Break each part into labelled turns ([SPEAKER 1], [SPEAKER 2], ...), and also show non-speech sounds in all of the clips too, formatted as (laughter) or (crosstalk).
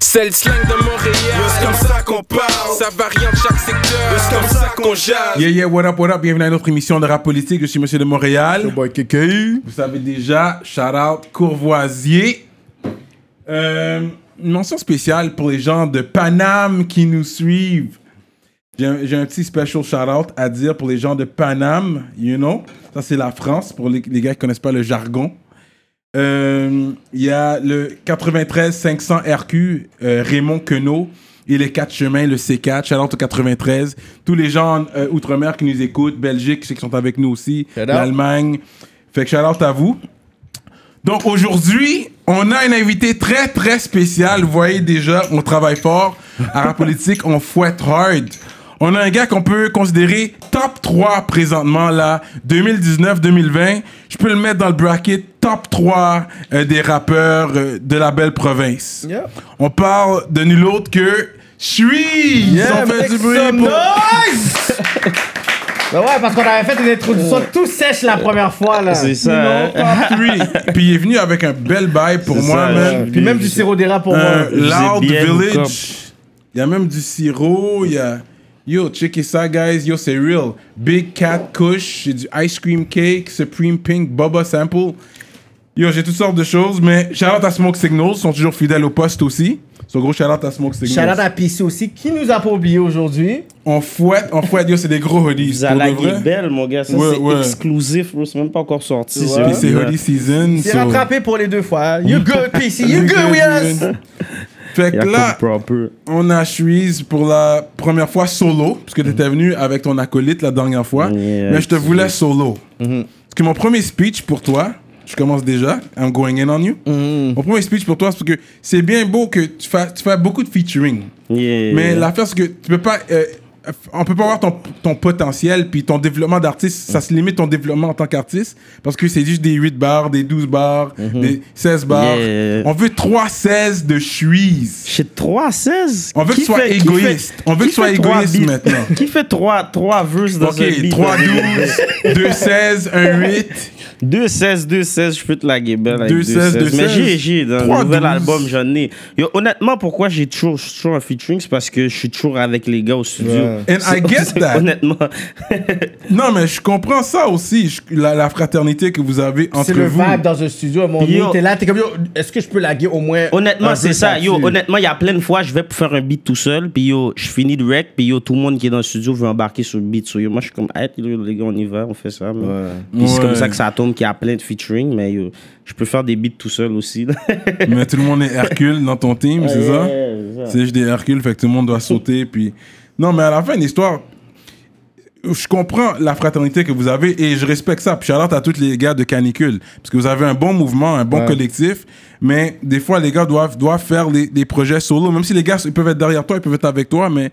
[SPEAKER 1] C'est le slang de Montréal.
[SPEAKER 2] C'est comme ça qu'on parle.
[SPEAKER 1] Ça varie en chaque secteur.
[SPEAKER 2] C'est comme ça qu'on jase.
[SPEAKER 3] Yeah, yeah, what up, what up? Bienvenue à une autre émission de Rap Politique. Je suis Monsieur de Montréal. Vous savez déjà, shout out Courvoisier. Euh, une mention spéciale pour les gens de Paname qui nous suivent. J'ai un, j'ai un petit special shout out à dire pour les gens de Paname, you know. Ça, c'est la France pour les, les gars qui connaissent pas le jargon. Euh, Il y a le 93 500 RQ, euh, Raymond Queneau et les 4 chemins, le C4, Chalante au 93. Tous les gens euh, outre-mer qui nous écoutent, Belgique, ceux qui sont avec nous aussi,
[SPEAKER 4] out.
[SPEAKER 3] l'Allemagne. Fait que Chalante à vous. Donc aujourd'hui, on a un invité très très spécial. Vous voyez déjà, on travaille fort. À la politique, on fouette hard. On a un gars qu'on peut considérer top 3 présentement là, 2019-2020. Je peux le mettre dans le bracket top 3 euh, des rappeurs euh, de la belle province.
[SPEAKER 4] Yeah.
[SPEAKER 3] On parle de nul autre que Shui.
[SPEAKER 4] Yeah,
[SPEAKER 3] on fait
[SPEAKER 4] make
[SPEAKER 3] du bruit
[SPEAKER 4] some
[SPEAKER 3] pour-
[SPEAKER 5] Ben ouais, parce qu'on avait fait une introduction tout sèche la première fois, là.
[SPEAKER 4] C'est ça. hein.
[SPEAKER 3] Top 3.
[SPEAKER 4] (laughs)
[SPEAKER 3] Puis il est venu avec un bel bail pour
[SPEAKER 4] C'est
[SPEAKER 3] moi
[SPEAKER 4] ça,
[SPEAKER 3] man.
[SPEAKER 4] ouais.
[SPEAKER 5] Puis même du sirop d'érable pour
[SPEAKER 3] un
[SPEAKER 5] moi.
[SPEAKER 4] Je
[SPEAKER 3] Euh, Loud
[SPEAKER 4] les ai bien au cop.
[SPEAKER 3] Village. Il y a même du sirop. Il y a. Yo, check it out, guys. Yo, c'est real. Big Cat Kush. J'ai du Ice Cream Cake, Supreme Pink, Bubba Sample. Yo, j'ai toutes sortes de choses, mais shout-out à Smoke Signals. Ils sont toujours fidèles au poste aussi. So, gros shout-out à Smoke Signals.
[SPEAKER 5] Shout-out à PC aussi, qui nous a pas oublié aujourd'hui.
[SPEAKER 3] On fouette, on fouette. Yo, c'est des gros hoodies.
[SPEAKER 4] Vous allez
[SPEAKER 3] pour de vrai.
[SPEAKER 4] être belle, mon gars. Ça,
[SPEAKER 3] Ouais,
[SPEAKER 4] c'est
[SPEAKER 3] ouais.
[SPEAKER 4] exclusif, bro. C'est même pas encore sorti.
[SPEAKER 3] Puis
[SPEAKER 4] celui-là.
[SPEAKER 3] c'est hoodie season.
[SPEAKER 5] C'est
[SPEAKER 3] so-
[SPEAKER 5] rattrapé pour les deux fois. You good, PC, you good, yes!
[SPEAKER 3] Fait que
[SPEAKER 4] Jacob
[SPEAKER 3] là,
[SPEAKER 4] Proper.
[SPEAKER 3] on a Suisse pour la première fois solo, parce que tu
[SPEAKER 4] Mhm.
[SPEAKER 3] étais venu avec ton acolyte la dernière fois,
[SPEAKER 4] Yeah,
[SPEAKER 3] mais je te
[SPEAKER 4] absolument.
[SPEAKER 3] voulais solo.
[SPEAKER 4] Mhm.
[SPEAKER 3] Parce que mon premier speech pour toi, je commence déjà, I'm going in on you.
[SPEAKER 4] Mhm.
[SPEAKER 3] Mon premier speech pour toi, c'est parce que c'est bien beau que tu fasses, tu fasses beaucoup de featuring,
[SPEAKER 4] Yeah.
[SPEAKER 3] mais l'affaire, c'est que tu peux pas. euh, on peut pas avoir ton, ton potentiel, puis ton développement d'artiste,
[SPEAKER 4] Mm.
[SPEAKER 3] ça se limite ton développement en tant qu'artiste, parce que c'est juste des 8 bars, des 12 bars, des 16 bars.
[SPEAKER 4] Mm-hmm. Yeah.
[SPEAKER 3] On veut 3-16 de Suisse.
[SPEAKER 4] Chez 3 16
[SPEAKER 3] On veut que tu sois égoïste. On veut que tu sois égoïste maintenant.
[SPEAKER 4] (laughs) Qui fait 3 3 verses dans
[SPEAKER 3] Ok,
[SPEAKER 4] un beat
[SPEAKER 3] 3, 12,
[SPEAKER 5] (laughs)
[SPEAKER 3] 2, 16, 1, 8.
[SPEAKER 4] 2 16 2 16, je peux te laguer belle avec 2
[SPEAKER 3] 2-16,
[SPEAKER 4] 16. Mais
[SPEAKER 3] 2-16.
[SPEAKER 4] j'ai j'ai dans le
[SPEAKER 3] 3-12.
[SPEAKER 4] nouvel album, j'en ai. Yo, honnêtement, pourquoi j'ai toujours je suis toujours en featuring, c'est parce que je suis toujours avec les gars au studio. (laughs)
[SPEAKER 3] And I get that.
[SPEAKER 4] Honnêtement.
[SPEAKER 3] Non, mais je comprends ça aussi, je- la, la fraternité que vous avez entre
[SPEAKER 5] C'est le
[SPEAKER 3] vous.
[SPEAKER 5] vibe dans un studio, à un moment donné,
[SPEAKER 4] Yo.
[SPEAKER 5] t'es là, t'es comme, yo, est-ce que je peux laguer au moins un
[SPEAKER 4] Honnêtement,
[SPEAKER 5] peu
[SPEAKER 4] c'est ça. Yo,
[SPEAKER 5] là-dessus?
[SPEAKER 4] honnêtement, il y a plein de fois, je vais pour faire un beat tout seul, puis yo, je finis le rec, puis yo, tout le monde qui est dans le studio veut embarquer sur le beat. So, yo, moi, je suis comme, hey, yo, les gars, on y va, on fait ça. man. Puis c'est
[SPEAKER 3] Ouais.
[SPEAKER 4] comme ça que ça tombe, qu'il y a plein de featuring, mais yo, je peux faire des beats tout seul aussi. (laughs) là.
[SPEAKER 3] Mais tout le monde est Hercule dans ton team, c'est ça?
[SPEAKER 4] Ouais,
[SPEAKER 3] C'est juste des Hercules, fait que tout le monde doit sauter. Puis... Non, mais à la fin, une histoire. Je comprends la fraternité que vous avez et je respecte ça. Puis shout-out à tous les gars de Canicule. Parce que vous avez un bon mouvement, un bon collectif. Mais des fois, les gars doivent, doivent faire les, les projets solo. Même si les gars, ils peuvent être derrière toi, ils peuvent être avec toi, mais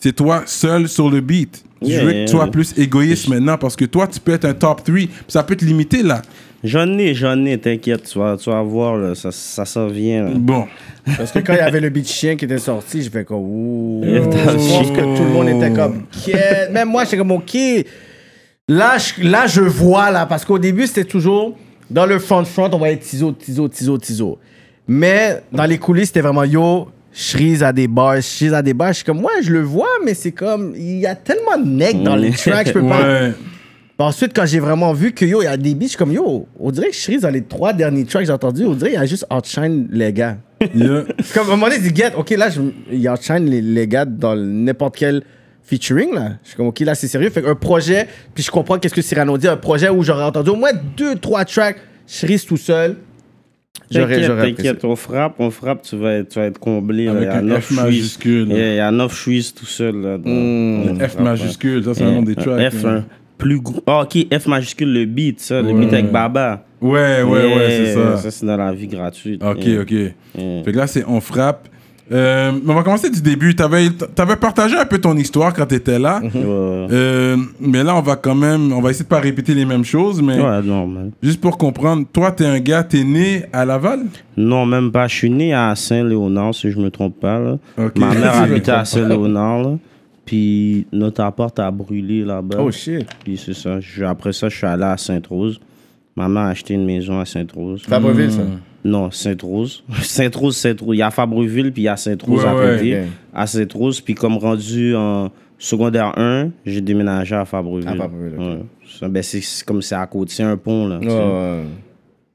[SPEAKER 3] c'est toi seul sur le beat.
[SPEAKER 4] Yeah,
[SPEAKER 3] je veux
[SPEAKER 4] yeah,
[SPEAKER 3] que tu sois
[SPEAKER 4] yeah.
[SPEAKER 3] plus égoïste maintenant parce que toi, tu peux être un top 3. Ça peut te limiter là.
[SPEAKER 4] J'en ai, j'en ai, t'inquiète, tu vas, tu vas voir, là, ça, ça s'en vient. là.
[SPEAKER 3] Bon.
[SPEAKER 5] Parce que quand il y avait le beat chien qui était sorti, j'ai fait (laughs) comme, ouh.
[SPEAKER 4] Yeah,
[SPEAKER 5] Je
[SPEAKER 4] t'as
[SPEAKER 5] pense
[SPEAKER 4] le
[SPEAKER 5] que tout le monde était comme, Qu'est- même moi, j'étais comme, ok. Là, je, là, je vois, là, parce qu'au début, c'était toujours dans le front-front, on voyait Tizo, Tizo, Tizo, Tizo. Mais dans les coulisses, c'était vraiment, yo, Shreeze à des bars, Shreeze à des bars. Je suis comme, ouais, je le vois, mais c'est comme, il y a tellement de necks dans les tracks, je peux pas.
[SPEAKER 4] (laughs)
[SPEAKER 3] Ouais.
[SPEAKER 5] Puis ensuite, quand j'ai vraiment vu que yo, il y a des beats, je suis comme yo, on dirait que Shreeze dans les trois derniers tracks que j'ai entendus, on dirait qu'il a juste outshine les gars.
[SPEAKER 3] Yeah.
[SPEAKER 5] comme à un moment donné, il dit get, ok, là, je, il outshine les, les gars dans n'importe quel featuring là. Je suis comme ok, là, c'est sérieux. Fait un projet, puis je comprends qu'est-ce que Cyrano dit, un projet où j'aurais entendu au moins deux, trois tracks, Shreeze tout seul. J'aurais,
[SPEAKER 4] T'inquiète,
[SPEAKER 5] j'aurais apprécié.
[SPEAKER 4] t'inquiète, on frappe, on frappe, tu vas être, tu vas être comblé. là.
[SPEAKER 3] Avec
[SPEAKER 4] Il y a
[SPEAKER 3] un
[SPEAKER 4] neuf
[SPEAKER 3] F
[SPEAKER 4] Suisses.
[SPEAKER 3] majuscule. Mm.
[SPEAKER 4] Yeah, Il y a 9 Suisses tout seul. Là, donc, on
[SPEAKER 3] F
[SPEAKER 4] frappe,
[SPEAKER 3] majuscule, ça, c'est
[SPEAKER 4] hein.
[SPEAKER 3] un nom des tracks.
[SPEAKER 4] F,
[SPEAKER 3] hein.
[SPEAKER 4] hein. plus gros. Ah, ok, F majuscule, le beat, ça, le
[SPEAKER 3] Ouais.
[SPEAKER 4] beat avec Baba.
[SPEAKER 3] Ouais, ouais, ouais,
[SPEAKER 4] Yeah,
[SPEAKER 3] c'est ça.
[SPEAKER 4] Ça, c'est dans la vie gratuite.
[SPEAKER 3] Ok,
[SPEAKER 4] Yeah.
[SPEAKER 3] ok.
[SPEAKER 4] Yeah.
[SPEAKER 3] Fait que là, c'est on frappe. Euh, on va commencer du début. T'avais, t'avais partagé un peu ton histoire quand t'étais là.
[SPEAKER 4] (laughs) Ouais,
[SPEAKER 3] Euh, mais là, on va quand même, on va essayer de pas répéter les mêmes choses, mais
[SPEAKER 4] ouais, non, man.
[SPEAKER 3] juste pour comprendre, toi, t'es un gars, t'es né à Laval.
[SPEAKER 4] Non, même pas. Je suis né à Saint-Léonard, si je me trompe pas. Là.
[SPEAKER 3] Ok.
[SPEAKER 4] Ma
[SPEAKER 3] (laughs)
[SPEAKER 4] mère
[SPEAKER 3] Si je me
[SPEAKER 4] habitait
[SPEAKER 3] trompe
[SPEAKER 4] à Saint-Léonard. là. Puis notre appart a brûlé là-bas.
[SPEAKER 5] Oh shit.
[SPEAKER 4] Puis c'est ça. Je- après ça, je suis allé à Sainte-Rose. Maman a acheté une maison à Sainte-Rose.
[SPEAKER 5] Fabreville ça.
[SPEAKER 4] Non, Sainte-Rose. (laughs) Sainte-Rose, Sainte-Rose. Il y a Fabreville, puis il y a Sainte-Rose
[SPEAKER 3] Ouais,
[SPEAKER 4] à
[SPEAKER 3] ouais,
[SPEAKER 4] côté.
[SPEAKER 5] ok.
[SPEAKER 4] À Sainte-Rose, puis comme rendu en secondaire 1, j'ai déménagé à Fabreville.
[SPEAKER 5] À Fabreville, ok.
[SPEAKER 4] Ouais. Ça, ben, c'est- c'est comme c'est à côté, c'est un pont, là. tu sais.
[SPEAKER 5] Oh, Ouais.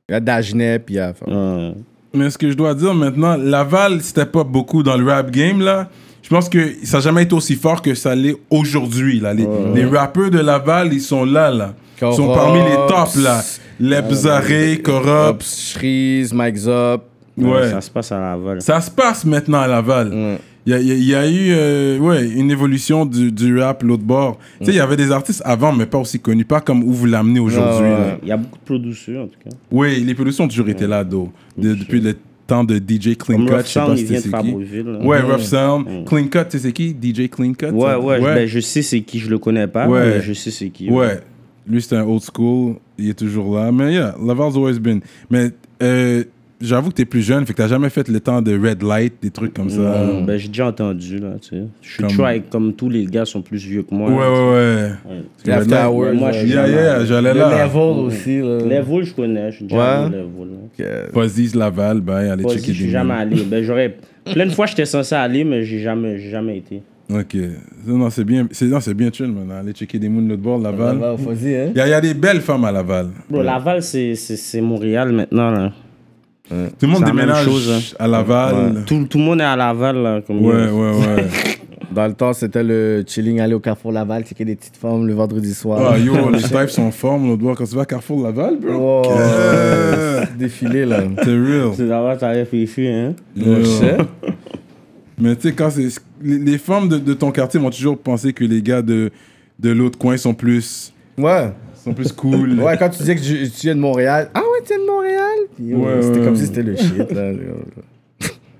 [SPEAKER 5] Il y a Dagenet, puis il y a.
[SPEAKER 4] Ouais.
[SPEAKER 3] Mais ce que je dois dire maintenant, Laval, c'était pas beaucoup dans le rap game, là. Je pense que ça n'a jamais été aussi fort que ça l'est aujourd'hui, là. Les, les rappeurs de Laval, ils sont là, là. Ils sont
[SPEAKER 5] Corops.
[SPEAKER 3] parmi les tops, là.
[SPEAKER 4] Ah,
[SPEAKER 3] Lebzaré,
[SPEAKER 5] Oh.
[SPEAKER 3] Corrupt.
[SPEAKER 5] Shreeze, Mike Zop.
[SPEAKER 3] Ouais.
[SPEAKER 4] Ça se passe à Laval.
[SPEAKER 3] Ça se passe maintenant à Laval. Il y a- il y, a- il y a eu euh, ouais, une évolution du, du rap l'autre bord. Tu sais, il y avait des artistes avant, mais pas aussi connus, pas comme où vous l'amenez aujourd'hui.
[SPEAKER 5] Ouais, ouais.
[SPEAKER 3] là.
[SPEAKER 4] Il y a beaucoup de productions, en tout cas.
[SPEAKER 3] Oui, les productions ont toujours été là, d'eau. De- depuis le temps de DJ Clean
[SPEAKER 4] Comme
[SPEAKER 3] Cut,
[SPEAKER 4] Rough
[SPEAKER 3] je sais
[SPEAKER 4] Sound,
[SPEAKER 3] pas
[SPEAKER 4] il
[SPEAKER 3] si
[SPEAKER 4] vient
[SPEAKER 3] c'est
[SPEAKER 4] de
[SPEAKER 3] qui.
[SPEAKER 4] Fabreville, là.
[SPEAKER 3] Ouais, Rough Sound. Clean Cut, tu sais c'est qui DJ Clean Cut
[SPEAKER 4] Ouais,
[SPEAKER 3] ça?
[SPEAKER 4] ouais, je- ben, je sais c'est qui, je le connais pas,
[SPEAKER 3] Ouais.
[SPEAKER 4] mais je sais c'est qui.
[SPEAKER 3] Ouais. Lui, c'est un old school. Il est toujours là. Mais yeah, Laval's always been. Mais euh, j'avoue que t'es plus jeune, fait que t'as jamais fait le temps de Red Light, des trucs comme ça.
[SPEAKER 4] Euh, ben, j'ai déjà entendu, là, tu sais. Je suis
[SPEAKER 3] Comme-
[SPEAKER 4] try, comme tous les gars sont plus vieux que moi.
[SPEAKER 3] Ouais, ouais, ouais. Parce que
[SPEAKER 5] After
[SPEAKER 3] Red Light-
[SPEAKER 5] Hours,
[SPEAKER 4] moi, je suis
[SPEAKER 3] Yeah,
[SPEAKER 4] jamais
[SPEAKER 3] yeah,
[SPEAKER 4] allé.
[SPEAKER 3] j'allais
[SPEAKER 5] Le
[SPEAKER 3] là.
[SPEAKER 5] Level aussi. là.
[SPEAKER 4] Les vols, je connais, je suis déjà
[SPEAKER 5] Ouais.
[SPEAKER 4] allé aux Level, là.
[SPEAKER 5] Euh,
[SPEAKER 3] Posies Laval, ben, allez
[SPEAKER 4] Vas-y,
[SPEAKER 3] checker
[SPEAKER 4] je suis
[SPEAKER 3] des
[SPEAKER 4] jamais
[SPEAKER 3] noms.
[SPEAKER 4] allé.
[SPEAKER 3] (laughs)
[SPEAKER 4] Ben, j'aurais... Plein de fois, j'étais censé aller, mais j'ai jamais, j'ai jamais été.
[SPEAKER 3] Ok. Non, c'est bien, c'est, non, c'est bien chill, man. Allez checker des moons de l'autre bord, Laval.
[SPEAKER 5] Laval, Fuzzy, hein?
[SPEAKER 3] Il y, a- il y a des belles femmes à Laval.
[SPEAKER 4] Bro, Laval, c'est, c'est, c'est Montréal maintenant, là.
[SPEAKER 3] Tout le monde
[SPEAKER 4] C'est la même
[SPEAKER 3] déménage
[SPEAKER 4] chose, hein.
[SPEAKER 3] à Laval.
[SPEAKER 4] Tout, tout le monde est à Laval, là. Comme
[SPEAKER 3] Ouais, ouais,
[SPEAKER 4] (laughs)
[SPEAKER 3] ouais.
[SPEAKER 5] Dans le temps, c'était le chilling, aller au Carrefour Laval, checker des petites femmes le vendredi soir.
[SPEAKER 3] Ah, yo, les types sont forts, mon doigt. Quand tu vas à Carrefour Laval, bro.
[SPEAKER 5] Wow.
[SPEAKER 3] Euh,
[SPEAKER 5] Défilé, là.
[SPEAKER 3] C'est real.
[SPEAKER 4] C'est d'abord, t'as réfléchi, hein.
[SPEAKER 3] Yo.
[SPEAKER 5] sais.
[SPEAKER 3] Mais tu sais, quand c'est. Les, les femmes de, de ton quartier vont toujours penser que les gars de, de l'autre coin sont plus.
[SPEAKER 5] Ouais.
[SPEAKER 3] sont plus
[SPEAKER 4] (laughs)
[SPEAKER 3] cool.
[SPEAKER 5] Ouais, quand tu disais que tu, tu viens de Montréal. Ah ouais, tu viens de Montréal? Puis,
[SPEAKER 3] Ouais,
[SPEAKER 5] c'était
[SPEAKER 3] ouais,
[SPEAKER 5] comme
[SPEAKER 3] ouais.
[SPEAKER 5] si c'était le shit, là.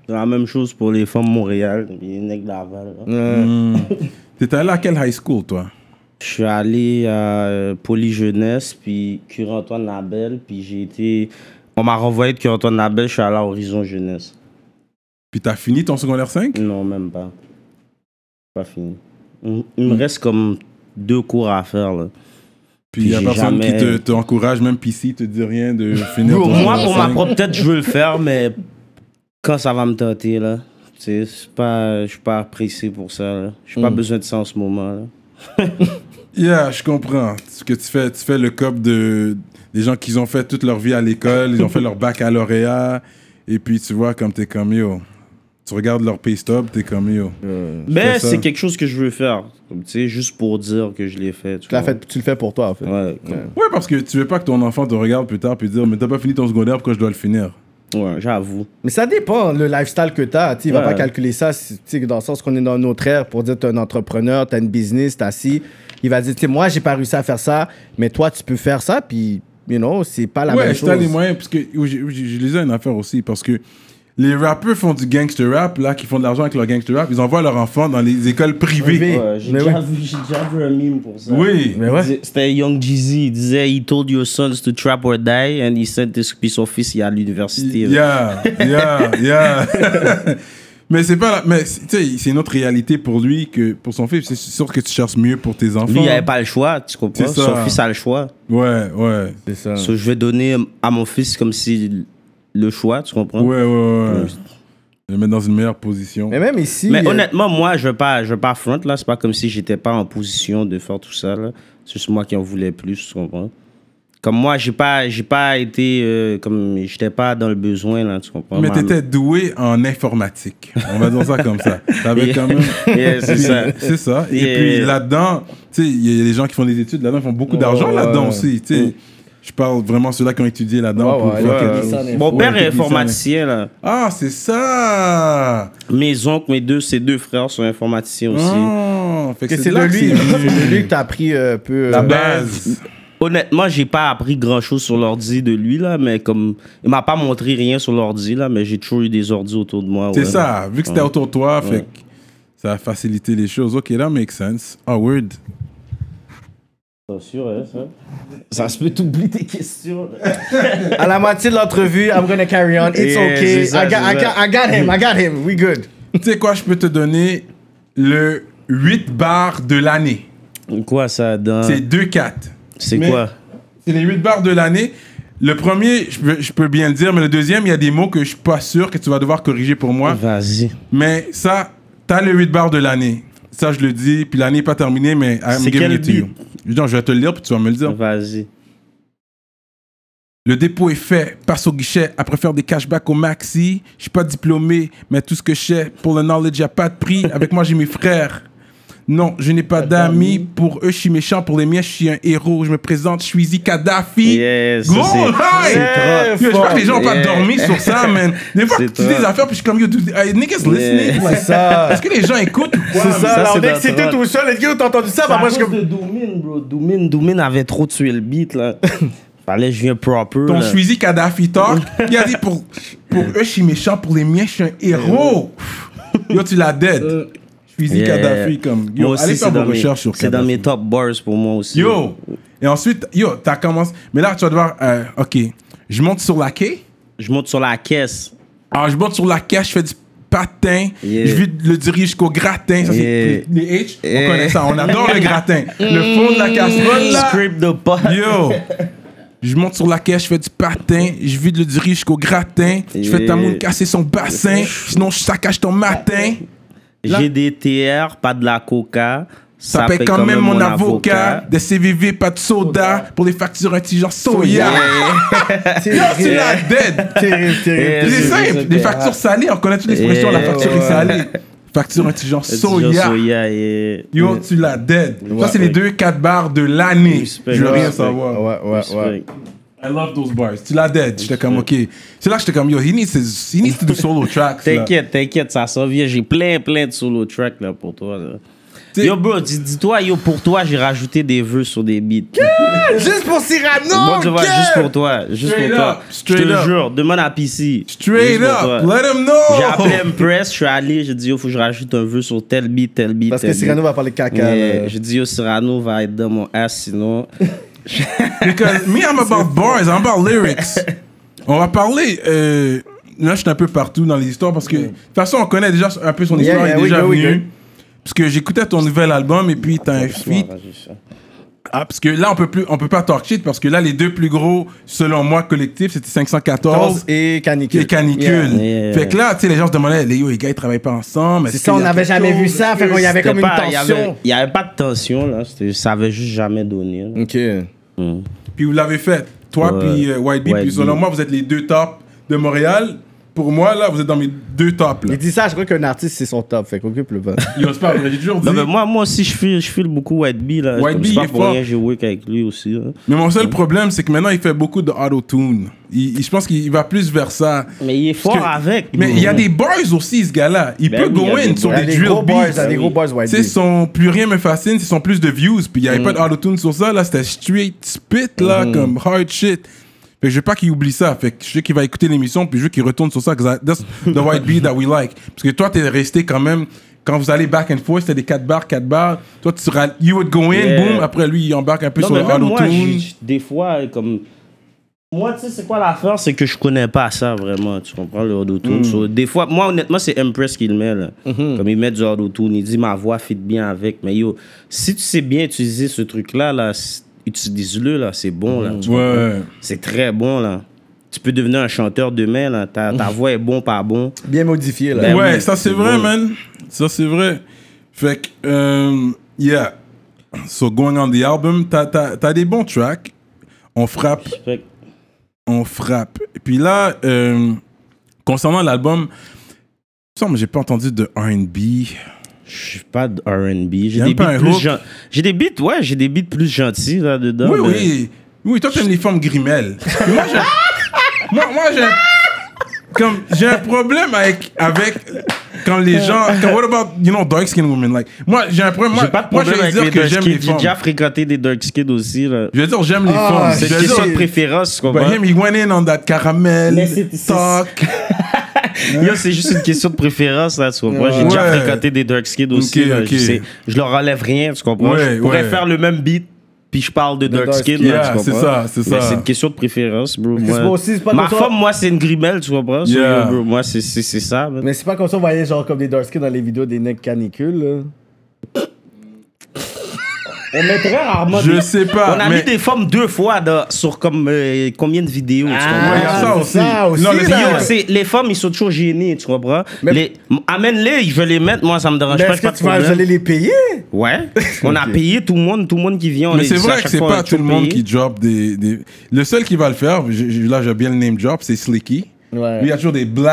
[SPEAKER 4] C'est la même chose pour les femmes Montréal, les nègres Laval. là.
[SPEAKER 3] Hmm. T'étais allé à quelle high school, toi
[SPEAKER 4] Je suis allé à euh, Poly Jeunesse, puis Cure-Antoine Labelle, puis j'ai été... On m'a renvoyé de Cure-Antoine Labelle, je suis allé à Horizon Jeunesse.
[SPEAKER 3] Puis t'as fini ton secondaire 5
[SPEAKER 4] Non, même pas. Pas fini. Il il me reste comme deux cours à faire, là.
[SPEAKER 3] Puis il n'y a
[SPEAKER 4] J'ai
[SPEAKER 3] personne qui
[SPEAKER 4] jamais-
[SPEAKER 3] te, te encourage, même PC te dit rien de finir.
[SPEAKER 4] Bro,
[SPEAKER 3] ton
[SPEAKER 4] moi,
[SPEAKER 3] secondaire
[SPEAKER 4] pour ma
[SPEAKER 3] cinq.
[SPEAKER 4] propre tête, je veux le faire, mais quand ça va me tenter, là, tu sais, je suis pas, je suis pas pressé pour ça, là. J'ai pas besoin de ça en ce moment, là.
[SPEAKER 3] Yeah, je comprends. Ce que tu fais, tu fais le cop de des gens qui ont fait toute leur vie à l'école, ils ont fait leur baccalauréat, et puis tu vois comme t'es comme yo. Tu regardes leur pay stub, t'es comme yo.
[SPEAKER 4] Mais
[SPEAKER 3] fais ça.
[SPEAKER 4] c'est quelque chose que je veux faire, comme, tu sais, juste pour dire que je l'ai fait. Tu
[SPEAKER 5] Tu, l'as
[SPEAKER 4] vois.
[SPEAKER 5] fait, tu le fais pour toi, en fait.
[SPEAKER 4] Ouais, comme-
[SPEAKER 3] Ouais, parce que tu veux pas que ton enfant te regarde plus tard puis dire mais t'as pas fini ton secondaire, pourquoi je dois le finir
[SPEAKER 4] ouais, j'avoue.
[SPEAKER 5] Mais ça dépend le lifestyle que tu as. Tu ne
[SPEAKER 4] Ouais.
[SPEAKER 5] va pas calculer ça si- tu sais, dans le sens qu'on est dans notre ère pour dire tu es un entrepreneur, tu as une business, tu as ci. Il va dire, tu sais, moi, j'ai pas réussi à faire ça, mais toi, tu peux faire ça. Puis, you know, c'est pas la
[SPEAKER 3] ouais,
[SPEAKER 5] même
[SPEAKER 3] je t'as
[SPEAKER 5] chose.
[SPEAKER 3] les moyens, parce que oui, j'ai- oui, j'ai- je lisais une affaire aussi, parce que les rappeurs font du gangster rap, là, qui font de l'argent avec leur gangster rap, ils envoient leurs enfants dans les écoles privées.
[SPEAKER 5] Privé.
[SPEAKER 4] Ouais, j'ai
[SPEAKER 5] Mais
[SPEAKER 4] déjà,
[SPEAKER 5] oui.
[SPEAKER 4] vu- j'ai déjà vu un mime pour ça.
[SPEAKER 3] Eh, Oui.
[SPEAKER 5] Mais ouais.
[SPEAKER 4] Dis- C'était Young Jeezy, il disait He told your sons to trap or die, and he sent his, puis son fils il est à l'université. là.
[SPEAKER 3] Yeah, yeah, yeah. (laughs) mais c'est pas la- mais c'est- tu sais, c'est une autre réalité pour lui que pour son fils. C'est sûr que tu cherches mieux pour tes enfants.
[SPEAKER 4] Lui, il avait pas le choix, tu comprends?
[SPEAKER 3] C'est ça.
[SPEAKER 4] Son fils a le choix.
[SPEAKER 3] Ouais, ouais,
[SPEAKER 5] C'est ça.
[SPEAKER 4] So, je vais donner à mon fils comme si le choix, tu comprends?
[SPEAKER 3] ouais, ouais, ouais. Le mettre dans une meilleure position.
[SPEAKER 5] Mais même ici.
[SPEAKER 4] Hein? Mais
[SPEAKER 5] euh,
[SPEAKER 4] honnêtement, moi, je veux pas, je veux pas front là. C'est pas comme si j'étais pas en position de faire tout ça là. C'est juste moi qui en voulais plus, tu comprends? Comme moi, j'ai pas, j'ai pas été, euh, comme j'étais pas dans le besoin là, tu comprends?
[SPEAKER 3] Mais
[SPEAKER 4] Moi,
[SPEAKER 3] t'étais doué en informatique. On va dire ça comme ça. T'avais quand même.
[SPEAKER 4] (laughs) Yeah, c'est
[SPEAKER 3] Puis,
[SPEAKER 4] ça.
[SPEAKER 3] C'est ça. Et
[SPEAKER 4] Yeah.
[SPEAKER 3] puis là-dedans, tu sais, il y a des gens qui font des études là-dedans, ils font beaucoup d'argent
[SPEAKER 5] Ouais,
[SPEAKER 3] là-dedans
[SPEAKER 5] ouais.
[SPEAKER 3] aussi. Tu sais, je parle vraiment ceux-là qui ont étudié là-dedans.
[SPEAKER 5] Ouais,
[SPEAKER 3] pour
[SPEAKER 5] ouais,
[SPEAKER 3] voir
[SPEAKER 5] ouais,
[SPEAKER 3] que-
[SPEAKER 5] ouais.
[SPEAKER 4] Mon père
[SPEAKER 3] Ouais,
[SPEAKER 4] est
[SPEAKER 3] technicien,
[SPEAKER 4] informaticien là.
[SPEAKER 3] Ah, c'est ça.
[SPEAKER 4] Mes oncles, mes deux, ses deux frères sont informaticiens aussi.
[SPEAKER 3] Ah, fait que
[SPEAKER 5] que c'est de
[SPEAKER 3] là que
[SPEAKER 5] lui,
[SPEAKER 3] c'est venu.
[SPEAKER 5] (laughs) c'est de lui que t'as pris euh, un peu.
[SPEAKER 3] La
[SPEAKER 5] euh,
[SPEAKER 3] base.
[SPEAKER 4] Honnêtement, j'ai pas appris grand chose sur l'ordi de lui là, mais comme il m'a pas montré rien sur l'ordi là, mais j'ai toujours eu des ordis autour de moi.
[SPEAKER 3] C'est
[SPEAKER 4] ouais.
[SPEAKER 3] ça. Vu que c'était autour de toi, fait que ça a facilité les choses. Ok, that makes sense. Ah, Howard.
[SPEAKER 4] T'es sûr, hein, ça? Ça se peut t'oublier tes questions.
[SPEAKER 5] À la moitié de l'entrevue, I'm gonna carry on. It's
[SPEAKER 4] Yeah,
[SPEAKER 5] okay.
[SPEAKER 4] c'est ça,
[SPEAKER 5] I, got,
[SPEAKER 4] c'est
[SPEAKER 5] I, got,
[SPEAKER 4] ça.
[SPEAKER 5] I got him. I got him. We good.
[SPEAKER 3] tu sais quoi, je peux te donner le 8 bars de l'année.
[SPEAKER 4] Quoi ça, dans...
[SPEAKER 3] C'est 2-4.
[SPEAKER 4] C'est
[SPEAKER 3] Mais-
[SPEAKER 4] quoi
[SPEAKER 3] C'est les 8 bars de l'année. Le premier, je peux, je peux bien le dire, mais le deuxième, il y a des mots que je suis pas sûr que tu vas devoir corriger pour moi.
[SPEAKER 4] Vas-y.
[SPEAKER 3] Mais ça, t'as le 8 bar de l'année. Ça, je le dis, puis l'année n'est pas terminée, mais I'm
[SPEAKER 4] C'est
[SPEAKER 3] giving
[SPEAKER 4] quel
[SPEAKER 3] it to you. Non, je vais te le dire, puis tu vas me le dire.
[SPEAKER 4] Vas-y.
[SPEAKER 3] Le dépôt est fait, passe au guichet, après faire des cashbacks au maxi. Je suis pas diplômé, mais tout ce que je sais, pour le knowledge, y a pas de prix. Avec moi, j'ai mes frères. Non, je n'ai pas d'amis. Pour eux, je suis méchant. Pour les miens, je suis un héros. Je me présente, je suis Zi Kadhafi.
[SPEAKER 4] Yes,
[SPEAKER 3] Gros,
[SPEAKER 4] c'est-
[SPEAKER 3] hey!
[SPEAKER 4] c'est trop
[SPEAKER 3] Yo, Je crois que les gens n'ont pas
[SPEAKER 4] Yeah.
[SPEAKER 3] dormi sur
[SPEAKER 4] (laughs)
[SPEAKER 3] ça, man. Des fois,
[SPEAKER 4] C'est
[SPEAKER 3] tu dis des
[SPEAKER 4] trop.
[SPEAKER 3] affaires, puis je suis comme, yo, do- are niggas listening?
[SPEAKER 4] Yeah.
[SPEAKER 5] C'est ça.
[SPEAKER 3] Est-ce que les gens écoutent ou
[SPEAKER 5] C'est
[SPEAKER 3] quoi?
[SPEAKER 5] ça,
[SPEAKER 4] ça,
[SPEAKER 5] là,
[SPEAKER 4] c'est
[SPEAKER 5] on est
[SPEAKER 4] de la
[SPEAKER 5] excité
[SPEAKER 4] drogue.
[SPEAKER 5] tout seul. Les gars, t'as entendu ça? Bah,
[SPEAKER 4] à
[SPEAKER 5] moi, je
[SPEAKER 4] cause
[SPEAKER 5] suis comme.
[SPEAKER 4] de Doomin, bro. Doomin, Doomin avait trop tué le
[SPEAKER 3] (laughs)
[SPEAKER 4] beat, là. Fallait que je vienne proper,
[SPEAKER 3] Ton
[SPEAKER 4] là.
[SPEAKER 3] Suizy Kadhafi talk, il a dit pour, pour eux, je suis méchant, pour les miens, je suis un héros. Yo, tu l'as dead. Suizy
[SPEAKER 4] Euh, Yeah.
[SPEAKER 3] Kadhafi, comme.
[SPEAKER 4] Moi
[SPEAKER 3] Yo,
[SPEAKER 4] aussi,
[SPEAKER 3] allez
[SPEAKER 4] c'est
[SPEAKER 3] faire vos
[SPEAKER 4] dans mes-
[SPEAKER 3] recherches sur
[SPEAKER 4] C'est
[SPEAKER 3] Kadhafi.
[SPEAKER 4] dans mes top bars pour moi aussi.
[SPEAKER 3] Yo! Et ensuite, yo, t'as commencé. Mais là, tu vas devoir. euh, ok, je monte sur la quai.
[SPEAKER 4] Je monte sur la caisse.
[SPEAKER 3] Alors, Ah, je monte sur la quai, je fais du patin.
[SPEAKER 4] Yeah.
[SPEAKER 3] Je vais le diriger jusqu'au gratin. Ça, c'est
[SPEAKER 4] Yeah.
[SPEAKER 3] les H.
[SPEAKER 4] Yeah.
[SPEAKER 3] On connaît ça. On adore le gratin. Le fond de la casserole, là.
[SPEAKER 4] Script de pot.
[SPEAKER 3] Yo! Je monte sur la caisse, je fais du patin, je vide le dirige jusqu'au gratin, je fais ta
[SPEAKER 4] Yeah.
[SPEAKER 3] moune casser son bassin, sinon je saccage ton matin.
[SPEAKER 4] J'ai des TR, pas de la coca.
[SPEAKER 3] Ça, paye quand, même, mon avocat, (laughs) des CVV, pas de soda, pour les factures un petit genre soya.
[SPEAKER 4] (laughs)
[SPEAKER 3] Yo, tu l'as dead!
[SPEAKER 5] Terrible, terrible.
[SPEAKER 4] Yeah.
[SPEAKER 3] C'est
[SPEAKER 4] je-
[SPEAKER 3] simple,
[SPEAKER 4] je-
[SPEAKER 3] les factures salées, on connaît toute l'expression,
[SPEAKER 4] Yeah,
[SPEAKER 3] la facture est
[SPEAKER 5] ouais.
[SPEAKER 3] salée. Facture un petit genre
[SPEAKER 4] Soya.
[SPEAKER 3] soya.
[SPEAKER 4] Soya et...
[SPEAKER 3] Yo, tu l'as dead. Ça, c'est les
[SPEAKER 4] ouais.
[SPEAKER 3] deux 4 barres de l'année.
[SPEAKER 4] Respect,
[SPEAKER 3] Je veux rien
[SPEAKER 4] respect.
[SPEAKER 3] savoir.
[SPEAKER 5] Ah Ouais, ouais, ouais.
[SPEAKER 3] I love those bars. Tu l'as dead. J'étais comme, OK. C'est là que j'étais comme, yo, he needs, his, he needs to do solo tracks. là.
[SPEAKER 4] T'inquiète, t'inquiète, ça s'en vient. J'ai plein, plein de solo tracks là pour toi. là.
[SPEAKER 3] T'sais-
[SPEAKER 4] Yo, bro, dis- dis-toi, yo, pour toi, j'ai rajouté des vœux sur des beats.
[SPEAKER 5] Juste pour Cyrano!
[SPEAKER 4] Moi, tu vois,
[SPEAKER 5] ok.
[SPEAKER 4] juste pour toi. Juste
[SPEAKER 3] Straight
[SPEAKER 4] pour
[SPEAKER 3] up,
[SPEAKER 4] toi. Je
[SPEAKER 3] straight
[SPEAKER 4] te
[SPEAKER 3] up.
[SPEAKER 4] jure, demande à PC.
[SPEAKER 3] Straight
[SPEAKER 4] Juste pour
[SPEAKER 3] up.
[SPEAKER 4] toi.
[SPEAKER 3] Let him
[SPEAKER 5] Oh!
[SPEAKER 3] (laughs)
[SPEAKER 4] J'ai appelé
[SPEAKER 3] know.
[SPEAKER 4] Impress, je suis allé, j'ai dit, yo, faut que je rajoute un vœu sur tel beat, tel beat.
[SPEAKER 5] Parce
[SPEAKER 4] tel
[SPEAKER 5] que
[SPEAKER 4] beat.
[SPEAKER 5] Cyrano va parler caca.
[SPEAKER 4] Yeah,
[SPEAKER 5] là.
[SPEAKER 4] J'ai dit, yo, Cyrano va être dans mon ass
[SPEAKER 5] (laughs)
[SPEAKER 4] sinon.
[SPEAKER 3] Because me, I'm about bars. I'm about lyrics. On va parler... euh, là, je suis un peu partout dans les histoires parce que... De toute façon, on connaît déjà un peu son
[SPEAKER 5] Yeah,
[SPEAKER 3] histoire.
[SPEAKER 5] yeah,
[SPEAKER 3] il est
[SPEAKER 5] we
[SPEAKER 3] déjà
[SPEAKER 5] go, we
[SPEAKER 3] venu.
[SPEAKER 5] go.
[SPEAKER 3] Parce que j'écoutais ton nouvel album et puis t'as un feat Ah, parce que là, on peut plus, on peut pas talk shit parce que là, les deux plus gros, selon moi, collectifs, c'était 514
[SPEAKER 5] Tors et canicule.
[SPEAKER 3] et Canicule.
[SPEAKER 4] Yeah.
[SPEAKER 3] Fait que là, tu sais, les gens se demandaient, les, yo, les gars, ils travaillent pas ensemble.
[SPEAKER 5] C'est
[SPEAKER 3] est-ce
[SPEAKER 5] ça,
[SPEAKER 3] qu'il y
[SPEAKER 5] on
[SPEAKER 3] a
[SPEAKER 5] n'avait
[SPEAKER 3] quelque
[SPEAKER 5] jamais
[SPEAKER 3] chose?
[SPEAKER 5] vu ça. Fait qu'il y avait
[SPEAKER 4] C'était
[SPEAKER 5] comme une
[SPEAKER 4] pas- il y avait-
[SPEAKER 5] tension.
[SPEAKER 4] Il y avait pas de tension, là. c'était- Ça avait juste jamais donné. là.
[SPEAKER 3] Mm.
[SPEAKER 5] Ok.
[SPEAKER 3] Puis vous l'avez fait. Toi,
[SPEAKER 4] Ouais.
[SPEAKER 3] puis euh, White Bee,
[SPEAKER 4] White
[SPEAKER 3] puis selon
[SPEAKER 4] Bee.
[SPEAKER 3] moi, vous êtes les deux tops de Montréal. Pour moi, là, vous êtes dans mes deux tops. Là.
[SPEAKER 5] Il dit ça, je crois qu'un artiste, c'est son top. Fait qu'occupe le pas.
[SPEAKER 3] Yo, c'est pas vrai, j'ai toujours dit.
[SPEAKER 4] Non, mais moi, moi aussi, je file, je file beaucoup White Bee. Là.
[SPEAKER 3] White
[SPEAKER 4] Comme
[SPEAKER 3] Bee,
[SPEAKER 4] c'est
[SPEAKER 3] il
[SPEAKER 4] pas
[SPEAKER 3] est
[SPEAKER 4] pour
[SPEAKER 3] fort.
[SPEAKER 4] rien, j'ai work avec lui aussi. là.
[SPEAKER 3] Mais mon seul problème, c'est que maintenant, il fait beaucoup de auto-tune. Il- il- je pense qu'il va plus vers ça.
[SPEAKER 4] Mais il est fort
[SPEAKER 3] Parce que-
[SPEAKER 4] avec.
[SPEAKER 3] Mais
[SPEAKER 4] bro.
[SPEAKER 3] il y a des boys aussi, ce gars-là. Il
[SPEAKER 4] Ben
[SPEAKER 3] peut
[SPEAKER 4] oui,
[SPEAKER 3] go
[SPEAKER 4] il y a
[SPEAKER 3] in
[SPEAKER 4] des
[SPEAKER 3] sur
[SPEAKER 4] boys.
[SPEAKER 3] des
[SPEAKER 5] des
[SPEAKER 3] drill
[SPEAKER 5] gros boys,
[SPEAKER 3] beats.
[SPEAKER 5] t'as des gros boys, White
[SPEAKER 3] Tu sais,
[SPEAKER 5] Bee.
[SPEAKER 3] son plus rien me fascine, c'est son plus de views. Puis il n'y avait pas
[SPEAKER 4] Mm.
[SPEAKER 3] d'autotune sur ça. Là, c'était straight spit, là, comme hard shit. Fait que je veux pas qu'il oublie ça. Fait que je veux qu'il va écouter l'émission, puis je veux qu'il retourne sur ça. 'cause I- That's the white beat that we like. Parce que toi, t'es resté quand même. Quand vous allez back and forth, c'était des 4 bars, 4 bars. Toi, tu seras. You would go in,
[SPEAKER 4] Yeah.
[SPEAKER 3] boom. Après, lui, il embarque un peu
[SPEAKER 4] Non,
[SPEAKER 3] sur
[SPEAKER 4] mais
[SPEAKER 3] le
[SPEAKER 4] même moi,
[SPEAKER 3] auto-tune.
[SPEAKER 4] j'ai- des fois, comme. Moi, tu sais, c'est quoi l'affaire? C'est que je connais pas ça vraiment. Tu comprends le auto-tune.
[SPEAKER 3] Hmm.
[SPEAKER 4] So, des fois, moi, honnêtement, c'est Impress qu'il met. Là.
[SPEAKER 3] Mm-hmm.
[SPEAKER 4] Comme il met du auto-tune, il dit ma voix fit bien avec. Mais yo, si tu sais bien utiliser ce truc-là, là, c- utilise-le, là, c'est bon. Là,
[SPEAKER 3] Mm-hmm.
[SPEAKER 4] tu
[SPEAKER 3] Ouais.
[SPEAKER 4] C'est très bon, là. Tu peux devenir un chanteur demain, là. Ta,
[SPEAKER 3] Mm-hmm.
[SPEAKER 4] ta voix est bon, pas bon.
[SPEAKER 5] Bien modifié, là.
[SPEAKER 4] Ben
[SPEAKER 3] ouais,
[SPEAKER 4] oui,
[SPEAKER 3] ça c'est
[SPEAKER 4] c'est
[SPEAKER 3] vrai,
[SPEAKER 4] bon.
[SPEAKER 3] man. Ça c'est vrai. Fait que, euh, yeah. So going on the album, t'as, t'as, t'as des bons tracks. On frappe,
[SPEAKER 4] Fait que
[SPEAKER 3] on frappe. Et puis là, euh, concernant l'album, il me semble que j'ai pas entendu de RB.
[SPEAKER 4] je suis pas de R&B. J'ai
[SPEAKER 3] Y'a
[SPEAKER 4] des
[SPEAKER 3] pas un
[SPEAKER 4] beats
[SPEAKER 3] hook?
[SPEAKER 4] plus gen- J'ai des beats, ouais, j'ai des beats plus gentils, là-dedans.
[SPEAKER 3] Oui,
[SPEAKER 4] mais-
[SPEAKER 3] oui. Oui, toi t'aimes les femmes grimelles. Mais moi, j'ai, moi, moi, j'ai, comme, j'ai un problème avec, avec quand les gens. Quand, what about, you know, dark skinned women? Like, moi, j'ai un problème. Moi,
[SPEAKER 4] J'ai pas de
[SPEAKER 3] moi, je
[SPEAKER 4] problème
[SPEAKER 3] vais
[SPEAKER 4] avec
[SPEAKER 3] dire
[SPEAKER 4] les
[SPEAKER 3] que
[SPEAKER 4] dark
[SPEAKER 3] j'aime
[SPEAKER 4] kids.
[SPEAKER 3] les
[SPEAKER 4] J'ai
[SPEAKER 3] femmes.
[SPEAKER 4] déjà fréquenté des dark kids aussi. là.
[SPEAKER 3] Je veux dire, j'aime les
[SPEAKER 5] Ah,
[SPEAKER 3] femmes.
[SPEAKER 5] c'est
[SPEAKER 4] C'est
[SPEAKER 3] Je
[SPEAKER 4] une
[SPEAKER 3] veux
[SPEAKER 4] question
[SPEAKER 3] dire,
[SPEAKER 4] de préférence, tu
[SPEAKER 3] But
[SPEAKER 4] comprends?
[SPEAKER 3] him, he went in on that caramel
[SPEAKER 4] Mais c'est- c'est-
[SPEAKER 3] talk.
[SPEAKER 4] Yo, c'est juste une question de préférence, là, tu comprends? J'ai déjà
[SPEAKER 3] Ouais.
[SPEAKER 4] fréquenté des dark kids aussi.
[SPEAKER 3] Ok,
[SPEAKER 4] là.
[SPEAKER 3] ok.
[SPEAKER 4] Je, sais- je leur enlève rien, tu comprends?
[SPEAKER 3] Ouais,
[SPEAKER 4] je pourrais
[SPEAKER 3] ouais.
[SPEAKER 4] faire le même beat, puis je parle de dark
[SPEAKER 5] dark
[SPEAKER 4] skin,
[SPEAKER 5] skin.
[SPEAKER 4] là, tu
[SPEAKER 3] Yeah, c'est
[SPEAKER 4] comprends?
[SPEAKER 3] ça, c'est
[SPEAKER 4] Mais
[SPEAKER 3] ça.
[SPEAKER 4] C'est une question de préférence, bro.
[SPEAKER 5] que c'est
[SPEAKER 4] Moi,
[SPEAKER 5] pas aussi- c'est pas
[SPEAKER 4] ma
[SPEAKER 5] comme ça.
[SPEAKER 4] femme, moi, c'est une grimelle, tu comprends? So, yo,
[SPEAKER 3] Yeah.
[SPEAKER 4] bro, moi, c'est c'est- c'est ça. man.
[SPEAKER 5] Mais c'est pas comme ça, on voyait genre comme des dark skin dans les vidéos des necks canicules, là.
[SPEAKER 4] On mettrait rarement.
[SPEAKER 3] Je
[SPEAKER 4] des-
[SPEAKER 3] sais pas,
[SPEAKER 4] On a
[SPEAKER 3] mais-
[SPEAKER 4] mis des formes deux fois dans- sur comme euh, combien de vidéos.
[SPEAKER 5] Ah,
[SPEAKER 4] tu comprends?
[SPEAKER 3] Ouais, il y a ça
[SPEAKER 5] c'est
[SPEAKER 3] aussi.
[SPEAKER 5] ça aussi,
[SPEAKER 3] non, mais
[SPEAKER 5] là.
[SPEAKER 3] c'est-
[SPEAKER 4] Yo, c'est- les femmes, ils sont toujours gênés, tu comprends?
[SPEAKER 5] Mais-
[SPEAKER 4] Les- m- Amène-les, Ah, je vais les mettre, moi, ça me dérange
[SPEAKER 5] Mais
[SPEAKER 4] pas.
[SPEAKER 5] est-ce
[SPEAKER 4] j'ai pas
[SPEAKER 5] que
[SPEAKER 4] de
[SPEAKER 5] tu vas
[SPEAKER 4] problème.
[SPEAKER 5] aller les payer? (laughs)
[SPEAKER 4] Ouais. On a payé tout le monde, tout le monde qui vient. on
[SPEAKER 3] Mais
[SPEAKER 4] les
[SPEAKER 3] c'est
[SPEAKER 4] dit ça à
[SPEAKER 3] vrai que
[SPEAKER 4] chaque
[SPEAKER 3] c'est
[SPEAKER 4] fois,
[SPEAKER 3] pas
[SPEAKER 4] on est
[SPEAKER 3] tout le monde qui
[SPEAKER 4] payé.
[SPEAKER 3] drop des, des- Le seul qui va le faire, je- je- là j'ai bien le name drop, c'est Slicky.
[SPEAKER 5] Ouais.
[SPEAKER 3] Lui, il y a toujours des black,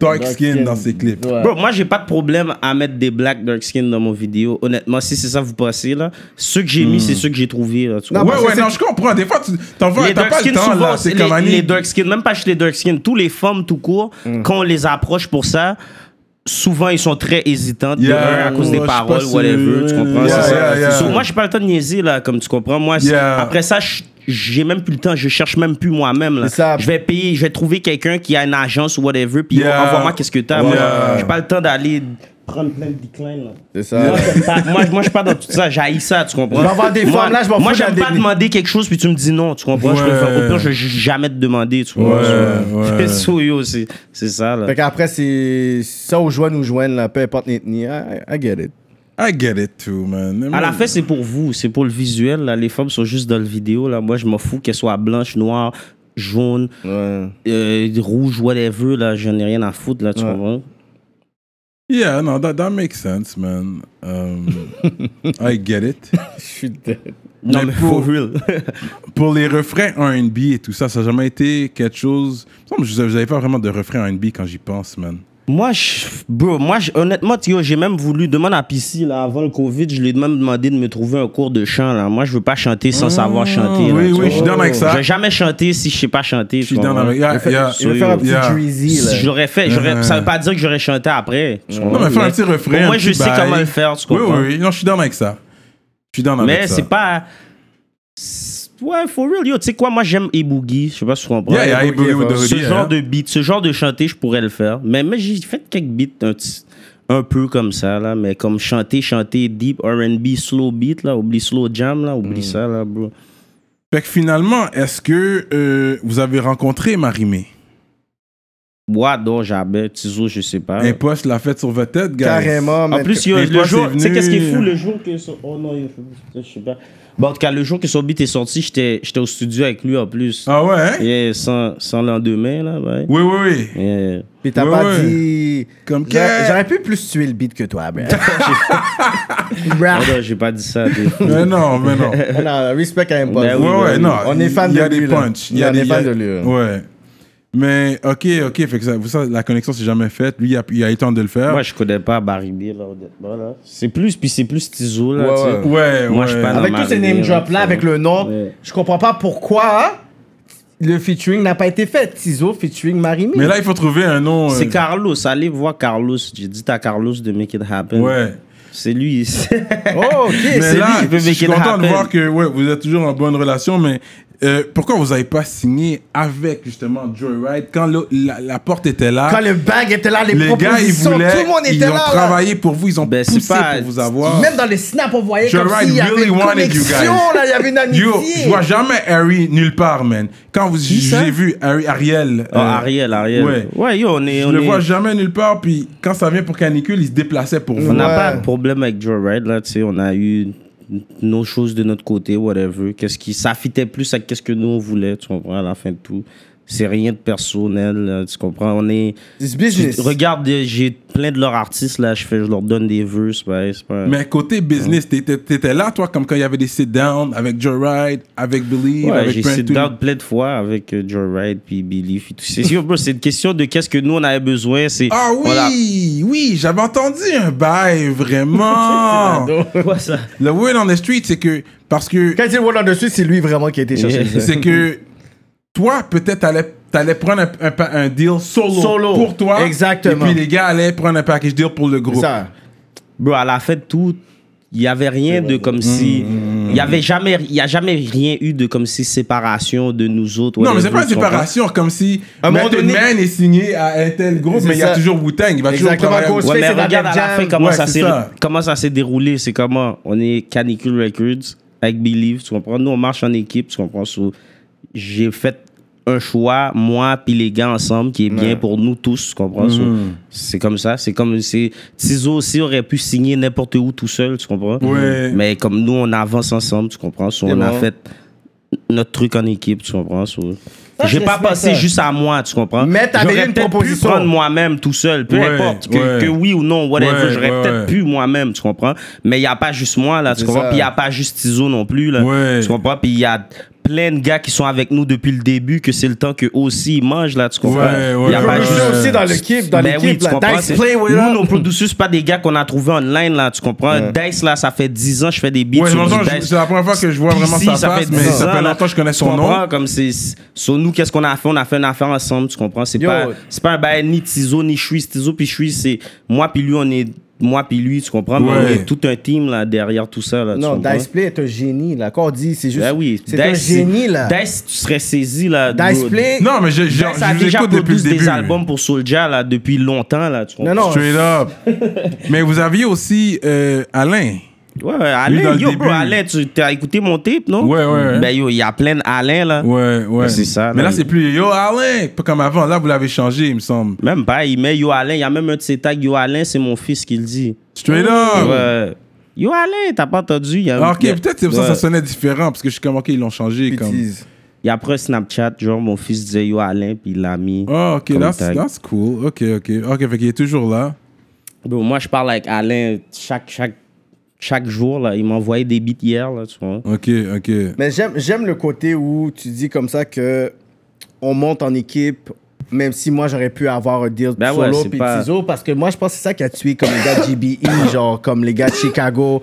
[SPEAKER 3] dark, skin, dans ses clips.
[SPEAKER 5] Ouais.
[SPEAKER 4] Bro, moi, j'ai pas de problème à mettre des black dark skin dans mon vidéo. Honnêtement, si c'est ça vous passez, là, ceux que j'ai mis, c'est ceux que j'ai trouvé. Là, tu
[SPEAKER 5] Hmm. Non,
[SPEAKER 4] comprends?
[SPEAKER 3] Ouais,
[SPEAKER 5] parce que
[SPEAKER 3] ouais,
[SPEAKER 5] c'est-
[SPEAKER 3] non, je comprends. Des fois, tu t'en vas,
[SPEAKER 4] les
[SPEAKER 3] t'as
[SPEAKER 4] dark
[SPEAKER 3] pas le
[SPEAKER 4] skin,
[SPEAKER 3] temps,
[SPEAKER 4] souvent,
[SPEAKER 3] là. C'est comme
[SPEAKER 4] les, les
[SPEAKER 3] Annie.
[SPEAKER 4] dark skin, même pas chez les dark skin, tous les femmes tout court,
[SPEAKER 3] Mm.
[SPEAKER 4] quand on les approche pour ça, souvent ils sont très hésitants de
[SPEAKER 3] Yeah,
[SPEAKER 4] un, à cause
[SPEAKER 3] ouais,
[SPEAKER 4] des
[SPEAKER 3] je sais
[SPEAKER 4] paroles,
[SPEAKER 3] pas si-
[SPEAKER 4] whatever, tu comprends?
[SPEAKER 3] Yeah,
[SPEAKER 4] c'est
[SPEAKER 3] yeah,
[SPEAKER 4] ça.
[SPEAKER 3] yeah.
[SPEAKER 4] So, moi, j'ai pas le temps de niaiser, là, comme tu comprends. Moi, c'est-
[SPEAKER 3] Yeah.
[SPEAKER 4] après ça, je- j'ai même plus le temps, je cherche même plus moi-même. là.
[SPEAKER 5] C'est ça.
[SPEAKER 4] Je vais payer, je vais trouver quelqu'un qui a une agence ou whatever, puis
[SPEAKER 3] Yeah.
[SPEAKER 4] envoie-moi qu'est-ce que t'as. Moi,
[SPEAKER 3] Yeah.
[SPEAKER 4] J'ai pas le temps d'aller prendre plein de déclin. là.
[SPEAKER 5] C'est ça.
[SPEAKER 4] Moi, j'aime pas- Moi, je- moi, je suis pas dans tout ça, j'haïs ça, tu comprends?
[SPEAKER 5] Euh, Je vais avoir des
[SPEAKER 4] Moi-
[SPEAKER 5] formes, là, je m'en
[SPEAKER 4] Moi,
[SPEAKER 5] fous de la
[SPEAKER 4] j'aime pas
[SPEAKER 5] technique.
[SPEAKER 4] demander quelque chose, puis tu me dis non, tu comprends? Je
[SPEAKER 3] Ouais.
[SPEAKER 4] préfère, au pire, je vais jamais te demander, tu comprends?
[SPEAKER 3] Ouais,
[SPEAKER 4] So, (laughs)
[SPEAKER 3] ouais.
[SPEAKER 4] so, yo, c'est c'est ça, là.
[SPEAKER 5] Fait qu'après, c'est ça où joignent ou joignent, là, peu importe les ethnies. I, I get it.
[SPEAKER 3] I get it too, man.
[SPEAKER 4] À la fin, c'est pour vous, c'est pour le visuel, là. Les femmes sont juste dans le vidéo, là. Moi, je m'en fous qu'elles soient blanches, noires, jaunes,
[SPEAKER 5] Ouais.
[SPEAKER 4] euh, rouges, whatever, là. J'en ai rien à foutre, là, tu
[SPEAKER 5] Ouais.
[SPEAKER 4] comprends?
[SPEAKER 3] Yeah, no, that, that makes sense, man.
[SPEAKER 4] (laughs)
[SPEAKER 3] Um, I get it.
[SPEAKER 5] Je suis
[SPEAKER 3] (laughs)
[SPEAKER 5] dead.
[SPEAKER 4] Non,
[SPEAKER 3] Mais
[SPEAKER 4] mais,
[SPEAKER 3] pour-
[SPEAKER 4] for real.
[SPEAKER 3] Pour les refrains en NB et tout ça, ça n'a jamais été quelque chose. Il me semble que Vous n'avez pas vraiment de refrains en NB quand j'y pense, man.
[SPEAKER 4] Moi, je, bro, moi, je- honnêtement, yo, j'ai même voulu demander à PC, là, avant le Covid, je lui ai même demandé de me trouver un cours de chant, là. Moi, je veux pas chanter sans savoir chanter. là,
[SPEAKER 3] Ah. oui, oui,
[SPEAKER 4] tu vois.
[SPEAKER 3] je suis down avec ça.
[SPEAKER 4] Je vais jamais chanter si je sais pas chanter.
[SPEAKER 3] Je suis dans la. Yeah, yeah.
[SPEAKER 5] Je vais faire un petit
[SPEAKER 3] Yeah.
[SPEAKER 5] Dreezy, là.
[SPEAKER 4] Si je l'aurais fait, j'aurais-
[SPEAKER 3] Euh.
[SPEAKER 4] ça veut pas dire que j'aurais chanté après. tu
[SPEAKER 3] Non,
[SPEAKER 4] comprends,
[SPEAKER 3] mais faire un petit refrain.
[SPEAKER 4] Au moins,
[SPEAKER 3] un
[SPEAKER 4] je
[SPEAKER 3] petit
[SPEAKER 4] sais
[SPEAKER 3] bail.
[SPEAKER 4] comment le faire, tu
[SPEAKER 3] Oui,
[SPEAKER 4] comprends.
[SPEAKER 3] oui, oui. Non, je suis down avec ça. Je suis down avec
[SPEAKER 4] Mais
[SPEAKER 3] ça.
[SPEAKER 4] c'est pas. c'est- Ouais, for real, yo, tu sais quoi, moi, j'aime Eboogie. Je sais pas si tu comprends.
[SPEAKER 3] Yeah, yeah, Eboogie with the
[SPEAKER 4] Ce
[SPEAKER 3] hoodie,
[SPEAKER 4] genre
[SPEAKER 3] hein.
[SPEAKER 4] de beat, ce genre de chanter, je pourrais le faire. Mais, mais j'ai fait quelques beats un, petit- un peu comme ça, là. Mais comme chanter, chanter deep RB, slow beat, là. Oublie slow jam, là.
[SPEAKER 3] Hmm.
[SPEAKER 4] Oublie ça, là, bro.
[SPEAKER 3] Fait que finalement, est-ce que euh, vous avez rencontré Marimé
[SPEAKER 4] Bois d'or, j'avais, Tizo, je sais pas.
[SPEAKER 3] Un poste l'a fait sur votre tête, gars.
[SPEAKER 5] Carrément,
[SPEAKER 4] En
[SPEAKER 5] man.
[SPEAKER 4] plus, yo,
[SPEAKER 3] Et toi,
[SPEAKER 4] le jour,
[SPEAKER 3] c'est
[SPEAKER 4] tu sais qu'est-ce qui est
[SPEAKER 3] venu- hein.
[SPEAKER 4] fou, le jour que son- oh non, yo, je sais pas. Bon, en tout cas, le jour que son beat est sorti, j'étais, j'étais au studio avec lui en plus.
[SPEAKER 3] Ah ouais, hein?
[SPEAKER 4] Yeah, sans, sans lendemain, là, ouais.
[SPEAKER 3] Oui, oui, oui.
[SPEAKER 4] Yeah.
[SPEAKER 5] Puis t'as
[SPEAKER 3] Ouais,
[SPEAKER 5] pas
[SPEAKER 3] ouais.
[SPEAKER 5] dit.
[SPEAKER 3] Comme
[SPEAKER 5] J'a-
[SPEAKER 3] que-
[SPEAKER 5] J'aurais pu plus tuer le beat que
[SPEAKER 3] (laughs)
[SPEAKER 5] toi, bro. (laughs) Bro.
[SPEAKER 4] Ah non, j'ai pas dit ça. t'es
[SPEAKER 3] (laughs)
[SPEAKER 4] fou.
[SPEAKER 3] Mais non, mais
[SPEAKER 4] (laughs)
[SPEAKER 3] non.
[SPEAKER 5] Non, non, respect quand même pas.
[SPEAKER 4] Ben
[SPEAKER 3] Ouais,
[SPEAKER 4] oui,
[SPEAKER 3] ouais,
[SPEAKER 4] oui.
[SPEAKER 3] non.
[SPEAKER 5] On est fan
[SPEAKER 3] Il y
[SPEAKER 5] de
[SPEAKER 3] a
[SPEAKER 5] lui.
[SPEAKER 3] des
[SPEAKER 5] là.
[SPEAKER 3] punchs.
[SPEAKER 5] Yeah, On
[SPEAKER 3] des-
[SPEAKER 5] est fan de
[SPEAKER 3] il y a-
[SPEAKER 5] lui. là.
[SPEAKER 3] Ouais. Mais, ok, ok. Fait que ça, vous, ça, la connexion s'est jamais faite. Lui, il a, il a eu le temps de le faire.
[SPEAKER 4] Moi, je connais pas Barry B, là, honnêtement, là. C'est plus, puis c'est plus Tizo, là,
[SPEAKER 5] Ouais,
[SPEAKER 4] tu sais.
[SPEAKER 5] ouais.
[SPEAKER 3] Ouais,
[SPEAKER 4] Moi,
[SPEAKER 3] ouais.
[SPEAKER 4] je suis pas dans
[SPEAKER 5] Avec
[SPEAKER 4] ma
[SPEAKER 5] tous ces
[SPEAKER 4] vie,
[SPEAKER 5] name
[SPEAKER 4] là,
[SPEAKER 5] drops là,
[SPEAKER 4] tu
[SPEAKER 5] avec
[SPEAKER 4] vois.
[SPEAKER 5] le nom,
[SPEAKER 4] Ouais.
[SPEAKER 5] je comprends pas pourquoi le featuring n'a pas été fait. Tizo featuring Marimi.
[SPEAKER 3] Mais là, il faut trouver un nom. euh,
[SPEAKER 4] C'est Carlos, allez voir Carlos. J'ai dit à Carlos de Make It Happen.
[SPEAKER 3] Ouais.
[SPEAKER 4] C'est lui. (laughs)
[SPEAKER 5] Oh, ok.
[SPEAKER 3] (laughs) Mais
[SPEAKER 5] c'est
[SPEAKER 3] là,
[SPEAKER 4] lui qui peut
[SPEAKER 3] je
[SPEAKER 4] make
[SPEAKER 3] suis
[SPEAKER 4] it
[SPEAKER 3] content de
[SPEAKER 4] happen.
[SPEAKER 3] voir que ouais, vous êtes toujours en bonne relation, mais euh, pourquoi vous n'avez pas signé avec justement Joyride quand le- la, la porte était là
[SPEAKER 5] Quand le bag était là, les,
[SPEAKER 3] Les gars, ils
[SPEAKER 5] propositions,
[SPEAKER 3] voulaient,
[SPEAKER 5] tout le monde était
[SPEAKER 3] ils ont
[SPEAKER 5] là. là.
[SPEAKER 3] travaillé pour vous, ils ont
[SPEAKER 4] Ben, c'est
[SPEAKER 3] poussé
[SPEAKER 4] pas-
[SPEAKER 3] pour vous avoir.
[SPEAKER 5] Même dans les snaps, on voyait
[SPEAKER 3] Joe
[SPEAKER 5] comme
[SPEAKER 3] Wright
[SPEAKER 5] s'il y
[SPEAKER 3] really
[SPEAKER 5] avait une
[SPEAKER 3] wanted you
[SPEAKER 5] connexion,
[SPEAKER 3] guys.
[SPEAKER 5] là, il y avait une amitié.
[SPEAKER 3] (laughs) Yo, je vois jamais Harry nulle part, man. Quand vous,
[SPEAKER 4] ça?
[SPEAKER 3] j'ai vu Harry, Ariel.
[SPEAKER 4] Oh,
[SPEAKER 3] euh,
[SPEAKER 4] Ariel, Ariel.
[SPEAKER 3] Ouais.
[SPEAKER 4] Ouais, yo, on est.
[SPEAKER 3] Je
[SPEAKER 4] on
[SPEAKER 3] le
[SPEAKER 4] est-
[SPEAKER 3] vois jamais nulle part, puis quand ça vient pour canicule, il se déplaçait pour vous.
[SPEAKER 4] On n'a
[SPEAKER 5] Ouais.
[SPEAKER 4] pas de problème avec Joe Ride, là, tu sais, on a eu nos choses de notre côté, whatever. Qu'est-ce qui s'affitait plus à qu'est-ce que nous on voulait, tu comprends, à la fin de tout. C'est rien de personnel, là, tu comprends, on est...
[SPEAKER 5] This
[SPEAKER 4] tu-
[SPEAKER 5] business.
[SPEAKER 4] regarde, euh, j'ai plein de leurs artistes, là, je, fais, je leur donne des vœux, c'est pas... c'est pas-
[SPEAKER 3] Mais côté business, t'étais, t'étais là, toi, comme quand il y avait des sit-down avec Joyride, avec Believe,
[SPEAKER 4] Ouais,
[SPEAKER 3] avec
[SPEAKER 4] j'ai
[SPEAKER 3] plein de
[SPEAKER 4] sit
[SPEAKER 3] tout-
[SPEAKER 4] down plein de fois avec euh, Joe Ride puis Billy. puis tout. C'est sûr, bro, c'est une question de qu'est-ce que nous on avait besoin. C'est
[SPEAKER 3] Ah oui,
[SPEAKER 4] on a-
[SPEAKER 3] oui, j'avais entendu un
[SPEAKER 4] (laughs)
[SPEAKER 3] bail, vraiment.
[SPEAKER 4] Quoi, ça?
[SPEAKER 3] Le word on the street, c'est que, parce que,
[SPEAKER 5] Quand il dit World on the Street, c'est lui vraiment qui a été cherché.
[SPEAKER 4] Yeah.
[SPEAKER 5] ça.
[SPEAKER 3] c'est que, toi, peut-être, t'allais, t'allais prendre un, un pa- un deal solo,
[SPEAKER 5] Solo,
[SPEAKER 3] pour toi.
[SPEAKER 5] exactement.
[SPEAKER 3] Et puis les gars allaient prendre un package deal pour le groupe.
[SPEAKER 5] Ça.
[SPEAKER 4] Bro, à la fin de tout, il y avait rien de comme si. Il y avait jamais, il y a jamais rien eu de comme si séparation de nous autres.
[SPEAKER 3] non, mais c'est
[SPEAKER 4] whatever,
[SPEAKER 3] pas une
[SPEAKER 4] tu comprends?
[SPEAKER 3] séparation, comme si
[SPEAKER 5] À un moment
[SPEAKER 3] Method
[SPEAKER 5] donné-
[SPEAKER 3] Man est signé à un tel groupe,
[SPEAKER 5] C'est
[SPEAKER 3] mais il y a
[SPEAKER 5] ça.
[SPEAKER 3] toujours Wu-Tang, il va toujours
[SPEAKER 5] Exactement,
[SPEAKER 3] travailler.
[SPEAKER 5] cause-
[SPEAKER 3] avec-
[SPEAKER 5] fait,
[SPEAKER 4] Ouais, mais
[SPEAKER 5] c'est dans
[SPEAKER 4] regarde
[SPEAKER 5] la
[SPEAKER 4] à la
[SPEAKER 5] jam.
[SPEAKER 4] fin comment
[SPEAKER 3] Ouais,
[SPEAKER 4] ça
[SPEAKER 3] c'est
[SPEAKER 4] s'est
[SPEAKER 3] ça.
[SPEAKER 4] comment ça s'est déroulé. C'est comment on est Canicule Records avec Believe, tu comprends. Nous on marche en équipe, tu comprends. So, J'ai fait un choix, moi puis les gars ensemble, qui est bien pour nous tous, tu comprends? So, c'est comme ça. C'est comme. c'est- Tizo aussi aurait pu signer n'importe où tout seul, tu comprends?
[SPEAKER 3] Ouais.
[SPEAKER 4] Mais comme nous, on avance ensemble, tu comprends? So, on a fait notre truc en équipe, tu comprends? So,
[SPEAKER 5] Ça, je
[SPEAKER 4] J'ai pas
[SPEAKER 5] respecte
[SPEAKER 4] pensé
[SPEAKER 5] ça.
[SPEAKER 4] juste à moi, tu comprends?
[SPEAKER 5] Mais t'avais
[SPEAKER 4] J'aurais
[SPEAKER 5] une
[SPEAKER 4] peut-être pu
[SPEAKER 5] proposition.
[SPEAKER 4] prendre moi-même tout seul, peu
[SPEAKER 3] Ouais,
[SPEAKER 4] importe, que,
[SPEAKER 3] ouais.
[SPEAKER 4] que oui ou non, whatever,
[SPEAKER 3] Ouais,
[SPEAKER 4] j'aurais
[SPEAKER 3] ouais,
[SPEAKER 4] peut-être
[SPEAKER 3] ouais.
[SPEAKER 4] pu moi-même, tu comprends? Mais il n'y a pas juste moi, là, tu
[SPEAKER 5] C'est
[SPEAKER 4] comprends?
[SPEAKER 5] ça.
[SPEAKER 4] Puis il n'y a pas juste Tizo non plus, là.
[SPEAKER 3] Ouais.
[SPEAKER 4] Tu comprends? Puis il y a plein de gars qui sont avec nous depuis le début, que c'est le temps qu'eux aussi ils mangent, là, tu comprends?
[SPEAKER 3] Ouais, ouais,
[SPEAKER 4] Il y a
[SPEAKER 3] ouais,
[SPEAKER 4] pas
[SPEAKER 3] ouais.
[SPEAKER 4] juste-
[SPEAKER 5] aussi dans l'équipe, dans
[SPEAKER 4] Ben oui,
[SPEAKER 5] l'équipe,
[SPEAKER 4] tu
[SPEAKER 5] là.
[SPEAKER 4] comprends,
[SPEAKER 5] Dice
[SPEAKER 4] c'est-
[SPEAKER 5] Play, ouais, là.
[SPEAKER 4] Nous, nos producers, c'est pas des gars qu'on a trouvés online, là, tu comprends? Dice, là, ça fait 10 ans, je fais des beats
[SPEAKER 3] Ouais,
[SPEAKER 4] sur
[SPEAKER 3] longtemps,
[SPEAKER 4] du
[SPEAKER 3] je-
[SPEAKER 4] Dice.
[SPEAKER 3] c'est la première fois que je vois vraiment
[SPEAKER 4] PC,
[SPEAKER 3] sa face,
[SPEAKER 4] fait
[SPEAKER 3] mais
[SPEAKER 4] 10
[SPEAKER 3] ça
[SPEAKER 4] ans,
[SPEAKER 3] fait
[SPEAKER 4] là.
[SPEAKER 3] longtemps que je connais
[SPEAKER 4] Tu
[SPEAKER 3] son
[SPEAKER 4] comprends?
[SPEAKER 3] nom.
[SPEAKER 4] Comme c'est. Sur nous, qu'est-ce qu'on a fait On a fait une affaire ensemble, tu comprends C'est
[SPEAKER 5] Yo.
[SPEAKER 4] pas, c'est pas un bail ni Tizo, ni Chui. Tizo, puis Chui, c'est moi, puis lui, on est. Moi, puis lui, tu comprends Mais
[SPEAKER 3] Ouais.
[SPEAKER 4] on est tout un team, là, derrière tout ça, là. tu
[SPEAKER 5] Non,
[SPEAKER 4] comprends?
[SPEAKER 5] Diceplay est un génie, là. Quand on dit, c'est juste.
[SPEAKER 4] Ben oui,
[SPEAKER 5] c'est un
[SPEAKER 4] Dice, c'est-
[SPEAKER 5] génie, là.
[SPEAKER 4] Dice, tu serais saisi, là. bro.
[SPEAKER 5] Diceplay.
[SPEAKER 3] Non, mais je, je,
[SPEAKER 4] Dice Ben, a
[SPEAKER 3] je vous
[SPEAKER 4] déjà
[SPEAKER 3] écoute depuis
[SPEAKER 4] produit
[SPEAKER 3] le début.
[SPEAKER 4] des albums pour Soulja, là, depuis longtemps, là. Tu comprends?
[SPEAKER 5] Non, non.
[SPEAKER 3] Straight
[SPEAKER 4] (laughs)
[SPEAKER 3] up. mais vous aviez aussi euh, Alain.
[SPEAKER 4] Ouais, ouais, Alain,
[SPEAKER 3] dans le
[SPEAKER 4] yo, bro,
[SPEAKER 3] début.
[SPEAKER 4] Alain, tu as écouté mon tape, non?
[SPEAKER 3] Ouais, ouais, ouais.
[SPEAKER 4] Ben, yo, il y a plein d'Alain, là.
[SPEAKER 3] Ouais, ouais.
[SPEAKER 4] Mais c'est ça,
[SPEAKER 3] Mais là,
[SPEAKER 4] là,
[SPEAKER 3] c'est
[SPEAKER 4] il-
[SPEAKER 3] plus Yo Alain, pas comme avant. Là, vous l'avez changé, il me semble.
[SPEAKER 4] Même pas, il met Yo Alain. Il y a même un de ses tags, Yo Alain, c'est mon fils qui le dit.
[SPEAKER 3] Straight up.
[SPEAKER 4] Ouais. Yo Alain, t'as pas entendu? Il y a,
[SPEAKER 3] Ah, ok,
[SPEAKER 4] il y a-
[SPEAKER 3] peut-être c'est pour ça que ça
[SPEAKER 4] Ouais.
[SPEAKER 3] sonnait différent, parce que je suis comme, ok, ils l'ont changé. Comme...
[SPEAKER 5] Bêtise.
[SPEAKER 4] Et après Snapchat, genre, mon fils disait Yo Alain, puis il l'a mis.
[SPEAKER 3] Ah, ok,
[SPEAKER 4] comme
[SPEAKER 3] that's,
[SPEAKER 4] tag.
[SPEAKER 3] that's cool. Ok, ok. Ok, fait qu'il est toujours là.
[SPEAKER 4] Bro, moi, je parle avec Alain chaque, chaque, chaque jour, là. Il m'envoyait des beats hier, là, tu vois.
[SPEAKER 3] Ok, ok.
[SPEAKER 5] Mais j'aime, j'aime le côté où tu dis comme ça que on monte en équipe, même si moi j'aurais pu avoir un deal
[SPEAKER 4] Ben ouais,
[SPEAKER 5] solo
[SPEAKER 4] c'est
[SPEAKER 5] puis
[SPEAKER 4] pas-
[SPEAKER 5] Tizo, parce que moi je pense que c'est ça qui a tué comme les gars de GBE, genre comme les gars de Chicago,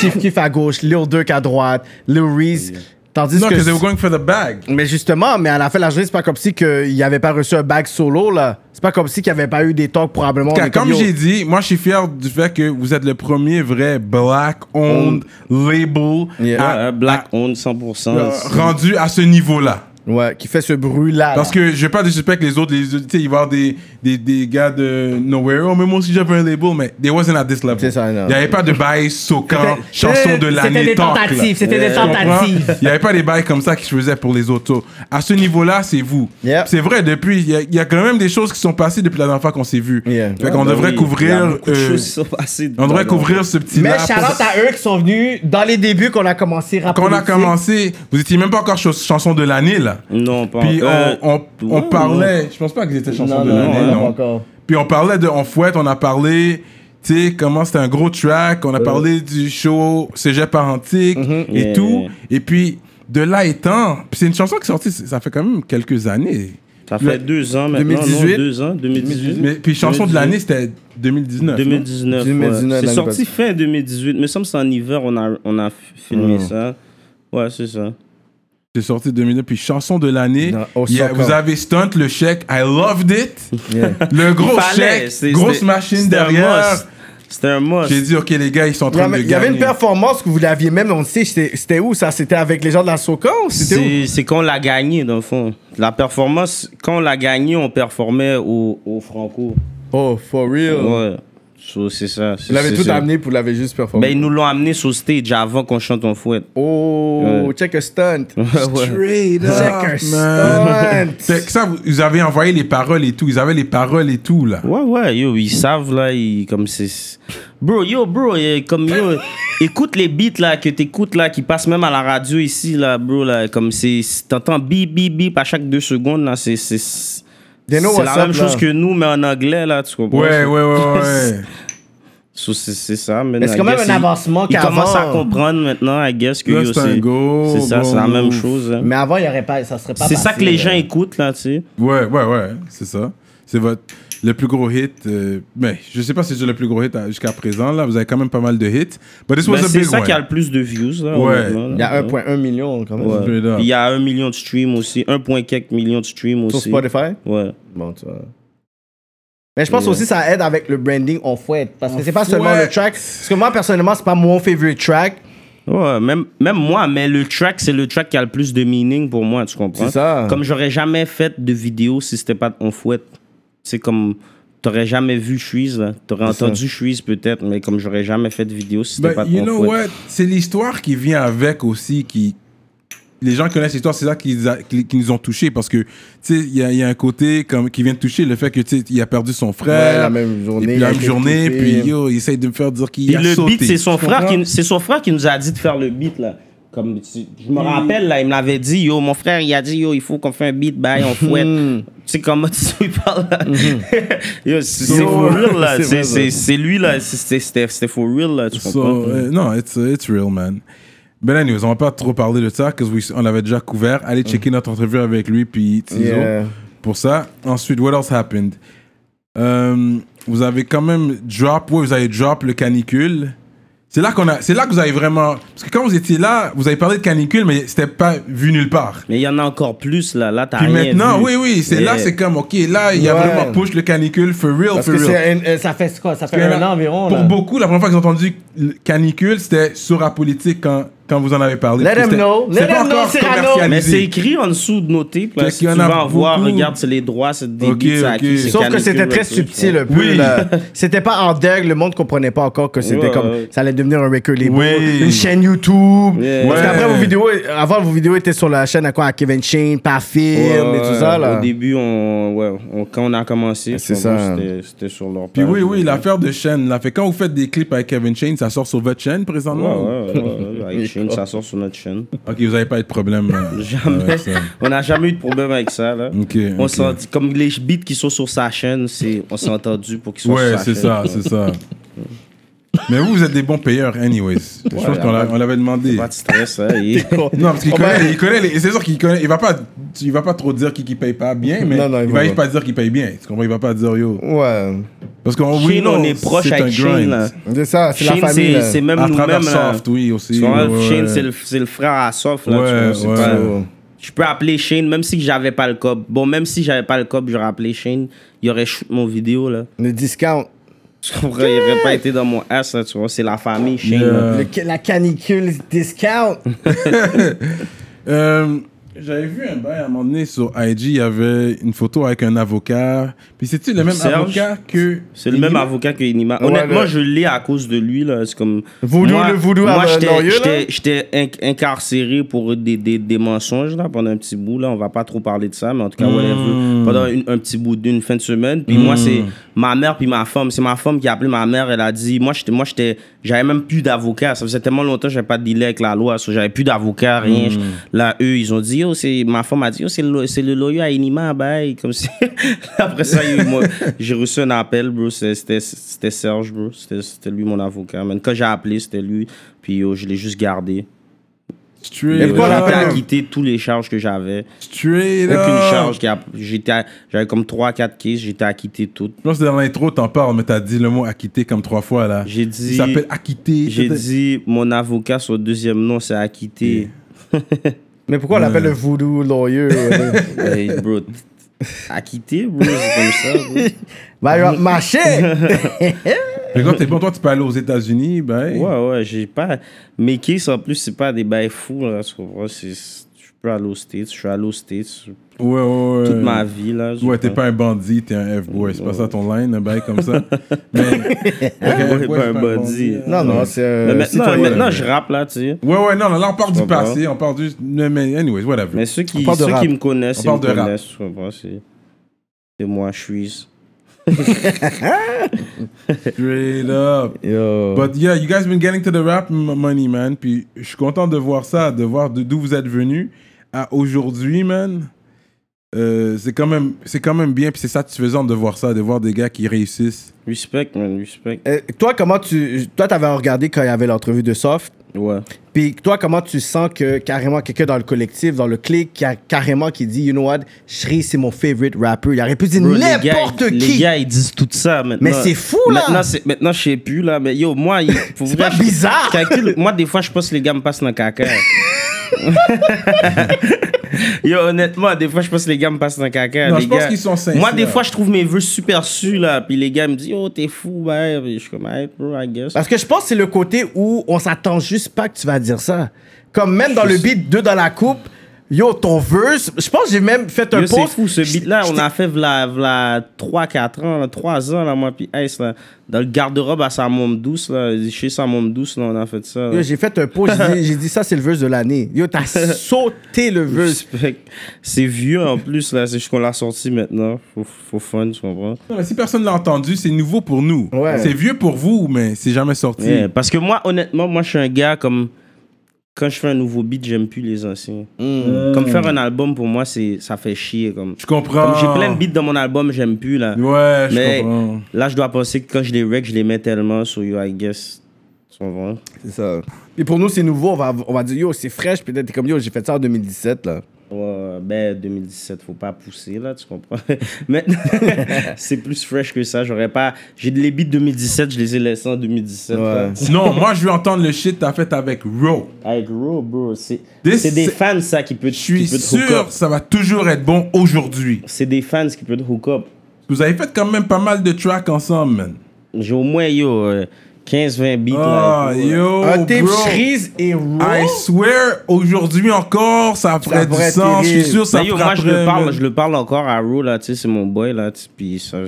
[SPEAKER 5] Chief Keef à gauche, Lil Durk à droite, Lil Reese. Tandis
[SPEAKER 3] Non,
[SPEAKER 5] que.
[SPEAKER 3] because they were going for the bag.
[SPEAKER 5] Mais justement, mais à la fin de la journée, c'est pas comme si qu'il avait pas reçu un bag solo, là. C'est pas comme si qu'il n'y avait pas eu des talks probablement. on
[SPEAKER 3] Car
[SPEAKER 5] est comme,
[SPEAKER 3] comme
[SPEAKER 5] yo,
[SPEAKER 3] j'ai dit, moi je suis fier du fait que vous êtes le premier vrai black owned label
[SPEAKER 5] Yeah.
[SPEAKER 3] à-
[SPEAKER 4] Euh, Black on 100%.
[SPEAKER 3] euh, rendu à ce niveau-là.
[SPEAKER 5] Ouais, qui fait ce bruit-là.
[SPEAKER 3] Parce
[SPEAKER 5] là.
[SPEAKER 3] que je vais pas disrespect les autres, les, tu sais, il va y avoir des, des, des gars de Nowhere, oh, mais moi aussi j'avais un label, mais they wasn't at this level.
[SPEAKER 5] C'est ça, non.
[SPEAKER 3] Il n'y avait pas de bail soquant,
[SPEAKER 5] C'était-
[SPEAKER 3] euh, chanson de l'année.
[SPEAKER 6] C'était des
[SPEAKER 3] talk, là.
[SPEAKER 6] tentatives, c'était des
[SPEAKER 3] Tu comprends?
[SPEAKER 6] tentatives.
[SPEAKER 3] Il n'y avait pas des bails comme ça qui se faisaient pour les autres. So, À ce niveau-là, c'est vous.
[SPEAKER 5] Yeah.
[SPEAKER 3] C'est vrai, depuis, il y, a- il y a quand même des choses qui sont passées depuis la dernière fois qu'on s'est vu.
[SPEAKER 5] Yeah.
[SPEAKER 3] Fait qu'on
[SPEAKER 4] Ben
[SPEAKER 3] devrait
[SPEAKER 4] oui, il y a
[SPEAKER 3] couvrir.
[SPEAKER 4] beaucoup de
[SPEAKER 3] euh,
[SPEAKER 4] choses qui sont passées
[SPEAKER 3] on devrait
[SPEAKER 4] dedans,
[SPEAKER 3] couvrir ce petit
[SPEAKER 5] Mais
[SPEAKER 3] laps.
[SPEAKER 5] Charlotte à eux qui sont venus dans les débuts qu'on a commencé
[SPEAKER 3] Quand on a
[SPEAKER 5] rapidement.
[SPEAKER 3] commencé, vous étiez même pas encore cho- chanson de l'année, là.
[SPEAKER 4] Non, pas
[SPEAKER 3] Puis euh,
[SPEAKER 4] encore.
[SPEAKER 3] on, on, on
[SPEAKER 4] Ouais,
[SPEAKER 3] parlait, je pense pas qu'ils étaient chansons
[SPEAKER 5] Oh, euh, Non,
[SPEAKER 3] de
[SPEAKER 5] non,
[SPEAKER 3] l'année,
[SPEAKER 5] non,
[SPEAKER 3] non.
[SPEAKER 5] non, pas encore.
[SPEAKER 3] Puis on parlait de On Fouette, on a parlé, tu sais, comment c'était un gros track, on a parlé du show Cégep Parentique et
[SPEAKER 4] Mm-hmm. Yeah,
[SPEAKER 3] tout.
[SPEAKER 4] yeah.
[SPEAKER 3] Et puis, de là étant, puis c'est une chanson qui est sortie, ça fait quand même quelques années.
[SPEAKER 4] Ça fait deux ans maintenant.
[SPEAKER 5] 2018?
[SPEAKER 4] Non, deux ans, 2018.
[SPEAKER 3] Mais, puis chanson de
[SPEAKER 4] 2018.
[SPEAKER 3] l'année, c'était 2019. non?
[SPEAKER 4] 2019.
[SPEAKER 5] 2019,
[SPEAKER 4] ouais. C'est
[SPEAKER 5] l'année
[SPEAKER 4] sorti fin 2018. Mais ça me semble que c'est en hiver, on a, on a filmé ça. Ouais, c'est ça.
[SPEAKER 3] C'est sorti 2009, puis chanson de l'année.
[SPEAKER 5] Non, au
[SPEAKER 3] Il y a-
[SPEAKER 5] soccer.
[SPEAKER 3] vous avez stunt le chèque, I loved it. Le gros
[SPEAKER 4] Fallait, c'est-
[SPEAKER 3] chèque, grosse
[SPEAKER 4] c'était-
[SPEAKER 3] machine
[SPEAKER 4] c'était un
[SPEAKER 3] derrière.
[SPEAKER 4] must. C'était un must.
[SPEAKER 3] J'ai dit, ok les gars, ils sont en
[SPEAKER 5] Il y
[SPEAKER 3] train de
[SPEAKER 5] avait, il y avait une
[SPEAKER 3] gagner.
[SPEAKER 5] performance que vous l'aviez même, on le sait, c'était c'était où ça C'était avec les gens de la Soca ou c'était où
[SPEAKER 4] C'est c'est qu'on l'a gagné, dans le fond. La performance, quand on l'a gagné, on performait au, au Franco.
[SPEAKER 5] Oh, for real.
[SPEAKER 4] Ouais. So, c'est ça.
[SPEAKER 5] Vous l'avez tout amené, puis vous l'avez juste performé.
[SPEAKER 4] Ben, ils nous l'ont amené sur stage avant qu'on chante en fouet.
[SPEAKER 5] Oh,
[SPEAKER 4] Ouais.
[SPEAKER 5] check a stunt.
[SPEAKER 4] (laughs) ouais.
[SPEAKER 5] Straight up. Check a
[SPEAKER 3] Ah, man. Fait
[SPEAKER 5] stunt.
[SPEAKER 3] que ça, vous, vous avez envoyé les paroles et tout. Ils avaient les paroles et tout, là.
[SPEAKER 4] Ouais, ouais, yo, ils savent, là, ils, comme c'est... Bro, yo, bro, euh, comme, yo, écoute les beats, là, que t'écoutes, là, qui passent même à la radio ici, là, bro, là, comme c'est... c'est- T'entends bip, bip, bip à chaque deux secondes, là, c'est... C'est c'est
[SPEAKER 5] They
[SPEAKER 4] la
[SPEAKER 5] know what's
[SPEAKER 4] même
[SPEAKER 5] up, là.
[SPEAKER 4] chose que nous, mais en anglais, là, tu comprends?
[SPEAKER 3] Ouais, ouais, ouais, ouais. ouais.
[SPEAKER 4] So, c'est c'est ça, mais...
[SPEAKER 5] Mais c'est
[SPEAKER 4] I
[SPEAKER 5] quand même
[SPEAKER 4] guess,
[SPEAKER 5] un
[SPEAKER 4] ils-
[SPEAKER 5] avancement
[SPEAKER 4] Ils
[SPEAKER 5] qu'avant.
[SPEAKER 4] commencent à comprendre, maintenant, I guess, que,
[SPEAKER 3] Là,
[SPEAKER 4] yo,
[SPEAKER 3] c'est un
[SPEAKER 4] c'est...
[SPEAKER 3] go,
[SPEAKER 4] C'est ça,
[SPEAKER 3] bon
[SPEAKER 4] c'est la même
[SPEAKER 3] move.
[SPEAKER 4] chose, hein.
[SPEAKER 5] Mais avant, il y aurait pas, ça serait pas
[SPEAKER 4] C'est ça
[SPEAKER 5] passé, euh,
[SPEAKER 4] que les
[SPEAKER 5] là.
[SPEAKER 4] gens écoutent, là, tu sais.
[SPEAKER 3] Ouais, ouais, ouais, c'est ça. C'est votre le plus gros hit. euh, mais je sais pas si c'est le plus gros hit à- jusqu'à présent. Là, vous avez quand même pas mal de hits. But this was
[SPEAKER 4] Ben,
[SPEAKER 3] a
[SPEAKER 4] c'est
[SPEAKER 3] big
[SPEAKER 4] ça
[SPEAKER 3] one.
[SPEAKER 4] qui a le plus de views, là,
[SPEAKER 3] Ouais.
[SPEAKER 4] honnêtement, là.
[SPEAKER 5] Il y a 1,1 million quand même.
[SPEAKER 4] Ouais.
[SPEAKER 3] Straight up.
[SPEAKER 4] Puis Il y a un million de streams aussi, un point quelques millions de streams
[SPEAKER 5] Sur
[SPEAKER 4] aussi.
[SPEAKER 5] Spotify
[SPEAKER 4] Ouais.
[SPEAKER 5] Bon, tu vois. Mais je pense
[SPEAKER 4] Yeah.
[SPEAKER 5] aussi ça aide avec le branding on fouette. Parce que c'est pas
[SPEAKER 3] fouette.
[SPEAKER 5] seulement le track. Parce que moi, personnellement, c'est pas mon favorite track.
[SPEAKER 4] Ouais, même, même moi, mais le track, c'est le track qui a le plus de meaning pour moi, tu comprends?
[SPEAKER 5] C'est ça.
[SPEAKER 4] Comme j'aurais jamais fait de vidéo si c'était pas On Fouette. C'est comme. T'aurais jamais vu Chuise, là. T'aurais
[SPEAKER 5] C'est ça.
[SPEAKER 4] entendu Chuise peut-être, mais comme j'aurais jamais fait de vidéo si c'était
[SPEAKER 3] But
[SPEAKER 4] pas
[SPEAKER 3] Ben, you
[SPEAKER 4] On
[SPEAKER 3] know
[SPEAKER 4] Fouette.
[SPEAKER 3] what? C'est l'histoire qui vient avec aussi qui. les gens connaissent l'histoire, c'est ça qui, les a- qui- qui nous ont touchés parce que, tu sais, il y a, il y a un côté comme, qui vient de toucher le fait que, tu sais, il a perdu son frère.
[SPEAKER 5] Ouais, la même journée,
[SPEAKER 3] Et puis
[SPEAKER 5] il a
[SPEAKER 3] la même
[SPEAKER 5] été
[SPEAKER 3] journée,
[SPEAKER 5] coupé.
[SPEAKER 3] puis yo, il essaye de me faire dire qu'il
[SPEAKER 4] Puis
[SPEAKER 3] a
[SPEAKER 4] le
[SPEAKER 3] sauté.
[SPEAKER 4] beat, c'est son,
[SPEAKER 5] Tu
[SPEAKER 4] frère
[SPEAKER 5] comprends?
[SPEAKER 4] qui- c'est son frère qui nous a dit de faire le beat, là. Comme, tu- je
[SPEAKER 3] Mm.
[SPEAKER 4] me rappelle, là, il me l'avait dit, yo, mon frère, il a dit, yo, il faut qu'on fasse un beat, bye, on fouette.
[SPEAKER 3] Mm.
[SPEAKER 4] tu sais comment tu lui parles, là?
[SPEAKER 3] Mm-hmm.
[SPEAKER 4] (laughs) Yo, c'est c'est
[SPEAKER 5] Yo,
[SPEAKER 4] for real, là.
[SPEAKER 5] c'est
[SPEAKER 4] C'est-
[SPEAKER 5] vrai,
[SPEAKER 4] C'est
[SPEAKER 5] ça.
[SPEAKER 4] c'est lui, là. C'est- c'est- C'était c'était for real, là, tu comprends?
[SPEAKER 3] So, euh, non, it's, it's real, man. But anyways, on va pas trop parler de ça, parce qu'on l'avait déjà couvert. Allez checker notre entrevue avec lui, puis Tizo,
[SPEAKER 5] Yeah.
[SPEAKER 3] pour ça. Ensuite, what else happened? Euh, vous avez quand même drop, ouais, vous avez drop le canicule. C'est là qu'on a, c'est là que vous avez vraiment, parce que quand vous étiez là, vous avez parlé de canicule, mais c'était pas vu nulle part.
[SPEAKER 4] Mais il y en a encore plus, là. Là, t'as
[SPEAKER 3] Puis
[SPEAKER 4] rien
[SPEAKER 3] maintenant,
[SPEAKER 4] Ah, vu.
[SPEAKER 3] oui, oui, c'est
[SPEAKER 4] Yeah.
[SPEAKER 3] là, c'est comme, ok, là, il y a
[SPEAKER 5] Ouais.
[SPEAKER 3] vraiment push le canicule, for real,
[SPEAKER 5] Parce
[SPEAKER 3] for
[SPEAKER 5] que
[SPEAKER 3] real.
[SPEAKER 5] c'est un- euh, ça fait quoi? Ça fait
[SPEAKER 3] Parce que
[SPEAKER 5] un
[SPEAKER 3] là,
[SPEAKER 5] an environ.
[SPEAKER 3] Pour
[SPEAKER 5] là.
[SPEAKER 3] beaucoup, la première fois qu'ils ont entendu le canicule, c'était sur la politique quand, quand vous en avez parlé.
[SPEAKER 5] Let
[SPEAKER 3] Parce que
[SPEAKER 5] them
[SPEAKER 3] c'était-
[SPEAKER 5] know.
[SPEAKER 3] c'était
[SPEAKER 5] Let
[SPEAKER 3] pas
[SPEAKER 5] them know,
[SPEAKER 3] encore
[SPEAKER 5] Cyrano.
[SPEAKER 3] commercialisé.
[SPEAKER 4] Mais c'est écrit en dessous de nos tapes, là.
[SPEAKER 3] Fait
[SPEAKER 4] Si tu
[SPEAKER 3] qu'il y en a
[SPEAKER 4] vas en voir,
[SPEAKER 3] beaucoup.
[SPEAKER 4] regarde, c'est les droits, c'est des
[SPEAKER 3] Ok,
[SPEAKER 4] beats, c'est à
[SPEAKER 3] ok.
[SPEAKER 4] qui, c'est
[SPEAKER 5] Sauf que
[SPEAKER 4] canicule,
[SPEAKER 5] c'était
[SPEAKER 4] là,
[SPEAKER 5] très
[SPEAKER 4] tu vois.
[SPEAKER 5] subtil un peu.
[SPEAKER 3] Oui.
[SPEAKER 5] là. C'était pas en dog, le monde comprenait pas encore que c'était
[SPEAKER 4] Ouais,
[SPEAKER 5] comme
[SPEAKER 4] ouais.
[SPEAKER 5] ça allait devenir un record label,
[SPEAKER 3] Oui.
[SPEAKER 5] une chaîne YouTube.
[SPEAKER 4] Yeah.
[SPEAKER 5] Parce
[SPEAKER 3] Ouais.
[SPEAKER 5] qu'après vos vidéos, avant vos vidéos étaient sur la chaîne à quoi, à Kevin Shane, Parfilm et tout ça là.
[SPEAKER 4] Au début, on, ouais, on- quand on a commencé,
[SPEAKER 5] C'est
[SPEAKER 4] sur-
[SPEAKER 5] ça.
[SPEAKER 4] c'était- c'était sur leur
[SPEAKER 3] hein. Puis
[SPEAKER 4] page.
[SPEAKER 3] oui, oui, l'affaire de chaîne. Là, fait quand vous faites des clips avec Kevin Shane, ça sort sur votre chaîne
[SPEAKER 4] Ouais,
[SPEAKER 3] présentement
[SPEAKER 4] ouais, ouais,
[SPEAKER 3] (laughs)
[SPEAKER 4] ouais, avec Shane, ça sort sur notre chaîne.
[SPEAKER 3] Ok, vous n'avez pas eu de problème. euh,
[SPEAKER 4] Jamais.
[SPEAKER 3] avec ça.
[SPEAKER 4] on n'a jamais eu de problème avec ça. Là.
[SPEAKER 3] Ok,
[SPEAKER 4] on
[SPEAKER 3] ok.
[SPEAKER 4] s'en- Comme les beats qui sont sur sa chaîne, c'est- on s'est entendu pour qu'ils soient
[SPEAKER 3] Ouais,
[SPEAKER 4] sur sa
[SPEAKER 3] c'est
[SPEAKER 4] chaîne.
[SPEAKER 3] ça, c'est ça. Mais vous, vous êtes des bons payeurs, anyways. Je pense qu'on l'a- on l'avait demandé.
[SPEAKER 4] Pas de stress. hein, il-
[SPEAKER 3] Non, parce qu'il
[SPEAKER 5] Oh,
[SPEAKER 3] connaît,
[SPEAKER 5] ben-
[SPEAKER 3] il connaît les- c'est sûr qu'il connaît, il va pas, il va pas trop dire qui, qui paye pas bien, mais
[SPEAKER 5] Non, non,
[SPEAKER 3] il,
[SPEAKER 5] il
[SPEAKER 3] va
[SPEAKER 5] va
[SPEAKER 3] juste
[SPEAKER 5] pas.
[SPEAKER 3] pas dire qu'il paye bien. Tu comprends? Il va pas dire yo.
[SPEAKER 5] Ouais,
[SPEAKER 3] Parce qu'on
[SPEAKER 4] Shane,
[SPEAKER 3] oui, non,
[SPEAKER 4] on est proche
[SPEAKER 3] c'est un
[SPEAKER 4] avec Shane.
[SPEAKER 3] grind.
[SPEAKER 4] là.
[SPEAKER 5] c'est ça, c'est la
[SPEAKER 4] Shane,
[SPEAKER 5] famille.
[SPEAKER 4] c'est
[SPEAKER 5] là.
[SPEAKER 4] c'est même
[SPEAKER 3] À travers
[SPEAKER 4] nous-mêmes. là.
[SPEAKER 3] Soft, oui, aussi.
[SPEAKER 4] Tu vois,
[SPEAKER 3] ouais, ouais.
[SPEAKER 4] Shane, c'est le, c'est le frère à Soft. Là,
[SPEAKER 3] Ouais,
[SPEAKER 4] tu vois,
[SPEAKER 3] ouais.
[SPEAKER 4] c'est pas- Je peux appeler Shane, même si j'avais pas le cop. Bon, même si j'avais pas le cop, j'aurais appelé Shane. Il aurait shoot mon vidéo, là. (laughs)
[SPEAKER 5] Le discount,
[SPEAKER 4] Tu comprends? Il aurait pas été dans mon ass, là, tu vois. C'est la famille, Shane.
[SPEAKER 3] Yeah.
[SPEAKER 4] là.
[SPEAKER 5] Le- la canicule discount.
[SPEAKER 3] Euh, J'avais vu un bail à un moment donné sur IG, il y avait une photo avec un avocat. Puis c'est-tu le même
[SPEAKER 4] Serge?
[SPEAKER 3] avocat que.
[SPEAKER 4] C'est le même avocat que Inima.
[SPEAKER 5] Ouais,
[SPEAKER 4] Honnêtement,
[SPEAKER 5] le-
[SPEAKER 4] je l'ai à cause de lui. Là. C'est comme.
[SPEAKER 5] Voodoo, le voodoo
[SPEAKER 4] moi,
[SPEAKER 5] à
[SPEAKER 4] j'étais-
[SPEAKER 5] Laurier, là?
[SPEAKER 4] j'étais- J'étais inc- incarcéré pour des, des, des mensonges là, pendant un petit bout. Là. On va pas trop parler de ça, mais en tout cas,
[SPEAKER 5] Hmm.
[SPEAKER 4] whatever. Pendant une- un petit bout d'une fin de semaine. Puis moi,
[SPEAKER 5] Hmm.
[SPEAKER 4] c'est ma mère puis ma femme. C'est ma femme qui a appelé ma mère. Elle a dit Moi, j'étais, moi j'étais, j'avais même plus d'avocat. Ça faisait tellement longtemps que j'avais pas de délai avec la loi. So, j'avais plus d'avocat, rien.
[SPEAKER 5] Hmm.
[SPEAKER 4] Là, eux, ils ont dit Yo, c'est, ma femme a dit Yo, c'est le, lo- c'est le lawyer à Inima. Bye. Comme si. (laughs) Après ça, il- moi, j'ai reçu un appel, bro. C'est- C'était c'était Serge, bro. C'était c'était lui, mon avocat. Man. Quand j'ai appelé, c'était lui. Puis yo, je l'ai juste gardé. Euh,
[SPEAKER 3] Straight
[SPEAKER 4] J'ai
[SPEAKER 5] Mais pourquoi
[SPEAKER 4] pas
[SPEAKER 5] l'appel?
[SPEAKER 3] up.
[SPEAKER 4] acquitté tous les charges que j'avais.
[SPEAKER 3] Straight
[SPEAKER 4] Aucune
[SPEAKER 3] up.
[SPEAKER 4] charge. qui a- j'étais à- J'avais comme 3-4 cases, j'étais acquitté toutes.
[SPEAKER 3] Je pense que dans l'intro, t'en parles, mais t'as dit le mot acquitté comme trois fois là.
[SPEAKER 4] J'ai dit-
[SPEAKER 3] Ça s'appelle acquitté.
[SPEAKER 4] J'ai dit, mon avocat, son deuxième nom, c'est acquitté.
[SPEAKER 5] Mais pourquoi on l'appelle
[SPEAKER 4] Hmm.
[SPEAKER 5] le voodoo lawyer? euh,
[SPEAKER 4] (laughs)
[SPEAKER 5] ouais?
[SPEAKER 4] Hey, bro, t- acquitté, bro, c'est comme ça. bro.
[SPEAKER 5] Va va marcher.
[SPEAKER 3] Mais quand t'es bon, toi, tu peux aller aux États-Unis, ben.
[SPEAKER 4] Ouais, ouais, j'ai pas. Mes cases, en plus, c'est pas des bails fous, là, tu comprends? C'est- Je peux aller aux States, je suis allé aux States
[SPEAKER 3] ouais, ouais.
[SPEAKER 4] toute
[SPEAKER 3] ouais.
[SPEAKER 4] ma vie, là.
[SPEAKER 3] Ouais, t'es pas un bandit, t'es un F-boy. C'est pas ça ton line, un bail comme ça. Mais.
[SPEAKER 4] (laughs) un
[SPEAKER 3] F-boy, c'est
[SPEAKER 4] bandit.
[SPEAKER 5] non, non, c'est. euh,
[SPEAKER 4] Mais maintenant,
[SPEAKER 5] citoyen.
[SPEAKER 4] maintenant, je rappe, là, tu sais.
[SPEAKER 3] Ouais, ouais, non, non, là, on parle du
[SPEAKER 4] comprends.
[SPEAKER 3] passé, on parle du. Mais, mais anyways, whatever.
[SPEAKER 4] Mais ceux qui,
[SPEAKER 5] parle de
[SPEAKER 4] ceux
[SPEAKER 5] rap.
[SPEAKER 4] qui me connaissent,
[SPEAKER 3] On
[SPEAKER 4] ils me
[SPEAKER 3] parle de rap.
[SPEAKER 4] connaissent, tu comprends? C'est c'est moi, je suis.
[SPEAKER 3] Straight up.
[SPEAKER 5] Yo.
[SPEAKER 3] But yeah, you guys been getting to the rap m- money, man. Puis je suis content de voir ça, de voir de- d'où vous êtes venu à aujourd'hui, man. Euh, c'est quand même c'est quand même bien puis c'est satisfaisant de voir ça de voir des gars qui réussissent
[SPEAKER 4] Respect, man, respect.
[SPEAKER 5] Euh, toi, comment tu. Toi, t'avais regardé quand il y avait l'entrevue de Soft.
[SPEAKER 4] Ouais.
[SPEAKER 5] Puis toi, comment tu sens que carrément quelqu'un dans le collectif, dans le clic, qui a carrément qui dit, you know what, Shri, c'est mon favorite rapper. Il aurait pu dire
[SPEAKER 4] Bro, les gars,
[SPEAKER 5] n'importe
[SPEAKER 4] ils-
[SPEAKER 5] qui.
[SPEAKER 4] Les gars, ils disent tout ça maintenant.
[SPEAKER 5] Mais c'est fou, là.
[SPEAKER 4] Maintenant, c'est- maintenant je sais plus, là. Mais yo,
[SPEAKER 5] (laughs)
[SPEAKER 4] moi, il- pour
[SPEAKER 5] C'est
[SPEAKER 4] vrai,
[SPEAKER 5] pas
[SPEAKER 4] je-
[SPEAKER 5] bizarre.
[SPEAKER 4] je calcule- moi, des fois, je pense que les gars me passent dans
[SPEAKER 5] (laughs)
[SPEAKER 4] le caca. yo, honnêtement, des fois, je pense que les gars me passent dans le caca.
[SPEAKER 3] Non,
[SPEAKER 4] les
[SPEAKER 3] je pense
[SPEAKER 4] gars.
[SPEAKER 3] qu'ils sont sincères.
[SPEAKER 4] Moi, des fois, je trouve mes vœux super sus, là. Puis les gars me disent, yo, t'es fou, ouais. Puis je suis comme, hey, bro, I guess.
[SPEAKER 5] Parce que je pense que c'est le côté où on s'attend juste pas que tu vas dire ça. Comme même dans le beat 2 dans la coupe, Yo, ton verse, je pense que j'ai même fait un
[SPEAKER 4] Yo, c'est
[SPEAKER 5] post.
[SPEAKER 4] fou, ce
[SPEAKER 5] Je-
[SPEAKER 4] beat-là,
[SPEAKER 5] je
[SPEAKER 4] on
[SPEAKER 5] t'ai-
[SPEAKER 4] a fait v'là, v'là 3-4 ans, là, 3 ans, là, moi, puis Ice, là, dans le garde-robe à sa môme douce, là, chez sa môme douce, là, on a fait ça. là.
[SPEAKER 5] Yo, J'ai fait un post, j'ai dit- j'ai dit ça, c'est le verse de l'année.
[SPEAKER 3] (laughs)
[SPEAKER 5] Yo, t'as sauté le verse.
[SPEAKER 4] Respect. C'est vieux en plus, là, c'est juste qu'on l'a sorti maintenant. Faut, faut fun, tu comprends?
[SPEAKER 3] Non, mais si personne ne l'a entendu, c'est nouveau pour nous.
[SPEAKER 5] Ouais.
[SPEAKER 3] C'est vieux pour vous, mais c'est jamais sorti.
[SPEAKER 4] Yeah, Parce que moi, honnêtement, moi, je suis un gars comme. Quand je fais un nouveau beat, j'aime plus les anciens. Comme faire un album, pour moi, c'est ça fait chier. Comme,
[SPEAKER 3] Hmm. Je comprends.
[SPEAKER 4] comme j'ai plein de beats dans mon album, j'aime plus, là.
[SPEAKER 3] Ouais, je
[SPEAKER 4] Mais
[SPEAKER 3] comprends.
[SPEAKER 4] là, je dois penser que quand je les rec, je les mets tellement sur You, I guess. Tu comprends?
[SPEAKER 5] C'est ça. Et pour nous, c'est nouveau. On va, on va dire, yo, c'est fraîche. Peut-être t'es comme, yo, j'ai fait ça en 2017, là.
[SPEAKER 4] Ouais, ben 2017, faut pas pousser là, tu comprends. (laughs) Maintenant, c'est plus fresh que ça. J'aurais pas. J'ai les beats 2017, je les ai laissés en 2017. là.
[SPEAKER 3] Non, moi, je veux entendre le shit que t'as fait avec Ro.
[SPEAKER 4] Avec Raw, bro, c'est
[SPEAKER 3] This-
[SPEAKER 4] c'est des fans ça qui peut,
[SPEAKER 3] Je suis
[SPEAKER 4] qui peut te hook up.
[SPEAKER 3] sûr ça va toujours être bon aujourd'hui.
[SPEAKER 4] C'est des fans qui peut te hook up.
[SPEAKER 3] Vous avez fait quand même pas mal de tracks ensemble, man.
[SPEAKER 4] J'ai au moins yo euh, 15-20 beats là.
[SPEAKER 3] Ah,
[SPEAKER 4] et tout, euh. là.
[SPEAKER 3] yo,
[SPEAKER 5] un tape
[SPEAKER 3] bro. Ah,
[SPEAKER 5] cerise et raw.
[SPEAKER 3] I swear, aujourd'hui encore, ça ferait du
[SPEAKER 5] devrait être
[SPEAKER 3] sens. Je suis
[SPEAKER 5] terrible.
[SPEAKER 3] sûr ça
[SPEAKER 4] Mais Ben, yo, moi je
[SPEAKER 3] frapperait,
[SPEAKER 4] le parle,
[SPEAKER 3] man.
[SPEAKER 4] je le parle encore à Raw là, tu sais, c'est mon boy là, tu sais, puis ça,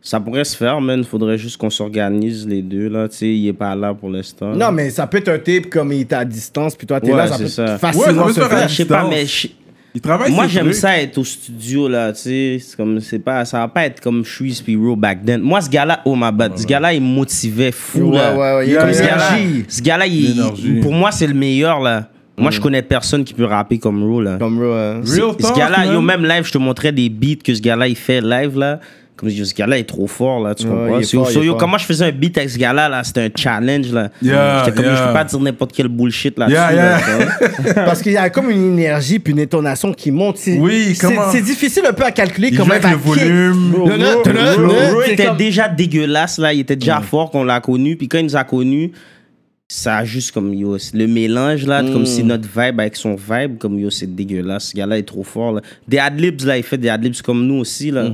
[SPEAKER 4] ça pourrait se faire, man. Faudrait juste qu'on s'organise les deux là, tu sais, il est pas là pour l'instant.
[SPEAKER 5] Non, mais ça peut être un tape comme il était à distance, puis toi, t'es
[SPEAKER 4] Ouais,
[SPEAKER 5] là, ça
[SPEAKER 4] c'est
[SPEAKER 5] peut
[SPEAKER 4] ça.
[SPEAKER 5] facilement
[SPEAKER 3] Ouais, ça
[SPEAKER 5] se
[SPEAKER 3] peut faire
[SPEAKER 5] faire.
[SPEAKER 4] je sais pas,
[SPEAKER 3] distance.
[SPEAKER 4] mais je-
[SPEAKER 3] Il travaille
[SPEAKER 4] Moi,
[SPEAKER 3] ses
[SPEAKER 4] j'aime
[SPEAKER 3] trucs.
[SPEAKER 4] ça être au studio, là, tu sais. C'est comme, c'est pas, ça va pas être comme Shreeze puis Raw back then. Moi, ce gars-là, oh my bad, ce gars-là, il me motivait fou,
[SPEAKER 5] Ouais,
[SPEAKER 4] là.
[SPEAKER 5] ouais, ouais, il y a
[SPEAKER 4] Comme
[SPEAKER 5] une
[SPEAKER 4] ce gars-là,
[SPEAKER 5] énergie.
[SPEAKER 4] ce gars-là, il-
[SPEAKER 3] L'énergie.
[SPEAKER 4] pour moi, c'est le meilleur, là. Moi, je connais personne qui peut rapper comme Raw, là.
[SPEAKER 5] Comme raw, hein.
[SPEAKER 4] C'est-
[SPEAKER 3] Real
[SPEAKER 4] ce
[SPEAKER 3] talk,
[SPEAKER 4] gars-là, yo,
[SPEAKER 3] man.
[SPEAKER 4] même live, je te montrais des beats que ce gars-là, il fait live, là. Comme je dis, ce gars-là, il est trop fort, là, tu
[SPEAKER 5] Ouais,
[SPEAKER 4] comprends?
[SPEAKER 5] il est
[SPEAKER 4] So-
[SPEAKER 5] fort,
[SPEAKER 4] so,
[SPEAKER 5] il est
[SPEAKER 4] yo,
[SPEAKER 5] fort.
[SPEAKER 4] comment je faisais un beat avec ce gars-là, là, c'était un challenge, là.
[SPEAKER 3] Yeah,
[SPEAKER 4] J'étais comme,
[SPEAKER 3] yeah.
[SPEAKER 4] je peux pas dire n'importe quel bullshit là-dessus,
[SPEAKER 3] Yeah,
[SPEAKER 4] là,
[SPEAKER 3] yeah.
[SPEAKER 4] tu
[SPEAKER 3] (laughs)
[SPEAKER 4] vois.
[SPEAKER 5] Parce qu'il y a comme une énergie puis une intonation qui monte. C'est-
[SPEAKER 3] Oui,
[SPEAKER 5] c'est-
[SPEAKER 3] comment-
[SPEAKER 5] C'est difficile un peu à calculer
[SPEAKER 3] Il joue
[SPEAKER 5] comment
[SPEAKER 3] avec
[SPEAKER 5] va
[SPEAKER 3] le volume.
[SPEAKER 5] kick.
[SPEAKER 3] Bro,
[SPEAKER 5] Non, non,
[SPEAKER 3] bro,
[SPEAKER 5] non,
[SPEAKER 3] bro,
[SPEAKER 5] non,
[SPEAKER 3] bro,
[SPEAKER 5] non,
[SPEAKER 4] Bro, il
[SPEAKER 5] c'est
[SPEAKER 4] était
[SPEAKER 5] comme-
[SPEAKER 4] déjà dégueulasse là, il était déjà fort qu'on l'a connu, puis quand il nous a connus, ça a juste comme yo, c'est le mélange là, comme si notre vibe avec son vibe, comme yo, c'est dégueulasse, ce gars-là est trop fort là. Des adlibs là, il fait des adlibs comme nous aussi là,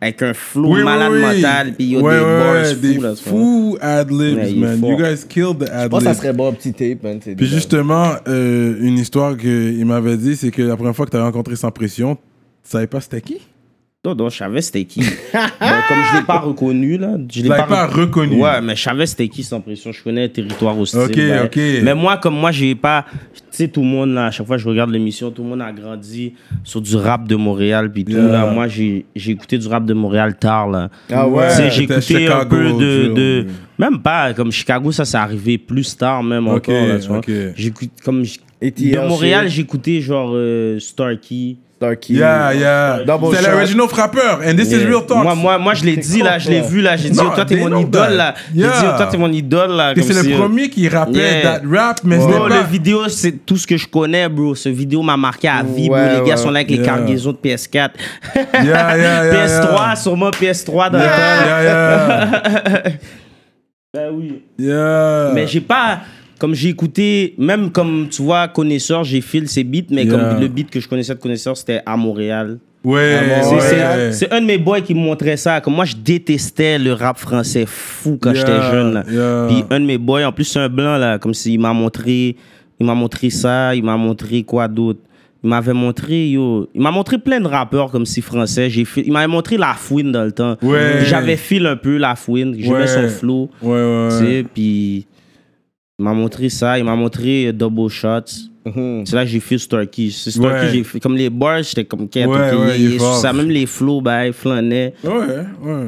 [SPEAKER 4] avec un flow
[SPEAKER 3] Oui,
[SPEAKER 4] malade
[SPEAKER 3] oui, oui.
[SPEAKER 4] mental, puis yo,
[SPEAKER 3] Ouais,
[SPEAKER 4] des
[SPEAKER 3] ouais,
[SPEAKER 4] bars
[SPEAKER 3] ouais,
[SPEAKER 4] fous
[SPEAKER 3] des
[SPEAKER 4] là. tu vois.
[SPEAKER 3] fous ad-libs,
[SPEAKER 4] Ouais, il est
[SPEAKER 3] man.
[SPEAKER 4] fort.
[SPEAKER 3] You guys killed the
[SPEAKER 5] Je pense que ça
[SPEAKER 3] ad-libs.
[SPEAKER 5] serait bon, un petit tape. hein, c'est
[SPEAKER 3] Puis
[SPEAKER 5] déjà-
[SPEAKER 3] justement, euh, une histoire qu'il m'avait dit, c'est que la première fois que t'as rencontré Sans Pression, tu savais pas c'était qui?
[SPEAKER 4] Non, non, je savais c'était qui. Ben, comme je l'ai pas reconnu là, je l'ai
[SPEAKER 3] Tu l'avais pas
[SPEAKER 4] reconnu.
[SPEAKER 3] reconnu.
[SPEAKER 4] Ouais, mais je savais c'était qui sans pression. Je connais le territoire aussi.
[SPEAKER 3] Ok, ok.
[SPEAKER 4] Mais moi, comme moi, j'ai pas. Tu sais, tout le monde, là, à chaque fois que je regarde l'émission, tout le monde a grandi sur du rap de Montréal. Puis tout,
[SPEAKER 3] Yeah.
[SPEAKER 4] là, moi, j'ai j'ai écouté du rap de Montréal tard, là.
[SPEAKER 5] Ah ouais.
[SPEAKER 4] Tu sais, j'ai
[SPEAKER 3] T'étais à
[SPEAKER 4] écouté un
[SPEAKER 3] Chicago,
[SPEAKER 4] peu de,
[SPEAKER 3] tu-
[SPEAKER 4] de- Même pas, comme Chicago, ça, c'est arrivé plus tard, même
[SPEAKER 3] Ok,
[SPEAKER 4] encore. Là, tu vois.
[SPEAKER 3] ok.
[SPEAKER 4] J'écoute, comme. j-
[SPEAKER 5] ATL,
[SPEAKER 4] De Montréal, j'écoutais genre euh, Starkey.
[SPEAKER 5] Starkey. (laughs)
[SPEAKER 3] Yeah, yeah.
[SPEAKER 5] Double
[SPEAKER 3] C'est
[SPEAKER 5] shot.
[SPEAKER 3] l'original frappeur. And this is
[SPEAKER 4] Yeah.
[SPEAKER 3] real talk.
[SPEAKER 4] Moi, moi, moi je l'ai dit, là, je l'ai
[SPEAKER 5] quoi.
[SPEAKER 4] vu, là. J'ai dit,
[SPEAKER 3] Non,
[SPEAKER 4] oh, toi, t'es
[SPEAKER 3] they
[SPEAKER 4] mon
[SPEAKER 3] know
[SPEAKER 4] idole,
[SPEAKER 3] that.
[SPEAKER 4] là. J'ai dit,
[SPEAKER 3] Yeah.
[SPEAKER 4] oh, toi, t'es mon idole, là.
[SPEAKER 3] Puis
[SPEAKER 4] comme
[SPEAKER 3] c'est
[SPEAKER 4] si,
[SPEAKER 3] le
[SPEAKER 4] euh,
[SPEAKER 3] premier qui rappelait
[SPEAKER 4] Yeah.
[SPEAKER 3] that rap, mais
[SPEAKER 4] Bro,
[SPEAKER 3] c'était
[SPEAKER 4] le
[SPEAKER 3] pas...
[SPEAKER 4] vidéo, c'est tout ce que je connais, bro. Ce vidéo m'a marqué à vie, bro.
[SPEAKER 5] Ouais,
[SPEAKER 4] Les gars
[SPEAKER 5] ouais.
[SPEAKER 4] sont là avec les
[SPEAKER 3] Yeah.
[SPEAKER 4] cargaisons de PS4.
[SPEAKER 3] Yeah, yeah,
[SPEAKER 4] (laughs)
[SPEAKER 3] yeah,
[SPEAKER 4] PS3,
[SPEAKER 3] yeah.
[SPEAKER 4] sûrement PS3 dans le temps.
[SPEAKER 3] Yeah, yeah, yeah.
[SPEAKER 4] (laughs) Ben oui.
[SPEAKER 3] Yeah.
[SPEAKER 4] Mais j'ai pas. Comme j'ai écouté, même comme tu vois, connaisseur, j'ai filé ces beats, mais
[SPEAKER 3] Yeah.
[SPEAKER 4] comme le beat que je connaissais de connaisseur, c'était à Montréal.
[SPEAKER 3] Ouais,
[SPEAKER 4] Ah, C'est-
[SPEAKER 3] Ah ouais.
[SPEAKER 4] c'est- C'est un de mes boys qui me montrait ça. Comme moi, je détestais le rap français fou quand
[SPEAKER 3] Yeah,
[SPEAKER 4] j'étais jeune. là.
[SPEAKER 3] yeah.
[SPEAKER 4] Puis un de mes boys, en plus, c'est un blanc, là, comme s'il m'a montré, il m'a montré ça, il m'a montré quoi d'autre. Il m'avait montré, yo, il m'a montré plein de rappeurs comme si français. J'ai fait, il m'avait montré la fouine dans le temps.
[SPEAKER 3] Ouais.
[SPEAKER 4] Puis J'avais fil un peu la fouine, j'aimais
[SPEAKER 3] Ouais.
[SPEAKER 4] son flow.
[SPEAKER 3] Ouais, ouais,
[SPEAKER 4] Tu
[SPEAKER 3] ouais.
[SPEAKER 4] sais, puis il m'a montré ça, il m'a montré euh, Double Shots. C'est là que j'ai fait Starkey. C'est Starkey,
[SPEAKER 3] Ouais.
[SPEAKER 4] j'ai fait comme les bars, j'étais comme quête.
[SPEAKER 3] Ouais,
[SPEAKER 4] ok,
[SPEAKER 3] ouais,
[SPEAKER 4] il
[SPEAKER 3] il est
[SPEAKER 4] est sur ça,
[SPEAKER 3] fort.
[SPEAKER 4] même les flows, bah, il flânait.
[SPEAKER 3] Ouais, ouais.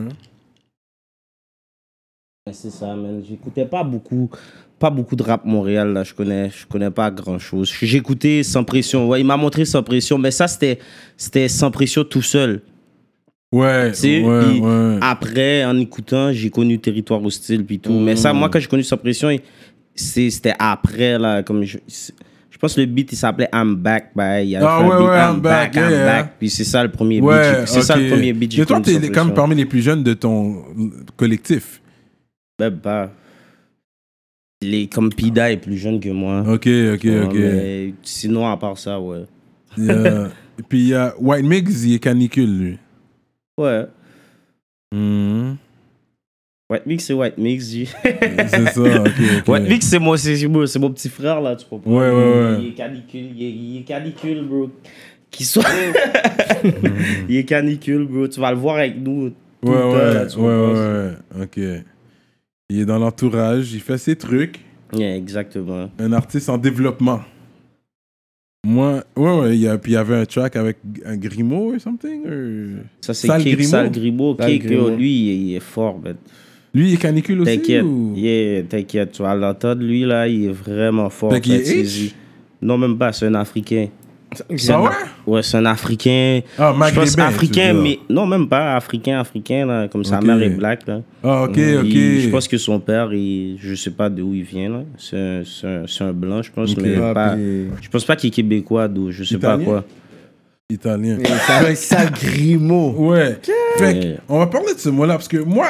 [SPEAKER 4] Ouais, C'est ça, man. J'écoutais pas beaucoup, pas beaucoup de rap Montréal, là. Je connais, je connais pas grand chose. J'écoutais sans pression. Ouais, il m'a montré sans pression, mais ça, c'était, c'était sans pression tout seul.
[SPEAKER 3] Ouais,
[SPEAKER 4] Tu sais,
[SPEAKER 3] ouais,
[SPEAKER 4] puis
[SPEAKER 3] ouais.
[SPEAKER 4] Après, en écoutant, j'ai connu Territoire Hostile, puis tout. Mais ça, moi, quand j'ai connu Sans Pression, il- c'est- c'était après, là. Comme je, c'est- je pense que le beat, il s'appelait I'm Back. Bah, il y avait
[SPEAKER 3] Ah
[SPEAKER 4] fait un
[SPEAKER 3] ouais,
[SPEAKER 4] beat,
[SPEAKER 3] ouais,
[SPEAKER 4] I'm,
[SPEAKER 3] I'm
[SPEAKER 4] Back,
[SPEAKER 3] back,
[SPEAKER 4] I'm
[SPEAKER 3] yeah.
[SPEAKER 4] Back. Puis c'est ça le premier beat.
[SPEAKER 3] Ouais,
[SPEAKER 4] j'ai- C'est ça le
[SPEAKER 3] ok.
[SPEAKER 4] premier beat. j'ai
[SPEAKER 3] Mais toi,
[SPEAKER 4] connu
[SPEAKER 3] t'es
[SPEAKER 4] Sans
[SPEAKER 3] quand même
[SPEAKER 4] Pression.
[SPEAKER 3] parmi les plus jeunes de ton collectif.
[SPEAKER 4] Ben, bah, les, comme Pida est plus jeune que moi.
[SPEAKER 3] Ok, ok,
[SPEAKER 4] Ouais,
[SPEAKER 3] ok.
[SPEAKER 4] mais sinon, à part ça, ouais.
[SPEAKER 3] Yeah. Puis il y a White
[SPEAKER 4] Hmm.
[SPEAKER 3] Mix, il est canicule, lui.
[SPEAKER 4] Ouais. White Mix, c'est White Mix. G.
[SPEAKER 3] C'est ça, ok. ok.
[SPEAKER 4] (laughs) White Mix, c'est mon, c'est- c'est mon- c'est mon petit frère, là, tu comprends?
[SPEAKER 3] Ouais, ouais, ouais.
[SPEAKER 4] Il est canicule, il est, il est canicule, bro. Qui soit.
[SPEAKER 3] (laughs)
[SPEAKER 4] il est canicule, bro. Tu vas le voir avec nous. tout
[SPEAKER 3] Ouais,
[SPEAKER 4] le temps, là,
[SPEAKER 3] ouais,
[SPEAKER 4] tu
[SPEAKER 3] ouais,
[SPEAKER 4] comprends?
[SPEAKER 3] ouais, ouais. Ok. Il est dans l'entourage, il fait ses trucs.
[SPEAKER 4] Yeah, exactement.
[SPEAKER 3] Un artiste en développement. Moi, ouais, ouais, il y, a- puis il y avait un track avec un Grimaud ou something. or-
[SPEAKER 4] Ça, c'est
[SPEAKER 3] Sale
[SPEAKER 4] Kick,
[SPEAKER 3] Grimaud.
[SPEAKER 4] Sal Grimaud.
[SPEAKER 5] Sale
[SPEAKER 4] Kick,
[SPEAKER 5] Grimaud.
[SPEAKER 4] yo, lui, il est, il est fort, man.
[SPEAKER 3] Lui, il est canicule aussi.
[SPEAKER 4] T'inquiète.
[SPEAKER 3] ou-
[SPEAKER 4] Yeah, t'inquiète. Tu vas l'entendre, lui, là, il est vraiment fort.
[SPEAKER 3] Fait qu'il est
[SPEAKER 4] Fatizi.
[SPEAKER 3] H?
[SPEAKER 4] Non, même pas, c'est un Africain. C'est
[SPEAKER 3] Ah
[SPEAKER 4] un-
[SPEAKER 3] ouais?
[SPEAKER 4] Ouais, c'est un Africain.
[SPEAKER 3] Ah,
[SPEAKER 4] Je pense
[SPEAKER 3] maghrébin, tu
[SPEAKER 4] africain,
[SPEAKER 3] veux dire.
[SPEAKER 4] mais non, même pas africain, africain, là, comme sa
[SPEAKER 3] Ok.
[SPEAKER 4] mère est black. Là.
[SPEAKER 3] Ah, ok,
[SPEAKER 4] Il-
[SPEAKER 3] ok.
[SPEAKER 4] je pense que son père, il, je sais pas d'où il vient. là. C'est un, c'est un- c'est un blanc, je pense,
[SPEAKER 3] Ok.
[SPEAKER 4] mais
[SPEAKER 5] Ah,
[SPEAKER 4] pas,
[SPEAKER 5] puis-
[SPEAKER 4] je pense pas qu'il est québécois d'où, je sais
[SPEAKER 3] Italien?
[SPEAKER 4] pas quoi.
[SPEAKER 3] Italien.
[SPEAKER 5] Ça, ça Grimaud.
[SPEAKER 3] Ouais. Fait que,
[SPEAKER 4] Ouais.
[SPEAKER 3] on va parler de ce mot-là parce que moi,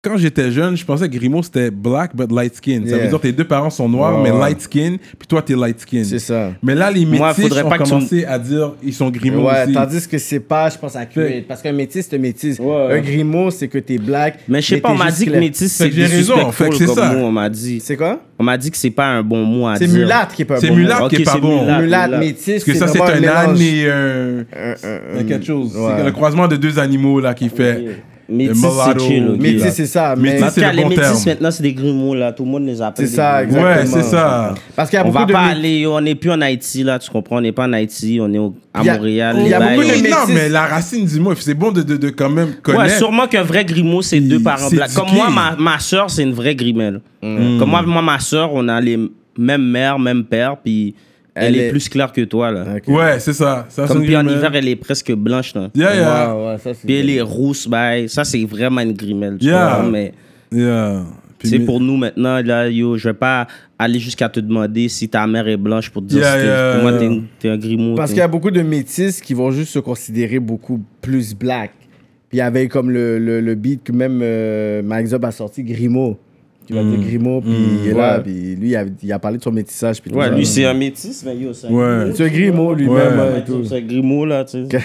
[SPEAKER 3] quand j'étais jeune, je pensais que Grimaud c'était black but light skin. Ça
[SPEAKER 5] Yeah.
[SPEAKER 3] veut dire que tes deux parents sont noirs
[SPEAKER 5] Ouais,
[SPEAKER 3] mais
[SPEAKER 5] ouais.
[SPEAKER 3] light skin, puis toi t'es light skin.
[SPEAKER 5] C'est ça.
[SPEAKER 3] Mais là, les
[SPEAKER 4] Moi,
[SPEAKER 3] métis
[SPEAKER 4] faudrait
[SPEAKER 3] ont
[SPEAKER 4] pas que tu me-
[SPEAKER 3] commencé à dire ils sont Grimaud
[SPEAKER 5] ouais,
[SPEAKER 3] aussi.
[SPEAKER 5] tandis que c'est pas, je pense, à
[SPEAKER 3] Fait-
[SPEAKER 5] cuire. Parce qu'un métis, c'est un métis.
[SPEAKER 4] Ouais.
[SPEAKER 5] Un grimaud, c'est que t'es black.
[SPEAKER 4] Mais je sais pas, on
[SPEAKER 5] t'es
[SPEAKER 4] m'a
[SPEAKER 5] juste
[SPEAKER 4] dit que
[SPEAKER 5] clair.
[SPEAKER 4] métis,
[SPEAKER 3] Fait
[SPEAKER 4] c'est
[SPEAKER 3] que j'ai raison, fait que
[SPEAKER 4] disrespectful
[SPEAKER 3] c'est
[SPEAKER 4] comme
[SPEAKER 3] ça.
[SPEAKER 4] mot, on m'a dit.
[SPEAKER 5] C'est quoi
[SPEAKER 4] On m'a dit que c'est pas un bon mot à
[SPEAKER 5] C'est
[SPEAKER 4] dire.
[SPEAKER 5] mulâtre qui est pas un
[SPEAKER 3] C'est
[SPEAKER 5] bon mot.
[SPEAKER 3] mulâtre qui est
[SPEAKER 4] Ok,
[SPEAKER 3] pas
[SPEAKER 4] c'est
[SPEAKER 3] bon.
[SPEAKER 4] mulâtre.
[SPEAKER 5] Mulâtre,
[SPEAKER 4] Mulâtre.
[SPEAKER 5] métis.
[SPEAKER 3] Parce que ça, c'est
[SPEAKER 5] vraiment
[SPEAKER 3] un âne
[SPEAKER 5] mélange.
[SPEAKER 3] et un. un quelque chose. C'est
[SPEAKER 5] ouais.
[SPEAKER 3] le croisement de deux animaux là qui fait.
[SPEAKER 4] Métis,
[SPEAKER 3] Le mulatto.
[SPEAKER 4] c'est chill. ok.
[SPEAKER 5] Métis,
[SPEAKER 3] Là.
[SPEAKER 5] c'est ça. Mais
[SPEAKER 3] Métis,
[SPEAKER 4] En tout
[SPEAKER 3] c'est
[SPEAKER 4] cas,
[SPEAKER 3] le
[SPEAKER 4] les
[SPEAKER 3] bon
[SPEAKER 4] métis,
[SPEAKER 3] terme.
[SPEAKER 4] maintenant, c'est des grumeaux, là. Tout le monde les appelle.
[SPEAKER 5] C'est
[SPEAKER 4] des
[SPEAKER 5] ça,
[SPEAKER 4] grumeaux.
[SPEAKER 3] Ouais,
[SPEAKER 5] Exactement.
[SPEAKER 3] c'est ça.
[SPEAKER 5] parce qu'il y a
[SPEAKER 4] On
[SPEAKER 5] beaucoup
[SPEAKER 4] va
[SPEAKER 5] de.
[SPEAKER 4] pas
[SPEAKER 5] mé-
[SPEAKER 4] aller, on n'est plus en Haïti là, tu comprends, on n'est pas en Haïti, on est au- à
[SPEAKER 5] Il y a-
[SPEAKER 4] Montréal.
[SPEAKER 5] il y a
[SPEAKER 4] les
[SPEAKER 5] beaucoup de
[SPEAKER 4] bails.
[SPEAKER 5] métis.
[SPEAKER 3] non, mais la racine du mot, c'est bon de, de, de quand même
[SPEAKER 4] Ouais,
[SPEAKER 3] connaître.
[SPEAKER 4] sûrement qu'un vrai grimaud, c'est deux parents
[SPEAKER 3] c'est
[SPEAKER 4] blancs. Comme
[SPEAKER 3] éduqué.
[SPEAKER 4] moi, ma, ma soeur, c'est une vraie grimelle. Comme moi, moi, ma soeur, on a les mêmes mères, même père, puis elle,
[SPEAKER 5] Elle
[SPEAKER 4] est...
[SPEAKER 5] est-
[SPEAKER 4] plus claire que toi là.
[SPEAKER 5] Ok.
[SPEAKER 3] ouais, c'est ça. ça
[SPEAKER 4] Comme
[SPEAKER 3] c'est
[SPEAKER 4] puis en
[SPEAKER 3] humain.
[SPEAKER 4] hiver, elle est presque blanche là.
[SPEAKER 3] Yeah, yeah.
[SPEAKER 5] Ouais, ouais, ça, c'est-
[SPEAKER 4] Puis elle est rousse, bye. Ça, c'est vraiment une grimelle. tu
[SPEAKER 3] Yeah.
[SPEAKER 4] comprends, mais
[SPEAKER 3] yeah. Puis
[SPEAKER 4] c'est
[SPEAKER 3] mais-
[SPEAKER 4] pour nous maintenant, là, yo, je vais pas aller jusqu'à te demander si ta mère est blanche pour te dire
[SPEAKER 3] Yeah,
[SPEAKER 4] si t'es-
[SPEAKER 3] yeah,
[SPEAKER 4] pour moi,
[SPEAKER 3] yeah.
[SPEAKER 4] t'es une- t'es un grimaud.
[SPEAKER 5] Parce
[SPEAKER 4] t'es-
[SPEAKER 5] qu'il y a beaucoup de métis qui vont juste se considérer beaucoup plus black. Puis il y avait comme le, le, le beat que même euh, Mike Zob a sorti, Grimaud. Tu vas dire Grimaud, puis il est là,
[SPEAKER 4] Hmm. Ouais.
[SPEAKER 5] puis lui, il a, il a parlé de son métissage. Puis tout
[SPEAKER 4] Ouais,
[SPEAKER 5] ça.
[SPEAKER 4] lui, c'est un métis, mais yo, c'est un
[SPEAKER 3] Ouais.
[SPEAKER 4] grimaud.
[SPEAKER 5] euh, C'est un Grimaud lui-même.
[SPEAKER 3] Ouais.
[SPEAKER 5] hein, et tout.
[SPEAKER 4] C'est un grimaud, là, tu sais.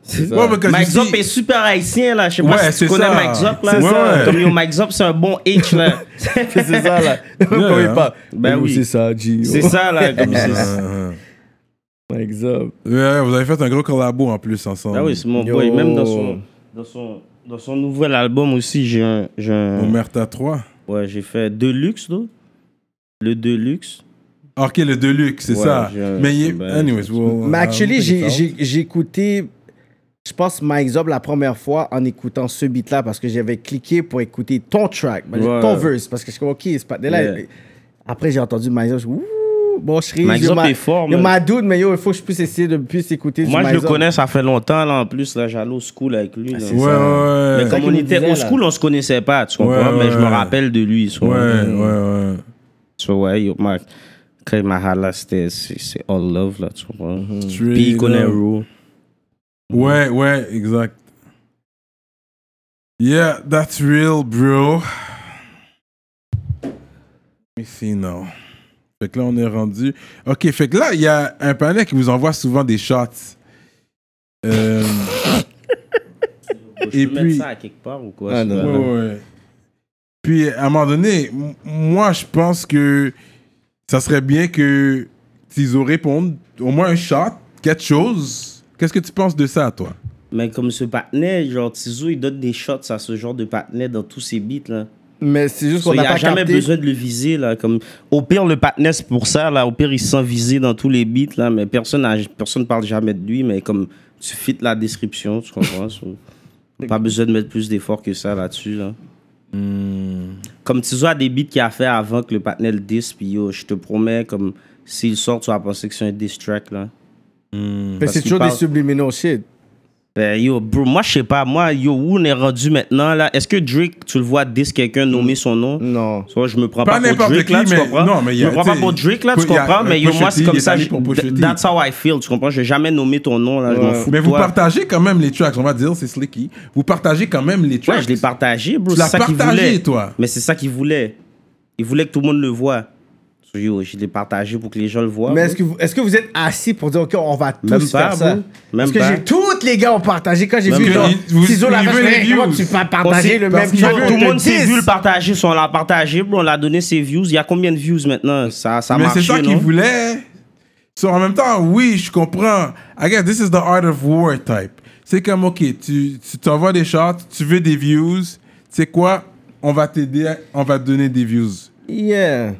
[SPEAKER 5] C'est ça.
[SPEAKER 3] Ouais, parce que
[SPEAKER 4] Mike
[SPEAKER 3] je
[SPEAKER 4] Zop
[SPEAKER 3] dis-
[SPEAKER 4] est super haïtien, là. Je sais pas
[SPEAKER 3] Ouais,
[SPEAKER 4] si
[SPEAKER 3] c'est
[SPEAKER 4] tu connais
[SPEAKER 3] ça.
[SPEAKER 4] Mike Zop, là.
[SPEAKER 3] C'est ça.
[SPEAKER 4] Comme yo, Mike Zop, c'est un bon
[SPEAKER 3] (laughs)
[SPEAKER 4] H, là.
[SPEAKER 5] c'est ça, là. Comment il parle.
[SPEAKER 4] (laughs) Ben
[SPEAKER 5] Yo,
[SPEAKER 4] oui.
[SPEAKER 5] C'est ça, G.
[SPEAKER 4] c'est (laughs) ça, là. Comme c'est ça.
[SPEAKER 3] Euh,
[SPEAKER 5] Mike Zob.
[SPEAKER 3] euh, ouais, vous avez fait un gros collabo en plus ensemble.
[SPEAKER 4] Ah oui, c'est mon
[SPEAKER 5] Yo.
[SPEAKER 4] boy. Même dans son, dans son, dans son nouvel album aussi, j'ai un... j'ai un-
[SPEAKER 3] Omerta 3.
[SPEAKER 4] Ouais, j'ai fait Deluxe, là. Le Deluxe.
[SPEAKER 3] Ah, Ok, le Deluxe, c'est
[SPEAKER 4] Ouais,
[SPEAKER 3] ça.
[SPEAKER 4] j'ai un-
[SPEAKER 3] Mais, il-
[SPEAKER 4] ben,
[SPEAKER 3] anyways, we'll- euh,
[SPEAKER 5] Mais
[SPEAKER 3] I'll
[SPEAKER 5] actually,
[SPEAKER 3] take it
[SPEAKER 5] j'ai-
[SPEAKER 3] out.
[SPEAKER 5] j'ai j'ai écouté, je pense, Mike Zob la première fois en écoutant ce beat-là parce que j'avais cliqué pour écouter ton track, ben,
[SPEAKER 4] Ouais.
[SPEAKER 5] ton verse, parce que je suis comme, OK, c'est pas... de là,
[SPEAKER 4] Yeah.
[SPEAKER 5] Après, j'ai entendu Mike Zob, je suis, ouh, bon, je ris,
[SPEAKER 4] Mike
[SPEAKER 5] yo,
[SPEAKER 4] Zob
[SPEAKER 5] ma-
[SPEAKER 4] est fort,
[SPEAKER 5] yo,
[SPEAKER 4] man.
[SPEAKER 5] ma dude, mais yo, il faut que je puisse essayer de puisse écouter du
[SPEAKER 4] Moi, je
[SPEAKER 5] Mike
[SPEAKER 4] le
[SPEAKER 5] Zob.
[SPEAKER 4] connais, ça fait longtemps, là, en plus, là. J'allais au school avec lui, là.
[SPEAKER 3] Ouais, ouais,
[SPEAKER 4] Mais
[SPEAKER 3] ouais.
[SPEAKER 4] comme
[SPEAKER 5] qu'il
[SPEAKER 4] on
[SPEAKER 5] nous
[SPEAKER 4] était
[SPEAKER 5] disait, là.
[SPEAKER 4] au school, on se connaissait pas, tu comprends?
[SPEAKER 3] Ouais,
[SPEAKER 4] mais je me
[SPEAKER 3] ouais.
[SPEAKER 4] rappelle de lui. so-
[SPEAKER 3] Ouais, ouais, ouais.
[SPEAKER 4] So, ouais, yo, ma, quand il m'a halé, c'était c'est c'est all love, là, tu comprends?
[SPEAKER 3] Straight
[SPEAKER 4] Puis il connaît
[SPEAKER 3] up.
[SPEAKER 4] Rue.
[SPEAKER 3] Ouais, ouais, exact. Yeah, that's real, bro. Let me see now. Fait que là, on est rendu. Ok, fait que là, il y a un panel qui vous envoie souvent des shots. Euh,
[SPEAKER 4] Je
[SPEAKER 3] Et
[SPEAKER 4] peux
[SPEAKER 3] puis-
[SPEAKER 4] mettre ça à quelque part ou quoi?
[SPEAKER 5] Ah,
[SPEAKER 4] ça,
[SPEAKER 5] non,
[SPEAKER 4] là?
[SPEAKER 3] ouais, ouais, ouais. Puis, à un moment donné, m- moi, je pense que ça serait bien que Tizo réponde au moins un shot, quelque chose. Qu'est-ce que tu penses de ça, toi?
[SPEAKER 4] Mais comme ce patinet, genre Tizou, il donne des shots à ce genre de patinet dans tous ses beats, là.
[SPEAKER 5] Mais c'est juste
[SPEAKER 4] So,
[SPEAKER 5] qu'on
[SPEAKER 4] il
[SPEAKER 5] n'a
[SPEAKER 4] n'y a
[SPEAKER 5] pas
[SPEAKER 4] jamais
[SPEAKER 5] capté.
[SPEAKER 4] besoin de le viser, là. Comme... Au pire, le patinet, c'est pour ça, là. Au pire, il se sent visé dans tous les beats, là. Mais personne ne personne parle jamais de lui, mais comme tu fites la description, tu
[SPEAKER 5] (laughs)
[SPEAKER 4] comprends? So, pas besoin de mettre plus d'efforts que ça là-dessus, là.
[SPEAKER 5] Hmm.
[SPEAKER 4] Comme Tizo a des beats qu'il a fait avant que le patinet le diss, puis yo, je te promets, comme s'il sort, tu vas penser que c'est un diss track, là.
[SPEAKER 5] Mais
[SPEAKER 4] parce
[SPEAKER 5] C'est
[SPEAKER 4] qu'il
[SPEAKER 5] toujours des
[SPEAKER 4] parle.
[SPEAKER 5] subliminaux shit.
[SPEAKER 4] Ben, yo, bro, moi, je sais pas. Moi, yo, où on est rendu maintenant, là? Est-ce que Drake, tu le vois diss quelqu'un nommer son nom?
[SPEAKER 5] Mm. Non.
[SPEAKER 4] Soit je me prends
[SPEAKER 3] Pas
[SPEAKER 4] pas, pour
[SPEAKER 3] n'importe
[SPEAKER 4] Drake,
[SPEAKER 3] qui,
[SPEAKER 4] là, tu
[SPEAKER 3] mais-
[SPEAKER 4] comprends?
[SPEAKER 3] non, mais il y
[SPEAKER 4] je
[SPEAKER 3] a-
[SPEAKER 4] me prends pas
[SPEAKER 3] t'sais,
[SPEAKER 4] pour Drake, là, tu
[SPEAKER 3] il y a- euh,
[SPEAKER 4] comprends? Mais yo,
[SPEAKER 3] Pusha
[SPEAKER 4] moi,
[SPEAKER 3] T,
[SPEAKER 4] c'est
[SPEAKER 3] il
[SPEAKER 4] comme
[SPEAKER 3] est
[SPEAKER 4] ça.
[SPEAKER 3] allé
[SPEAKER 4] je-
[SPEAKER 3] pour Pusha T.
[SPEAKER 4] That's how I feel, tu comprends? Je vais jamais nommer ton nom, là, je m'en fous.
[SPEAKER 3] Euh, Mais
[SPEAKER 4] de
[SPEAKER 3] vous
[SPEAKER 4] toi.
[SPEAKER 3] partagez quand même les tracks. On va dire, c'est Slicky. Vous partagez quand même les tracks.
[SPEAKER 4] Ouais, je l'ai partagé, bro.
[SPEAKER 3] Tu l'as
[SPEAKER 4] C'est ça qu'il
[SPEAKER 3] partagé,
[SPEAKER 4] voulait.
[SPEAKER 3] toi.
[SPEAKER 4] Mais c'est ça qu'il voulait. Il voulait que tout le monde le voit. yo, je l'ai partagé pour que les gens le voient.
[SPEAKER 5] Mais
[SPEAKER 4] bro.
[SPEAKER 5] est-ce que, vous, est-ce que vous êtes assis pour dire, OK, on va tous
[SPEAKER 4] Même pas,
[SPEAKER 5] faire ça?
[SPEAKER 4] bro.
[SPEAKER 5] Parce
[SPEAKER 4] Même
[SPEAKER 5] que
[SPEAKER 4] pas.
[SPEAKER 5] j'ai tous les gars ont partagé. Quand j'ai
[SPEAKER 4] Même
[SPEAKER 5] vu,
[SPEAKER 4] pas.
[SPEAKER 5] genre,
[SPEAKER 3] Il- vous-
[SPEAKER 5] Ciseaux, la
[SPEAKER 3] il
[SPEAKER 5] vache,
[SPEAKER 3] veut les
[SPEAKER 5] mais comment
[SPEAKER 3] views.
[SPEAKER 5] tu peux
[SPEAKER 4] On
[SPEAKER 5] partager
[SPEAKER 4] sait-
[SPEAKER 5] le
[SPEAKER 3] parce
[SPEAKER 5] même
[SPEAKER 3] que
[SPEAKER 5] truc?
[SPEAKER 4] Tout le monde s'est vu le
[SPEAKER 5] partage.
[SPEAKER 4] partager, so on l'a partagé, bro, on l'a donné ses views. Il y a combien de views maintenant Ça, ça
[SPEAKER 3] Mais
[SPEAKER 4] marchait,
[SPEAKER 3] c'est ça qu'il
[SPEAKER 4] non?
[SPEAKER 3] voulait. So, en même temps, oui, je comprends. I guess this is the art of war type. C'est comme, OK, tu tu t'envoies des shots, tu veux des views. Tu sais quoi? On va t'aider, on va te donner des views.
[SPEAKER 5] Yeah.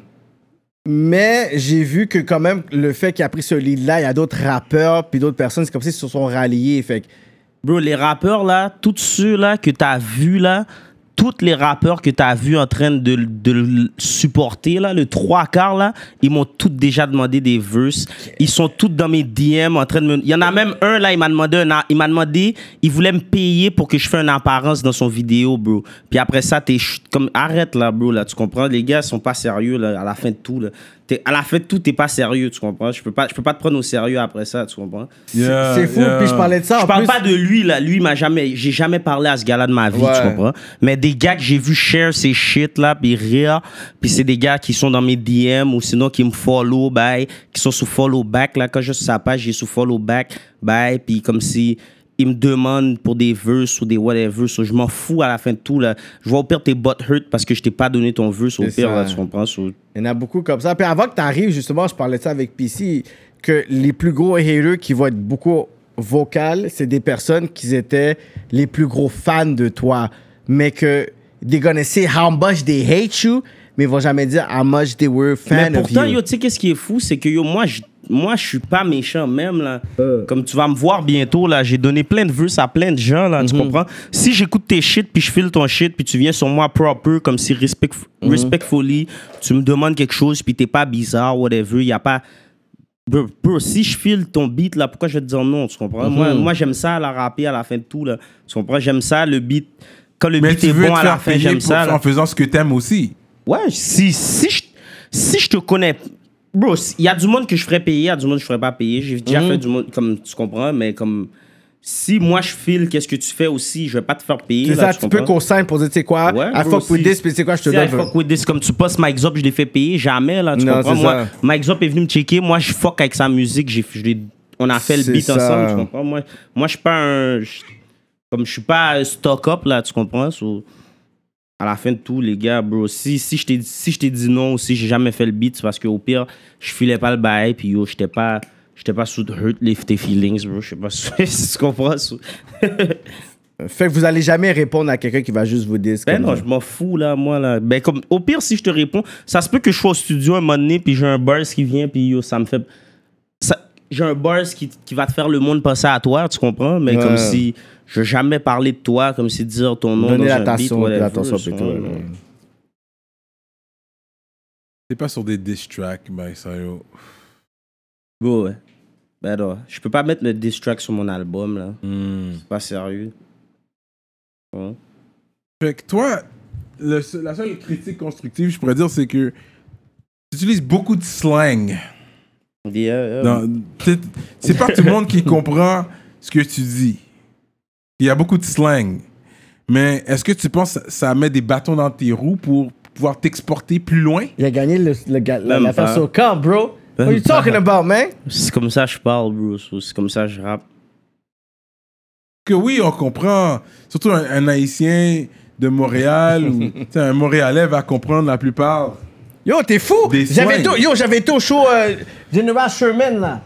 [SPEAKER 5] Mais j'ai vu que quand même, le fait qu'il a pris ce lead-là, il y a d'autres rappeurs puis d'autres personnes, c'est comme si ils se sont ralliés. Fait que
[SPEAKER 4] Bro, les rappeurs là, tous ceux là que t'as vu là, tous les rappeurs que t'as vu en train de, de le supporter là, le trois quarts là, ils m'ont tous déjà demandé des verses. Ils sont tous dans mes DM en train de me. Il y en a même un là, il m'a demandé, un, a- il m'a demandé, il voulait me payer pour que je fasse une apparence dans son vidéo, bro. Puis après ça, t'es ch- comme arrête là, bro là, tu comprends Les gars ils sont pas sérieux là, à la fin de tout là. T'es- à la fin de tout, t'es pas sérieux, tu comprends Je peux pas, je peux pas te prendre au sérieux après ça, tu comprends
[SPEAKER 3] Yeah,
[SPEAKER 5] c'est fou.
[SPEAKER 3] yeah.
[SPEAKER 5] Puis je parlais de ça. en
[SPEAKER 4] je parle
[SPEAKER 5] plus,
[SPEAKER 4] pas de lui là, lui il m'a jamais j'ai jamais parlé à ce gars-là de ma vie,
[SPEAKER 5] Ouais.
[SPEAKER 4] tu comprends Mais des gars que j'ai vu share ces shit là puis rire, puis c'est des gars qui sont dans mes DM ou sinon qui me follow bye, qui sont sous follow back là quand je suis sur sa page, j'ai sous follow back bye puis comme si ils me demandent pour des verses ou des whatever, so je m'en fous à la fin de tout là. Je vois au pire tes bottes hurt parce que je t'ai pas donné ton verse au
[SPEAKER 5] C'est
[SPEAKER 4] pire
[SPEAKER 5] ça.
[SPEAKER 4] là, tu comprends So,
[SPEAKER 5] Il y en a beaucoup comme ça. Puis avant que tu arrives, justement, je parlais de ça avec PC, que les plus gros haters qui vont être beaucoup vocales, c'est des personnes qui étaient les plus gros fans de toi, mais que they gonna say how much they hate you, mais ils vont jamais dire how much they were fan
[SPEAKER 4] Mais pourtant,
[SPEAKER 5] of you.
[SPEAKER 4] yo, tu sais, qu'est-ce qui est fou, c'est que yo, moi, je, moi, je suis pas méchant, même là.
[SPEAKER 3] Euh.
[SPEAKER 4] Comme tu vas me voir bientôt, là, j'ai donné plein de vœux à plein de gens, là,
[SPEAKER 3] Mhm.
[SPEAKER 4] tu comprends? Si j'écoute tes shit, puis je file ton shit, puis tu viens sur moi proper, comme si respect,
[SPEAKER 3] Mhm.
[SPEAKER 4] respectfully, tu me demandes quelque chose, puis t'es pas bizarre, whatever, y a pas. Bro, bro, si je file ton beat, là, pourquoi je vais te dire non, tu comprends? Moi,
[SPEAKER 3] Mhm.
[SPEAKER 4] moi j'aime ça, la rapper à la fin de tout, là. Tu comprends? J'aime ça, le beat. Quand le
[SPEAKER 3] Mais
[SPEAKER 4] beat
[SPEAKER 3] tu
[SPEAKER 4] est
[SPEAKER 3] veux
[SPEAKER 4] bon
[SPEAKER 3] te
[SPEAKER 4] à la
[SPEAKER 3] faire
[SPEAKER 4] fin,
[SPEAKER 3] payer
[SPEAKER 4] j'aime
[SPEAKER 3] pour-
[SPEAKER 4] ça. là.
[SPEAKER 3] en faisant ce que t'aimes aussi.
[SPEAKER 4] Ouais, si, si, je, si je te connais. Bro, il y a du monde que je ferais payer, il y a du monde que je ferais pas payer. J'ai déjà
[SPEAKER 5] Mhm.
[SPEAKER 4] fait du monde, comme tu comprends, mais comme. Si moi je file, qu'est-ce que tu fais aussi Je vais pas te faire payer.
[SPEAKER 5] C'est
[SPEAKER 4] là,
[SPEAKER 5] ça, tu peux qu'on
[SPEAKER 4] comprends?
[SPEAKER 5] signe pour dire, tu sais quoi,
[SPEAKER 4] Ouais,
[SPEAKER 5] I
[SPEAKER 4] bro,
[SPEAKER 5] fuck with
[SPEAKER 4] si-
[SPEAKER 5] this, puis tu sais quoi, je te
[SPEAKER 4] si I
[SPEAKER 5] donne.
[SPEAKER 4] fuck with this, comme tu passes Mike Zop, je l'ai fait payer, jamais là, tu
[SPEAKER 5] Non,
[SPEAKER 4] comprends
[SPEAKER 5] c'est
[SPEAKER 4] Moi,
[SPEAKER 5] ça.
[SPEAKER 4] Mike Zop est venu me checker, moi je fuck avec sa musique, j'ai, je l'ai- on a fait le
[SPEAKER 5] C'est
[SPEAKER 4] beat
[SPEAKER 5] ça.
[SPEAKER 4] ensemble, tu comprends Moi, moi je suis pas un, je- comme je suis pas un stock up là, tu comprends So, à la fin de tout, les gars, bro, si, si je t'ai si je t'ai dit non ou si j'ai jamais fait le beat, c'est parce qu'au pire, je filais pas le bail, puis yo, j'étais pas, j'étais pas sous hurt les, tes feelings, bro, je sais pas (laughs) si si tu comprends. so.
[SPEAKER 5] Fait que vous allez jamais répondre à quelqu'un qui va juste vous dire.
[SPEAKER 4] Ben non, je m'en fous là, moi là. Ben comme, au pire, si je te réponds, ça se peut que je sois au studio un moment donné, puis j'ai un buzz qui vient, puis yo, ça me fait. ça- J'ai un buzz qui, qui va te faire le monde passer à toi, tu comprends? Mais
[SPEAKER 5] Ouais.
[SPEAKER 4] comme si je veux jamais parler de toi, comme si dire ton nom.
[SPEAKER 5] Donnez
[SPEAKER 4] dans un beat,
[SPEAKER 5] l'attention,
[SPEAKER 4] whatever,
[SPEAKER 5] l'attention
[SPEAKER 4] son-
[SPEAKER 5] plutôt. ouais.
[SPEAKER 3] C'est pas sur des diss tracks, mais ça, yo.
[SPEAKER 4] Ouais, ouais. Ben non, je peux pas mettre le diss track sur mon album là. C'est pas sérieux. Ouais.
[SPEAKER 3] Fait que toi, le seul- la seule critique constructive, je pourrais dire, c'est que tu utilises beaucoup de slang.
[SPEAKER 4] Yeah, yeah.
[SPEAKER 3] dans- t'es- C'est pas tout le
[SPEAKER 5] (laughs)
[SPEAKER 3] monde qui comprend ce que tu dis. Il y a beaucoup de slang. Mais est-ce que tu penses que ça met des bâtons dans tes roues pour pouvoir t'exporter plus loin?
[SPEAKER 5] Il a gagné le, le, ga- la-
[SPEAKER 4] Même
[SPEAKER 5] la face
[SPEAKER 4] pas.
[SPEAKER 5] au camp, bro. What
[SPEAKER 4] Même
[SPEAKER 5] you talking about, man?
[SPEAKER 4] C'est comme ça que je parle, bro. so C'est comme ça que je rappe.
[SPEAKER 3] que oui, on comprend. Surtout un, un Haïtien de Montréal
[SPEAKER 5] (laughs)
[SPEAKER 3] ou tu sais, un Montréalais va comprendre la plupart.
[SPEAKER 5] Yo, t'es fou!
[SPEAKER 3] Des
[SPEAKER 5] J'avais
[SPEAKER 3] swings.
[SPEAKER 5] été, yo, j'avais été au show euh, General Sherman, là.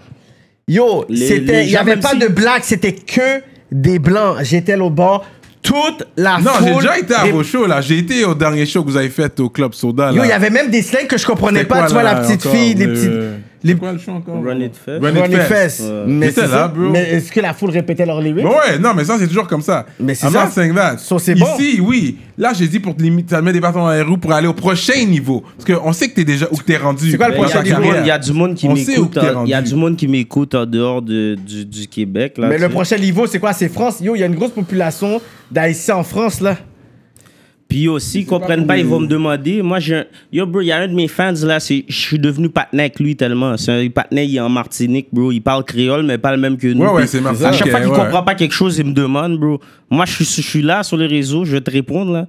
[SPEAKER 5] Yo,
[SPEAKER 4] Les-
[SPEAKER 5] c'était,
[SPEAKER 4] les
[SPEAKER 5] il n'y
[SPEAKER 4] gens,
[SPEAKER 5] avait
[SPEAKER 4] même
[SPEAKER 5] pas
[SPEAKER 4] si-
[SPEAKER 5] de blagues, c'était que des blancs. J'étais là au bord, toute la
[SPEAKER 3] Non,
[SPEAKER 5] foule.
[SPEAKER 3] j'ai déjà été à
[SPEAKER 5] des-
[SPEAKER 3] vos shows, là. J'ai été au dernier show que vous avez fait au Club Soda, là.
[SPEAKER 5] Yo, il y avait même des slangs que je comprenais
[SPEAKER 3] C'était
[SPEAKER 5] pas.
[SPEAKER 3] quoi,
[SPEAKER 5] tu vois,
[SPEAKER 3] là,
[SPEAKER 5] la petite
[SPEAKER 3] encore,
[SPEAKER 5] fille, les
[SPEAKER 3] le-
[SPEAKER 5] petites.
[SPEAKER 3] C'est quoi le show encore?
[SPEAKER 4] Run It Fest.
[SPEAKER 3] Run It
[SPEAKER 5] Run It
[SPEAKER 3] Fest.
[SPEAKER 5] Fest.
[SPEAKER 4] Ouais.
[SPEAKER 5] Mais,
[SPEAKER 3] J'étais
[SPEAKER 5] c'est
[SPEAKER 3] là,
[SPEAKER 5] ça.
[SPEAKER 3] bro.
[SPEAKER 5] mais est-ce que la foule répétait leurs lyrics?
[SPEAKER 3] Mais ouais, non, mais ça, c'est toujours comme ça.
[SPEAKER 5] Mais c'est
[SPEAKER 3] I'm
[SPEAKER 5] ça.
[SPEAKER 3] not saying that.
[SPEAKER 5] So, c'est
[SPEAKER 3] Ici,
[SPEAKER 5] bon.
[SPEAKER 3] oui. Là, j'ai dit pour te limiter, ça met des bâtons dans les roues pour aller au prochain niveau. Parce qu'on sait que t'es déjà où que t'es rendu.
[SPEAKER 5] C'est quoi le
[SPEAKER 3] dans
[SPEAKER 4] Il y, a
[SPEAKER 5] prochain
[SPEAKER 3] ta
[SPEAKER 4] du
[SPEAKER 5] niveau?
[SPEAKER 4] monde-
[SPEAKER 3] carrière.
[SPEAKER 4] y a du monde qui
[SPEAKER 3] On sait où
[SPEAKER 4] m'écoute.
[SPEAKER 3] t'es
[SPEAKER 4] en- Il y a
[SPEAKER 3] rendu.
[SPEAKER 4] du monde qui m'écoute en dehors de, du, du Québec. Là,
[SPEAKER 5] Mais
[SPEAKER 4] tu
[SPEAKER 5] le
[SPEAKER 4] sais.
[SPEAKER 5] prochain niveau, c'est quoi? C'est France. Yo, il y a une grosse population d'Haïtiens en France, là.
[SPEAKER 4] Puis aussi, ils
[SPEAKER 3] pas
[SPEAKER 4] comprennent pas,
[SPEAKER 3] pour
[SPEAKER 4] ils
[SPEAKER 3] les-
[SPEAKER 4] vont me demander. Moi, j'ai un- Yo, bro, il y a un de mes fans là, c'est- je suis devenu partenaire avec lui tellement. C'est un partenaire, il est en Martinique, bro. Il parle créole, mais pas le même que nous.
[SPEAKER 3] Ouais, ouais,
[SPEAKER 4] Puis
[SPEAKER 3] c'est
[SPEAKER 4] À
[SPEAKER 3] Martinique,
[SPEAKER 4] chaque fois qu'il
[SPEAKER 3] ouais.
[SPEAKER 4] comprend pas quelque chose, il me demande, (laughs) bro. Moi, je suis, je suis là sur les réseaux, je vais te répondre, là.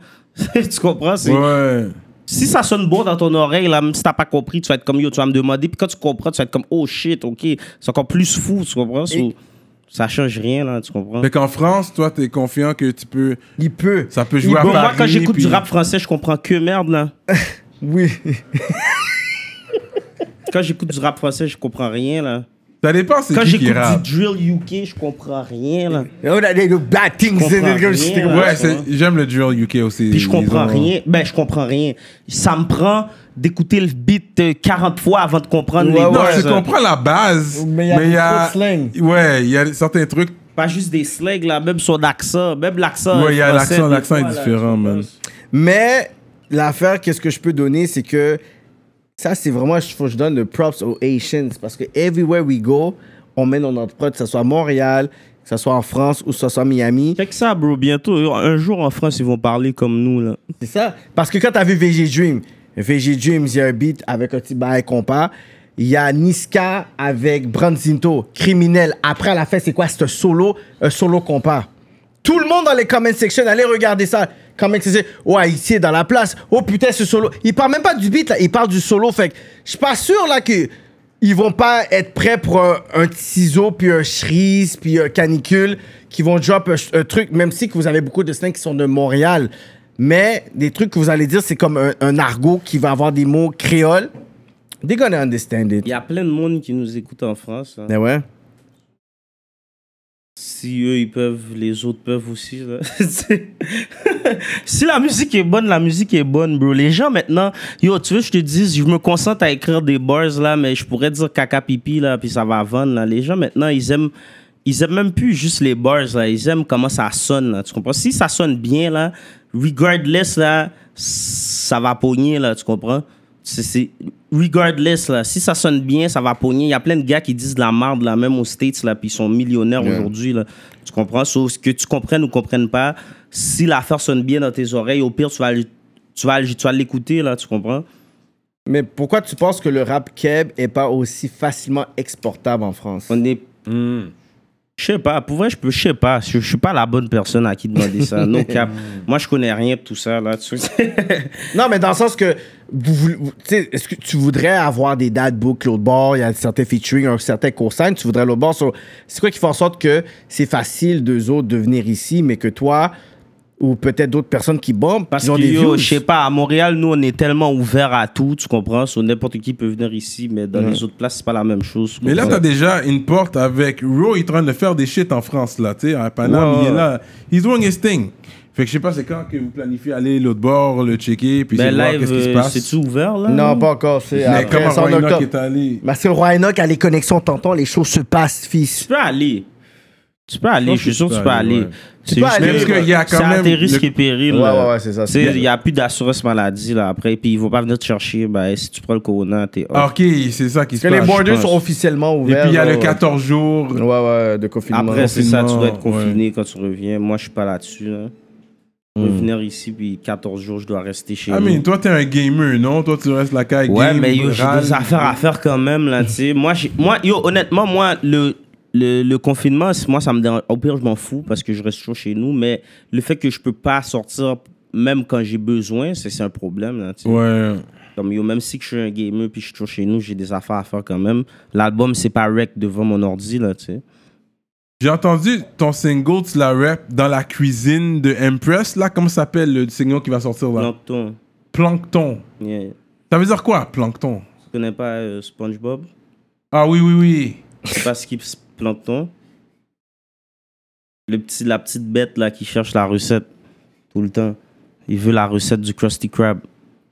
[SPEAKER 4] tu comprends? C'est
[SPEAKER 3] Ouais.
[SPEAKER 4] si ça sonne bon dans ton oreille, là, même si t'as pas compris, tu vas être comme yo, tu vas me demander. Puis quand tu comprends, tu vas être comme oh shit, ok. C'est encore plus fou, tu comprends? So, ça change rien, là, tu comprends?
[SPEAKER 3] Fait qu'en France, toi, t'es confiant que tu peux.
[SPEAKER 5] Il peut.
[SPEAKER 3] Ça peut jouer à
[SPEAKER 4] Bon,
[SPEAKER 3] Paris.
[SPEAKER 4] moi, quand j'écoute
[SPEAKER 3] puis-
[SPEAKER 4] du rap français, je comprends que merde, là.
[SPEAKER 5] Oui. (laughs)
[SPEAKER 4] Quand j'écoute du rap français, je comprends rien, là.
[SPEAKER 3] Ça dépend, c'est
[SPEAKER 4] Quand
[SPEAKER 3] qui qui
[SPEAKER 4] j'écoute
[SPEAKER 3] rappe.
[SPEAKER 4] du drill UK, je comprends rien, là.
[SPEAKER 5] On a des bad things.
[SPEAKER 4] comprends
[SPEAKER 5] des-
[SPEAKER 4] rien,
[SPEAKER 5] des-
[SPEAKER 4] là.
[SPEAKER 3] Ouais, c'est- j'aime le drill UK aussi.
[SPEAKER 4] Puis je comprends
[SPEAKER 3] ils ont-
[SPEAKER 4] rien. Ben, je comprends rien. Ça me prend d'écouter le beat euh, 40 fois avant de comprendre
[SPEAKER 5] Ouais,
[SPEAKER 4] les
[SPEAKER 5] ouais.
[SPEAKER 4] notes.
[SPEAKER 3] Non, je
[SPEAKER 4] euh.
[SPEAKER 3] comprends la base.
[SPEAKER 5] Mais il y a des trucs slang.
[SPEAKER 3] Ouais, il y a certains trucs.
[SPEAKER 4] Pas juste des slags, là, même son accent. Même l'accent.
[SPEAKER 3] Ouais, il y a
[SPEAKER 4] français,
[SPEAKER 3] l'accent,
[SPEAKER 4] des
[SPEAKER 3] l'accent
[SPEAKER 4] fois,
[SPEAKER 3] est
[SPEAKER 4] là,
[SPEAKER 3] différent,
[SPEAKER 4] tu
[SPEAKER 3] man.
[SPEAKER 4] vois.
[SPEAKER 5] Mais l'affaire, qu'est-ce que je peux donner, c'est que ça, c'est vraiment, il faut que je donne le props aux Haitians parce que everywhere we go, on mène notre prod, que ce soit à Montréal, que ce soit en France ou que ce soit à Miami.
[SPEAKER 4] Check ça, bro. Bientôt, un jour en France, ils vont parler comme nous, là.
[SPEAKER 5] C'est ça. Parce que quand t'as vu VG Dream, VG Dreams, il y a un beat avec un petit bail compas. Il y a Niska avec Branzinto, criminel. Après, à la fin, c'est quoi? C'est un solo, un solo compas. Tout le monde dans les comment section, allez regarder ça. Comment section. Ouais, ici, dans la place. Oh putain, ce solo. Il parle même pas du beat, là. Il parle du solo. Fait que je suis pas sûr, là, que ils vont pas être prêts pour un, un petit ciseau, puis un cherise, puis un canicule, qui vont drop un, ch- un truc, même si que vous avez beaucoup de snags qui sont de Montréal. Mais des trucs que vous allez dire, c'est comme un, un argot qui va avoir des mots créoles. They're gonna understand it.
[SPEAKER 4] Il y a plein de monde qui nous écoute en France. là.
[SPEAKER 5] Mais ouais.
[SPEAKER 4] Si eux, ils peuvent, les autres peuvent aussi. là. (laughs) C'est- si la musique est bonne, la musique est bonne, bro. Les gens, maintenant, yo, tu veux que je te dise, je me concentre à écrire des bars, là, mais je pourrais dire caca pipi, là, puis ça va vendre, là. Les gens, maintenant, ils aiment... Ils aiment même plus juste les bars, là. Ils aiment comment ça sonne, là. Tu comprends? Si ça sonne bien, là, regardless, là, ça va pogner, là. Tu comprends? C'est- c'est regardless là si ça sonne bien ça va pogner il y a plein de gars qui disent de la merde là même aux states là puis ils sont millionnaires aujourd'hui là tu comprends sauf que tu comprennes ou comprennes pas si l'affaire sonne bien dans tes oreilles au pire tu vas le- tu vas le- tu vas l'écouter là tu comprends
[SPEAKER 5] Mais pourquoi tu penses que le rap keb est pas aussi facilement exportable en France?
[SPEAKER 4] on est je sais pas pour vrai je peux je sais pas je, je suis pas la bonne personne à qui demander ça non cap moi je connais rien de tout ça là tu
[SPEAKER 5] Non, mais dans le sens que, vous, voulez- vous- tu sais, est-ce que tu voudrais avoir des dad books l'autre bord, il y a certains featuring, un certain cosign, tu voudrais l'autre bord. so, C'est quoi qui fait en sorte que c'est facile d'eux autres de venir ici, mais que toi, ou peut-être d'autres personnes qui bombent,
[SPEAKER 4] Parce
[SPEAKER 5] ils ont
[SPEAKER 4] que,
[SPEAKER 5] des
[SPEAKER 4] yo,
[SPEAKER 5] views.
[SPEAKER 4] je sais pas, à Montréal, nous, on est tellement ouvert à tout, tu comprends? So, n'importe qui peut venir ici, mais dans
[SPEAKER 5] Mhm.
[SPEAKER 4] les autres places, c'est pas la même chose. tu
[SPEAKER 3] Mais là,
[SPEAKER 4] comprends?
[SPEAKER 3] t'as déjà une porte avec Raw, il est en train de faire des shit en France, là, tu sais, à Paname,
[SPEAKER 4] Ouais,
[SPEAKER 3] il est
[SPEAKER 4] ouais.
[SPEAKER 3] là. He's doing his thing. Fait que je sais pas, c'est quand que vous planifiez aller l'autre bord, le checker, puis c'est
[SPEAKER 4] ben,
[SPEAKER 3] voir
[SPEAKER 4] live,
[SPEAKER 3] qu'est-ce qui se
[SPEAKER 4] euh,
[SPEAKER 3] passe.
[SPEAKER 4] c'est-tu ouvert, là?
[SPEAKER 5] Non, pas encore. C'est
[SPEAKER 3] Mais
[SPEAKER 5] après,
[SPEAKER 3] comment
[SPEAKER 5] c'est en
[SPEAKER 3] Roy Knock
[SPEAKER 5] octobre.
[SPEAKER 3] est allé
[SPEAKER 5] Parce que le roi Enoch a les connexions, t'entends, les choses se passent, fils.
[SPEAKER 4] Tu peux aller. Tu peux aller, je suis sûr que tu peux aller. C'est
[SPEAKER 5] peux
[SPEAKER 4] juste
[SPEAKER 5] aller,
[SPEAKER 4] que-
[SPEAKER 5] parce qu'il
[SPEAKER 3] y a quand
[SPEAKER 4] c'est à
[SPEAKER 3] même
[SPEAKER 4] tes risques
[SPEAKER 3] le-
[SPEAKER 4] et périls.
[SPEAKER 5] Ouais,
[SPEAKER 4] là.
[SPEAKER 5] ouais, ouais, c'est ça,
[SPEAKER 4] Tu
[SPEAKER 5] c'est
[SPEAKER 4] sais,
[SPEAKER 5] bien.
[SPEAKER 4] Il n'y a plus d'assurance maladie, là, après, puis ils vont pas venir te chercher. Ben, si tu prends le corona, t'es
[SPEAKER 3] Ah,
[SPEAKER 4] off.
[SPEAKER 3] ok, c'est ça qui se
[SPEAKER 5] Parce que les
[SPEAKER 3] passe.
[SPEAKER 5] borders
[SPEAKER 4] pense.
[SPEAKER 5] sont officiellement
[SPEAKER 3] Et
[SPEAKER 5] ouverts.
[SPEAKER 3] puis il y a
[SPEAKER 5] là,
[SPEAKER 3] le
[SPEAKER 5] ouais.
[SPEAKER 3] 14 jours.
[SPEAKER 5] Ouais, ouais, de confinement.
[SPEAKER 4] Après, c'est ça, tu
[SPEAKER 3] confinement,
[SPEAKER 4] dois être confiné quand tu reviens. Moi, je suis pas là-dessus, là. Je
[SPEAKER 5] Hmm.
[SPEAKER 4] vais venir ici, puis 14 jours, je dois rester chez
[SPEAKER 3] Ah,
[SPEAKER 4] nous.
[SPEAKER 3] mais toi, t'es un gamer, non Toi, tu restes la caille
[SPEAKER 4] Ouais,
[SPEAKER 3] game,
[SPEAKER 4] mais yo, j'ai
[SPEAKER 3] râle.
[SPEAKER 4] des affaires à faire quand même, là, tu sais. Moi, j'ai- moi, yo, honnêtement, moi, le, le, le confinement, c'est- moi, ça me dérange. Au pire, je m'en fous parce que je reste toujours chez nous, mais le fait que je peux pas sortir, même quand j'ai besoin, c'est c'est un problème, là, tu sais.
[SPEAKER 3] Ouais.
[SPEAKER 4] Comme, yo, même si que je suis un gamer puis je suis toujours chez nous, j'ai des affaires à faire quand même. L'album, c'est pas rec devant mon ordi, là, tu sais.
[SPEAKER 3] J'ai entendu ton single, tu la rap dans la cuisine de Empress, là. Comment ça s'appelle le single qui va sortir, là
[SPEAKER 4] Plancton.
[SPEAKER 3] Plankton.
[SPEAKER 4] Yeah.
[SPEAKER 3] Ça veut dire quoi, plankton
[SPEAKER 4] Tu connais pas euh, SpongeBob?
[SPEAKER 3] Ah oui, oui, oui.
[SPEAKER 4] Je sais pas ce qui se plancton. Le petit, la petite bête là qui cherche la recette tout le temps. Il veut la recette du Krusty Krab.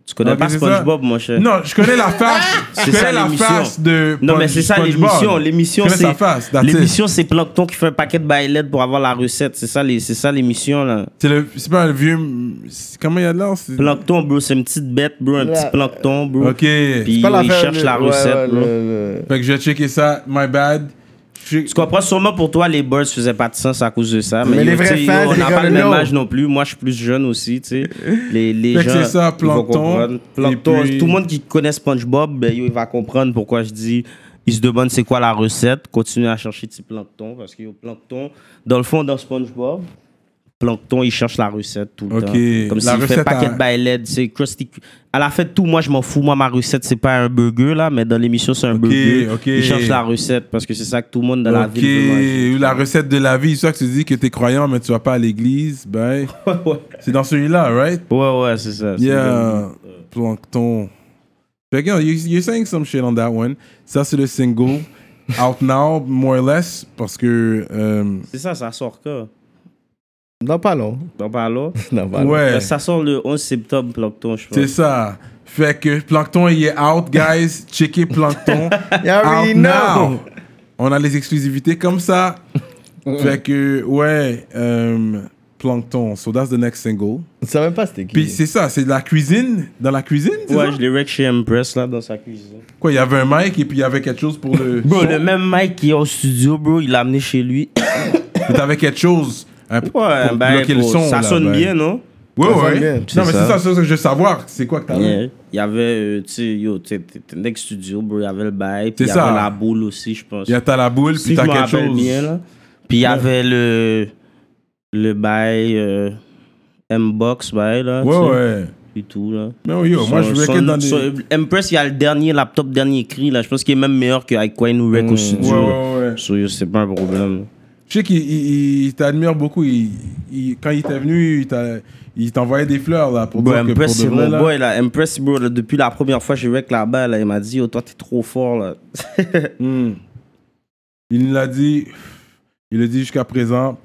[SPEAKER 4] Tu connais
[SPEAKER 3] Ok,
[SPEAKER 4] pas
[SPEAKER 3] c'est
[SPEAKER 4] SpongeBob, mon cher?
[SPEAKER 3] Non, je connais
[SPEAKER 4] (laughs)
[SPEAKER 3] la face. je
[SPEAKER 4] Euh. C'est
[SPEAKER 3] connais
[SPEAKER 4] ça,
[SPEAKER 3] la
[SPEAKER 4] l'émission.
[SPEAKER 3] face de.
[SPEAKER 4] Non, mais
[SPEAKER 3] Sponge-
[SPEAKER 4] c'est ça
[SPEAKER 3] SpongeBob.
[SPEAKER 4] l'émission. L'émission,
[SPEAKER 3] Je connais sa
[SPEAKER 4] c'est.
[SPEAKER 3] face. that's it.
[SPEAKER 4] L'émission, c'est Plankton qui fait un paquet de bailettes pour avoir la recette. C'est ça, les- c'est ça l'émission, là.
[SPEAKER 3] C'est le- c'est pas le vieux. c'est- Comment il y a de l'air c'est-
[SPEAKER 4] Plankton, bro, c'est une petite bête, bro, un
[SPEAKER 5] Là.
[SPEAKER 4] petit plankton, bro.
[SPEAKER 3] Ok. Fait
[SPEAKER 4] Puis
[SPEAKER 5] Pas
[SPEAKER 4] il
[SPEAKER 5] l'affaire,
[SPEAKER 4] cherche
[SPEAKER 5] le-
[SPEAKER 4] la
[SPEAKER 5] ouais,
[SPEAKER 4] recette,
[SPEAKER 5] ouais,
[SPEAKER 4] bro.
[SPEAKER 5] le- le-
[SPEAKER 3] que je vais checker ça. My bad. Je-
[SPEAKER 4] Tu comprends sûrement pour toi, les birds faisaient pas de sens à cause de ça. Mais,
[SPEAKER 5] Mais les
[SPEAKER 4] yo,
[SPEAKER 5] vrais
[SPEAKER 4] tu sais, yo,
[SPEAKER 5] fans,
[SPEAKER 4] on
[SPEAKER 5] les
[SPEAKER 4] n'a
[SPEAKER 5] gars,
[SPEAKER 4] pas le
[SPEAKER 5] le
[SPEAKER 4] même
[SPEAKER 5] know.
[SPEAKER 4] âge non plus. Moi, je suis plus jeune aussi, tu sais. Les, les
[SPEAKER 3] Fait que
[SPEAKER 4] gens.
[SPEAKER 3] c'est ça,
[SPEAKER 4] ils vont
[SPEAKER 3] Plankton,
[SPEAKER 4] comprendre.
[SPEAKER 3] et
[SPEAKER 4] Plankton,
[SPEAKER 3] puis-
[SPEAKER 4] Tout le monde qui connaît SpongeBob, ben, yo, il va comprendre pourquoi je dis. Il se demande c'est quoi la recette. Continue à chercher petit plancton. Parce que yo, plancton, dans le fond, dans SpongeBob, Plancton, il cherche la recette tout le
[SPEAKER 3] Ok.
[SPEAKER 4] temps. Comme
[SPEAKER 3] La
[SPEAKER 4] s'il fait
[SPEAKER 3] recette
[SPEAKER 4] paquet
[SPEAKER 3] à-
[SPEAKER 4] de bails LED, c'est Krusty- À la fin de tout, moi, je m'en fous. Moi, ma recette, c'est pas un burger, là, mais dans l'émission, c'est un burger.
[SPEAKER 3] ok.
[SPEAKER 4] Il cherche la recette parce que c'est ça que tout le monde dans la
[SPEAKER 3] ok,
[SPEAKER 4] ville veut manger.
[SPEAKER 3] ou la recette de la vie, soit que tu dis que t'es croyant mais tu vas pas à l'église, ben
[SPEAKER 4] (laughs) ouais.
[SPEAKER 3] c'est dans celui-là, right?
[SPEAKER 4] Ouais, ouais, c'est ça. c'est comme-
[SPEAKER 3] Yeah, plancton. Fait que, you know, you- you're saying some shit on that one. Ça c'est le single out now, more or less, parce que euh,
[SPEAKER 4] C'est ça, ça sort quand
[SPEAKER 5] Non, pas long.
[SPEAKER 4] Dans pas là.
[SPEAKER 5] Non, pas
[SPEAKER 3] (laughs)
[SPEAKER 5] long.
[SPEAKER 3] ouais,
[SPEAKER 4] oh? Euh, Ça sort le 11 septembre, Plancton, je
[SPEAKER 3] c'est
[SPEAKER 4] pense.
[SPEAKER 3] ça. Fait que plancton il est out, guys. Checkez
[SPEAKER 4] (laughs)
[SPEAKER 3] plancton.
[SPEAKER 5] You already
[SPEAKER 3] Out
[SPEAKER 5] know.
[SPEAKER 3] now. On a les exclusivités comme
[SPEAKER 4] (laughs)
[SPEAKER 3] ça. fait que, ouais, euh, Plankton. So that's the next single.
[SPEAKER 5] Je savais même pas c'était qui.
[SPEAKER 3] Puis c'est ça, c'est de la cuisine. Dans la cuisine, c'est
[SPEAKER 4] Ouais,
[SPEAKER 3] ça?
[SPEAKER 4] je l'ai rec chez Empress, là, dans sa cuisine.
[SPEAKER 3] Quoi, il y avait un mic et puis il y avait quelque chose pour le.
[SPEAKER 4] (laughs) Bro,
[SPEAKER 3] son.
[SPEAKER 4] le même Mike qui est au studio, bro, il l'a amené chez lui.
[SPEAKER 3] Mais T'avais quelque chose. un- pour
[SPEAKER 4] (coughs) Ouais, ben,
[SPEAKER 3] bloquer
[SPEAKER 4] bro,
[SPEAKER 3] le son.
[SPEAKER 4] ça
[SPEAKER 3] là,
[SPEAKER 4] sonne
[SPEAKER 3] ben.
[SPEAKER 4] bien, non?
[SPEAKER 3] Ouais,
[SPEAKER 5] Ça sonne
[SPEAKER 3] ouais.
[SPEAKER 5] bien,
[SPEAKER 3] Non, mais
[SPEAKER 4] c'est
[SPEAKER 3] c'est
[SPEAKER 4] ça.
[SPEAKER 3] ça, c'est ça que je veux savoir. C'est quoi que t'avais?
[SPEAKER 4] Yeah. Il y avait, euh, tu sais, yo, tu sais, t'es- t'es Next Studio, bro, il y avait le bail, puis il y
[SPEAKER 3] C'est
[SPEAKER 4] avait
[SPEAKER 3] ça.
[SPEAKER 4] la boule aussi, je pense.
[SPEAKER 3] Il y a t'as la boule,
[SPEAKER 4] si
[SPEAKER 3] puis
[SPEAKER 4] je
[SPEAKER 3] t'as
[SPEAKER 4] me
[SPEAKER 3] quelque
[SPEAKER 4] rappelle
[SPEAKER 3] chose.
[SPEAKER 4] bien, là. Puis il y avait le, le bail euh, M-Box, bail, là. tu
[SPEAKER 3] Ouais,
[SPEAKER 4] sais,
[SPEAKER 3] ouais.
[SPEAKER 4] Et tout, là.
[SPEAKER 3] Mais oui, yo, moi, je voulais que dans des. Ouais,
[SPEAKER 4] son- Empress, il y a le dernier laptop, dernier cri, là. Je pense qu'il est même meilleur que avec quoi il nous rec au
[SPEAKER 3] ouais,
[SPEAKER 4] studio.
[SPEAKER 3] ouais.
[SPEAKER 4] So, yo, c'est pas un problème.
[SPEAKER 3] Je sais qu'il il- il t'admire beaucoup. Il- il- quand il était venu, il t'a- il t'envoyait des fleurs là, pour
[SPEAKER 4] Bro,
[SPEAKER 3] dire que pour
[SPEAKER 4] Empress,
[SPEAKER 3] de
[SPEAKER 4] c'est
[SPEAKER 3] vrai,
[SPEAKER 4] mon
[SPEAKER 3] là,
[SPEAKER 4] boy, là. Empress, bro, là, depuis la première fois que j'ai rec là-bas, là, il m'a dit, yo, toi, t'es trop fort, là.
[SPEAKER 3] hmm, il nous l'a dit, il l'a dit jusqu'à présent.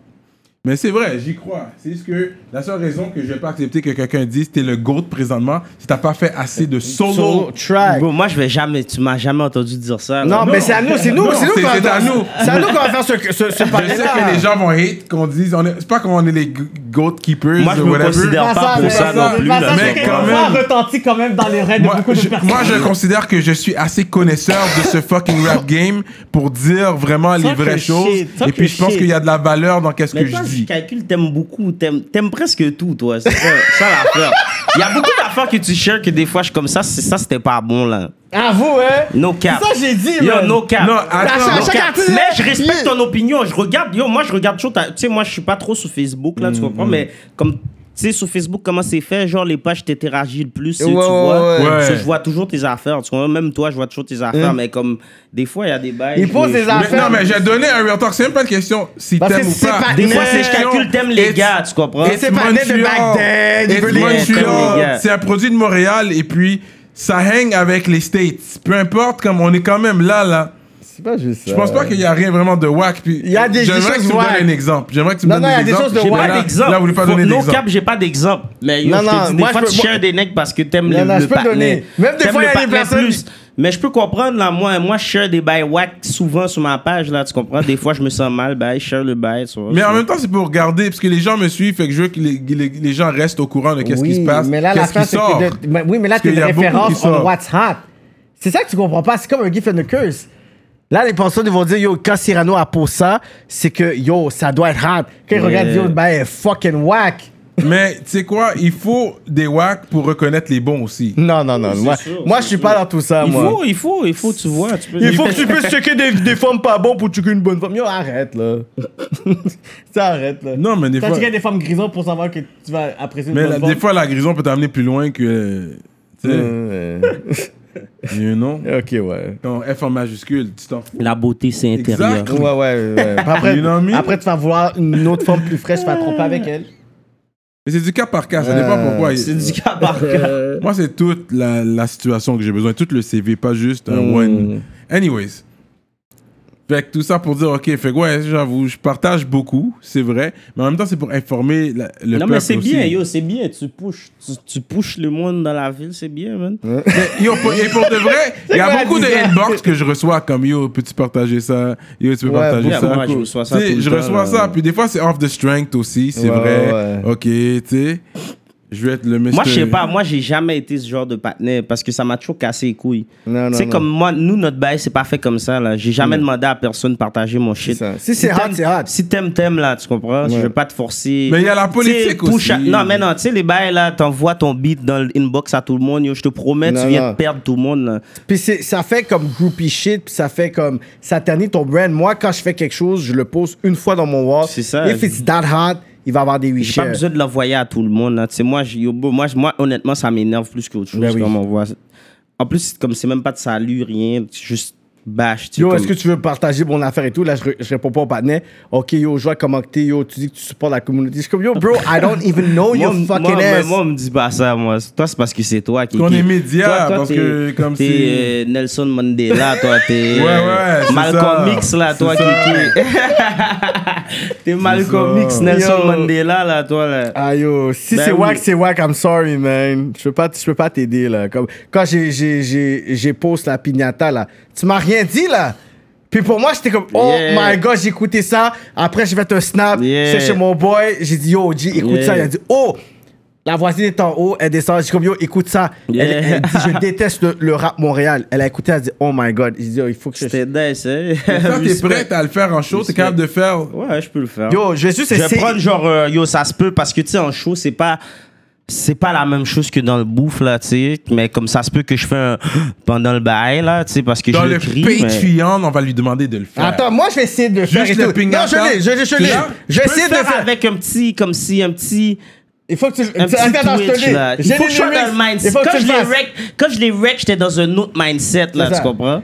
[SPEAKER 3] Mais c'est vrai, j'y crois. C'est juste que la seule raison que je vais pas accepter que quelqu'un dise t'es le GOAT présentement, c'est que t'as pas fait assez de solo.
[SPEAKER 5] Solo track.
[SPEAKER 4] Bro, moi, je vais jamais, tu m'as jamais entendu dire ça. là.
[SPEAKER 5] Non, mais c'est à nous, c'est nous,
[SPEAKER 3] Non,
[SPEAKER 5] c'est nous
[SPEAKER 3] c'est-
[SPEAKER 5] qu'on va
[SPEAKER 3] c'est à
[SPEAKER 5] faire-
[SPEAKER 3] nous.
[SPEAKER 5] C'est à nous qu'on va faire ce, ce, ce
[SPEAKER 3] Je sais que les gens vont hate qu'on dise, on est- c'est pas qu'on est les g- GOAT keepers
[SPEAKER 4] Moi, je
[SPEAKER 3] ou
[SPEAKER 4] me
[SPEAKER 3] whatever.
[SPEAKER 4] considère pas pour ça non plus, là,
[SPEAKER 3] ça,
[SPEAKER 4] c'est
[SPEAKER 3] mais
[SPEAKER 4] pas
[SPEAKER 3] quand
[SPEAKER 4] grave.
[SPEAKER 3] même.
[SPEAKER 6] retentit quand même dans les raids de
[SPEAKER 3] Moi,
[SPEAKER 6] beaucoup de
[SPEAKER 3] je,
[SPEAKER 6] personnes.
[SPEAKER 3] moi, je considère que je suis assez connaisseur de ce fucking
[SPEAKER 4] (laughs)
[SPEAKER 3] rap game pour dire vraiment les
[SPEAKER 4] Talk your
[SPEAKER 3] vraies choses.
[SPEAKER 4] shit, talk
[SPEAKER 3] Et puis,
[SPEAKER 4] your
[SPEAKER 3] je pense
[SPEAKER 4] shit.
[SPEAKER 3] qu'il y a de la valeur dans qu'est-ce
[SPEAKER 4] Mais
[SPEAKER 3] que
[SPEAKER 4] toi,
[SPEAKER 3] je
[SPEAKER 4] je,
[SPEAKER 3] dis.
[SPEAKER 4] calcule, t'aimes beaucoup, t'aimes, t'aimes presque tout, toi. C'est ça, ça l'affaire. Il y a beaucoup d'affaires que tu cherches que des fois, je suis comme ça, c'est, ça c'était pas bon, là.
[SPEAKER 6] À vous, hein.
[SPEAKER 4] No cap.
[SPEAKER 6] C'est ça que j'ai dit,
[SPEAKER 4] Yo,
[SPEAKER 6] man.
[SPEAKER 4] no cap.
[SPEAKER 3] Non,
[SPEAKER 6] ça,
[SPEAKER 3] attends.
[SPEAKER 6] ça,
[SPEAKER 4] No
[SPEAKER 6] chaque
[SPEAKER 4] cap.
[SPEAKER 6] artiste-
[SPEAKER 4] Mais je respecte
[SPEAKER 6] Yeah.
[SPEAKER 4] ton opinion. Je regarde, yo, moi, je regarde toujours. ta- Tu sais, moi, je suis pas trop sur Facebook,
[SPEAKER 3] Mm-hmm.
[SPEAKER 4] là, tu comprends, mais comme. Tu sais, sur Facebook, comment c'est fait? Genre, les pages t'interagissent le plus, tu
[SPEAKER 5] Ouais,
[SPEAKER 4] vois.
[SPEAKER 5] ouais, Mm.
[SPEAKER 3] ouais.
[SPEAKER 4] Parce que
[SPEAKER 3] Ouais.
[SPEAKER 4] Je vois toujours tes affaires, tu vois. Même toi, je vois toujours tes affaires, mais comme, des fois, il y a des bails.
[SPEAKER 5] Il pose
[SPEAKER 4] je-
[SPEAKER 5] des
[SPEAKER 4] je-
[SPEAKER 5] affaires. Ah,
[SPEAKER 3] Mais non, mais j'ai donné un real talk. C'est même pas une question si
[SPEAKER 5] Parce
[SPEAKER 3] t'aimes
[SPEAKER 5] que
[SPEAKER 3] ou
[SPEAKER 5] c'est
[SPEAKER 3] pas.
[SPEAKER 5] pas-
[SPEAKER 4] Des fois,
[SPEAKER 5] Mais-
[SPEAKER 4] c'est je calcule, t'aimes les
[SPEAKER 3] It's-
[SPEAKER 4] gars, tu comprends?
[SPEAKER 3] It's
[SPEAKER 5] C'est pas né de
[SPEAKER 3] Montreal.
[SPEAKER 5] back then, il
[SPEAKER 3] It's
[SPEAKER 5] veut les-
[SPEAKER 4] comme les gars.
[SPEAKER 3] Montreal. C'est un produit de Montréal. Et puis, ça hang avec les States. Peu importe, comme on est quand même là, là.
[SPEAKER 5] C'est pas juste ça.
[SPEAKER 3] Je pense pas qu'il y a rien vraiment de whack. Puis
[SPEAKER 5] Il y a des- des
[SPEAKER 3] J'aimerais que tu
[SPEAKER 5] choses
[SPEAKER 3] me
[SPEAKER 5] whack.
[SPEAKER 3] donnes un exemple. J'aimerais que tu me
[SPEAKER 5] Non,
[SPEAKER 3] donnes
[SPEAKER 5] non, il y a
[SPEAKER 3] des
[SPEAKER 5] des
[SPEAKER 3] exemples. ben
[SPEAKER 5] choses de
[SPEAKER 4] J'ai
[SPEAKER 5] whack.
[SPEAKER 4] pas
[SPEAKER 3] Là-
[SPEAKER 4] d'exemple.
[SPEAKER 3] Là, vous voulez pas donner
[SPEAKER 4] Non,
[SPEAKER 3] d'exemple.
[SPEAKER 4] cap, j'ai pas d'exemple. Mais yo,
[SPEAKER 5] Non,
[SPEAKER 4] je te
[SPEAKER 5] non,
[SPEAKER 4] dis, des
[SPEAKER 5] moi,
[SPEAKER 4] fois,
[SPEAKER 5] je peux-
[SPEAKER 4] tu
[SPEAKER 5] moi-
[SPEAKER 4] cherches des necks parce que t'aimes
[SPEAKER 5] Non,
[SPEAKER 4] le,
[SPEAKER 5] non,
[SPEAKER 4] le
[SPEAKER 5] je peux
[SPEAKER 4] partenaire.
[SPEAKER 5] donner. Même des
[SPEAKER 4] T'aimes
[SPEAKER 5] fois, il y
[SPEAKER 4] le
[SPEAKER 5] a des
[SPEAKER 4] partenaire
[SPEAKER 5] personnes-
[SPEAKER 4] plus. Mais je peux comprendre, là, moi, moi, je cherche des bails whack souvent sur ma page, là, tu comprends? Des fois, je me sens mal, bah, je cherche le bail. tu vois,
[SPEAKER 3] Mais
[SPEAKER 4] tu
[SPEAKER 3] en
[SPEAKER 4] vois.
[SPEAKER 3] même temps, c'est pour regarder, parce que les gens me suivent, fait que je veux que les, les- les gens restent au courant de qu'est-ce
[SPEAKER 5] Oui,
[SPEAKER 3] qui se passe,
[SPEAKER 5] Mais là,
[SPEAKER 3] qu'est-ce
[SPEAKER 5] l'affaire,
[SPEAKER 3] qui
[SPEAKER 5] c'est
[SPEAKER 3] sort.
[SPEAKER 5] que de- mais- oui, mais là,
[SPEAKER 3] Parce
[SPEAKER 5] t'es
[SPEAKER 3] qu'il y
[SPEAKER 5] une
[SPEAKER 3] a beaucoup qui
[SPEAKER 5] référence on
[SPEAKER 3] sort.
[SPEAKER 5] what's hot. C'est ça que tu comprends pas. C'est comme un gift and a curse. Là, les personnes ils vont dire, yo, quand Cyrano a pour ça, c'est que, yo, ça doit être hot. Quand ils
[SPEAKER 4] Yeah.
[SPEAKER 5] regardent, yo, ben, elle est fucking whack.
[SPEAKER 3] Mais tu sais quoi, il faut des wacks pour reconnaître les bons aussi.
[SPEAKER 5] Non, non, non.
[SPEAKER 4] c'est
[SPEAKER 5] Moi,
[SPEAKER 4] sûr,
[SPEAKER 5] moi
[SPEAKER 4] c'est
[SPEAKER 5] je suis
[SPEAKER 4] sûr.
[SPEAKER 5] pas dans tout ça,
[SPEAKER 4] il
[SPEAKER 5] moi.
[SPEAKER 4] faut, il faut, il faut, tu vois. Tu peux...
[SPEAKER 5] Il faut que tu puisses checker des, des femmes pas bonnes pour checker une bonne femme. Yo, arrête, là. (laughs) ça arrête, là.
[SPEAKER 3] Non, mais des
[SPEAKER 6] T'as
[SPEAKER 3] fois,
[SPEAKER 6] tiré des femmes grisons pour savoir que tu vas apprécier une
[SPEAKER 3] mais
[SPEAKER 6] bonne
[SPEAKER 3] la-
[SPEAKER 6] femme.
[SPEAKER 3] des fois, la grison peut t'amener plus loin que. Tu sais,
[SPEAKER 5] Euh,
[SPEAKER 3] you know?
[SPEAKER 5] ok, ouais.
[SPEAKER 3] Quand F en majuscule, tu t'en fous.
[SPEAKER 4] (laughs) La beauté, c'est intérieur.
[SPEAKER 3] Exact.
[SPEAKER 5] Ouais, ouais, (laughs) ouais. Après,
[SPEAKER 3] You know me?
[SPEAKER 5] après, tu vas vouloir une autre femme plus fraîche, tu vas te tromper avec elle.
[SPEAKER 3] Mais c'est du cas par cas, ça dépend
[SPEAKER 5] Euh,
[SPEAKER 3] pourquoi.
[SPEAKER 4] C'est du cas par cas.
[SPEAKER 3] Moi, c'est toute la, la situation que j'ai besoin, tout le CV, pas juste un
[SPEAKER 4] Hmm.
[SPEAKER 3] one. Anyways. Fait que tout ça pour dire, OK, fait que ouais, j'avoue, je partage beaucoup, c'est vrai, mais en même temps, c'est pour informer la- le
[SPEAKER 4] Non,
[SPEAKER 3] peuple
[SPEAKER 4] mais c'est
[SPEAKER 3] aussi.
[SPEAKER 4] bien, yo, c'est bien. Tu pushes, tu, tu pushes le monde dans la ville, c'est bien, man.
[SPEAKER 3] Mais, (laughs) yo, pour- et pour de vrai, il y
[SPEAKER 5] quoi
[SPEAKER 3] a
[SPEAKER 5] la
[SPEAKER 3] beaucoup de
[SPEAKER 5] bizarre?
[SPEAKER 3] inbox que je reçois comme, yo, peux-tu partager ça? Yo, tu peux
[SPEAKER 5] Ouais,
[SPEAKER 3] partager
[SPEAKER 5] beaucoup.
[SPEAKER 3] ça?
[SPEAKER 4] Moi, je reçois ça
[SPEAKER 3] Tu sais,
[SPEAKER 4] tout le
[SPEAKER 3] je
[SPEAKER 4] temps, euh.
[SPEAKER 3] reçois
[SPEAKER 4] là.
[SPEAKER 3] ça, puis des fois, c'est off the strength aussi, c'est
[SPEAKER 5] Ouais,
[SPEAKER 3] vrai.
[SPEAKER 5] ouais, ouais.
[SPEAKER 3] OK, tu sais, je vais être le
[SPEAKER 4] Moi, je sais
[SPEAKER 3] Mr.
[SPEAKER 4] pas, moi, j'ai jamais été ce genre de partenaire parce que ça m'a toujours cassé les couilles.
[SPEAKER 5] Non, non,
[SPEAKER 4] C'est
[SPEAKER 5] non.
[SPEAKER 4] comme moi, nous, notre bail, c'est pas fait comme ça, là. J'ai jamais demandé à personne de partager mon shit.
[SPEAKER 5] ça. Si c'est hot,
[SPEAKER 4] t'aimes-
[SPEAKER 5] c'est hot.
[SPEAKER 4] Si t'aimes, t'aimes, là, tu comprends? Je vais pas te forcer.
[SPEAKER 3] Mais il y a la politique
[SPEAKER 4] Tu sais, push
[SPEAKER 3] aussi.
[SPEAKER 4] à- Non, mais non, tu sais, les bails, là, t'envoies ton beat dans l'inbox à tout le monde. yo, je te promets,
[SPEAKER 5] Non,
[SPEAKER 4] tu viens
[SPEAKER 5] non.
[SPEAKER 4] de perdre tout le monde, là.
[SPEAKER 5] Puis c'est- ça fait comme groupie shit, puis ça fait comme ça ternit ton brand. Moi, quand je fais quelque chose, je le pose une fois dans mon wall.
[SPEAKER 4] C'est ça.
[SPEAKER 5] If it's that hot, il va avoir des huit
[SPEAKER 4] J'ai pas
[SPEAKER 5] shares.
[SPEAKER 4] besoin de l'envoyer à tout le monde. là. Tu sais, moi, j'ai- yo, bro, moi, je- moi, honnêtement, ça m'énerve plus qu'autre chose.
[SPEAKER 5] Ben oui.
[SPEAKER 4] comme on voit. En plus, comme c'est même pas de salut, rien, c'est juste bash. tu sais,
[SPEAKER 5] Yo,
[SPEAKER 4] comme-
[SPEAKER 5] est-ce que tu veux partager mon affaire et tout? Là, je, re- je réponds pas au patinet. Ok, yo, je vois comment que t'es, yo, tu dis que tu supportes la communauté. Je suis comme, yo, bro, I don't even know your
[SPEAKER 4] (laughs) Moi, m-
[SPEAKER 5] fucking
[SPEAKER 4] moi,
[SPEAKER 5] ass.
[SPEAKER 4] moi, on me dit pas ça, moi. Toi, c'est parce que c'est toi qui.
[SPEAKER 3] Qu'on
[SPEAKER 4] qui-
[SPEAKER 3] est média,
[SPEAKER 4] Toi- toi,
[SPEAKER 3] parce
[SPEAKER 4] t'es-
[SPEAKER 3] que comme
[SPEAKER 4] t'es,
[SPEAKER 3] si-
[SPEAKER 4] euh, Nelson Mandela, toi, t'es.
[SPEAKER 3] (laughs)
[SPEAKER 4] euh,
[SPEAKER 3] Ouais, ouais, c'est ça.
[SPEAKER 4] Malcolm X, là, toi,
[SPEAKER 3] C'est
[SPEAKER 4] qui. (laughs)
[SPEAKER 3] ça.
[SPEAKER 4] qui- T'es Malcolm
[SPEAKER 3] ça.
[SPEAKER 4] X, Nelson
[SPEAKER 5] Yo.
[SPEAKER 4] Mandela, là, toi, là.
[SPEAKER 5] Ah yo, si
[SPEAKER 4] Ben
[SPEAKER 5] c'est
[SPEAKER 4] oui.
[SPEAKER 5] wack, c'est wack, I'm sorry, man. Je peux pas, je peux pas t'aider, là. Comme, quand j'ai, j'ai, j'ai, j'ai post la pignata, là, tu m'as rien dit, là. Puis pour moi, j'étais comme, oh
[SPEAKER 4] Yeah.
[SPEAKER 5] my god, j'ai écouté ça. Après, j'ai fait un snap.
[SPEAKER 4] Yeah.
[SPEAKER 5] J'étais chez mon boy. J'ai dit, yo, G, écoute
[SPEAKER 4] Yeah.
[SPEAKER 5] ça. Il a dit, oh, la voisine est en haut, elle descend. J'ai comme, yo, écoute ça. Elle-
[SPEAKER 4] Yeah.
[SPEAKER 5] Elle, dit,
[SPEAKER 4] (laughs)
[SPEAKER 5] je déteste le, le rap Montréal. Elle a écouté, elle a dit, oh my god. J'ai dit, yo, il faut que je.
[SPEAKER 4] C'était nice, hein.
[SPEAKER 3] Quand
[SPEAKER 4] (laughs)
[SPEAKER 3] t'es
[SPEAKER 4] Respect.
[SPEAKER 3] prête à le faire en show, t'es
[SPEAKER 4] Respect.
[SPEAKER 3] capable de faire.
[SPEAKER 4] Ouais, je peux le faire.
[SPEAKER 5] Yo, je vais juste
[SPEAKER 4] je vais
[SPEAKER 5] essayer.
[SPEAKER 4] prendre genre euh, yo ça se peut parce que tu sais en show c'est pas c'est pas la même chose que dans le bouffe là tu sais mais comme ça se peut que je fais un (gasps) pendant le bail là tu sais parce que
[SPEAKER 3] Dans
[SPEAKER 4] je le
[SPEAKER 3] le
[SPEAKER 4] crie mais...
[SPEAKER 3] Patreon, on va lui demander de le faire.
[SPEAKER 5] Attends, moi, je vais essayer de le faire. et
[SPEAKER 3] le
[SPEAKER 5] tout.
[SPEAKER 3] pignata.
[SPEAKER 5] Non, je l'ai, je l'ai, je l'ai.
[SPEAKER 3] Là,
[SPEAKER 5] Je vais
[SPEAKER 4] Je peux
[SPEAKER 5] essayer de le
[SPEAKER 4] faire
[SPEAKER 5] faire.
[SPEAKER 4] avec un petit comme si un petit
[SPEAKER 5] Il faut que tu.
[SPEAKER 4] un petit
[SPEAKER 5] attends, attends, je te
[SPEAKER 4] twitch,
[SPEAKER 5] dis.
[SPEAKER 4] là. il
[SPEAKER 5] J'ai
[SPEAKER 4] faut
[SPEAKER 5] des
[SPEAKER 4] que je sois dans
[SPEAKER 5] lyrics.
[SPEAKER 4] le
[SPEAKER 5] Il
[SPEAKER 4] mindset
[SPEAKER 5] faut que
[SPEAKER 4] quand
[SPEAKER 5] tu
[SPEAKER 4] je
[SPEAKER 5] le
[SPEAKER 4] les
[SPEAKER 5] fasses.
[SPEAKER 4] wreck quand je les wreck j'étais dans un autre mindset là
[SPEAKER 5] C'est
[SPEAKER 4] tu
[SPEAKER 5] ça.
[SPEAKER 4] comprends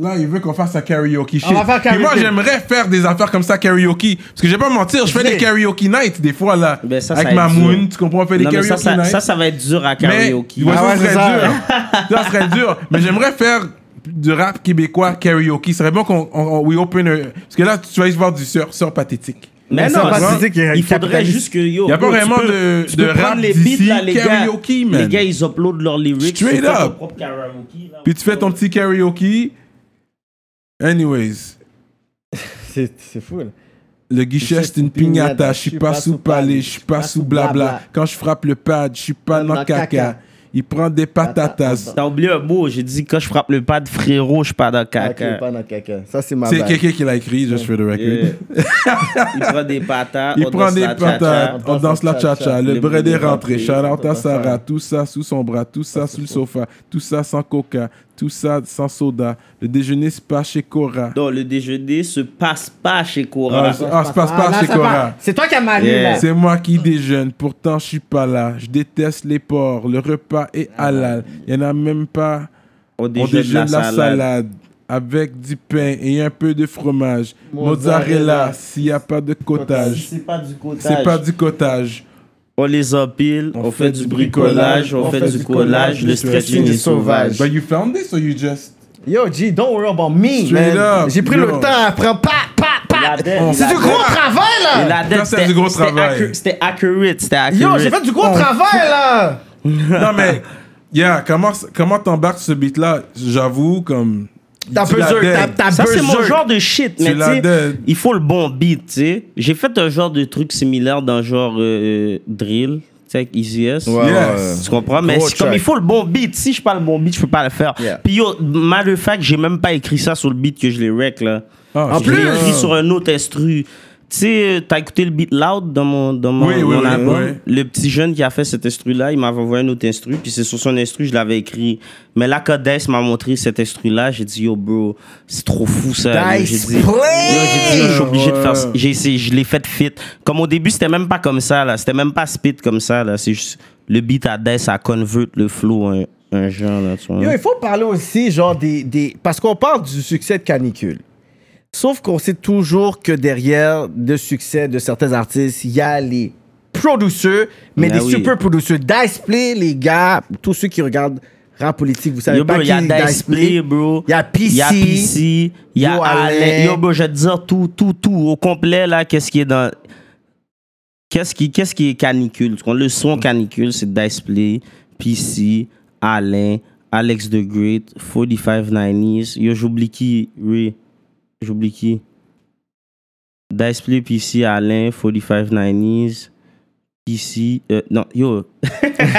[SPEAKER 3] Là, il veut qu'on fasse un karaoke shit.
[SPEAKER 5] va faire
[SPEAKER 3] Puis moi,
[SPEAKER 5] karaoke.
[SPEAKER 3] j'aimerais faire des affaires comme ça, karaoke. Parce que je vais pas mentir, je fais
[SPEAKER 5] sais.
[SPEAKER 3] des karaoke nights des fois, là.
[SPEAKER 4] Ben, ça, ça
[SPEAKER 3] avec
[SPEAKER 4] va
[SPEAKER 3] ma
[SPEAKER 4] être dur.
[SPEAKER 3] moon, tu comprends, on fait des
[SPEAKER 4] non mais
[SPEAKER 3] karaoke
[SPEAKER 4] ça ça,
[SPEAKER 3] nights.
[SPEAKER 4] ça ça va être dur à
[SPEAKER 3] mais,
[SPEAKER 4] karaoke
[SPEAKER 3] ouais,
[SPEAKER 5] Ah ouais,
[SPEAKER 3] ça,
[SPEAKER 5] c'est
[SPEAKER 3] serait
[SPEAKER 5] ça.
[SPEAKER 3] dur. hein. ça serait dur. Mais j'aimerais faire du rap québécois karaoke. Ce serait bon qu'on on- on- we open a- Parce que là, tu vas juste voir du sœur, sœur pathétique.
[SPEAKER 4] Mais
[SPEAKER 5] Mais ça,
[SPEAKER 4] non,
[SPEAKER 5] parce
[SPEAKER 4] parce
[SPEAKER 5] que c'est qu'il y a
[SPEAKER 4] il
[SPEAKER 5] un
[SPEAKER 4] faudrait
[SPEAKER 5] capitaliste.
[SPEAKER 4] juste que yo.
[SPEAKER 3] Y a pas
[SPEAKER 4] yo, tu
[SPEAKER 3] vraiment
[SPEAKER 4] peux-
[SPEAKER 3] de-
[SPEAKER 4] tu
[SPEAKER 3] de
[SPEAKER 4] peux prendre
[SPEAKER 3] rap
[SPEAKER 4] les beats
[SPEAKER 3] d'ici,
[SPEAKER 4] là, les gars.
[SPEAKER 3] karaoke, man.
[SPEAKER 4] Les gars, ils uploadent leurs lyrics.
[SPEAKER 3] Straight
[SPEAKER 4] ils font leur
[SPEAKER 3] up.
[SPEAKER 4] propre karaoke, là.
[SPEAKER 3] Puis tu fais ton petit karaoke. Anyways.
[SPEAKER 5] C'est c'est fou, là.
[SPEAKER 3] Le guichet, c'est une pignata. Je suis pas sous palais, je suis pas sous blabla. Quand je frappe le pad, je suis pas dans le caca. Il prend des patatas.
[SPEAKER 4] T'as oublié un mot. J'ai dit quand je frappe le pad, frérot, je suis pas dans le
[SPEAKER 5] Ok,
[SPEAKER 4] caca.
[SPEAKER 5] Ah, pas dans caca. Ça, c'est ma
[SPEAKER 3] C'est
[SPEAKER 5] blague.
[SPEAKER 3] quelqu'un qui l'a écrit, just for the record.
[SPEAKER 4] Yeah. (laughs) il prend des patates.
[SPEAKER 3] Il
[SPEAKER 4] on
[SPEAKER 3] prend
[SPEAKER 4] danse
[SPEAKER 3] des
[SPEAKER 4] la cha-cha.
[SPEAKER 3] patates, on danse la cha-cha, le
[SPEAKER 4] Le
[SPEAKER 3] bread
[SPEAKER 4] bread
[SPEAKER 3] est
[SPEAKER 4] est
[SPEAKER 3] rentré,
[SPEAKER 4] rentré,
[SPEAKER 3] shout out à
[SPEAKER 5] ça, ça.
[SPEAKER 3] Sarah, tout ça sous son bras, tout ça sous le sofa, tout ça sans coca, tout ça sans soda, le déjeuner se passe chez Cora.
[SPEAKER 4] Donc le déjeuner se passe pas chez
[SPEAKER 3] Ah,
[SPEAKER 4] Cora.
[SPEAKER 3] ça- ah, se passe
[SPEAKER 5] Ah,
[SPEAKER 3] pas
[SPEAKER 5] là,
[SPEAKER 3] chez
[SPEAKER 5] ça
[SPEAKER 3] Cora.
[SPEAKER 5] part. C'est toi qui as mal lu,
[SPEAKER 4] Yeah.
[SPEAKER 5] là.
[SPEAKER 3] C'est moi qui déjeune, pourtant je suis pas là. Je déteste les porcs, le repas est halal. Il y en a même pas.
[SPEAKER 4] on
[SPEAKER 3] On
[SPEAKER 4] déjeune
[SPEAKER 3] déjeune
[SPEAKER 4] la salade.
[SPEAKER 3] avec du pain et un peu de fromage. Mozzarella, s'il n'y a pas de
[SPEAKER 4] Si
[SPEAKER 3] cottage.
[SPEAKER 4] C'est pas du cottage.
[SPEAKER 3] C'est pas du cottage.
[SPEAKER 4] On les empile, on, fait, du bricolage, on fait du collage, le stretching est sauvage.
[SPEAKER 3] But you found this or you just...
[SPEAKER 5] Yo, G, don't worry about me,
[SPEAKER 3] Straight
[SPEAKER 5] man.
[SPEAKER 3] up,
[SPEAKER 5] J'ai pris
[SPEAKER 3] yo.
[SPEAKER 5] le temps à apprendre. Pa, pa, pa.
[SPEAKER 4] La dette,
[SPEAKER 5] C'est
[SPEAKER 4] la
[SPEAKER 5] du gros travail, là.
[SPEAKER 4] Et la dette,
[SPEAKER 3] c'est du
[SPEAKER 4] c'était-
[SPEAKER 3] gros
[SPEAKER 4] c'était
[SPEAKER 3] travail.
[SPEAKER 4] accu- C'était accurate, c'était accurate.
[SPEAKER 5] Yo, j'ai fait du gros
[SPEAKER 4] Oh.
[SPEAKER 3] On-
[SPEAKER 5] travail, là.
[SPEAKER 3] Non mais, yeah, comment comment t'embarques ce beat-là J'avoue, comme...
[SPEAKER 5] T'as
[SPEAKER 3] Tu l'as
[SPEAKER 5] besoin,
[SPEAKER 3] dead.
[SPEAKER 5] t'as t'as
[SPEAKER 4] ça, c'est mon
[SPEAKER 5] besoin.
[SPEAKER 4] genre de shit, mais tu
[SPEAKER 3] l'as
[SPEAKER 4] sais,
[SPEAKER 3] dead.
[SPEAKER 4] il faut le bon beat, tu sais. J'ai fait un genre de truc similaire dans genre euh, drill, tu sais, avec Easy S.
[SPEAKER 3] Yes.
[SPEAKER 4] Tu comprends? Mais
[SPEAKER 5] Gros
[SPEAKER 4] c'est comme
[SPEAKER 5] track.
[SPEAKER 4] il faut le bon beat. Si je parle bon beat, je peux pas le faire.
[SPEAKER 5] Yeah.
[SPEAKER 4] Puis yo, mal de fact, j'ai même pas écrit ça sur le beat que je l'ai rec là.
[SPEAKER 3] Ah,
[SPEAKER 4] Je l'ai
[SPEAKER 3] plus?
[SPEAKER 4] écrit sur un autre instru. Tu sais, t'as écouté le beat loud dans mon, dans mon,
[SPEAKER 3] Oui, oui,
[SPEAKER 4] mon
[SPEAKER 3] oui,
[SPEAKER 4] album.
[SPEAKER 3] oui.
[SPEAKER 4] Le petit jeune qui a fait cet instru-là, il m'avait envoyé un autre instru, puis c'est sur son instru, je l'avais écrit. Mais là, quand Dice m'a montré cet instru-là, j'ai dit, yo, bro, c'est trop fou ça. Yo,
[SPEAKER 5] Dice
[SPEAKER 4] j'ai dit,
[SPEAKER 5] Play!
[SPEAKER 4] Yo, j'ai dit, yo, je suis obligé de
[SPEAKER 3] Ouais.
[SPEAKER 4] faire ça. J'ai essayé, je l'ai fait fit. Comme au début, c'était même pas comme ça, là. C'était même pas spit comme ça, là. C'est juste le beat à Dice, ça convert le flow, un, un genre, là, tu vois.
[SPEAKER 5] Yo, il faut parler aussi, genre, des. des... Parce qu'on parle du succès de Canicule. Sauf qu'on sait toujours que derrière le succès de certains artistes, il y a les producteurs, mais
[SPEAKER 4] Ah
[SPEAKER 5] des
[SPEAKER 4] oui.
[SPEAKER 5] super producteurs. Dice Play, les gars, tous ceux qui regardent rap politique, vous savez
[SPEAKER 4] Yo,
[SPEAKER 5] pas
[SPEAKER 4] bro,
[SPEAKER 5] qui
[SPEAKER 4] y a
[SPEAKER 5] est
[SPEAKER 4] Dice Play, bro.
[SPEAKER 5] Y a PC.
[SPEAKER 4] Y a PC. Y a
[SPEAKER 5] Yo,
[SPEAKER 4] Alain.
[SPEAKER 5] Alain.
[SPEAKER 4] Yo, bro, je vais te dire tout, tout, tout. Au complet, là, qu'est-ce qui est dans. Qu'est-ce qui, qu'est-ce qui est canicule? Tu comprends? Le son canicule, c'est Dice Play, PC, Alain, Alex the Great, 4590s. Yo, j'oublie qui, oui. J'oublie qui. Dice Play, PC, Alain, 4590s. PC, euh, non, yo,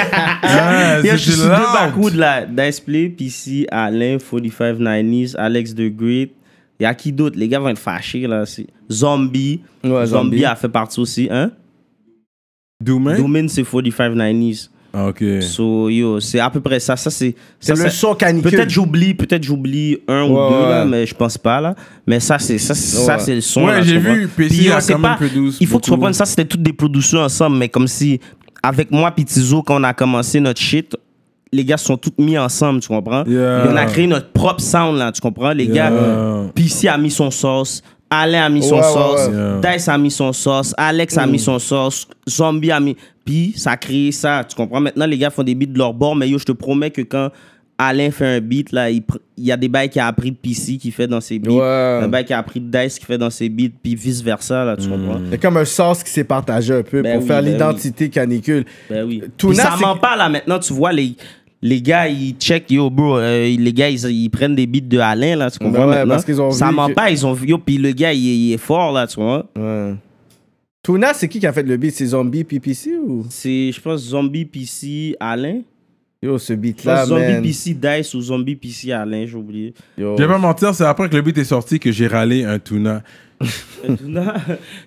[SPEAKER 3] Yeah,
[SPEAKER 4] Yo,
[SPEAKER 3] Ah, c'est
[SPEAKER 4] je suis
[SPEAKER 3] du
[SPEAKER 4] deux
[SPEAKER 3] loud.
[SPEAKER 4] backwoods là. Display, PC, Alain, 4590s, Alex the Great. Il y a qui d'autre? Les gars vont être fâchés là. C'est Zombie.
[SPEAKER 5] Ouais,
[SPEAKER 4] Zombie
[SPEAKER 5] Zombie.
[SPEAKER 4] a fait partie aussi. Hein?
[SPEAKER 3] Doumé?
[SPEAKER 4] Domain, c'est 4590s.
[SPEAKER 3] Ah, ok.
[SPEAKER 4] So, yo, c'est à peu près ça. Ça, c'est.
[SPEAKER 5] C'est
[SPEAKER 4] ça,
[SPEAKER 5] le
[SPEAKER 4] ça-
[SPEAKER 5] son canicule.
[SPEAKER 4] Peut-être j'oublie, peut-être j'oublie un ou
[SPEAKER 5] Ouais,
[SPEAKER 4] deux, là,
[SPEAKER 5] ouais.
[SPEAKER 4] mais je pense pas, là. Mais ça, c'est ça, c'est- ça,
[SPEAKER 5] Ouais.
[SPEAKER 4] c'est le son.
[SPEAKER 3] Ouais,
[SPEAKER 4] là, tu
[SPEAKER 3] j'ai
[SPEAKER 4] comprends?
[SPEAKER 3] vu, PC
[SPEAKER 4] Puis,
[SPEAKER 3] a
[SPEAKER 4] on sait
[SPEAKER 3] quand même
[SPEAKER 4] pas,
[SPEAKER 3] produce
[SPEAKER 4] Il faut que tu
[SPEAKER 3] beaucoup. hein.
[SPEAKER 4] comprennes, ça, c'était toutes des productions ensemble, mais comme si, avec moi, puis Tizo, quand on a commencé notre shit, les gars se sont tous mis ensemble, tu comprends?
[SPEAKER 3] Yeah.
[SPEAKER 4] Puis On a créé notre propre sound, là, tu comprends? Les
[SPEAKER 3] Yeah.
[SPEAKER 4] gars, PC a mis son sauce. Alain a mis son
[SPEAKER 5] Ouais, ouais,
[SPEAKER 4] sauce,
[SPEAKER 3] ouais.
[SPEAKER 4] Dice a mis son sauce, Alex
[SPEAKER 5] Mm.
[SPEAKER 4] a mis son sauce, Zombie a mis. Puis ça crée ça. Tu comprends? Maintenant, les gars font des beats de leur bord, mais yo, je te promets que quand Alain fait un beat, là, il, pr- il y a des bails qu'il a appris de PC qui fait dans ses beats,
[SPEAKER 5] Ouais.
[SPEAKER 4] un bail qu'il a appris de Dice qui fait dans ses beats, puis vice-versa, là, tu comprends?
[SPEAKER 5] Il y a comme un sens qui s'est partagé un peu
[SPEAKER 4] Ben
[SPEAKER 5] pour
[SPEAKER 4] oui,
[SPEAKER 5] faire
[SPEAKER 4] ben
[SPEAKER 5] l'identité canicule.
[SPEAKER 4] Ben oui.
[SPEAKER 5] Tout
[SPEAKER 4] Puis
[SPEAKER 5] là,
[SPEAKER 4] ça
[SPEAKER 5] c'est-
[SPEAKER 4] ment pas, là, maintenant, tu vois, les. Les gars, ils check, yo, bro, euh, les gars, ils, ils prennent des beats de Alain, là, tu comprends?
[SPEAKER 5] ouais,
[SPEAKER 4] maintenant?
[SPEAKER 5] parce qu'ils ont
[SPEAKER 4] ça
[SPEAKER 5] vu
[SPEAKER 4] ment
[SPEAKER 5] que-
[SPEAKER 4] pas, ils ont vu, yo, puis le gars, il, est- il est fort, là, tu vois?
[SPEAKER 5] Ouais. Tuna, c'est qui qui a fait le beat C'est Zombie PPC ou
[SPEAKER 4] C'est, je pense, Zombie PC Alain.
[SPEAKER 5] Yo, ce
[SPEAKER 4] Je pense
[SPEAKER 5] beat-là,
[SPEAKER 4] Zombie
[SPEAKER 5] man.
[SPEAKER 4] PC Dice ou Zombie PC Alain, j'ai oublié. (laughs)
[SPEAKER 5] Yo.
[SPEAKER 3] Je vais pas mentir, c'est après que le beat est sorti que j'ai râlé un tuna.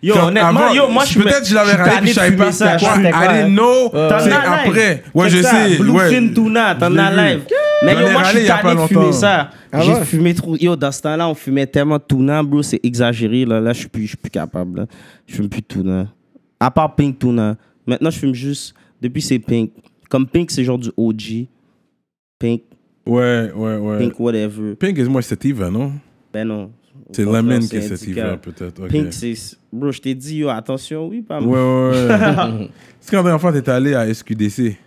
[SPEAKER 4] yo,
[SPEAKER 3] Comme
[SPEAKER 4] honnêtement,
[SPEAKER 3] avant,
[SPEAKER 4] yo, moi, je suis.
[SPEAKER 3] Peut-être que je l'avais
[SPEAKER 4] suis
[SPEAKER 3] râlé puis
[SPEAKER 4] tanné
[SPEAKER 3] je
[SPEAKER 4] de
[SPEAKER 3] savais
[SPEAKER 4] fumer
[SPEAKER 3] pas
[SPEAKER 4] ça,
[SPEAKER 3] c'était quoi.
[SPEAKER 4] je
[SPEAKER 3] I
[SPEAKER 4] sais quoi, hein.
[SPEAKER 3] didn't know.
[SPEAKER 4] T'en
[SPEAKER 3] C'est
[SPEAKER 4] as live.
[SPEAKER 3] après. Ouais,
[SPEAKER 4] Check
[SPEAKER 3] je
[SPEAKER 4] ça,
[SPEAKER 3] sais.
[SPEAKER 4] Bluefin
[SPEAKER 3] Ouais.
[SPEAKER 4] Tuna, t'en
[SPEAKER 3] Je l'ai
[SPEAKER 4] as
[SPEAKER 3] vu.
[SPEAKER 4] live. Mais
[SPEAKER 3] J'en
[SPEAKER 4] yo,
[SPEAKER 3] ai
[SPEAKER 4] moi, je
[SPEAKER 3] râlé il
[SPEAKER 4] suis
[SPEAKER 3] y a pas
[SPEAKER 4] tanné de fumer
[SPEAKER 3] longtemps.
[SPEAKER 4] ça.
[SPEAKER 5] Ah
[SPEAKER 4] J'ai
[SPEAKER 5] ouais?
[SPEAKER 4] fumé trop. Yo, dans ce temps-là, on fumait tellement Tuna, bro, c'est exagéré, là. Là, je suis plus, je suis plus capable, là. Je fume plus de Tuna. À part Pink Tuna. Maintenant, je fume juste. Depuis, c'est Pink. Comme Pink, c'est genre du OG. Pink,
[SPEAKER 3] Ouais, ouais, ouais.
[SPEAKER 4] Pink, whatever.
[SPEAKER 3] Pink is more sativa, non?
[SPEAKER 4] Ben non. Au
[SPEAKER 3] C'est
[SPEAKER 4] contraire,
[SPEAKER 3] Lemon qui
[SPEAKER 4] c'est
[SPEAKER 3] est
[SPEAKER 4] indica.
[SPEAKER 3] sativa, peut-être. ok.
[SPEAKER 4] Pink, c'est. Bro, je t'ai dit, yo, attention, oui, pas
[SPEAKER 3] Ouais,
[SPEAKER 4] mal.
[SPEAKER 3] ouais,
[SPEAKER 4] (laughs)
[SPEAKER 3] ouais. C'est quand la dernière fois t'es allé à SQDC.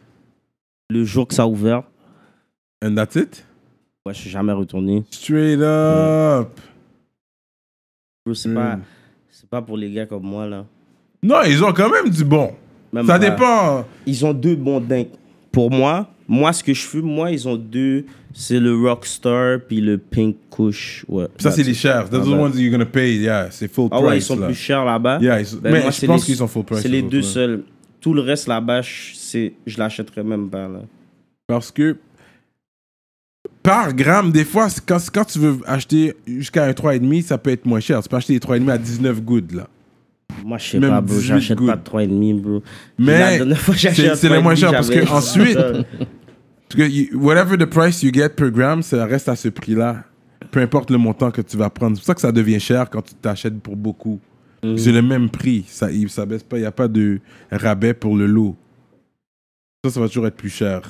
[SPEAKER 4] Le jour que ça a ouvert,
[SPEAKER 3] And that's it?
[SPEAKER 4] ouais, je suis jamais retourné. Hmm.
[SPEAKER 3] Straight up.
[SPEAKER 4] Bro, c'est
[SPEAKER 3] Mm.
[SPEAKER 4] pas. C'est pas pour les gars comme moi, là.
[SPEAKER 3] Non, ils ont quand même du bon.
[SPEAKER 4] Même
[SPEAKER 3] Ça
[SPEAKER 4] pas.
[SPEAKER 3] dépend.
[SPEAKER 4] Ils ont deux bons dingues. Pour moi, moi, ce que je fume, moi, ils ont deux. C'est le Rockstar puis le Pink Kush. Ouais.
[SPEAKER 3] Ça, c'est les chers. Those are the
[SPEAKER 4] ben.
[SPEAKER 3] ones that you're gonna pay. Yeah, c'est full
[SPEAKER 4] Ah
[SPEAKER 3] price.
[SPEAKER 4] ouais, ils sont
[SPEAKER 3] là.
[SPEAKER 4] plus chers là-bas.
[SPEAKER 3] Yeah, ils-
[SPEAKER 4] Ben,
[SPEAKER 3] mais
[SPEAKER 4] moi,
[SPEAKER 3] je
[SPEAKER 4] c'est
[SPEAKER 3] pense
[SPEAKER 4] les-
[SPEAKER 3] qu'ils sont full price.
[SPEAKER 4] C'est les
[SPEAKER 3] full
[SPEAKER 4] deux
[SPEAKER 3] price.
[SPEAKER 4] seuls. Tout le reste là-bas, je, c'est- je l'achèterais même pas, là.
[SPEAKER 3] Parce que par gramme, des fois, c'est quand, quand tu veux acheter jusqu'à un 3,5, ça peut être moins cher. Tu peux acheter des 3,5 à 19 gouttes, là.
[SPEAKER 4] Moi, je sais
[SPEAKER 3] Même
[SPEAKER 4] pas, bro.
[SPEAKER 3] 18
[SPEAKER 4] J'achète
[SPEAKER 3] good.
[SPEAKER 4] pas de 3,5, bro.
[SPEAKER 3] Mais
[SPEAKER 4] La dernière fois que j'ai
[SPEAKER 3] c'est-
[SPEAKER 4] acheté un
[SPEAKER 3] c'est le moins cher
[SPEAKER 4] 3,5,
[SPEAKER 3] parce que
[SPEAKER 4] j'avais-
[SPEAKER 3] ensuite- Parce que you- whatever the price you get per gram, ça reste à ce prix-là. Peu importe le montant que tu vas prendre. C'est pour ça que ça devient cher quand tu t'achètes pour beaucoup.
[SPEAKER 5] Mm.
[SPEAKER 3] C'est le même prix. Ça, il- ça baisse pas. Il n'y a pas de rabais pour le lot. Ça, ça va toujours être plus cher.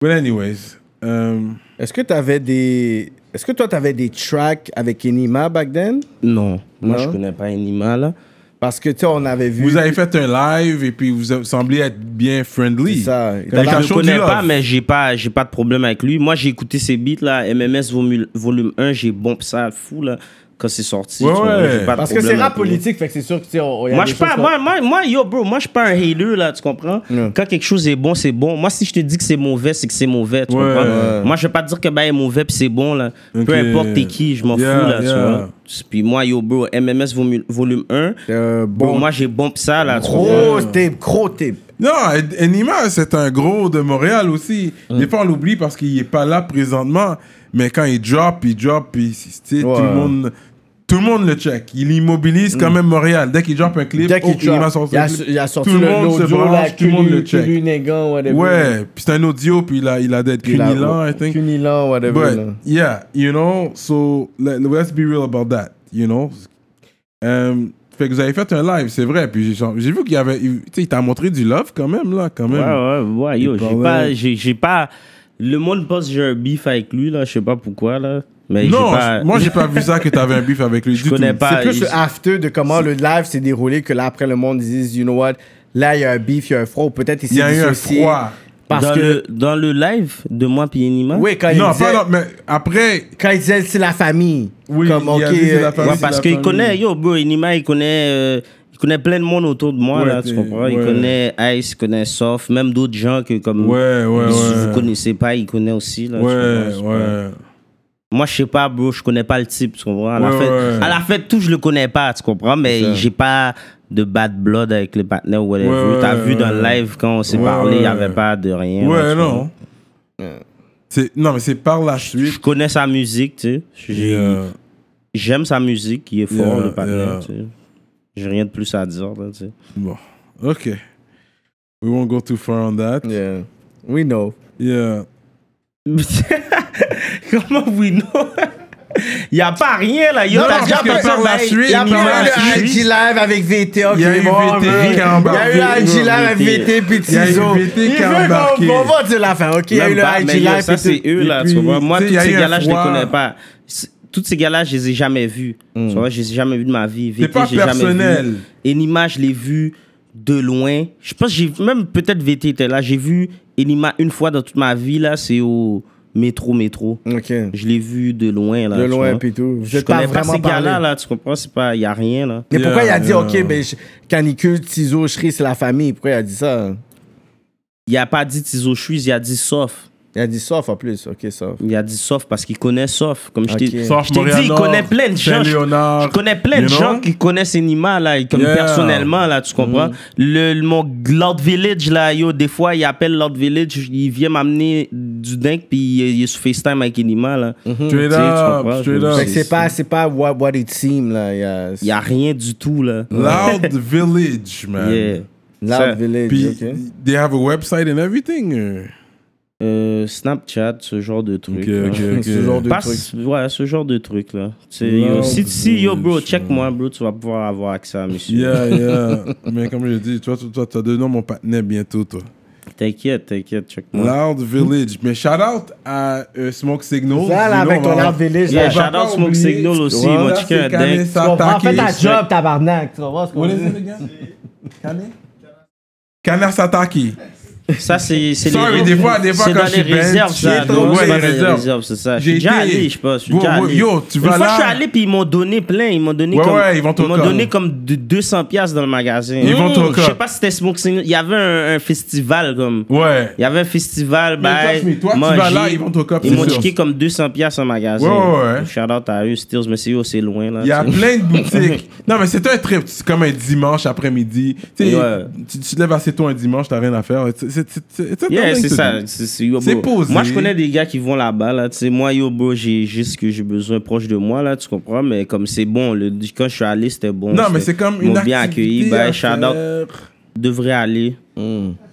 [SPEAKER 3] But anyways. euh,
[SPEAKER 5] Est-ce que t'avais des. Est-ce que toi, t'avais des tracks avec Enima back then
[SPEAKER 4] Non. Moi,
[SPEAKER 5] Non?
[SPEAKER 4] je connais pas Enima, là.
[SPEAKER 5] Parce que, tu sais, on avait vu.
[SPEAKER 3] Vous avez fait un live et puis vous semblez être bien friendly.
[SPEAKER 5] C'est ça.
[SPEAKER 3] Quand
[SPEAKER 5] Dans
[SPEAKER 3] il
[SPEAKER 5] la-
[SPEAKER 3] cache-
[SPEAKER 4] Je
[SPEAKER 3] Chaud
[SPEAKER 4] le connais
[SPEAKER 3] du love.
[SPEAKER 4] pas, mais j'ai pas, j'ai pas de problème avec lui. Moi, j'ai écouté ses beats là, MMS volume, volume 1, j'ai bombé ça fou là quand c'est sorti.
[SPEAKER 3] Ouais,
[SPEAKER 4] tu vois,
[SPEAKER 3] ouais.
[SPEAKER 4] j'ai pas de
[SPEAKER 6] Parce que
[SPEAKER 4] problème
[SPEAKER 6] c'est rap
[SPEAKER 4] avec lui.
[SPEAKER 6] politique, fait que c'est sûr que tu sais, on- on y a
[SPEAKER 4] Moi,
[SPEAKER 6] des
[SPEAKER 4] je suis pas,
[SPEAKER 6] choses
[SPEAKER 4] moi, moi, moi, yo, bro, moi, je suis pas un hater, là, tu comprends? Quand quelque chose est bon, c'est bon. Moi, si je te dis que c'est mauvais, c'est que c'est mauvais, tu
[SPEAKER 3] Ouais.
[SPEAKER 4] comprends?
[SPEAKER 3] Ouais.
[SPEAKER 4] Moi, je vais pas te dire que bah, est mauvais puis c'est bon, là.
[SPEAKER 3] Ok.
[SPEAKER 4] Peu importe t'es qui, je m'en
[SPEAKER 3] Yeah,
[SPEAKER 4] fous, là,
[SPEAKER 3] yeah.
[SPEAKER 4] tu vois? Puis moi, yo, bro, MMS volume, volume 1,
[SPEAKER 5] Euh,
[SPEAKER 4] bro,
[SPEAKER 5] bon.
[SPEAKER 4] moi, j'ai bombé ça, là, tu comprends?
[SPEAKER 5] Gros tape, gros tape.
[SPEAKER 3] Non, En- Enima, c'est un gros de Montréal aussi.
[SPEAKER 5] Mm.
[SPEAKER 3] Des fois, on l'oublie parce qu'il est pas là présentement. Mais quand il drop, il drop, puis tu sais, tout, le monde, tout le monde le check. Il immobilise quand même Montréal. Dès qu'il drop un clip,
[SPEAKER 5] Mm. Dès qu'il
[SPEAKER 3] oh, Enima
[SPEAKER 5] drop.
[SPEAKER 3] sort
[SPEAKER 5] Il a
[SPEAKER 3] un
[SPEAKER 5] su-
[SPEAKER 3] clip.
[SPEAKER 5] il a sorti
[SPEAKER 3] tout le
[SPEAKER 5] le
[SPEAKER 3] monde se
[SPEAKER 5] audio,
[SPEAKER 6] La
[SPEAKER 3] branche, tout le monde le check.
[SPEAKER 6] Culu, Négan, whatever.
[SPEAKER 3] Ouais, puis c'est un audio, puis il a, il a d'être cunilant, I think.
[SPEAKER 5] Cunilan, whatever. là.
[SPEAKER 3] But yeah, you know, so let, let's be real about that, you know. Um, fait que vous avez fait un live, c'est vrai. Puis j'ai j'ai vu qu'il y avait, il- tu sais, il t'a montré du love quand même là, quand même.
[SPEAKER 4] Ouais, ouais, ouais, yo,
[SPEAKER 3] Il
[SPEAKER 4] j'ai
[SPEAKER 3] parlait-
[SPEAKER 4] pas, j'ai, j'ai pas. Le monde pense que j'ai un beef avec lui, là, je sais pas pourquoi, là. Mais
[SPEAKER 3] Non,
[SPEAKER 4] j'ai pas.
[SPEAKER 3] j- moi j'ai pas vu ça que t'avais un beef avec lui
[SPEAKER 4] (laughs) je
[SPEAKER 3] du
[SPEAKER 4] connais
[SPEAKER 3] tout.
[SPEAKER 4] pas.
[SPEAKER 5] C'est plus
[SPEAKER 4] il-
[SPEAKER 5] le after de comment le live s'est déroulé que là, après, le monde disent, you know what, là, il y a un beef, il y a un froid, ou peut-être il s'est
[SPEAKER 3] Il y a eu un
[SPEAKER 5] dissocié
[SPEAKER 3] froid.
[SPEAKER 5] Parce
[SPEAKER 4] dans,
[SPEAKER 5] que.
[SPEAKER 4] le, dans le live de moi puis Enima.
[SPEAKER 5] Oui, quand il
[SPEAKER 3] Non,
[SPEAKER 5] disait,
[SPEAKER 3] pas non, mais après,
[SPEAKER 5] quand il disait, c'est la famille.
[SPEAKER 3] Oui,
[SPEAKER 5] Comme,
[SPEAKER 3] il
[SPEAKER 5] ok.
[SPEAKER 3] a dit, c'est la
[SPEAKER 5] euh,
[SPEAKER 3] famille.
[SPEAKER 4] Ouais,
[SPEAKER 3] c'est
[SPEAKER 4] parce
[SPEAKER 3] la
[SPEAKER 4] qu'il
[SPEAKER 3] famille.
[SPEAKER 4] connaît, yo, bro, Enima, il connaît. euh, il connaît plein de monde autour de moi,
[SPEAKER 3] Ouais,
[SPEAKER 4] là, tu
[SPEAKER 3] t'es-
[SPEAKER 4] comprends? Il
[SPEAKER 3] ouais.
[SPEAKER 4] connaît Ice, il connaît Soft, même d'autres gens que comme.
[SPEAKER 3] Ouais, ouais,
[SPEAKER 4] Si
[SPEAKER 3] ouais.
[SPEAKER 4] vous connaissez pas, il connaît aussi, là. tu
[SPEAKER 3] ouais,
[SPEAKER 4] comprends?
[SPEAKER 3] ouais.
[SPEAKER 4] Moi, je sais pas, bro, je connais pas le type, tu comprends? À, la
[SPEAKER 3] Ouais,
[SPEAKER 4] fête,
[SPEAKER 3] ouais.
[SPEAKER 4] à la fête, tout, je le connais pas, tu comprends? Mais j'ai pas de bad blood avec le partenaire ou whatever.
[SPEAKER 3] Ouais,
[SPEAKER 4] T'as
[SPEAKER 3] ouais,
[SPEAKER 4] vu dans
[SPEAKER 3] ouais.
[SPEAKER 4] le live, quand on s'est
[SPEAKER 3] Ouais,
[SPEAKER 4] parlé, il
[SPEAKER 3] ouais.
[SPEAKER 4] y avait pas de rien.
[SPEAKER 3] Ouais,
[SPEAKER 4] là, tu
[SPEAKER 3] non.
[SPEAKER 4] comprends?
[SPEAKER 3] C'est non, mais c'est par la
[SPEAKER 4] Je
[SPEAKER 3] suite.
[SPEAKER 4] connais sa musique, tu sais. J'ai-
[SPEAKER 3] euh,
[SPEAKER 4] J'aime sa musique, il est fort,
[SPEAKER 3] Yeah,
[SPEAKER 4] le partenaire,
[SPEAKER 3] yeah.
[SPEAKER 4] tu sais. J'ai rien de plus à dire, là, tu sais.
[SPEAKER 3] Bon, ok. We won't go too far on
[SPEAKER 4] Mm.
[SPEAKER 3] that.
[SPEAKER 5] Yeah. euh, We know.
[SPEAKER 3] Yeah.
[SPEAKER 4] Comment oui, non Il n'y a pas rien là. Yo,
[SPEAKER 3] Non,
[SPEAKER 4] t'as
[SPEAKER 3] non,
[SPEAKER 4] déjà
[SPEAKER 3] parce que
[SPEAKER 4] pensé
[SPEAKER 3] par
[SPEAKER 4] à
[SPEAKER 3] la
[SPEAKER 4] ça,
[SPEAKER 3] suite,
[SPEAKER 4] hey, y a
[SPEAKER 3] par
[SPEAKER 4] pas
[SPEAKER 3] la
[SPEAKER 4] rien.
[SPEAKER 3] suite,
[SPEAKER 5] IG Live avec VT. ok,
[SPEAKER 3] Il y a eu
[SPEAKER 5] bon,
[SPEAKER 3] VT qui
[SPEAKER 5] bro.
[SPEAKER 3] a embarqué.
[SPEAKER 5] Il y a eu le IG Live avec
[SPEAKER 4] VT.
[SPEAKER 5] VT puis
[SPEAKER 3] Il y a eu
[SPEAKER 5] Tizo.
[SPEAKER 3] VT qui
[SPEAKER 5] Il
[SPEAKER 3] a
[SPEAKER 5] veut
[SPEAKER 3] embarqué.
[SPEAKER 5] qu'on- On va dire la fin, ok? Il y a eu
[SPEAKER 4] Même
[SPEAKER 5] le
[SPEAKER 4] pas, mais
[SPEAKER 5] IG
[SPEAKER 4] yo,
[SPEAKER 5] Live
[SPEAKER 4] ça, c'est
[SPEAKER 5] puis tout.
[SPEAKER 4] eux, là,
[SPEAKER 3] Et puis,
[SPEAKER 4] tu vois. Moi,
[SPEAKER 3] tu sais,
[SPEAKER 4] tous
[SPEAKER 3] y a
[SPEAKER 4] ces
[SPEAKER 3] eu un
[SPEAKER 4] gars-là, je les
[SPEAKER 3] froid.
[SPEAKER 4] connais pas. C'est- Tous ces gars-là, je les ai jamais vus. Tu vois, je les ai jamais vus de ma vie.
[SPEAKER 3] C'est
[SPEAKER 4] VT,
[SPEAKER 3] pas
[SPEAKER 4] j'ai jamais vu.
[SPEAKER 3] personnel.
[SPEAKER 4] Enima, je l'ai vu de loin. Je pense que j'ai même peut-être VT était là. J'ai vu Enima une fois dans toute ma vie, là, c'est au métro, métro.
[SPEAKER 5] Ok.
[SPEAKER 4] Je l'ai vu de loin, là.
[SPEAKER 5] Mm. De
[SPEAKER 4] tu
[SPEAKER 5] loin,
[SPEAKER 4] vois.
[SPEAKER 5] puis tout. Vous
[SPEAKER 4] Je
[SPEAKER 5] êtes pas
[SPEAKER 4] connais pas
[SPEAKER 5] vraiment
[SPEAKER 4] ces gars-là,
[SPEAKER 5] parlé.
[SPEAKER 4] là, tu comprends? C'est pas, y a rien, là.
[SPEAKER 5] Mais pourquoi il a dit,
[SPEAKER 3] Yeah.
[SPEAKER 5] ok, ben, je- canicule, Tizo, Chris, c'est la famille? Pourquoi il a dit ça?
[SPEAKER 4] Il a pas dit Tizo Chuiz, il a dit Sof.
[SPEAKER 5] Il a dit soft en plus. Ok, soft.
[SPEAKER 4] Il a dit Sof parce qu'il connaît Sof. Comme je t'ai
[SPEAKER 5] Ok.
[SPEAKER 4] je
[SPEAKER 3] Sauf
[SPEAKER 4] t'ai dit, il
[SPEAKER 3] Montréal-Nord,
[SPEAKER 4] connaît plein de gens. Je-
[SPEAKER 3] Saint-Léonard,
[SPEAKER 4] Je connais plein de
[SPEAKER 3] you know?
[SPEAKER 4] gens qui connaissent Enima, là, et comme
[SPEAKER 3] Yeah. Mm-hmm.
[SPEAKER 4] personnellement, là, tu comprends? Le, le- mon Lord Village, là, yo, des fois, il appelle Lord Village, il vient m'amener du dingue, puis il, est- il est sur FaceTime avec Enima, là. Tu sais,
[SPEAKER 3] Mm-hmm. Straight
[SPEAKER 4] tu
[SPEAKER 3] up,
[SPEAKER 4] comprends?
[SPEAKER 3] straight
[SPEAKER 5] Fait
[SPEAKER 3] up.
[SPEAKER 5] que c'est pas, c'est pas what, what it seemed, là. Il y a,
[SPEAKER 4] Il y a rien du tout, là.
[SPEAKER 5] (laughs)
[SPEAKER 3] Loud Village, man.
[SPEAKER 4] Yeah.
[SPEAKER 5] Loud
[SPEAKER 4] Ça-
[SPEAKER 5] Village,
[SPEAKER 3] Puis,
[SPEAKER 5] ok.
[SPEAKER 3] they have a website and everything. euh.
[SPEAKER 4] Euh, Snapchat, ce genre de truc.
[SPEAKER 3] Ok,
[SPEAKER 5] (laughs)
[SPEAKER 4] là.
[SPEAKER 3] ok, ok.
[SPEAKER 5] Ce genre de truc.
[SPEAKER 4] Passe, ouais, ce genre de truc là. Tu sais, yo,
[SPEAKER 3] Non,
[SPEAKER 4] si,
[SPEAKER 3] plus,
[SPEAKER 4] si, yo, bro,
[SPEAKER 3] ouais.
[SPEAKER 4] check-moi, bro, tu vas pouvoir avoir accès à monsieur.
[SPEAKER 3] (laughs) Yeah, yeah. Mais comme je dis, toi, toi, toi, t'as deux noms, mon partenaire, bientôt, toi.
[SPEAKER 4] T'inquiète, t'inquiète, check-moi.
[SPEAKER 3] Loud Village. Mais shout out à euh, Smoke Signal.
[SPEAKER 5] Ça, là,
[SPEAKER 3] You know,
[SPEAKER 5] avec
[SPEAKER 3] on
[SPEAKER 5] ton
[SPEAKER 3] va-
[SPEAKER 5] Loud Village,
[SPEAKER 4] Yeah,
[SPEAKER 5] là.
[SPEAKER 3] on va
[SPEAKER 4] shout
[SPEAKER 3] pas
[SPEAKER 4] out Smoke
[SPEAKER 3] oublier.
[SPEAKER 4] Signal aussi,
[SPEAKER 3] Ouais,
[SPEAKER 4] mon
[SPEAKER 3] là,
[SPEAKER 4] chicken,
[SPEAKER 3] c'est
[SPEAKER 4] dingue.
[SPEAKER 3] Kanye
[SPEAKER 5] Tu
[SPEAKER 3] Satake.
[SPEAKER 5] comprends? Fais ta job, tabarnak. Tu vas voir ce qu'on
[SPEAKER 3] What is
[SPEAKER 5] dit.
[SPEAKER 3] it again? Kanye? Kanye Satake.
[SPEAKER 4] Ça, c'est. c'est
[SPEAKER 3] Sorry, des fois- des fois,
[SPEAKER 4] c'est
[SPEAKER 3] quand
[SPEAKER 4] dans
[SPEAKER 3] je
[SPEAKER 4] les
[SPEAKER 3] suis bench,
[SPEAKER 4] réserves,
[SPEAKER 3] j'ai
[SPEAKER 4] ça.
[SPEAKER 3] été
[SPEAKER 4] non,
[SPEAKER 3] au-
[SPEAKER 4] c'est
[SPEAKER 3] ouais,
[SPEAKER 4] dans
[SPEAKER 3] les
[SPEAKER 4] les
[SPEAKER 3] réserves.
[SPEAKER 4] réserves, c'est ça. Je
[SPEAKER 3] J'ai
[SPEAKER 4] suis déjà
[SPEAKER 3] été-
[SPEAKER 4] allé, je pense. Je suis
[SPEAKER 3] Wow,
[SPEAKER 4] déjà
[SPEAKER 3] wow,
[SPEAKER 4] allé.
[SPEAKER 3] yo, tu
[SPEAKER 4] Une
[SPEAKER 3] vas
[SPEAKER 4] fois,
[SPEAKER 3] là-
[SPEAKER 4] je suis allé, puis ils m'ont donné plein. Ils m'ont donné
[SPEAKER 3] Ouais,
[SPEAKER 4] comme.
[SPEAKER 3] ouais, ils vont te
[SPEAKER 4] m'ont
[SPEAKER 3] reconnaître.
[SPEAKER 4] donné comme de- 200 piastres dans le magasin. Hmm,
[SPEAKER 3] Ils vont te
[SPEAKER 4] Je sais
[SPEAKER 3] reconnaître.
[SPEAKER 4] pas si c'était Smoke Signal. Il y avait un, un festival, comme.
[SPEAKER 3] Ouais.
[SPEAKER 4] Il y avait un festival,
[SPEAKER 3] Mais
[SPEAKER 4] bah,
[SPEAKER 3] trust me, toi, tu vas là, ils vont te cop,
[SPEAKER 4] Ils
[SPEAKER 3] c'est
[SPEAKER 4] m'ont
[SPEAKER 3] sûr.
[SPEAKER 4] checké comme 200 piastres en magasin.
[SPEAKER 3] Ouais, ouais, ouais.
[SPEAKER 4] Shout out à eux, Steels, mais c'est yo, c'est loin, là.
[SPEAKER 3] Il y a (laughs)
[SPEAKER 4] tu sais.
[SPEAKER 3] plein de
[SPEAKER 4] (laughs)
[SPEAKER 3] boutiques. Non, mais c'est un trip. C'est comme un dimanche après-midi. Tu sais,
[SPEAKER 4] Ouais.
[SPEAKER 3] tu, tu te lèves assez tôt un dimanche, t'as rien à faire. C'est- c'est- c'est- c'est- c'est
[SPEAKER 4] Yeah,
[SPEAKER 3] un
[SPEAKER 4] c'est
[SPEAKER 3] truc,
[SPEAKER 4] ça.
[SPEAKER 3] dis.
[SPEAKER 4] C'est- c'est- yo,
[SPEAKER 3] C'est
[SPEAKER 4] bro.
[SPEAKER 3] posé.
[SPEAKER 4] Moi, je connais des gars qui vont là-bas, là. Tu sais, moi, yo, bro, j'ai juste ce que j'ai besoin proche de moi, là, tu comprends? Mais comme c'est bon, le, quand je suis allé, c'était bon.
[SPEAKER 3] Non, mais
[SPEAKER 4] C'était-
[SPEAKER 3] c'est comme une
[SPEAKER 4] ils m'ont
[SPEAKER 3] activité
[SPEAKER 4] bien accueilli. Bah,
[SPEAKER 3] à
[SPEAKER 4] shout out
[SPEAKER 3] faire.
[SPEAKER 4] devrait aller.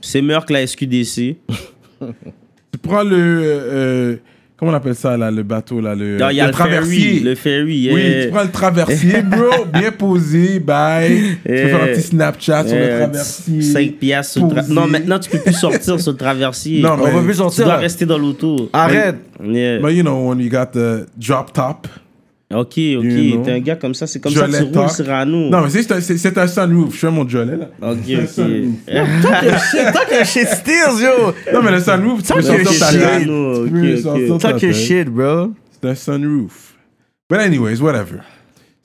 [SPEAKER 4] C'est meilleur que la SQDC.
[SPEAKER 3] Tu prends le... euh, euh, comment on appelle ça, là, le bateau, là, le,
[SPEAKER 4] Non, il y a
[SPEAKER 3] le
[SPEAKER 4] le, ferry. Le ferry, yeah.
[SPEAKER 3] Oui, tu prends le traversier,
[SPEAKER 4] (laughs)
[SPEAKER 3] bro, bien posé, bye. Tu peux
[SPEAKER 4] Eh.
[SPEAKER 3] faire un petit Snapchat sur le
[SPEAKER 4] Euh,
[SPEAKER 3] traversier.
[SPEAKER 4] 5 piastres sur le tra-
[SPEAKER 3] posé.
[SPEAKER 4] Non, maintenant, tu peux plus sortir sur le
[SPEAKER 3] (laughs)
[SPEAKER 4] traversier.
[SPEAKER 3] Non, mais-
[SPEAKER 5] On va plus
[SPEAKER 4] tu dois
[SPEAKER 5] sortir.
[SPEAKER 4] rester dans l'auto.
[SPEAKER 5] Arrête.
[SPEAKER 4] Yeah.
[SPEAKER 3] But you know, when you got the drop top.
[SPEAKER 4] Ok, ok.
[SPEAKER 3] You know.
[SPEAKER 4] T'es un gars comme ça. C'est comme ça
[SPEAKER 3] Jolet
[SPEAKER 4] que tu roules
[SPEAKER 3] top.
[SPEAKER 4] sur Rano.
[SPEAKER 3] Non, mais c'est un, c'est- c'est un sunroof. Je fais mon jolet, là. (laughs)
[SPEAKER 4] Ok,
[SPEAKER 3] C'est un sunroof.
[SPEAKER 4] ok.
[SPEAKER 5] Talk your shit, Steels, yo.
[SPEAKER 3] Non, mais le sunroof, tu peux
[SPEAKER 5] Talk your
[SPEAKER 3] sortir ta
[SPEAKER 5] shit.
[SPEAKER 3] tête.
[SPEAKER 4] Rano,
[SPEAKER 3] Tu peux
[SPEAKER 4] ok,
[SPEAKER 3] sortir
[SPEAKER 4] ok.
[SPEAKER 3] ta
[SPEAKER 5] Talk your
[SPEAKER 3] tête.
[SPEAKER 5] shit, bro.
[SPEAKER 3] C'est un sunroof. But anyways, whatever.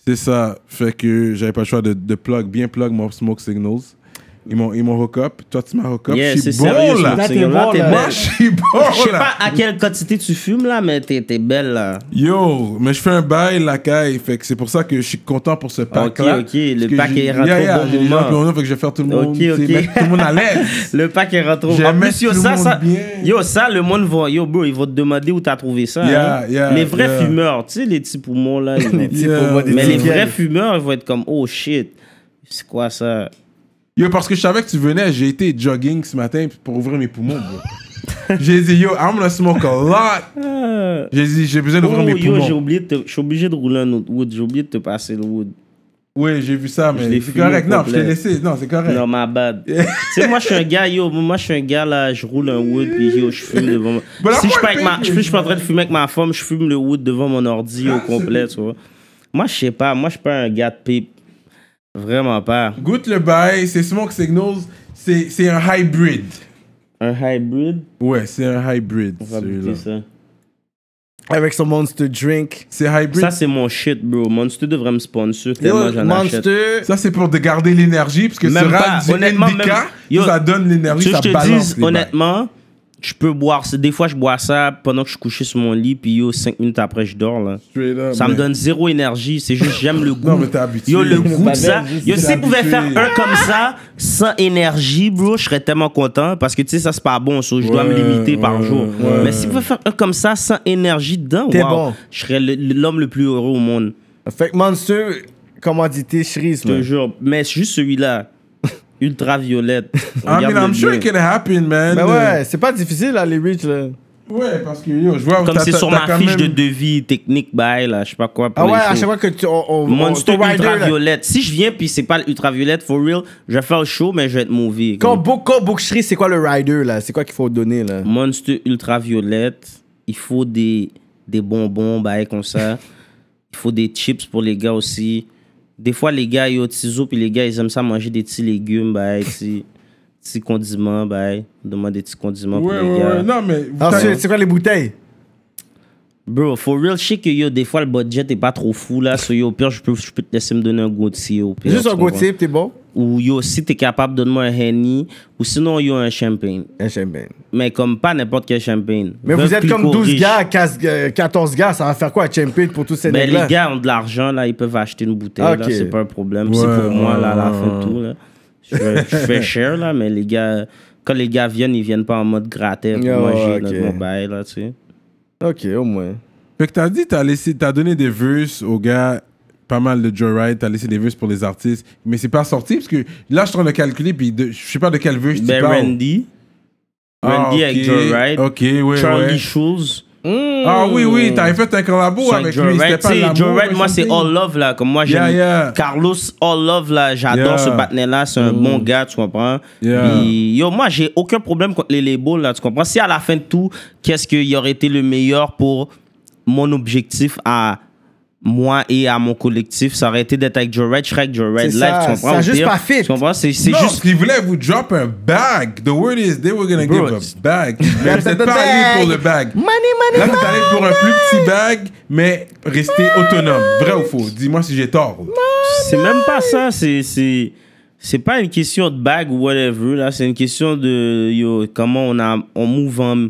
[SPEAKER 3] C'est ça. Fait que j'avais pas le choix de, de plug, bien plug mon smoke signals. Ils m'ont, ils m'ont hook up. Toi, tu m'as hook up.
[SPEAKER 4] Yeah,
[SPEAKER 3] je
[SPEAKER 4] c'est
[SPEAKER 3] suis bon,
[SPEAKER 4] sérieux.
[SPEAKER 3] là.
[SPEAKER 4] ce
[SPEAKER 5] t'es
[SPEAKER 4] single-là,
[SPEAKER 5] bon,
[SPEAKER 4] t'es
[SPEAKER 5] là.
[SPEAKER 4] belle.
[SPEAKER 3] Moi, je suis bon,
[SPEAKER 4] (laughs) Je sais
[SPEAKER 3] là.
[SPEAKER 4] pas à quelle quantité tu fumes là, mais t'es t'es belle là.
[SPEAKER 3] Yo, mais je fais un bail, la caille. Fait que c'est pour ça que je suis content pour ce pack là.
[SPEAKER 4] Ok, ok, le pack est rentré
[SPEAKER 3] yeah,
[SPEAKER 4] au
[SPEAKER 3] yeah,
[SPEAKER 4] bon
[SPEAKER 3] j'ai des
[SPEAKER 4] moment.
[SPEAKER 3] gens qui l'ont, fait que je vais faire tout le
[SPEAKER 4] Ok,
[SPEAKER 3] monde, tu sais,
[SPEAKER 4] ok.
[SPEAKER 3] mettre tout le monde à
[SPEAKER 4] (laughs)
[SPEAKER 3] l'aise.
[SPEAKER 4] Le pack est rentré.
[SPEAKER 3] J'aime
[SPEAKER 4] En plus,
[SPEAKER 3] mettre
[SPEAKER 4] yo,
[SPEAKER 3] tout le
[SPEAKER 4] ça,
[SPEAKER 3] monde
[SPEAKER 4] ça,
[SPEAKER 3] bien.
[SPEAKER 4] yo, ça, le monde va, yo, bro, ils vont te demander où t'as trouvé ça.
[SPEAKER 3] Yeah,
[SPEAKER 4] hein.
[SPEAKER 3] yeah,
[SPEAKER 4] les vrais
[SPEAKER 3] yeah.
[SPEAKER 4] fumeurs, tu sais, les petits
[SPEAKER 3] (laughs)
[SPEAKER 4] poumons là. ils vont-
[SPEAKER 5] petits poumons, des
[SPEAKER 4] Mais les
[SPEAKER 5] petits
[SPEAKER 4] vrais
[SPEAKER 5] gueules.
[SPEAKER 4] fumeurs, ils vont être comme, oh shit, c'est quoi ça?
[SPEAKER 3] Yo, parce que je savais que tu venais, j'ai été jogging ce matin pour ouvrir mes poumons,
[SPEAKER 4] (laughs)
[SPEAKER 3] bro. j'ai dit, yo, I'm gonna smoke a lot. J'ai dit, j'ai besoin d'ouvrir
[SPEAKER 4] Ah. Oh,
[SPEAKER 3] mes
[SPEAKER 4] yo, j'ai
[SPEAKER 3] poumons.
[SPEAKER 4] oublié de te- je suis obligé de rouler un autre wood, j'ai oublié de te passer le wood.
[SPEAKER 3] Oui, j'ai vu ça, mais
[SPEAKER 4] l'ai
[SPEAKER 3] c'est
[SPEAKER 4] fumé
[SPEAKER 3] correct.
[SPEAKER 4] au
[SPEAKER 3] Non, je t'ai
[SPEAKER 4] complet.
[SPEAKER 3] laissé. Non, c'est correct.
[SPEAKER 4] Non,
[SPEAKER 3] (laughs)
[SPEAKER 4] ma bad. tu sais, moi, je suis un gars, yo, moi, je suis un gars, là, je roule un wood, puis yo, je fume devant moi.
[SPEAKER 3] Bah, là,
[SPEAKER 4] si je suis
[SPEAKER 3] moi,
[SPEAKER 4] pas avec
[SPEAKER 3] le
[SPEAKER 4] ma,
[SPEAKER 3] pire,
[SPEAKER 4] je suis pas en train de fumer avec ma femme, je fume le wood devant mon
[SPEAKER 3] (laughs)
[SPEAKER 4] ordi au complet, tu vois. Moi, je sais pas, moi, je suis pas un gars de pipe. Vraiment pas.
[SPEAKER 3] Goûte le bail, c'est Smoke Signals, c'est c'est un hybrid.
[SPEAKER 4] Un hybrid,
[SPEAKER 3] Ouais, c'est un hybrid.
[SPEAKER 4] on va
[SPEAKER 3] celui-là.
[SPEAKER 4] goûter ça.
[SPEAKER 5] Avec son monster drink.
[SPEAKER 3] C'est hybrid.
[SPEAKER 4] Ça, c'est mon shit, bro. Monster devrait me sponsor, tellement
[SPEAKER 5] Yo,
[SPEAKER 4] j'en achète.
[SPEAKER 5] monster.
[SPEAKER 3] Ça, c'est pour de garder l'énergie, parce que
[SPEAKER 4] Même
[SPEAKER 3] ce
[SPEAKER 4] pas.
[SPEAKER 3] rap du
[SPEAKER 4] Honnêtement,
[SPEAKER 3] NDK,
[SPEAKER 4] même- Yo,
[SPEAKER 3] ça donne
[SPEAKER 4] Tu
[SPEAKER 3] l'énergie,
[SPEAKER 4] veux
[SPEAKER 3] ça
[SPEAKER 4] que je te
[SPEAKER 3] balance
[SPEAKER 4] dise,
[SPEAKER 3] les bails.
[SPEAKER 4] honnêtement, je peux boire ça. Des fois, je bois ça pendant que je suis couché sur mon lit, puis yo, 5 minutes après, je dors, là.
[SPEAKER 3] Straight up,
[SPEAKER 4] Ça me
[SPEAKER 3] man.
[SPEAKER 4] donne zéro énergie, c'est juste j'aime le goût.
[SPEAKER 3] Euh, (laughs) Non, mais t'es habitué.
[SPEAKER 4] Yo, le
[SPEAKER 3] Mais
[SPEAKER 4] goût
[SPEAKER 3] pas
[SPEAKER 4] de ça.
[SPEAKER 3] bien, juste
[SPEAKER 4] Yo,
[SPEAKER 3] t'es
[SPEAKER 4] si pouvait
[SPEAKER 3] habitué.
[SPEAKER 4] faire un comme ça, sans énergie, bro, je serais tellement content parce que tu sais, ça c'est pas bon, so, je dois
[SPEAKER 3] Ouais,
[SPEAKER 4] me limiter par
[SPEAKER 3] ouais,
[SPEAKER 4] jour.
[SPEAKER 3] ouais.
[SPEAKER 4] Mais si pouvait faire un comme ça, sans énergie dedans,
[SPEAKER 5] T'es
[SPEAKER 4] wow,
[SPEAKER 5] bon.
[SPEAKER 4] je serais le- le- l'homme le plus heureux au monde.
[SPEAKER 5] Fait que monster, commandité, cerise,
[SPEAKER 4] Je te
[SPEAKER 5] man.
[SPEAKER 4] jure. Mais c'est juste celui-là. (laughs) ultraviolette.
[SPEAKER 3] I mean,
[SPEAKER 4] Regarde
[SPEAKER 3] I'm
[SPEAKER 4] le
[SPEAKER 3] sure
[SPEAKER 4] bleu.
[SPEAKER 3] it can happen, man.
[SPEAKER 5] Mais Ben ouais, c'est pas difficile, là, les reach, là.
[SPEAKER 3] Ouais, parce que yo, je vois
[SPEAKER 4] Comme
[SPEAKER 3] t'as-
[SPEAKER 4] c'est
[SPEAKER 3] t'as-
[SPEAKER 4] sur
[SPEAKER 3] t'as
[SPEAKER 4] ma
[SPEAKER 3] quand
[SPEAKER 4] fiche de
[SPEAKER 3] même-
[SPEAKER 4] devis technique, bail, là, je sais pas quoi. pour
[SPEAKER 5] Ah
[SPEAKER 4] les
[SPEAKER 5] ouais, à
[SPEAKER 4] shows.
[SPEAKER 5] chaque fois que tu. On, on,
[SPEAKER 4] Monster
[SPEAKER 5] on- ton rider, là.
[SPEAKER 4] ultraviolette. Si je viens puis c'est pas l'ultraviolette, for real, je vais faire le show, mais je vais être mauvais.
[SPEAKER 5] Quand
[SPEAKER 4] Comme
[SPEAKER 5] book, quand bookerie, c'est quoi le rider, là C'est quoi qu'il faut donner, là
[SPEAKER 4] Monster ultraviolette, il faut des, des bonbons, bail, comme ça. il faut des chips pour les gars aussi. Des fois, les gars, ils ont tiso, puis les gars, ils aiment ça manger des petits légumes, bail, petits, petits condiments, bail. Demande des petits condiments
[SPEAKER 3] Ouais,
[SPEAKER 4] pour les
[SPEAKER 3] ouais,
[SPEAKER 4] gars.
[SPEAKER 3] ouais. Non, mais. vous savez-
[SPEAKER 5] Ensuite, c'est quoi les bouteilles
[SPEAKER 4] Bro, for real, je sais que yo, des fois le budget est pas trop fou là. So yo, au pire, je peux, je peux te laisser me donner un gautier au pire.
[SPEAKER 5] Juste
[SPEAKER 4] tu
[SPEAKER 5] un
[SPEAKER 4] comprends?
[SPEAKER 5] goûtier, t'es bon
[SPEAKER 4] Ou yo, si t'es capable, donne-moi un Henny. Ou sinon, yo, un champagne.
[SPEAKER 5] Eh, J'aime bien.
[SPEAKER 4] Mais comme pas n'importe quel champagne.
[SPEAKER 5] Mais
[SPEAKER 4] Veuve
[SPEAKER 5] vous êtes comme
[SPEAKER 4] Clicquot
[SPEAKER 5] 12
[SPEAKER 4] riche.
[SPEAKER 5] gars, 15, euh, 14 gars, ça va faire quoi, Champion, pour tous ces
[SPEAKER 4] Mais
[SPEAKER 5] nègres-là?
[SPEAKER 4] les gars ont de l'argent là, ils peuvent acheter une bouteille
[SPEAKER 5] Ah,
[SPEAKER 4] là,
[SPEAKER 5] ok.
[SPEAKER 4] c'est pas un problème.
[SPEAKER 3] Ouais,
[SPEAKER 4] c'est pour moi
[SPEAKER 3] ouais,
[SPEAKER 4] là, à la
[SPEAKER 3] ouais,
[SPEAKER 4] fin de
[SPEAKER 3] ouais.
[SPEAKER 4] tout là. Je fais, je fais cher là, mais les gars, quand les gars viennent, ils viennent pas en mode gratter pour
[SPEAKER 5] Yeah,
[SPEAKER 4] manger
[SPEAKER 5] Ah, ok.
[SPEAKER 4] notre mobile là, tu sais.
[SPEAKER 5] Ok, au moins.
[SPEAKER 3] Fait que t'as dit, t'as laissé, t'as donné des verses aux gars, pas mal de Joyride, t'as laissé des verses pour les artistes, mais c'est pas sorti parce que là, je suis en train de calculer, puis de- je sais pas de quel verse tu
[SPEAKER 4] Ben
[SPEAKER 3] parles.
[SPEAKER 4] Randy,
[SPEAKER 3] Ah,
[SPEAKER 4] Randy avec
[SPEAKER 3] ok.
[SPEAKER 4] Joyride,
[SPEAKER 3] Ok, ouais,
[SPEAKER 4] Charlie
[SPEAKER 3] ouais.
[SPEAKER 4] Schulz.
[SPEAKER 3] Ah oui, oui, t'avais fait un collabo
[SPEAKER 4] Soit
[SPEAKER 3] avec
[SPEAKER 4] Joe
[SPEAKER 3] hein, lui, c'était
[SPEAKER 4] Wright,
[SPEAKER 3] pas
[SPEAKER 4] tu sais,
[SPEAKER 3] l'amour,
[SPEAKER 4] Joe Wright,
[SPEAKER 3] mais
[SPEAKER 4] moi, c'est
[SPEAKER 3] something.
[SPEAKER 4] All Love, là. Comme moi, j'aime.
[SPEAKER 3] Yeah, yeah.
[SPEAKER 4] Carlos All Love, là. J'adore
[SPEAKER 3] Yeah. Mm.
[SPEAKER 4] ce partenaire-là. C'est un bon gars, tu comprends?
[SPEAKER 3] Yeah.
[SPEAKER 4] Puis, yo, moi, j'ai aucun problème contre les labels, là. Tu comprends? Si à la fin de tout, qu'est-ce qu'il aurait été le meilleur pour mon objectif à moi et à mon collectif, ça aurait été d'être avec Joe Wright, je serais avec Joe Wright
[SPEAKER 5] C'est
[SPEAKER 4] live,
[SPEAKER 5] ça,
[SPEAKER 4] tu comprends?
[SPEAKER 5] ça a
[SPEAKER 4] Au
[SPEAKER 5] juste
[SPEAKER 4] pire,
[SPEAKER 5] pas fit.
[SPEAKER 4] Tu comprends? C'est c'est
[SPEAKER 3] Non,
[SPEAKER 4] juste.
[SPEAKER 3] s'ils voulaient vous drop un bag. The word is they were gonna
[SPEAKER 4] Bro,
[SPEAKER 3] give
[SPEAKER 4] c'est-
[SPEAKER 3] a bag. Mais vous êtes pas allé pour le bag.
[SPEAKER 5] Money,
[SPEAKER 3] Là,
[SPEAKER 5] money,
[SPEAKER 3] vous allez pour un plus petit bag, mais rester autonome. Vrai ou faux? Dis-moi si j'ai tort.
[SPEAKER 4] C'est même pas ça, c'est c'est c'est pas une question de bague ou whatever là, c'est une question de yo comment on a on move en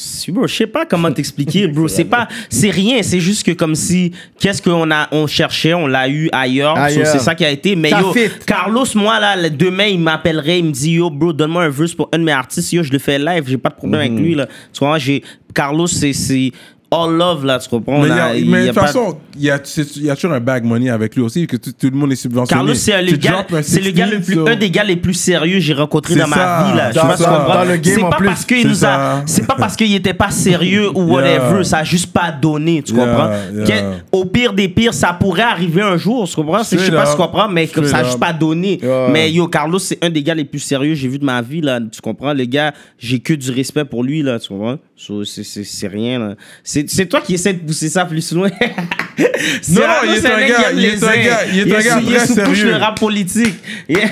[SPEAKER 4] Si, bro, je sais pas comment t'expliquer,
[SPEAKER 3] (laughs)
[SPEAKER 4] bro. C'est pas, c'est rien. C'est juste que comme si, qu'est-ce qu'on a, on cherchait, on l'a eu ailleurs. So,
[SPEAKER 5] Ailleurs.
[SPEAKER 4] c'est ça qui a été. Mais
[SPEAKER 5] Ça
[SPEAKER 4] yo,
[SPEAKER 5] fit.
[SPEAKER 4] Carlos, moi là, le- demain il m'appellerait, il me dit yo, bro, donne-moi un verse pour un de mes artistes. Yo, je le fais live, j'ai pas de problème
[SPEAKER 3] Mhm.
[SPEAKER 4] avec lui là. Tu vois, j'ai Carlos, c'est c'est all love là, tu
[SPEAKER 3] mais
[SPEAKER 4] comprends. On
[SPEAKER 3] il y a-
[SPEAKER 4] a-
[SPEAKER 3] mais
[SPEAKER 4] il y
[SPEAKER 3] de
[SPEAKER 4] a
[SPEAKER 3] toute
[SPEAKER 4] pas-
[SPEAKER 3] façon, il y a, c'est- il y a toujours un bag money avec lui aussi, que tout, tout le monde est subventionné.
[SPEAKER 4] Carlos, c'est le
[SPEAKER 3] Tu
[SPEAKER 4] gars,
[SPEAKER 3] drops un
[SPEAKER 4] c'est le gars le
[SPEAKER 3] 16,
[SPEAKER 4] plus,
[SPEAKER 3] so-
[SPEAKER 4] un des gars les plus sérieux que j'ai rencontré
[SPEAKER 3] C'est
[SPEAKER 4] dans ma
[SPEAKER 3] ça,
[SPEAKER 4] vie là. Je sais
[SPEAKER 3] dans
[SPEAKER 4] pas si
[SPEAKER 3] ça,
[SPEAKER 4] tu comprends.
[SPEAKER 5] dans le game
[SPEAKER 4] C'est
[SPEAKER 5] en
[SPEAKER 4] pas
[SPEAKER 5] plus.
[SPEAKER 4] parce qu'il
[SPEAKER 3] C'est
[SPEAKER 4] nous a,
[SPEAKER 3] ça.
[SPEAKER 4] c'est pas parce qu'il était pas sérieux ou
[SPEAKER 3] (laughs)
[SPEAKER 4] whatever,
[SPEAKER 3] Yeah.
[SPEAKER 4] ça a juste pas donné, tu
[SPEAKER 3] Yeah,
[SPEAKER 4] comprends.
[SPEAKER 3] yeah.
[SPEAKER 4] Que- au pire des pires, ça pourrait arriver un jour, tu comprends. C'est- Je sais
[SPEAKER 3] Straight
[SPEAKER 4] pas si tu
[SPEAKER 3] up.
[SPEAKER 4] comprends, mais comme ça a
[SPEAKER 3] Straight
[SPEAKER 4] juste
[SPEAKER 3] up.
[SPEAKER 4] pas donné.
[SPEAKER 5] Yeah.
[SPEAKER 4] Mais yo, Carlos, c'est un des gars les plus sérieux que j'ai vu de ma vie là. Tu comprends, le gars, j'ai que du respect pour lui là, tu comprends. So, c'est- C'est c'est rien là. C'est c'est toi qui essaies de pousser ça plus loin. (laughs)
[SPEAKER 3] Non,
[SPEAKER 4] Cyrano,
[SPEAKER 3] il est
[SPEAKER 4] c'est
[SPEAKER 3] un
[SPEAKER 4] mec
[SPEAKER 3] gars-
[SPEAKER 4] qui aime
[SPEAKER 3] il est
[SPEAKER 4] les
[SPEAKER 3] un
[SPEAKER 4] airs.
[SPEAKER 3] gars- il est un gars
[SPEAKER 4] sous-
[SPEAKER 3] très
[SPEAKER 4] sous couche
[SPEAKER 3] sérieux.
[SPEAKER 4] le rap politique. Yeah.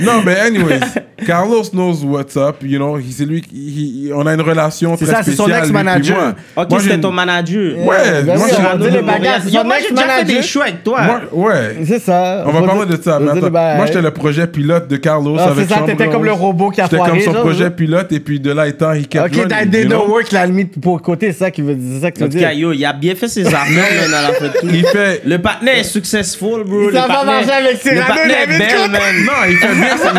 [SPEAKER 3] Non, mais anyways, (laughs) Carlos knows what's up. You know, he- c'est lui. qui- he- he- on a une relation très
[SPEAKER 5] C'est ça, c'est son
[SPEAKER 3] spéciale. lui puis
[SPEAKER 5] ex-manager.
[SPEAKER 3] moi.
[SPEAKER 4] Ok,
[SPEAKER 3] Moi, j'ai
[SPEAKER 4] c'était
[SPEAKER 3] une-
[SPEAKER 4] ton manager.
[SPEAKER 3] Ouais,
[SPEAKER 5] Ben
[SPEAKER 3] moi,
[SPEAKER 5] oui,
[SPEAKER 3] j'ai-
[SPEAKER 5] on va dire les bagages.
[SPEAKER 4] Yo, moi,
[SPEAKER 5] Son
[SPEAKER 4] j'ai déjà fait
[SPEAKER 5] ex-manager.
[SPEAKER 4] des shows avec toi.
[SPEAKER 3] moi-
[SPEAKER 5] (laughs)
[SPEAKER 3] ouais.
[SPEAKER 5] C'est ça.
[SPEAKER 3] On va parler de ça. mais attends. Moi, j'étais
[SPEAKER 5] le.
[SPEAKER 3] le projet pilote de Carlos
[SPEAKER 5] Ah,
[SPEAKER 3] avec
[SPEAKER 5] c'est ça,
[SPEAKER 3] Chambre
[SPEAKER 5] t'étais
[SPEAKER 3] Rose.
[SPEAKER 5] comme le robot qui a
[SPEAKER 3] J'étais
[SPEAKER 5] foiré,
[SPEAKER 3] comme son
[SPEAKER 5] genre,
[SPEAKER 3] projet
[SPEAKER 5] genre.
[SPEAKER 3] pilote, et puis de là, étant, he kept
[SPEAKER 5] Ok, t'as
[SPEAKER 3] running,
[SPEAKER 5] des
[SPEAKER 3] you
[SPEAKER 5] no
[SPEAKER 3] know?
[SPEAKER 5] work, la limite, pour côté, c'est ça qui veut dire. C'est ça que tu
[SPEAKER 4] En
[SPEAKER 5] veux
[SPEAKER 4] tout cas,
[SPEAKER 5] dire.
[SPEAKER 4] yo, il a bien fait ses armes man, à la fin de
[SPEAKER 5] (laughs)
[SPEAKER 4] tout.
[SPEAKER 3] Il fait...
[SPEAKER 4] Le partenaire est successful, bro. Le
[SPEAKER 5] Ça va
[SPEAKER 4] partenaire-
[SPEAKER 5] marcher avec Cyrano,
[SPEAKER 4] Le
[SPEAKER 5] il
[SPEAKER 4] partenaire
[SPEAKER 5] a
[SPEAKER 4] est
[SPEAKER 5] mis de
[SPEAKER 4] belle,
[SPEAKER 5] côté. (laughs)
[SPEAKER 4] man.
[SPEAKER 3] Non, il fait bien ça.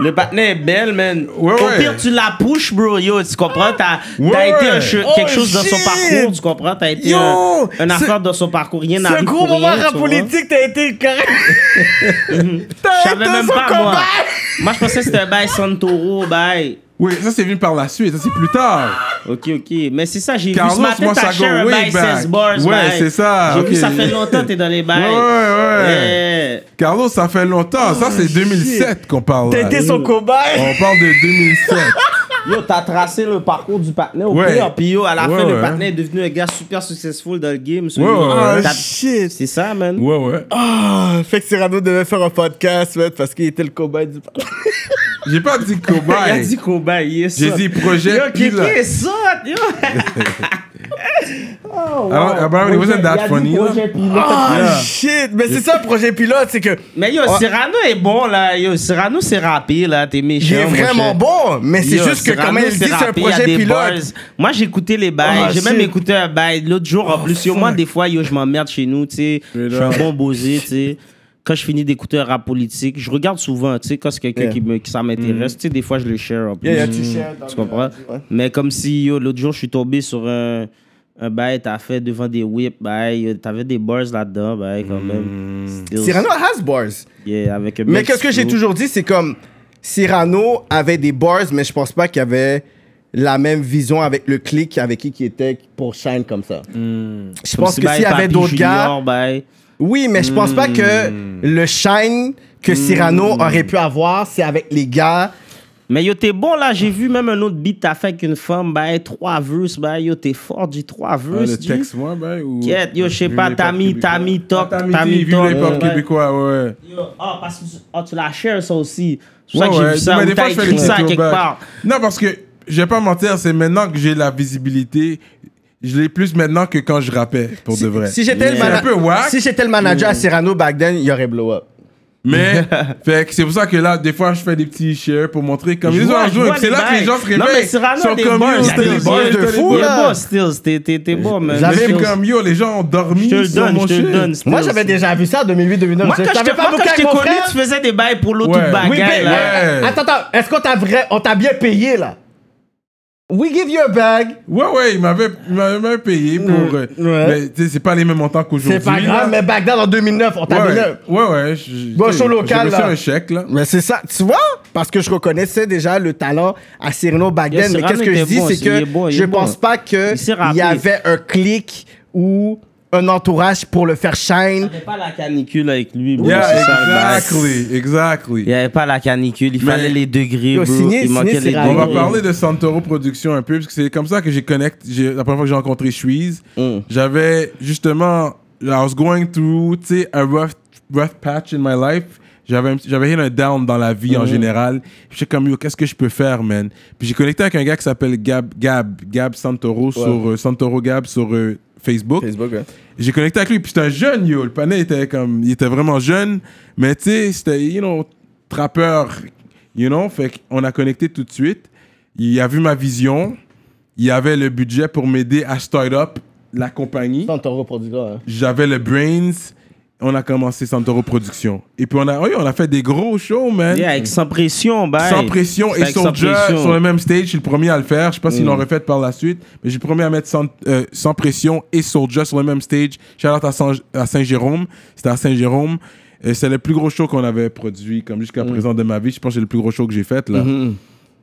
[SPEAKER 4] Le partenaire est belle, man.
[SPEAKER 3] Ouais,
[SPEAKER 4] Au
[SPEAKER 3] ouais.
[SPEAKER 4] pire, tu la pushes, bro. Yo, tu comprends? T'as
[SPEAKER 3] Ouais,
[SPEAKER 4] t'as été
[SPEAKER 3] ouais.
[SPEAKER 4] un che-
[SPEAKER 5] Oh,
[SPEAKER 4] quelque chose dans son
[SPEAKER 5] shit.
[SPEAKER 4] parcours, tu comprends? T'as été
[SPEAKER 5] Yo,
[SPEAKER 4] un, un
[SPEAKER 5] ce-
[SPEAKER 4] affaire dans son parcours. Rien
[SPEAKER 5] Ce
[SPEAKER 4] n'arrive
[SPEAKER 5] gros
[SPEAKER 4] pour
[SPEAKER 5] moment
[SPEAKER 4] rien,
[SPEAKER 5] rap
[SPEAKER 4] tu vois.
[SPEAKER 5] politique, t'as été carré.
[SPEAKER 4] Je savais même
[SPEAKER 5] son
[SPEAKER 4] pas, moi.
[SPEAKER 5] combat.
[SPEAKER 4] Moi, je pensais que c'était un bail Santoro, bail.
[SPEAKER 3] (laughs) Oui, ça, c'est venu par la suite. Ça, c'est plus tard.
[SPEAKER 4] Ok, ok. Mais c'est ça, j'ai vu
[SPEAKER 3] Carlos,
[SPEAKER 4] ce matin,
[SPEAKER 3] moi,
[SPEAKER 4] t'as
[SPEAKER 3] ça
[SPEAKER 4] acheté
[SPEAKER 3] go
[SPEAKER 4] un
[SPEAKER 3] way
[SPEAKER 4] bail
[SPEAKER 3] back.
[SPEAKER 4] 16 bars,
[SPEAKER 3] Ouais,
[SPEAKER 4] bail.
[SPEAKER 3] c'est ça,
[SPEAKER 4] J'ai
[SPEAKER 3] ok.
[SPEAKER 4] vu, ça fait longtemps que t'es dans les bails.
[SPEAKER 3] Ouais, ouais.
[SPEAKER 4] Yeah.
[SPEAKER 3] Carlos, ça fait longtemps. Ça, c'est 2007 qu'on parle.
[SPEAKER 5] T'as
[SPEAKER 3] là.
[SPEAKER 5] été son cobaye.
[SPEAKER 3] On parle de 2007.
[SPEAKER 4] Yo, t'as tracé le parcours du partenaire au
[SPEAKER 3] Ouais.
[SPEAKER 4] pire. Puis yo, à la
[SPEAKER 3] Ouais,
[SPEAKER 4] fin, le
[SPEAKER 3] ouais.
[SPEAKER 4] partenaire est devenu un gars super successful dans le game. So,
[SPEAKER 3] Ouais,
[SPEAKER 4] yo,
[SPEAKER 3] ouais.
[SPEAKER 4] t'as-
[SPEAKER 5] Shit.
[SPEAKER 4] C'est ça, man.
[SPEAKER 3] Ouais, ouais.
[SPEAKER 5] Ah, fait que Cyrano devait faire un podcast, ouais, parce qu'il était le cobaye du.
[SPEAKER 3] J'ai pas dit
[SPEAKER 4] (laughs) Il a
[SPEAKER 3] cobaye.
[SPEAKER 4] dit cobaye, il est
[SPEAKER 3] J'ai
[SPEAKER 4] ça.
[SPEAKER 3] dit projet
[SPEAKER 4] Yo, qui
[SPEAKER 3] pilote.
[SPEAKER 4] est ça?
[SPEAKER 3] (laughs)
[SPEAKER 4] Yo. (laughs) oh, wow.
[SPEAKER 3] Alors, Ah apparemment, it wasn't that
[SPEAKER 4] Il a dit
[SPEAKER 3] funny, hein.
[SPEAKER 4] projet pilote.
[SPEAKER 5] Ah,
[SPEAKER 3] Yeah.
[SPEAKER 5] shit. Mais c'est ça le projet pilote, c'est que.
[SPEAKER 4] Mais yo,
[SPEAKER 5] Ah.
[SPEAKER 4] Cyrano est bon, là. Yo, Cyrano, c'est rapide, là. T'es méchant.
[SPEAKER 5] Il est
[SPEAKER 4] mon
[SPEAKER 5] vraiment
[SPEAKER 4] cher.
[SPEAKER 5] bon, mais c'est
[SPEAKER 4] Yo,
[SPEAKER 5] juste que quand
[SPEAKER 4] Cyrano,
[SPEAKER 5] même, il dit c'est un
[SPEAKER 4] rappé, il y a
[SPEAKER 5] projet
[SPEAKER 4] des bars.
[SPEAKER 5] pilote.
[SPEAKER 4] Moi, j'ai écouté les bails.
[SPEAKER 5] Ah,
[SPEAKER 4] j'ai même
[SPEAKER 5] shit.
[SPEAKER 4] écouté un bail l'autre jour. en plus, yo, moi, des fois, yo, je m'emmerde chez nous, tu sais. Je suis un
[SPEAKER 3] up.
[SPEAKER 4] bon bosé, tu sais. Quand je finis d'écouter un rap politique, je regarde souvent, tu sais, quand c'est quelqu'un
[SPEAKER 5] Yeah.
[SPEAKER 4] qui me, qui- ça m'intéresse, tu sais, des fois, je le share en plus.
[SPEAKER 5] Yeah, yeah, tu shares dans
[SPEAKER 4] Tu
[SPEAKER 5] le-
[SPEAKER 4] comprends? Mais comme si, yo, l'autre jour, je suis tombé sur un, un bail t'as fait devant des whips, bail, t'avais des bars là-dedans, bail, quand même. Still-
[SPEAKER 5] Mm. Cyrano has bars.
[SPEAKER 4] Yeah, avec un
[SPEAKER 5] Mais
[SPEAKER 4] mec
[SPEAKER 5] qu'est-ce que j'ai
[SPEAKER 4] slow.
[SPEAKER 5] toujours dit, c'est comme Cyrano avait des bars, mais je pense pas qu'il y avait la même vision avec le clic avec qui qui était pour Shine comme ça. Je
[SPEAKER 4] Comme
[SPEAKER 5] pense
[SPEAKER 4] si,
[SPEAKER 5] que
[SPEAKER 4] bail,
[SPEAKER 5] s'il y avait
[SPEAKER 4] Papi
[SPEAKER 5] d'autres gars,
[SPEAKER 4] Junior, Hmm. bail.
[SPEAKER 5] oui, mais je pense pas que le Shine que Cyrano
[SPEAKER 4] Hmm.
[SPEAKER 5] aurait pu avoir, c'est avec les gars.
[SPEAKER 4] Mais yo, t'es bon là, j'ai vu même un autre beat t'as fait avec une femme, bail, trois verses, bail, yo, t'es fort du trois
[SPEAKER 3] Ah,
[SPEAKER 4] verses.
[SPEAKER 3] le
[SPEAKER 4] du-
[SPEAKER 3] texte, moi, ben. Ou...
[SPEAKER 4] Quête, yo, je sais
[SPEAKER 3] Vu
[SPEAKER 4] pas,
[SPEAKER 3] l'hip-hop
[SPEAKER 4] t'as mis-
[SPEAKER 3] québécois.
[SPEAKER 4] t'as mis
[SPEAKER 3] Ah,
[SPEAKER 4] Toc,
[SPEAKER 3] T'as mis
[SPEAKER 4] t'as mis
[SPEAKER 3] dit, vu
[SPEAKER 4] Toc,
[SPEAKER 3] l'hip-hop
[SPEAKER 4] ouais.
[SPEAKER 3] québécois, ouais.
[SPEAKER 4] Yo, Ah, parce que ah, tu la shares ça aussi. C'est pour
[SPEAKER 3] Ouais,
[SPEAKER 4] ça que j'ai
[SPEAKER 3] ouais.
[SPEAKER 4] vu ça,
[SPEAKER 3] Mais
[SPEAKER 4] ou
[SPEAKER 3] des
[SPEAKER 4] t'as
[SPEAKER 3] fois, je fais des
[SPEAKER 4] écrit ça
[SPEAKER 3] petits
[SPEAKER 4] quelque
[SPEAKER 3] throwbacks.
[SPEAKER 4] part.
[SPEAKER 3] Non, parce que, je vais pas mentir, c'est maintenant que j'ai la visibilité. Je l'ai plus maintenant que quand je rappais, pour de vrai.
[SPEAKER 5] Si j'étais le,
[SPEAKER 3] C'est
[SPEAKER 5] mana-
[SPEAKER 3] un peu whack.
[SPEAKER 5] si j'étais le manager
[SPEAKER 4] Hmm.
[SPEAKER 5] à Cyrano back then, il y aurait blow up.
[SPEAKER 4] (laughs)
[SPEAKER 3] Mais, fait que c'est pour ça que là, des fois, je fais des petits shares pour montrer comme
[SPEAKER 4] Je
[SPEAKER 3] ils ont
[SPEAKER 4] vois-
[SPEAKER 3] un
[SPEAKER 4] je
[SPEAKER 3] jour.
[SPEAKER 4] vois
[SPEAKER 3] C'est
[SPEAKER 4] les
[SPEAKER 3] là que les
[SPEAKER 4] bails.
[SPEAKER 3] gens se
[SPEAKER 4] Non, mais
[SPEAKER 3] réveillent.
[SPEAKER 4] Cyrano a
[SPEAKER 3] sont
[SPEAKER 4] des
[SPEAKER 3] comme
[SPEAKER 4] bars,
[SPEAKER 3] yo,
[SPEAKER 4] il y a
[SPEAKER 3] c'était
[SPEAKER 4] des
[SPEAKER 3] les
[SPEAKER 4] bars
[SPEAKER 3] boys,
[SPEAKER 5] de
[SPEAKER 3] c'était les
[SPEAKER 5] fou,
[SPEAKER 3] boys.
[SPEAKER 4] T'es
[SPEAKER 5] là.
[SPEAKER 4] bon, Stills, t'es- t'es t'es bon, man.
[SPEAKER 5] l'avais
[SPEAKER 3] Même
[SPEAKER 4] Stills.
[SPEAKER 3] comme yo, les gens ont dormi.
[SPEAKER 4] Je te le
[SPEAKER 3] sur
[SPEAKER 4] donne,
[SPEAKER 3] mon
[SPEAKER 4] je te
[SPEAKER 3] shit.
[SPEAKER 4] le
[SPEAKER 5] Moi,
[SPEAKER 4] donne. Stills.
[SPEAKER 5] j'avais déjà vu ça en 2008-2009.
[SPEAKER 4] Moi, quand
[SPEAKER 5] je
[SPEAKER 4] je
[SPEAKER 5] savais
[SPEAKER 4] t'ai
[SPEAKER 5] pas
[SPEAKER 4] moi,
[SPEAKER 5] beaucoup
[SPEAKER 4] quand je
[SPEAKER 5] avec
[SPEAKER 4] t'ai
[SPEAKER 5] mon
[SPEAKER 4] connu,
[SPEAKER 5] frère.
[SPEAKER 4] tu faisais des bails pour l'autre
[SPEAKER 3] Ouais.
[SPEAKER 4] toute
[SPEAKER 3] Oui,
[SPEAKER 4] bagaille,
[SPEAKER 5] mais-
[SPEAKER 4] là.
[SPEAKER 3] Ouais.
[SPEAKER 5] Attends, attends, est-ce qu'on t'a vrai, on t'a bien payé là? We give you a bag.
[SPEAKER 3] Ouais, ouais, ils m'avaient ils m'avaient même payé pour. euh,
[SPEAKER 5] ouais.
[SPEAKER 3] Mais tu sais, c'est pas les mêmes montants qu'aujourd'hui.
[SPEAKER 5] C'est pas
[SPEAKER 3] là.
[SPEAKER 5] grave, mais back then en 2009, on t'a
[SPEAKER 3] Ouais,
[SPEAKER 5] mis
[SPEAKER 3] ouais,
[SPEAKER 5] là.
[SPEAKER 3] ouais, ouais. je-
[SPEAKER 5] Bon,
[SPEAKER 3] tu sais,
[SPEAKER 5] show local,
[SPEAKER 3] J'ai reçu
[SPEAKER 5] là.
[SPEAKER 3] un chèque, là.
[SPEAKER 5] Mais c'est ça, tu vois? Parce que je reconnaissais déjà le talent à Cyrano back
[SPEAKER 4] Yo,
[SPEAKER 5] then. Mais
[SPEAKER 4] Cyrano
[SPEAKER 5] qu'est-ce que je
[SPEAKER 4] était
[SPEAKER 5] dis,
[SPEAKER 4] bon,
[SPEAKER 5] c'est
[SPEAKER 4] il est
[SPEAKER 5] que
[SPEAKER 4] bon, il
[SPEAKER 5] je
[SPEAKER 4] est
[SPEAKER 5] pense
[SPEAKER 4] bon.
[SPEAKER 5] pas
[SPEAKER 4] Il s'est
[SPEAKER 5] qu'il y
[SPEAKER 4] rappelé.
[SPEAKER 5] avait un clic ou un entourage pour le faire shine.
[SPEAKER 4] T'avais pas la canicule avec lui, bro.
[SPEAKER 3] Yeah,
[SPEAKER 4] c'est ça, le bail.
[SPEAKER 3] exactly, exactly.
[SPEAKER 4] Il y avait pas la canicule, il
[SPEAKER 3] Mais-
[SPEAKER 4] fallait les degrés,
[SPEAKER 5] Yo,
[SPEAKER 4] bro.
[SPEAKER 5] signé-
[SPEAKER 4] Il manquait
[SPEAKER 5] signé
[SPEAKER 4] les
[SPEAKER 5] Cyrano.
[SPEAKER 4] degrés.
[SPEAKER 3] On va parler de Santoro Productions un peu, parce que c'est comme ça que j'ai connecté. j'ai- La première fois que j'ai rencontré Shuiz,
[SPEAKER 4] Mm.
[SPEAKER 3] j'avais justement. I was going through, tu sais, a rough, rough patch in my life. J'avais un petit- j'avais hit un down dans la vie en général. Puis J'étais comme, yo, qu'est-ce que je peux faire, man? Puis j'ai connecté avec un gars qui s'appelle Gab, Gab, Gab Santoro sur euh, Santoro Gab sur euh, Facebook.
[SPEAKER 5] Facebook, ouais.
[SPEAKER 3] J'ai connecté avec lui, puis c'était un jeune, yo. Le panel était comme, il était vraiment jeune, mais tu sais, c'était, you know, trappeur, you know. Fait qu'on a connecté tout de suite. Il a vu ma vision. Il avait le budget pour m'aider à start up la compagnie.
[SPEAKER 5] Dans ton reproducteur. hein.
[SPEAKER 3] J'avais le brains. On a commencé Santoro Productions. Et puis on a, oui, on a fait des gros shows, man.
[SPEAKER 4] Yeah, avec sans pression, bail.
[SPEAKER 3] Sans pression
[SPEAKER 4] C'était
[SPEAKER 3] et
[SPEAKER 4] avec ben, sans
[SPEAKER 3] Soldier
[SPEAKER 4] pression. Mm.
[SPEAKER 3] sur le même stage, je suis le premier à le faire. Je sais pas s'ils l'ont refait par la suite, mais j'ai le premier à mettre sans, euh, sans pression et Soldier sur le même stage. Charlotte à, Saint- à Saint-Jérôme, c'était à Saint-Jérôme. Euh, C'est le plus gros show qu'on avait produit comme jusqu'à
[SPEAKER 4] Mm.
[SPEAKER 3] présent de ma vie. Je pense que c'est le plus gros show que j'ai fait là.
[SPEAKER 4] Mm-hmm.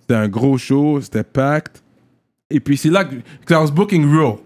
[SPEAKER 3] C'était un gros show, c'était packed. Et puis c'est là que, que I was booking Raw.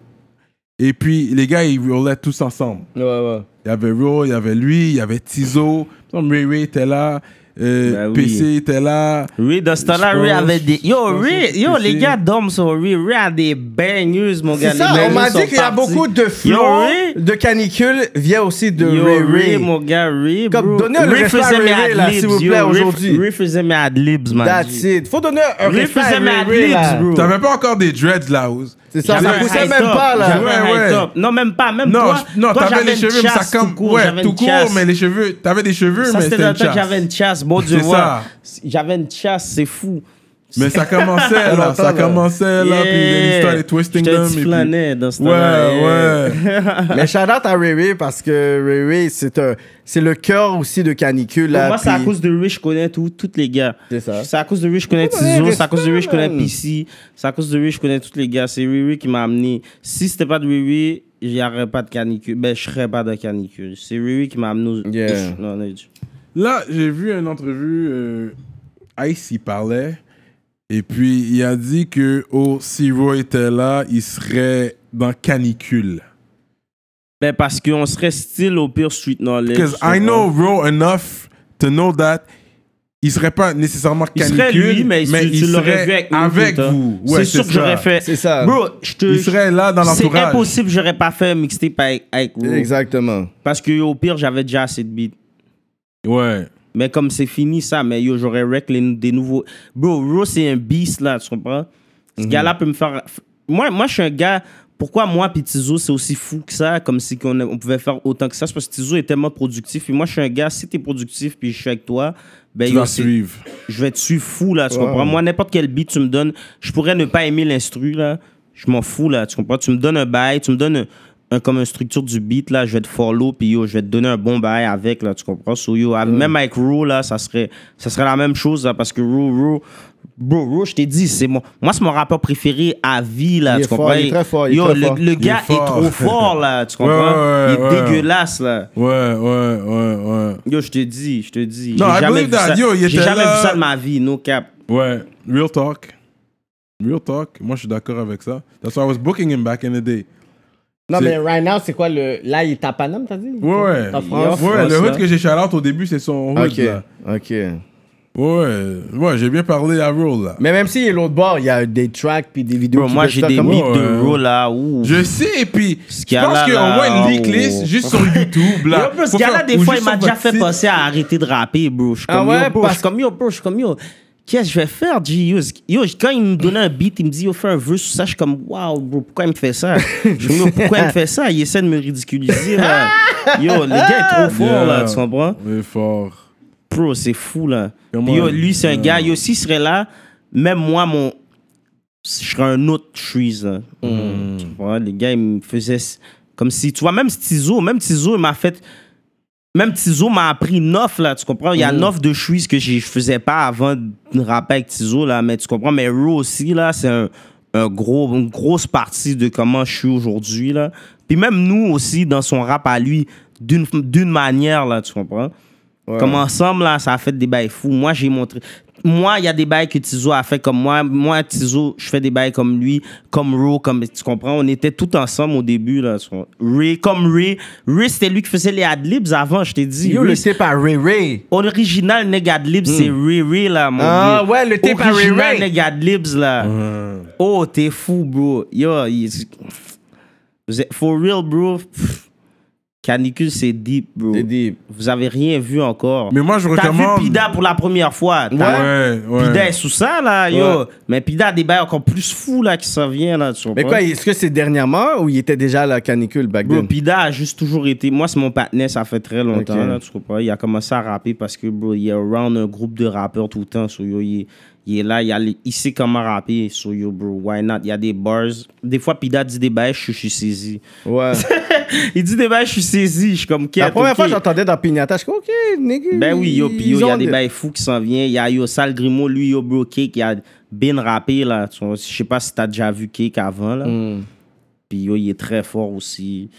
[SPEAKER 3] Et puis les gars ils roulaient tous ensemble.
[SPEAKER 5] Ouais, ouais.
[SPEAKER 3] Il y avait Raw, il y avait lui, il y avait Tizo, Ray Ray était là, euh,
[SPEAKER 4] Ben oui.
[SPEAKER 3] PC était là.
[SPEAKER 4] Ray dans ce temps-là,
[SPEAKER 3] Je
[SPEAKER 4] Ray
[SPEAKER 3] pense-
[SPEAKER 4] avait des.
[SPEAKER 3] je
[SPEAKER 4] Yo,
[SPEAKER 3] pense
[SPEAKER 4] Ray,
[SPEAKER 3] que
[SPEAKER 4] yo,
[SPEAKER 3] c'est-
[SPEAKER 4] les gars dorment sur Ray. Ray a des bangers, mon gars.
[SPEAKER 5] C'est ça, on
[SPEAKER 4] Les
[SPEAKER 5] m'a dit
[SPEAKER 4] bangers sont
[SPEAKER 5] qu'il y a
[SPEAKER 4] partis.
[SPEAKER 5] beaucoup de
[SPEAKER 4] Yo,
[SPEAKER 5] flots
[SPEAKER 4] Ray,
[SPEAKER 5] de canicule vient aussi de
[SPEAKER 4] Yo,
[SPEAKER 5] Ray
[SPEAKER 4] Ray,
[SPEAKER 5] Ray.
[SPEAKER 4] mon gars, Ray.
[SPEAKER 5] Comme,
[SPEAKER 4] bro.
[SPEAKER 5] donnez le
[SPEAKER 4] Ray
[SPEAKER 5] respect à
[SPEAKER 4] faisait
[SPEAKER 5] Ray
[SPEAKER 4] mes
[SPEAKER 5] Ray, là,
[SPEAKER 4] adlibs,
[SPEAKER 5] s'il vous plaît,
[SPEAKER 4] yo. Ray-
[SPEAKER 5] aujourd'hui.
[SPEAKER 4] Ray faisait mes adlibs, man.
[SPEAKER 5] That's it. Faut donner un
[SPEAKER 4] Ray
[SPEAKER 5] respect à
[SPEAKER 4] faisait mes
[SPEAKER 5] Ray Ray, là.
[SPEAKER 4] adlibs, bro.
[SPEAKER 3] T'avais pas encore des dreads là, Oz.
[SPEAKER 5] C'est ça, ça
[SPEAKER 4] J'avais un
[SPEAKER 5] poussait
[SPEAKER 4] high
[SPEAKER 5] même
[SPEAKER 4] top,
[SPEAKER 5] pas, là.
[SPEAKER 4] j'avais un
[SPEAKER 3] Ouais,
[SPEAKER 4] high
[SPEAKER 3] ouais.
[SPEAKER 4] top. Non, même pas, même
[SPEAKER 3] Non,
[SPEAKER 4] toi.
[SPEAKER 3] je- non,
[SPEAKER 4] toi,
[SPEAKER 3] t'avais
[SPEAKER 4] j'avais
[SPEAKER 3] les
[SPEAKER 4] une
[SPEAKER 3] cheveux, mais ça
[SPEAKER 4] chasse
[SPEAKER 3] comme.
[SPEAKER 4] tout court,
[SPEAKER 3] ouais,
[SPEAKER 4] j'avais
[SPEAKER 3] tout
[SPEAKER 4] une
[SPEAKER 3] court,
[SPEAKER 4] chasse.
[SPEAKER 3] mais les cheveux. T'avais des cheveux,
[SPEAKER 4] Ça,
[SPEAKER 3] mais
[SPEAKER 4] c'était
[SPEAKER 3] c'était
[SPEAKER 4] dans le
[SPEAKER 3] une
[SPEAKER 4] temps que
[SPEAKER 3] chasse.
[SPEAKER 4] j'avais une chasse, bon Dieu.
[SPEAKER 3] C'est ça.
[SPEAKER 4] J'avais une chasse, c'est fou.
[SPEAKER 3] Mais ça
[SPEAKER 4] (laughs)
[SPEAKER 3] commençait là, ça commençait là, puis les histoires des Twisting
[SPEAKER 4] J'étais
[SPEAKER 3] Them.
[SPEAKER 4] petit
[SPEAKER 3] et puis-
[SPEAKER 4] flanet dans ce
[SPEAKER 3] Ouais,
[SPEAKER 4] temps-là, yeah.
[SPEAKER 3] ouais.
[SPEAKER 5] (laughs) Mais shout out à Ray Ray parce que Ray Ray, c'est un- c'est le cœur aussi de canicule.
[SPEAKER 4] Pour
[SPEAKER 5] là,
[SPEAKER 4] moi, c'est à
[SPEAKER 5] puis-
[SPEAKER 4] cause de lui, je connais tous tous les gars.
[SPEAKER 5] C'est ça.
[SPEAKER 4] à cause de lui, je connais
[SPEAKER 5] Ouais, ouais,
[SPEAKER 4] Tizo. C'est à cause de lui, je
[SPEAKER 5] respect,
[SPEAKER 4] connais
[SPEAKER 5] man.
[SPEAKER 4] PC. C'est à cause de lui, je connais tous les gars. C'est Riri qui m'a amené. Si c'était pas de Riri, il n'y aurait pas de canicule. Ben, je serais pas de canicule. C'est Riri qui m'a amené. Aux...
[SPEAKER 5] Yeah.
[SPEAKER 4] Non, non, je-
[SPEAKER 3] Là, j'ai vu une entrevue, euh, Ice il parlait, et puis il a dit que oh, si Roy était là, il serait dans canicule.
[SPEAKER 4] Ben, parce qu'on serait style au pire street knowledge.
[SPEAKER 3] Because
[SPEAKER 4] tu
[SPEAKER 3] I know
[SPEAKER 4] comprends?
[SPEAKER 3] Raw enough to know that il serait pas nécessairement
[SPEAKER 4] Il
[SPEAKER 3] canicule,
[SPEAKER 4] serait lui, mais, tu- tu l'aurais vu
[SPEAKER 3] serait
[SPEAKER 4] avec, nous tout le temps.
[SPEAKER 3] vous. Ouais,
[SPEAKER 4] c'est sûr
[SPEAKER 3] ça.
[SPEAKER 4] que j'aurais fait.
[SPEAKER 5] C'est ça.
[SPEAKER 4] Bro, je te.
[SPEAKER 3] Il serait là dans
[SPEAKER 4] C'est
[SPEAKER 3] l'entourage.
[SPEAKER 4] impossible, j'aurais pas fait un mixtape avec, avec Ro.
[SPEAKER 5] Exactement.
[SPEAKER 4] Parce que au pire, j'avais déjà assez de beats.
[SPEAKER 3] Ouais.
[SPEAKER 4] Mais comme c'est fini ça, mais yo, j'aurais rec les- des nouveaux. Bro, Ro, c'est un beast là, tu comprends?
[SPEAKER 3] Mhm.
[SPEAKER 4] Ce gars-là peut me faire. Moi, moi, je suis un gars. Pourquoi moi puis Tizo, c'est aussi fou que ça, comme si qu'on on pouvait faire autant que ça? C'est parce que Tizo est tellement productif. Et moi, je suis un gars, si t'es productif puis je suis avec toi, ben
[SPEAKER 3] Tu
[SPEAKER 4] yo,
[SPEAKER 3] vas
[SPEAKER 4] c'est-
[SPEAKER 3] suivre.
[SPEAKER 4] je vais dessus fou là, tu comprends? Moi, n'importe quel beat tu me donnes, je pourrais ne pas aimer l'instru là, je m'en fous là, tu comprends? Tu me donnes un bail, tu me donnes un, un- comme une structure du beat là, je vais te follow puis yo, je vais te donner un bon bail avec là, tu comprends? So yo, à- même avec Ro là, ça serait, ça serait la même chose là, parce que Ro, Ro, Bro, bro, je t'ai dit, c'est mon. Moi, c'est mon rappeur préféré à vie, là.
[SPEAKER 5] Il est
[SPEAKER 4] tu
[SPEAKER 5] fort,
[SPEAKER 4] comprends?
[SPEAKER 5] il est très fort, il est
[SPEAKER 4] Yo,
[SPEAKER 5] très
[SPEAKER 4] le,
[SPEAKER 5] fort.
[SPEAKER 4] le
[SPEAKER 3] Il est
[SPEAKER 4] gars est,
[SPEAKER 3] fort.
[SPEAKER 4] trop fort, là. Tu
[SPEAKER 3] (laughs)
[SPEAKER 4] comprends?
[SPEAKER 3] ouais,
[SPEAKER 4] il est
[SPEAKER 3] ouais.
[SPEAKER 4] dégueulasse, là.
[SPEAKER 3] Ouais, ouais, ouais, ouais.
[SPEAKER 4] Yo, je te dis, je te dis.
[SPEAKER 3] Non,
[SPEAKER 4] j'ai
[SPEAKER 3] I
[SPEAKER 4] jamais,
[SPEAKER 3] believe
[SPEAKER 4] vu
[SPEAKER 3] that.
[SPEAKER 4] ça.
[SPEAKER 3] Yo, il
[SPEAKER 4] J'ai
[SPEAKER 3] était
[SPEAKER 4] jamais
[SPEAKER 3] là.
[SPEAKER 4] vu ça de ma vie, no cap.
[SPEAKER 3] Ouais, real talk. Real talk. Moi, je suis d'accord avec ça. That's why I was booking him back in the day.
[SPEAKER 6] Non,
[SPEAKER 3] C'est-
[SPEAKER 6] mais right now, c'est quoi le. Là, il est à Paname, t'as dit
[SPEAKER 3] Ouais,
[SPEAKER 4] Ah,
[SPEAKER 3] ouais.
[SPEAKER 6] En France.
[SPEAKER 3] ouais,
[SPEAKER 4] France,
[SPEAKER 3] le hood
[SPEAKER 4] là.
[SPEAKER 3] que j'ai shout-out au début, c'est son hood,
[SPEAKER 5] Ok,
[SPEAKER 3] là.
[SPEAKER 5] ok.
[SPEAKER 3] Ouais, ouais, j'ai bien parlé à Roll, là.
[SPEAKER 5] Mais même s'il est l'autre bord, il y a des tracks puis des vidéos.
[SPEAKER 4] Bro,
[SPEAKER 5] qui
[SPEAKER 4] moi,
[SPEAKER 5] peuvent
[SPEAKER 4] j'ai
[SPEAKER 5] faire
[SPEAKER 4] des
[SPEAKER 5] comme-
[SPEAKER 4] beats
[SPEAKER 3] Ouais.
[SPEAKER 4] de bro, là. Ouh.
[SPEAKER 3] Je sais, et puis
[SPEAKER 4] Ce
[SPEAKER 3] je pense
[SPEAKER 4] gars-là,
[SPEAKER 3] qu'il y a au
[SPEAKER 4] là,
[SPEAKER 3] moins une leak
[SPEAKER 4] oh.
[SPEAKER 3] list juste sur YouTube,
[SPEAKER 4] (laughs) Yo,
[SPEAKER 3] là.
[SPEAKER 4] bro, ce
[SPEAKER 3] Faut
[SPEAKER 4] gars-là,
[SPEAKER 3] faire-
[SPEAKER 4] des
[SPEAKER 3] ou
[SPEAKER 4] fois, il
[SPEAKER 3] juste
[SPEAKER 4] m'a
[SPEAKER 3] sur
[SPEAKER 4] déjà
[SPEAKER 3] votre
[SPEAKER 4] fait
[SPEAKER 3] site.
[SPEAKER 4] penser à arrêter de rapper, bro. Je suis
[SPEAKER 5] Ah
[SPEAKER 4] comme,
[SPEAKER 5] ouais,
[SPEAKER 4] yo, bro, je
[SPEAKER 5] parce-
[SPEAKER 4] suis comme, yo, bro, je suis comme, yo. Qu'est-ce que je vais faire, G? Yo, c'est- yo, quand il me donnait un beat, il me dit, yo, fais un vœu sur ça. Je suis comme, wow, bro, pourquoi il me fait ça? Je me dis, yo, pourquoi il me fait ça? Il essaie de me ridiculiser, là.
[SPEAKER 3] (laughs)
[SPEAKER 4] Yo, le gars est trop fort, là,
[SPEAKER 3] Yeah.
[SPEAKER 4] tu comprends?
[SPEAKER 3] Il est fort.
[SPEAKER 4] Bro, c'est fou, là.
[SPEAKER 3] Come
[SPEAKER 4] Puis, yo,
[SPEAKER 3] on.
[SPEAKER 4] lui, c'est un
[SPEAKER 3] Yeah.
[SPEAKER 4] gars, yo, s'il serait là, même moi, mon. Je serais un autre Trees, là. Tu vois, les gars, ils me faisaient. s- Comme si. Tu vois, même Tizo, même Tizo, il m'a fait. Même Tizo m'a appris neuf, là, tu comprends? Il y a neuf de Trees que j'ai- je faisais pas avant de rapper avec Tizo, là, mais tu comprends? Mais Ro aussi, là, c'est un, un gros, une grosse partie de comment je suis aujourd'hui, là. Puis même nous aussi, dans son rap à lui, d'une d'une manière, là, tu comprends? Comme ensemble, là, ça a fait des bails fous. Moi, j'ai montré. Moi, il y a des bails que Tizo a fait comme moi. Moi, Tizo, je fais des bails comme lui, comme Ro, comme. Tu comprends? On était tous ensemble au début, là. tu comprends? Ray, comme Ray. Ray, c'était lui qui faisait les adlibs avant, je t'ai dit.
[SPEAKER 5] Yo,
[SPEAKER 4] Ray,
[SPEAKER 5] le tape à Ray Ray.
[SPEAKER 4] Original Neg Adlibs, c'est Ray Ray, là, mon
[SPEAKER 5] Ah,
[SPEAKER 4] vieux.
[SPEAKER 5] ouais, le tape à Ray
[SPEAKER 4] Original
[SPEAKER 5] Ray.
[SPEAKER 4] Neg Adlibs, là. Oh, t'es fou, bro. Yo, il- Vous êtes- for real, bro. Pff. Canicule, c'est deep, bro.
[SPEAKER 5] C'est deep.
[SPEAKER 4] Vous avez rien vu encore.
[SPEAKER 3] Mais moi, je
[SPEAKER 4] T'as
[SPEAKER 3] recommande-
[SPEAKER 4] vu Pida pour la première fois. T'as-
[SPEAKER 3] Ouais, ouais.
[SPEAKER 4] Pida est sous ça, là, yo.
[SPEAKER 5] Ouais.
[SPEAKER 4] Mais Pida a des bails encore plus fous, là, qui s'en viennent, là. tu
[SPEAKER 5] Mais
[SPEAKER 4] comprends?
[SPEAKER 5] quoi, est-ce que c'est dernièrement ou il était déjà à la canicule back
[SPEAKER 4] Bro,
[SPEAKER 5] then?
[SPEAKER 4] Pida a juste toujours été. Moi, c'est mon partenaire, ça fait très longtemps,
[SPEAKER 5] Ok.
[SPEAKER 4] là, tu comprends? Il a commencé à rapper parce que, bro, il est around un groupe de rappeurs tout le temps. So, yo, il, est- il est là, il, a les- il sait comment rapper. So, yo, bro, why not? Il y a des bars. Des fois, Pida dit des bails, je, je suis saisi. (laughs)
[SPEAKER 5] Ouais.
[SPEAKER 4] il dit des bails, je suis saisi. Je suis comme,
[SPEAKER 5] La
[SPEAKER 4] quête,
[SPEAKER 5] première
[SPEAKER 4] ok.
[SPEAKER 5] fois, j'entendais dans Pignata, je suis comme, OK, nigga.
[SPEAKER 4] Ben oui, yo, puis yo, il y
[SPEAKER 5] ils
[SPEAKER 4] a
[SPEAKER 5] ont
[SPEAKER 4] des bails fous qui s'en viennent. Il y a yo Sal Grimo, lui, yo, bro, Cake, il a bien rappé, là. Tu vois, Je sais pas si t'as déjà vu Cake avant, là.
[SPEAKER 5] Hmm.
[SPEAKER 4] Puis yo, il est très fort aussi.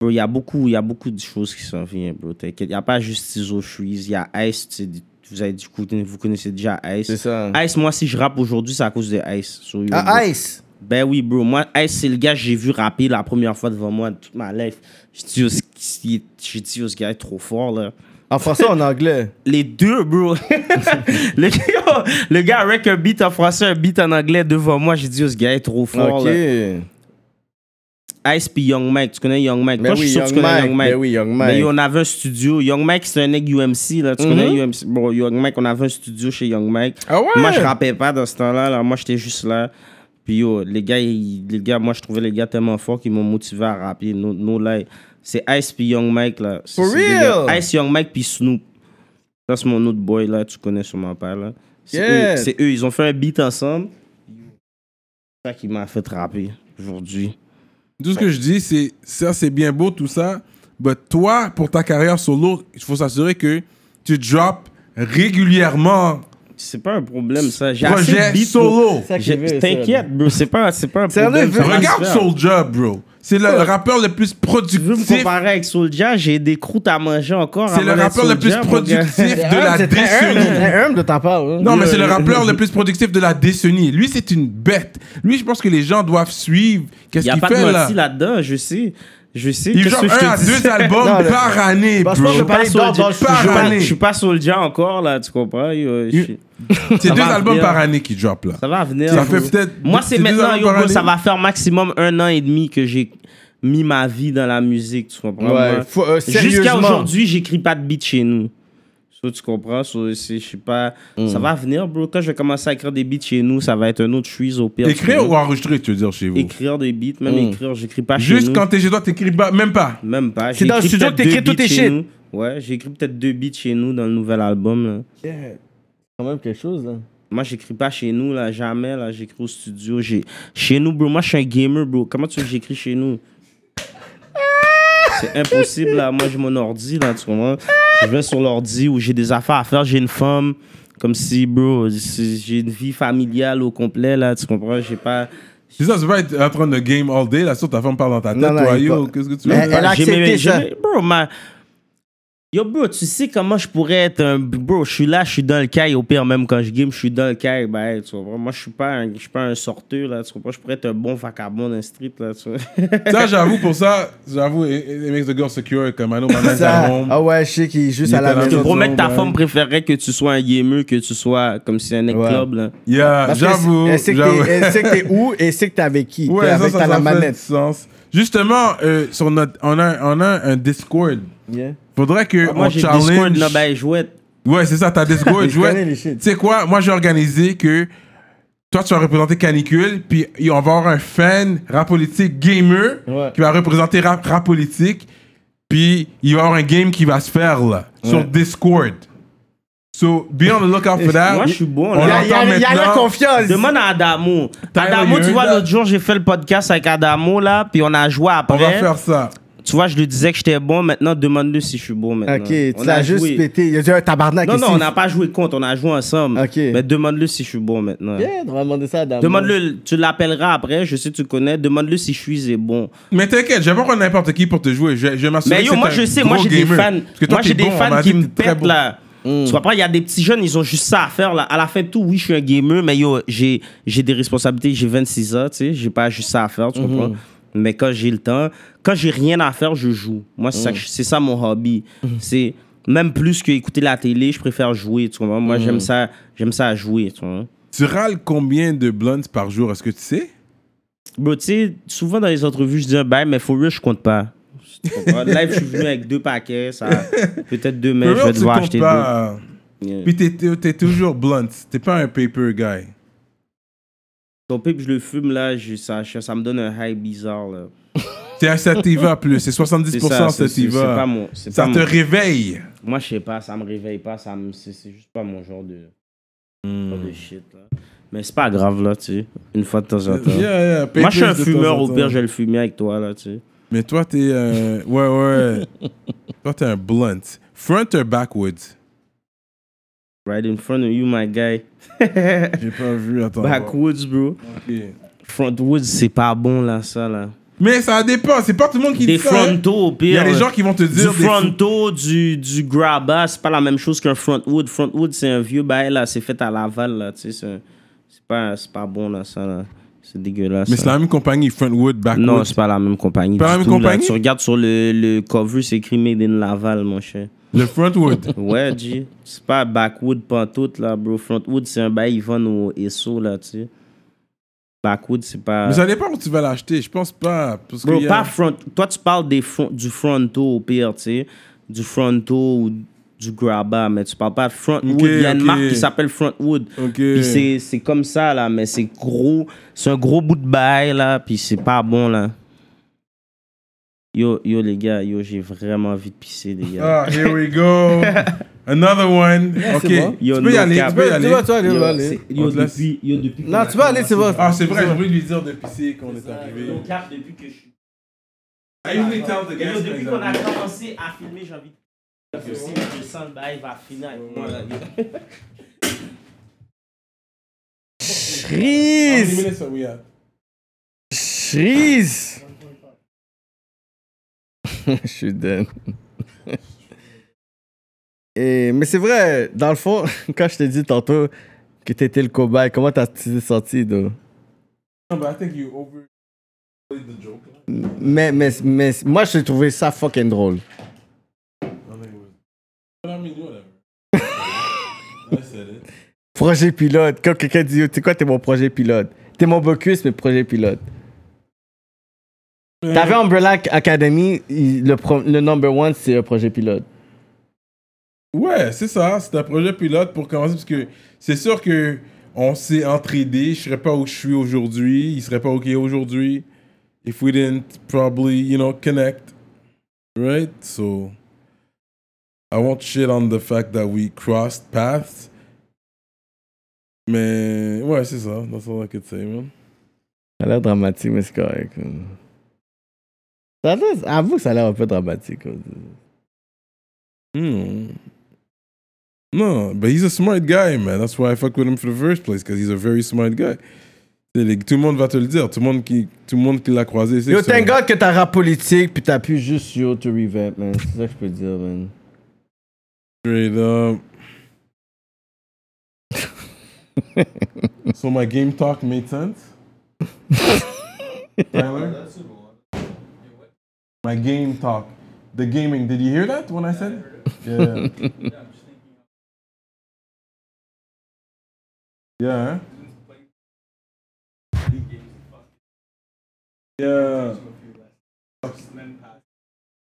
[SPEAKER 4] Bro, il y a beaucoup, il y a beaucoup de choses qui s'en viennent, bro. T'inquiète, il y a pas juste Tizo Freeze, il y a Ice, tu sais, vous, avez, du coup, vous connaissez déjà Ice.
[SPEAKER 5] C'est ça.
[SPEAKER 4] Ice, moi, si je rappe aujourd'hui, c'est à cause de Ice. So, yo, bro,
[SPEAKER 5] Ah, Ice.
[SPEAKER 4] ben oui, bro. Moi, Ice, c'est le gars que j'ai vu rapper la première fois devant moi de toute ma life. J'ai dit, yo, ce- j'ai dit, yo, ce gars est trop fort, là.
[SPEAKER 5] En français ou en anglais?
[SPEAKER 4] Les deux,
[SPEAKER 5] (laughs)
[SPEAKER 4] bro. le, gars- le gars avec un beat en français, un beat en anglais devant moi. J'ai dit, oh, ce gars est trop fort.
[SPEAKER 5] OK.
[SPEAKER 4] là. Ice puis Young Mike. Tu connais Young Mike?
[SPEAKER 5] Ben
[SPEAKER 4] Toi, je
[SPEAKER 5] oui,
[SPEAKER 4] suis sûr que
[SPEAKER 5] Young
[SPEAKER 4] tu connais
[SPEAKER 5] Mike.
[SPEAKER 4] Young Mike.
[SPEAKER 5] Ben oui, Young Mike.
[SPEAKER 4] Ben, yo, on avait un studio. Young Mike, c'est un nec UMC. Là. Tu connais UMC? Bro, Young Mike, on avait un studio chez Young Mike.
[SPEAKER 5] Mm-hmm. Ah ouais?
[SPEAKER 4] Moi, je rappais pas dans ce temps-là. là. Moi, j'étais juste là. Puis yo, les gars, ils- les gars, moi, je trouvais les gars tellement forts qu'ils m'ont motivé à rapper. No, no lie. C'est Ice puis Young Mike, là. C'est-
[SPEAKER 5] For
[SPEAKER 4] c'est des gars-
[SPEAKER 5] real?
[SPEAKER 4] Ice, Young Mike puis Snoop. Ça, c'est mon autre boy, là, tu connais sûrement pas, là. C'est
[SPEAKER 5] Yeah.
[SPEAKER 4] eux, c'est eux, ils ont fait un beat ensemble. C'est ça qui m'a fait rapper aujourd'hui.
[SPEAKER 3] Tout ce que je dis, c'est ça, c'est bien beau, tout ça. Mais toi, pour ta carrière solo, il faut s'assurer que tu drops régulièrement.
[SPEAKER 4] C'est pas un problème, ça. J'ai assez
[SPEAKER 3] Projet
[SPEAKER 4] de beats
[SPEAKER 3] solo.
[SPEAKER 4] pour- j'ai- T'inquiète, bro, c'est pas, c'est pas un
[SPEAKER 5] Sérieux,
[SPEAKER 4] problème. ça va
[SPEAKER 3] Regarde
[SPEAKER 4] se faire.
[SPEAKER 3] Soulja, bro. C'est le rappeur le plus
[SPEAKER 4] Tu veux me
[SPEAKER 3] productif.
[SPEAKER 4] comparer avec Soulja, j'ai des croûtes à manger encore.
[SPEAKER 3] C'est le
[SPEAKER 4] avant d'être
[SPEAKER 3] rappeur le plus
[SPEAKER 4] Soulja, mon gars.
[SPEAKER 3] productif de la
[SPEAKER 5] C'est très humble, c'est
[SPEAKER 3] décennie.
[SPEAKER 5] très humble de ta part. hein.
[SPEAKER 3] Non, mais c'est le rappeur le plus productif de la décennie. Lui, c'est une bête. Lui, je pense que les gens doivent suivre.
[SPEAKER 4] Il n'y
[SPEAKER 3] Qu'est-ce
[SPEAKER 4] a
[SPEAKER 3] qu'il
[SPEAKER 4] pas de
[SPEAKER 3] fait là
[SPEAKER 4] menti là-dedans, je sais. Je sais.
[SPEAKER 3] Il
[SPEAKER 4] Qu'est-ce
[SPEAKER 3] drop
[SPEAKER 4] que je te
[SPEAKER 3] un à
[SPEAKER 4] dis? (laughs)
[SPEAKER 3] deux albums
[SPEAKER 5] (laughs) Non, le-
[SPEAKER 3] par année,
[SPEAKER 5] Parce
[SPEAKER 3] bro.
[SPEAKER 5] que
[SPEAKER 4] Bah, Je suis pas
[SPEAKER 5] Parler
[SPEAKER 4] Soulja-
[SPEAKER 5] dans- dans-
[SPEAKER 4] je suis pas-
[SPEAKER 3] par année.
[SPEAKER 4] je suis pas Soulja encore là, tu comprends? yo, je suis-
[SPEAKER 3] C'est
[SPEAKER 4] Ça
[SPEAKER 3] deux
[SPEAKER 4] va
[SPEAKER 3] albums
[SPEAKER 4] venir.
[SPEAKER 3] par année qui drop là.
[SPEAKER 4] Ça va venir.
[SPEAKER 3] Ça fait
[SPEAKER 4] bro.
[SPEAKER 3] peut-être
[SPEAKER 4] Moi,
[SPEAKER 3] deux-
[SPEAKER 4] c'est
[SPEAKER 3] c'est deux
[SPEAKER 4] maintenant,
[SPEAKER 3] albums
[SPEAKER 4] yo,
[SPEAKER 3] par
[SPEAKER 4] bro,
[SPEAKER 3] année.
[SPEAKER 4] ça va faire maximum un an et demi que j'ai mis ma vie dans la musique, tu comprends?
[SPEAKER 5] Ouais,
[SPEAKER 4] moi?
[SPEAKER 5] faut- euh,
[SPEAKER 4] Jusqu'à
[SPEAKER 5] sérieusement.
[SPEAKER 4] aujourd'hui, j'écris pas de beat chez nous. So, tu comprends? So, c'est- je sais pas.
[SPEAKER 5] Hmm.
[SPEAKER 4] Ça va venir, bro. Quand je vais commencer à écrire des beats chez nous, ça va être un autre suis au pire. tu
[SPEAKER 3] Écrire
[SPEAKER 4] comprends?
[SPEAKER 3] ou enregistrer, tu veux dire, chez vous
[SPEAKER 4] Écrire des beats, même
[SPEAKER 5] Hmm.
[SPEAKER 4] écrire, j'écris pas chez
[SPEAKER 3] Juste
[SPEAKER 4] nous.
[SPEAKER 3] quand t'es chez toi, t'écris pas- même pas.
[SPEAKER 4] Même pas.
[SPEAKER 5] C'est dans le
[SPEAKER 4] J'écris
[SPEAKER 5] studio que
[SPEAKER 4] peut-être
[SPEAKER 5] t'écris
[SPEAKER 4] deux
[SPEAKER 5] tous tes
[SPEAKER 4] beats chez
[SPEAKER 5] shit.
[SPEAKER 4] nous. Ouais, j'ai écrit peut-être deux beats chez nous dans le nouvel album. là.
[SPEAKER 6] quand même quelque chose, là.
[SPEAKER 4] Moi, j'écris pas chez nous, là, jamais, là, j'écris au studio. J'ai... Chez nous, bro, moi, je suis un gamer, bro. Comment tu veux que j'écris chez nous? C'est impossible, là. Moi, j'ai mon ordi, là, tu comprends? Je vais sur l'ordi où j'ai des affaires à faire, j'ai une femme. Comme si, bro, si j'ai une vie familiale au complet, là, tu comprends? J'ai pas.
[SPEAKER 3] C'est ça, tu vas être en train de game all day, là, sur ta femme parle dans ta tête,
[SPEAKER 5] Non, non,
[SPEAKER 3] toi,
[SPEAKER 5] il
[SPEAKER 3] yo,
[SPEAKER 5] va-
[SPEAKER 3] qu'est-ce que tu veux?
[SPEAKER 5] Mais elle a
[SPEAKER 4] J'ai
[SPEAKER 5] accepté
[SPEAKER 4] mes- j'ai
[SPEAKER 5] ça.
[SPEAKER 4] mes- Bro, ma- Yo, bro, tu sais comment je pourrais être un. Bro, je suis là, je suis dans le caille. Au pire, même quand je game, je suis dans le caille. Ben, hey, tu comprends? Moi, je suis pas un, je suis pas un sorteur, là. Tu comprends? Je pourrais être un bon vagabond dans le street,
[SPEAKER 5] (laughs)
[SPEAKER 4] là. Tu vois?
[SPEAKER 3] Ça, j'avoue, pour ça, j'avoue, it, it makes the girl secure, comme I know my man's
[SPEAKER 5] (laughs) Ça-
[SPEAKER 3] at home.
[SPEAKER 5] Ah ouais, je sais qu'il est juste
[SPEAKER 3] Il
[SPEAKER 5] à
[SPEAKER 3] était
[SPEAKER 5] la
[SPEAKER 3] dans
[SPEAKER 4] Je
[SPEAKER 3] le
[SPEAKER 4] te
[SPEAKER 5] maison. hein.
[SPEAKER 3] bureau.
[SPEAKER 4] promets que ta
[SPEAKER 3] ben.
[SPEAKER 4] femme préférait que tu sois un gamer, que tu sois comme si un
[SPEAKER 5] Ouais.
[SPEAKER 4] club, là.
[SPEAKER 3] Yeah,
[SPEAKER 5] Parce que
[SPEAKER 3] j'avoue,
[SPEAKER 5] Elle sait que
[SPEAKER 3] j'avoue.
[SPEAKER 5] t'es- elle sait que t'es où et elle sait que t'es avec qui.
[SPEAKER 3] Ouais,
[SPEAKER 5] t'es
[SPEAKER 3] ça,
[SPEAKER 5] avec
[SPEAKER 3] ça,
[SPEAKER 5] t'as
[SPEAKER 3] ça
[SPEAKER 5] la
[SPEAKER 3] fait du
[SPEAKER 5] manette.
[SPEAKER 3] sens. Justement, euh, sur notre, on, a, on a un Discord.
[SPEAKER 6] Yeah.
[SPEAKER 3] Faudrait que
[SPEAKER 4] Ah, Moi,
[SPEAKER 3] on
[SPEAKER 4] j'ai Discord,
[SPEAKER 3] challenge.
[SPEAKER 4] là, ben, jouette.
[SPEAKER 3] ouais, c'est ça, t'as Discord.
[SPEAKER 6] Je connais
[SPEAKER 3] ouais.
[SPEAKER 6] les
[SPEAKER 3] Tu
[SPEAKER 6] shit.
[SPEAKER 3] sais quoi, moi j'ai organisé que toi tu vas représenter Canicule, puis y- on va avoir un fan rap politique gamer
[SPEAKER 6] Ouais.
[SPEAKER 3] qui va représenter rap, rap politique, puis il va y avoir un game qui va se faire là, sur Discord. So, be on the lookout for that.
[SPEAKER 4] Moi, je suis bon,
[SPEAKER 3] On
[SPEAKER 4] là.
[SPEAKER 5] Il y a- il y a la
[SPEAKER 3] maintenant.
[SPEAKER 5] confiance.
[SPEAKER 4] Demande à Adamo.
[SPEAKER 3] Tyler,
[SPEAKER 4] Adamo,
[SPEAKER 3] il y a
[SPEAKER 4] tu
[SPEAKER 3] eu
[SPEAKER 4] vois,
[SPEAKER 3] là.
[SPEAKER 4] l'autre jour, j'ai fait le podcast avec Adamo, là, puis on a joué après.
[SPEAKER 3] On va faire ça.
[SPEAKER 4] Tu vois, je lui disais que j'étais bon. Maintenant, demande-lui si je suis bon maintenant.
[SPEAKER 5] Ok, tu
[SPEAKER 4] On
[SPEAKER 5] l'as
[SPEAKER 4] a
[SPEAKER 5] juste
[SPEAKER 4] joué.
[SPEAKER 5] pété. Il a dit un tabarnak.
[SPEAKER 4] Non,
[SPEAKER 5] ici.
[SPEAKER 4] non, on n'a pas joué contre, on a joué ensemble.
[SPEAKER 5] Ok.
[SPEAKER 4] Mais demande-lui si je suis bon maintenant.
[SPEAKER 6] Yeah, on va demander ça à Damo.
[SPEAKER 4] Demande-le, tu l'appelleras après, je sais que tu connais, demande-le si je suis bon.
[SPEAKER 3] Mais t'inquiète, je vais pas prendre n'importe qui pour te jouer. Je, je m'assure
[SPEAKER 4] Mais
[SPEAKER 3] que
[SPEAKER 4] yo,
[SPEAKER 3] c'est
[SPEAKER 4] moi
[SPEAKER 3] un
[SPEAKER 4] je sais, moi
[SPEAKER 3] gros
[SPEAKER 4] j'ai des
[SPEAKER 3] gamer.
[SPEAKER 4] fans,
[SPEAKER 3] Parce que toi,
[SPEAKER 4] moi
[SPEAKER 3] t'es
[SPEAKER 4] j'ai des
[SPEAKER 3] bon, on m'a
[SPEAKER 4] fans
[SPEAKER 3] dit
[SPEAKER 4] qui
[SPEAKER 3] que
[SPEAKER 4] me
[SPEAKER 3] t'es très
[SPEAKER 4] pètent
[SPEAKER 3] bon.
[SPEAKER 4] là. Tu comprends, il y a des petits jeunes, ils ont juste ça à faire là. À la fin de tout, oui, je suis un gamer, mais yo, j'ai j'ai des responsabilités, j'ai 26 ans, tu sais, j'ai pas juste ça à faire, tu comprends. Mais quand j'ai le temps, quand j'ai rien à faire, je joue. Moi, c'est ça que je- c'est ça, mon hobby. C'est même plus que écouter la télé, je préfère jouer, tu comprends. Moi, j'aime ça, j'aime ça jouer, tu comprends.
[SPEAKER 3] Tu râles combien de blunts par jour, est-ce que tu sais?
[SPEAKER 4] Bro, Bah, tu sais, souvent dans les entrevues, je dis un bail, mais for real, je compte pas.
[SPEAKER 3] (laughs)
[SPEAKER 4] Tu comprends? Live, je suis venu avec deux paquets, ça. Peut-être deux, mais
[SPEAKER 3] Mais
[SPEAKER 4] je vais
[SPEAKER 3] tu
[SPEAKER 4] devoir
[SPEAKER 3] comptes
[SPEAKER 4] acheter
[SPEAKER 3] pas.
[SPEAKER 4] deux. Yeah.
[SPEAKER 3] Puis t'es- t'es t'es toujours blunt. T'es pas un paper guy.
[SPEAKER 4] Ton pipe, je le fume là, je- ça, je- ça me donne un high bizarre là.
[SPEAKER 3] T'es un
[SPEAKER 4] (laughs)
[SPEAKER 3] sativa plus. C'est
[SPEAKER 4] C'est
[SPEAKER 3] 70%
[SPEAKER 4] ça, c'est- c'est- C'est pas
[SPEAKER 3] sativa.
[SPEAKER 4] mon. c'est
[SPEAKER 3] Ça
[SPEAKER 4] pas
[SPEAKER 3] te
[SPEAKER 4] mon-
[SPEAKER 3] réveille.
[SPEAKER 4] Moi, je sais pas, ça me réveille pas, ça me- c'est c'est juste pas mon genre de,
[SPEAKER 3] Hmm.
[SPEAKER 4] genre de shit là. Mais c'est pas grave là, tu sais, une fois de temps en temps.
[SPEAKER 3] Yeah, yeah,
[SPEAKER 4] Moi, je suis un
[SPEAKER 3] papers de temps
[SPEAKER 4] fumeur,
[SPEAKER 3] en
[SPEAKER 4] au
[SPEAKER 3] temps.
[SPEAKER 4] pire, je vais le fumer avec toi là, tu sais.
[SPEAKER 3] Mais toi, t'es.
[SPEAKER 4] (laughs)
[SPEAKER 3] euh, ouais, ouais. toi, t'es un blunt. Front or backwoods?
[SPEAKER 4] Right in front of you,
[SPEAKER 3] (laughs)
[SPEAKER 4] my guy.
[SPEAKER 3] J'ai pas vu, attends.
[SPEAKER 4] Backwoods, bro.
[SPEAKER 3] Ok.
[SPEAKER 4] Frontwoods, c'est pas bon là, ça là.
[SPEAKER 3] Mais ça dépend. C'est pas tout le monde qui
[SPEAKER 4] Des
[SPEAKER 3] dit ça. hein.
[SPEAKER 4] frontaux, au pire.
[SPEAKER 3] Il y a des
[SPEAKER 4] euh,
[SPEAKER 3] gens qui vont te dire.
[SPEAKER 4] Du
[SPEAKER 3] des fou-
[SPEAKER 4] fronto, du, du grabba, c'est pas la même chose qu'un frontwood. Frontwood, c'est un vieux bail, là, c'est fait à Laval, là, tu sais, c'est un- c'est pas, c'est pas bon, là, ça, là. C'est dégueulasse.
[SPEAKER 3] Mais
[SPEAKER 4] ça.
[SPEAKER 3] c'est la même compagnie, Frontwood, Backwoods.
[SPEAKER 4] Non, c'est pas la même compagnie.
[SPEAKER 3] Pas la
[SPEAKER 4] du
[SPEAKER 3] même
[SPEAKER 4] tout, là.
[SPEAKER 3] compagnie?
[SPEAKER 4] Tu regardes sur le, le cover, c'est écrit Made in Laval, mon cher.
[SPEAKER 3] Le Frontwood.
[SPEAKER 4] Ouais, G. C'est pas backwood pantoute, là, bro. Frontwood, c'est un bail, ils vendent au ESO, là, tu sais. Backwood, c'est pas.
[SPEAKER 3] Mais ça dépend où tu vas l'acheter. Je pense pas. Parce
[SPEAKER 4] Bro,
[SPEAKER 3] qu'il y a-
[SPEAKER 4] pas front. Toi, tu parles des fron- du fronto au pire, tu sais. Du fronto ou du grabba, mais tu parles pas de frontwood.
[SPEAKER 3] Ok,
[SPEAKER 4] Il y a une
[SPEAKER 3] ok.
[SPEAKER 4] marque qui s'appelle frontwood.
[SPEAKER 3] Ok.
[SPEAKER 4] Puis c'est- c'est comme ça, là, mais c'est gros. C'est un gros bout de bail, là, puis c'est pas bon, là. Yo, yo, les gars, yo, j'ai vraiment envie de pisser, les gars.
[SPEAKER 3] Ah, here we go. (laughs) Another one. ok.
[SPEAKER 6] c'est bon.
[SPEAKER 3] Tu
[SPEAKER 4] Yo,
[SPEAKER 3] peux y
[SPEAKER 4] no
[SPEAKER 3] aller.
[SPEAKER 4] cap.
[SPEAKER 3] Tu peux y
[SPEAKER 5] Tu
[SPEAKER 3] aller.
[SPEAKER 5] vas, tu vas aller,
[SPEAKER 4] Yo,
[SPEAKER 5] tu vas
[SPEAKER 4] c'est-
[SPEAKER 5] aller.
[SPEAKER 4] yo,
[SPEAKER 3] On te laisse.
[SPEAKER 4] depuis, yo, depuis.
[SPEAKER 5] Non, tu vas aller, c'est bon.
[SPEAKER 3] Ah, c'est vrai, j'ai oublié de lui dire de pisser qu'on est arrivé.
[SPEAKER 4] Yo, cap, depuis que je suis-
[SPEAKER 3] I usually tell the
[SPEAKER 4] Yo,
[SPEAKER 3] guys,
[SPEAKER 4] depuis
[SPEAKER 3] for
[SPEAKER 4] qu'on a
[SPEAKER 3] example.
[SPEAKER 4] commencé à filmer, j'ai envie de. Parce que si je sens le bail va finir avec moi, là, yo.
[SPEAKER 3] How many
[SPEAKER 5] Cheese!
[SPEAKER 3] minutes are we at?
[SPEAKER 5] Cheese! (laughs) Je suis done. (laughs) Et, mais c'est vrai, dans le fond, (laughs) quand je t'ai dit tantôt que t'étais le cobaye, comment t'as- tu t'es senti, là?
[SPEAKER 3] No, but I think you over played the joke.
[SPEAKER 5] Mais, mais, mais moi, j'ai trouvé ça fucking drôle.
[SPEAKER 3] I think it was. But I mean, whatever. (laughs) I said it.
[SPEAKER 5] Projet pilote. Quand quelqu'un dit, oh, tu sais quoi, t'es mon projet pilote. T'es mon Bocus, mais projet pilote. T'avais Umbrella Academy, il- le, pro- le number one, c'est le projet pilote.
[SPEAKER 3] Ouais, c'est ça. C'est un projet pilote pour commencer parce que c'est sûr que on s'est entraidé. Je serais pas où je suis aujourd'hui. Il serait pas OK aujourd'hui. If we didn't probably, you know, connect. Right? So I won't shit on the fact that we crossed paths. Mais ouais, c'est ça. That's all I could say, man.
[SPEAKER 5] Ça a l'air dramatique, mais c'est correct. Ça a l'air- avoue que ça a l'air un peu dramatique. quoi.
[SPEAKER 3] Hmm. No, but he's a smart guy, man. That's why I fuck with him for the first place, because he's a very smart guy. C'est les- Tout le monde va te le dire. Tout le monde qui, tout le monde qui l'a croisé, c'est
[SPEAKER 5] Yo,
[SPEAKER 3] que c'est
[SPEAKER 5] thank
[SPEAKER 3] un-
[SPEAKER 5] God que t'as rap politique, puis t'as pu juste.
[SPEAKER 6] Juste yo to revamp, man. C'est ça que je peux dire, man.
[SPEAKER 3] Straight up. so my game talk made sense? Tyler? My game talk. The gaming. Did you hear that when I said it? Yeah. Yeah. huh? Yeah.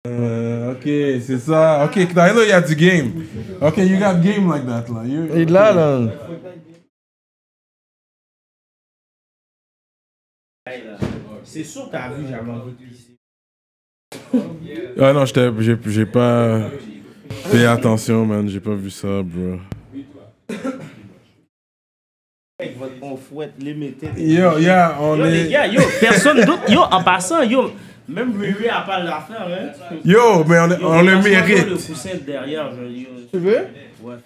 [SPEAKER 3] Euh, ok, c'est ça. Ok, Tyler, il y a du game. Ok, you got game like that, là. You,
[SPEAKER 5] Et là, là.
[SPEAKER 4] C'est sûr que t'as vu, j'avais envie de pisser.
[SPEAKER 3] Ah non, j'étais- j'ai j'ai pas. Fais attention, man, j'ai pas vu ça, bro.
[SPEAKER 4] Avec votre confouette limitée.
[SPEAKER 3] Yo, yeah, on
[SPEAKER 4] Yo, les
[SPEAKER 3] est.
[SPEAKER 4] gars, yo, personne d'autre. Yo, en passant, yo, même Riri a pas l'affaire, hein.
[SPEAKER 3] Yo, mais on, est-
[SPEAKER 4] Yo,
[SPEAKER 3] on le
[SPEAKER 4] regarde-moi Le
[SPEAKER 3] mérite.
[SPEAKER 4] coussin derrière, je dis.
[SPEAKER 6] Tu veux?
[SPEAKER 4] Ouais.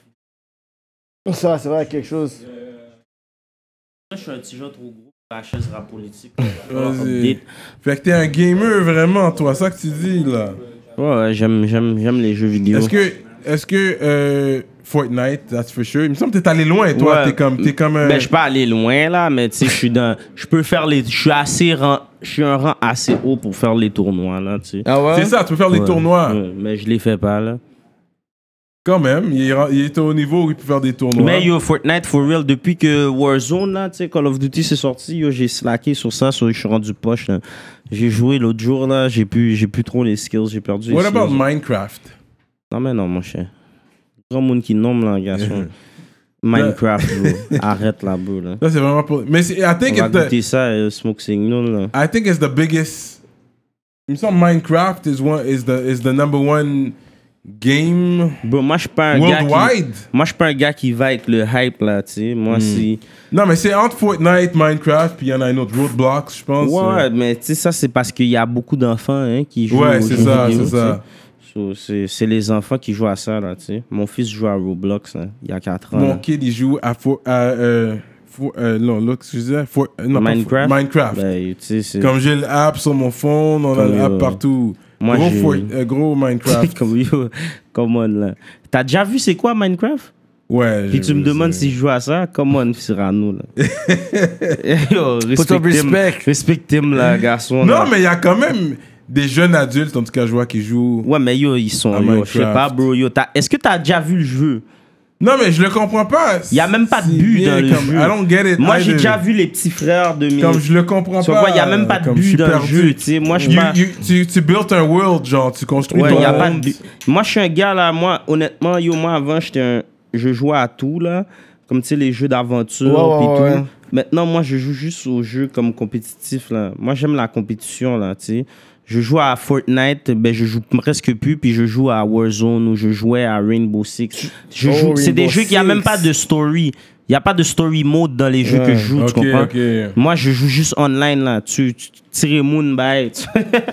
[SPEAKER 6] Ça, c'est vrai, quelque chose.
[SPEAKER 4] Moi, je suis un petit genre trop gros. pour La chaise rap politique.
[SPEAKER 3] Vas-y. Fait que t'es un gamer vraiment, toi, ça que tu dis, là.
[SPEAKER 4] Ouais, j'aime, j'aime, j'aime les jeux vidéo.
[SPEAKER 3] Est-ce que. Est-ce que. euh, Fortnite, that's for sure. Il me semble que t'es allé loin, toi.
[SPEAKER 4] Ouais.
[SPEAKER 3] T'es comme. T'es comme un.
[SPEAKER 4] Ben, je suis pas allé loin là, mais tu sais, je suis dans. Je peux faire les. Je suis assez rang. Je suis un rang assez haut pour faire les tournois là, tu sais.
[SPEAKER 5] Ah ouais?
[SPEAKER 3] C'est ça, tu peux faire des
[SPEAKER 4] Ouais,
[SPEAKER 3] tournois.
[SPEAKER 4] ouais, mais je les fais pas là.
[SPEAKER 3] Quand même, il, est- il était au niveau où il peut faire des tournois.
[SPEAKER 4] Mais yo, Fortnite for real, depuis que Warzone là, tu sais, Call of Duty c'est sorti, yo, j'ai slacké sur ça, sur, je suis rendu poche là. J'ai joué l'autre jour là, j'ai plus, j'ai plus trop les skills, j'ai perdu. les
[SPEAKER 3] What
[SPEAKER 4] skills.
[SPEAKER 3] about Minecraft?
[SPEAKER 4] Non mais non mon cher. Grand monde qui nomme
[SPEAKER 3] (laughs)
[SPEAKER 4] là, garçon. Minecraft, bro. Arrête là, bro là.
[SPEAKER 3] Ça, c'est vraiment pour. Mais c'est- I
[SPEAKER 4] On
[SPEAKER 3] think
[SPEAKER 4] va
[SPEAKER 3] it's the-
[SPEAKER 4] goûter ça, euh, Smoke Signal là.
[SPEAKER 3] I think it's the biggest. Il me semble Minecraft is one is the is the number one
[SPEAKER 4] (laughs)
[SPEAKER 3] game
[SPEAKER 4] Bro, moi je suis pas un gars qui...
[SPEAKER 3] worldwide. Hmm.
[SPEAKER 4] Moi, je suis pas un gars qui va avec le hype, là, tu sais. Moi, si...
[SPEAKER 3] Non mais c'est entre Fortnite, Minecraft, puis il y en a un autre Roadblocks, je pense. euh,
[SPEAKER 4] Ouais, ouais, mais tu sais, ça, c'est parce qu'il y a beaucoup d'enfants hein, qui jouent
[SPEAKER 3] Ouais,
[SPEAKER 4] aux
[SPEAKER 3] c'est
[SPEAKER 4] jeux
[SPEAKER 3] ça,
[SPEAKER 4] vidéo,
[SPEAKER 3] c'est
[SPEAKER 4] tu sais.
[SPEAKER 3] ça.
[SPEAKER 4] So, c'est c'est les enfants qui jouent à ça, là, tu sais. Mon fils joue à Roblox, là, il y a 4 ans.
[SPEAKER 3] Mon
[SPEAKER 4] là.
[SPEAKER 3] kid il joue à For- à, euh, For- euh, non, l'autre que je disais, For- euh, non, pas For-
[SPEAKER 4] Minecraft.
[SPEAKER 3] Minecraft.
[SPEAKER 4] Ben, tu sais, c'est...
[SPEAKER 3] Comme j'ai l'app sur mon phone, on a
[SPEAKER 4] Comme,
[SPEAKER 3] l'app
[SPEAKER 4] euh,
[SPEAKER 3] partout.
[SPEAKER 4] moi,
[SPEAKER 3] gros,
[SPEAKER 4] j'ai-
[SPEAKER 3] Fort- euh, gros Minecraft.
[SPEAKER 4] (laughs) (laughs) Comme, yo, come on, là. T'as déjà vu c'est quoi, Minecraft?
[SPEAKER 3] ouais.
[SPEAKER 4] Puis
[SPEAKER 3] j'ai
[SPEAKER 4] tu me
[SPEAKER 3] vu,
[SPEAKER 4] demandes
[SPEAKER 3] c'est-
[SPEAKER 4] si je joue à ça? Come on, Cyrano, là.
[SPEAKER 3] (laughs)
[SPEAKER 4] (laughs) yo,
[SPEAKER 5] ton
[SPEAKER 4] respecte-moi. Respecte-moi, là, garçon. là.
[SPEAKER 3] Non mais il y a quand même des jeunes adultes en tout cas je vois qui jouent.
[SPEAKER 4] Ouais, mais yo, ils sont...
[SPEAKER 3] À
[SPEAKER 4] yo, Je sais
[SPEAKER 3] Minecraft.
[SPEAKER 4] pas, bro. Yo, t'as- est-ce que t'as déjà vu le jeu?
[SPEAKER 3] Non, mais je le comprends pas.
[SPEAKER 4] Y a même pas de
[SPEAKER 3] C'est
[SPEAKER 4] but
[SPEAKER 3] bien
[SPEAKER 4] dans le
[SPEAKER 3] comme-
[SPEAKER 4] jeu.
[SPEAKER 3] I don't get it
[SPEAKER 4] Moi, j'ai
[SPEAKER 3] either.
[SPEAKER 4] déjà vu les petits frères de mes.
[SPEAKER 3] Comme je le comprends
[SPEAKER 4] Tu
[SPEAKER 3] pas.
[SPEAKER 4] vois, il n'y a même pas de
[SPEAKER 3] comme je
[SPEAKER 4] but
[SPEAKER 3] suis
[SPEAKER 4] dans le
[SPEAKER 3] perdu.
[SPEAKER 4] jeu. tu sais. Moi, je suis
[SPEAKER 3] You-
[SPEAKER 4] pas.
[SPEAKER 3] you- tu, tu built un world, genre, tu construis
[SPEAKER 4] Ouais,
[SPEAKER 3] ton
[SPEAKER 4] y a pas de
[SPEAKER 3] monde.
[SPEAKER 4] but. Moi, je suis un gars là. Moi, honnêtement, yo, moi, avant, j'étais un. Je jouais à tout, là. Comme, tu sais, les jeux d'aventure
[SPEAKER 5] Ouais, ouais,
[SPEAKER 4] pis
[SPEAKER 5] ouais.
[SPEAKER 4] tout. Maintenant, moi, je joue juste aux jeux comme compétitifs, là. Moi, j'aime la compétition, là, tu sais. Je joue à Fortnite, ben, je joue presque plus, puis je joue à Warzone ou je jouais à Rainbow Six. Je
[SPEAKER 5] Oh,
[SPEAKER 4] joue... C'est des
[SPEAKER 5] Rainbow
[SPEAKER 4] jeux qui a même
[SPEAKER 5] Six.
[SPEAKER 4] pas de story. Il n'y a pas de story mode dans les jeux que je joue,
[SPEAKER 3] Ok,
[SPEAKER 4] tu comprends?
[SPEAKER 3] ok.
[SPEAKER 4] Moi, je joue juste online, là. Tu, tu tires moon, bye. (laughs) Tu-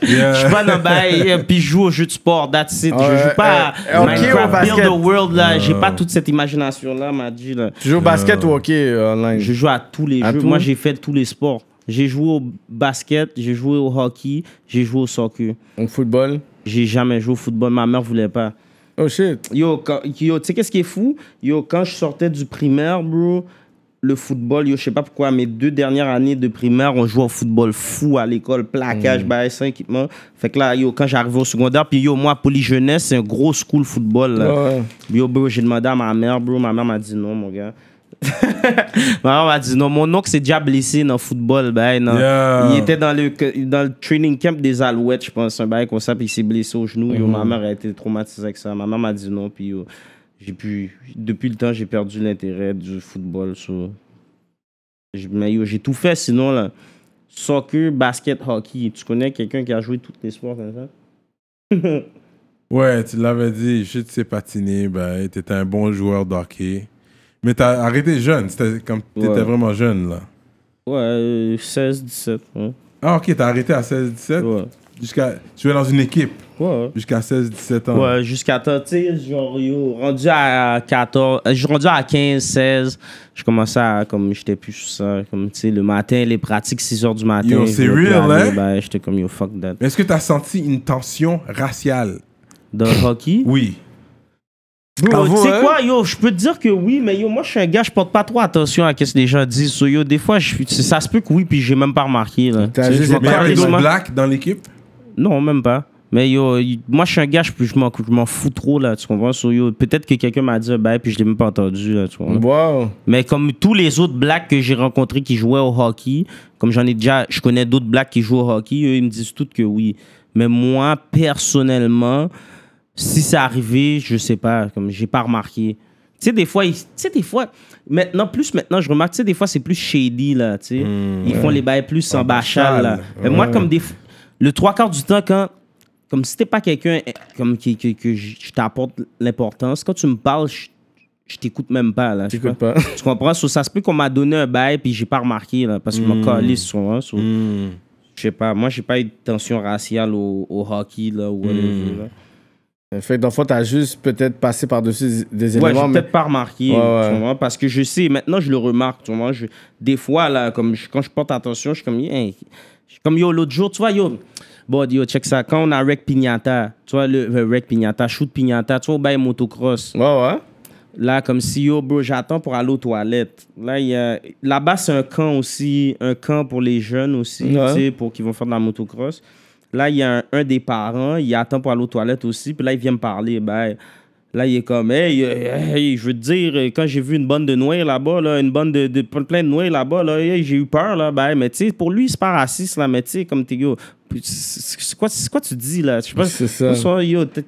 [SPEAKER 3] Yeah.
[SPEAKER 4] je suis pas dans bail, euh, puis je joue au jeu de sport, that's it. je
[SPEAKER 5] Ouais,
[SPEAKER 4] joue pas
[SPEAKER 5] euh,
[SPEAKER 4] à
[SPEAKER 5] hockey ou
[SPEAKER 4] Minecraft,
[SPEAKER 5] basket?
[SPEAKER 4] Build the World, là. J'ai pas toute cette imagination-là, m'a dit, là.
[SPEAKER 5] Tu joues au basket ou hockey euh, online?
[SPEAKER 4] Je joue à tous les
[SPEAKER 5] À
[SPEAKER 4] jeux.
[SPEAKER 5] tout?
[SPEAKER 4] Moi, j'ai fait tous les sports. J'ai joué au basket, j'ai joué au hockey, j'ai joué au soccer.
[SPEAKER 5] Au football?
[SPEAKER 4] J'ai jamais joué au football, ma mère voulait pas.
[SPEAKER 5] Oh shit.
[SPEAKER 4] Yo, quand- yo tu sais qu'est-ce qui est fou? Yo, quand je sortais du primaire, bro, le football, yo, je sais pas pourquoi, mes deux dernières années de primaire, on jouait au football fou à l'école,
[SPEAKER 5] Mm.
[SPEAKER 4] plaquage, bail, sans équipement. Fait que là, yo, quand j'arrivais au secondaire, puis yo, moi, Polyjeunesse, c'est un gros school football. là.
[SPEAKER 5] Ouais.
[SPEAKER 4] Yo, bro, j'ai demandé à ma mère, bro, ma mère m'a dit non, mon gars. (laughs) ma mère m'a dit non, mon oncle s'est déjà blessé dans le football, bail, non.
[SPEAKER 3] Yeah.
[SPEAKER 4] Il était dans le, dans le training camp des Alouettes, je pense, un bail comme ça, puis il s'est blessé au genou. Yo, ma mère a été traumatisée avec ça. Ma mère m'a dit non, puis yo, j'ai pu, depuis le temps, j'ai perdu l'intérêt du football. so. J- Mais yo, j'ai tout fait, sinon, là, soccer, basket, hockey. Tu connais quelqu'un qui a joué tous les sports comme ça?
[SPEAKER 3] Ouais, tu l'avais dit, je sais patiner, ben, t'étais un bon joueur d'hockey. Mais t'as arrêté jeune, c'était comme t'étais
[SPEAKER 4] Ouais.
[SPEAKER 3] vraiment jeune, là.
[SPEAKER 4] Ouais, euh, 16, 17. ouais.
[SPEAKER 3] Ah, ok, t'as arrêté à 16-17?
[SPEAKER 4] Ouais.
[SPEAKER 3] jusqu'à tu es dans une équipe
[SPEAKER 4] Ouais.
[SPEAKER 3] jusqu'à 16 17 ans.
[SPEAKER 4] Ouais, jusqu'à temps, tu sais, genre, yo, rendu à 14, euh, je suis rendu à 15, 16, je commençais à, comme, j'étais plus sur ça, comme, tu sais, le matin, les pratiques, 6 h du matin.
[SPEAKER 3] Yo,
[SPEAKER 4] je
[SPEAKER 3] c'est
[SPEAKER 4] voulais plus
[SPEAKER 3] real,
[SPEAKER 4] aller,
[SPEAKER 3] hein?
[SPEAKER 4] Ben, j'étais comme, yo, fuck that.
[SPEAKER 3] Mais Est-ce que tu as senti une tension raciale
[SPEAKER 4] Dans le hockey?
[SPEAKER 3] Oui.
[SPEAKER 4] Bro,
[SPEAKER 3] (laughs) Bravo,
[SPEAKER 4] tu sais
[SPEAKER 3] hein?
[SPEAKER 4] quoi, yo, je peux te dire que oui, mais yo, moi, je suis un gars, je porte pas trop attention à ce que les gens disent. So, yo, des fois, je, suis- ça se peut que oui, puis j'ai même pas remarqué. Là.
[SPEAKER 5] T'as
[SPEAKER 4] Tu sais,
[SPEAKER 5] juste
[SPEAKER 4] je m'en
[SPEAKER 5] été
[SPEAKER 3] Mais il y
[SPEAKER 4] parle
[SPEAKER 3] avait d'autres
[SPEAKER 4] quasiment-
[SPEAKER 3] blacks dans l'équipe
[SPEAKER 4] Non, même pas. Mais yo, y- moi, je suis un gars, je, je m'en, je m'en fous trop, là, tu comprends? So, yo, peut-être que quelqu'un m'a dit un bail, puis je l'ai même pas entendu, là, tu comprends?
[SPEAKER 5] Wow.
[SPEAKER 4] Mais comme tous les autres blacks que j'ai rencontrés qui jouaient au hockey, comme j'en ai déjà, je connais d'autres blacks qui jouent au hockey, eux, ils me disent toutes que oui. Mais moi, personnellement, si c'est arrivé, je sais pas, comme j'ai pas remarqué. Tu sais, des fois, ils- tu sais, des fois, maintenant, plus maintenant, je remarque, tu sais, des fois, c'est plus shady, là, tu sais. ils font les bails plus en bachal, là. Mais moi, comme des f- le trois quarts du temps, quand, comme si t'es pas quelqu'un, eh, comme qui, qui- que je je t'apporte l'importance, quand tu me parles, je, je t'écoute même pas, là. je sais
[SPEAKER 5] Écoute pas.
[SPEAKER 4] tu comprends? So, ça se peut qu'on m'a donné un bail puis j'ai pas remarqué là, parce que
[SPEAKER 5] Mm.
[SPEAKER 4] je me calisse souvent. So,
[SPEAKER 5] Hmm.
[SPEAKER 4] Je sais pas, moi j'ai pas eu de tension raciale au, au hockey là, ou
[SPEAKER 5] Mm.
[SPEAKER 4] whatever, là.
[SPEAKER 5] Fait que dans le fond, t'as juste peut-être passé par-dessus des
[SPEAKER 4] Ouais,
[SPEAKER 5] éléments.
[SPEAKER 4] j'ai
[SPEAKER 5] mais-
[SPEAKER 4] peut-être pas remarqué,
[SPEAKER 5] Ouais, ouais.
[SPEAKER 4] tu comprends, parce que je sais, maintenant je le remarque, tu vois, je, des fois, là, comme je- quand je porte attention, je suis comme, Hein, je suis comme yo, l'autre jour, tu vois, yo, bon, yo, check ça, quand on a Rec Pignata, tu vois, le, le Rec Pignata, Shoot Pignata, tu vois, au bail motocross,
[SPEAKER 5] Ouais, ouais.
[SPEAKER 4] Là, comme si, yo, bro, j'attends pour aller aux toilettes. Là, il y a... Là-bas, c'est un camp aussi, un camp pour les jeunes aussi,
[SPEAKER 5] Ouais.
[SPEAKER 4] tu sais, pour qui vont faire de la motocross. Là, il y a un, un des parents, il attend pour aller aux toilettes aussi, puis là, il vient me parler. Ben, là, il est comme, hey, euh, hey, je veux te dire, euh, quand j'ai vu une bande de noirs là-bas, là, une bande de, de- plein de noirs là-bas, là, hey, j'ai eu peur, là, ben, mais tu sais, pour lui, c'est pas raciste, là, mais tu sais, comme t'es, yo, c'est c'est quoi, c'est quoi tu dis, là? Je sais pas,
[SPEAKER 5] C'est ça.
[SPEAKER 4] Comme yo, t'es-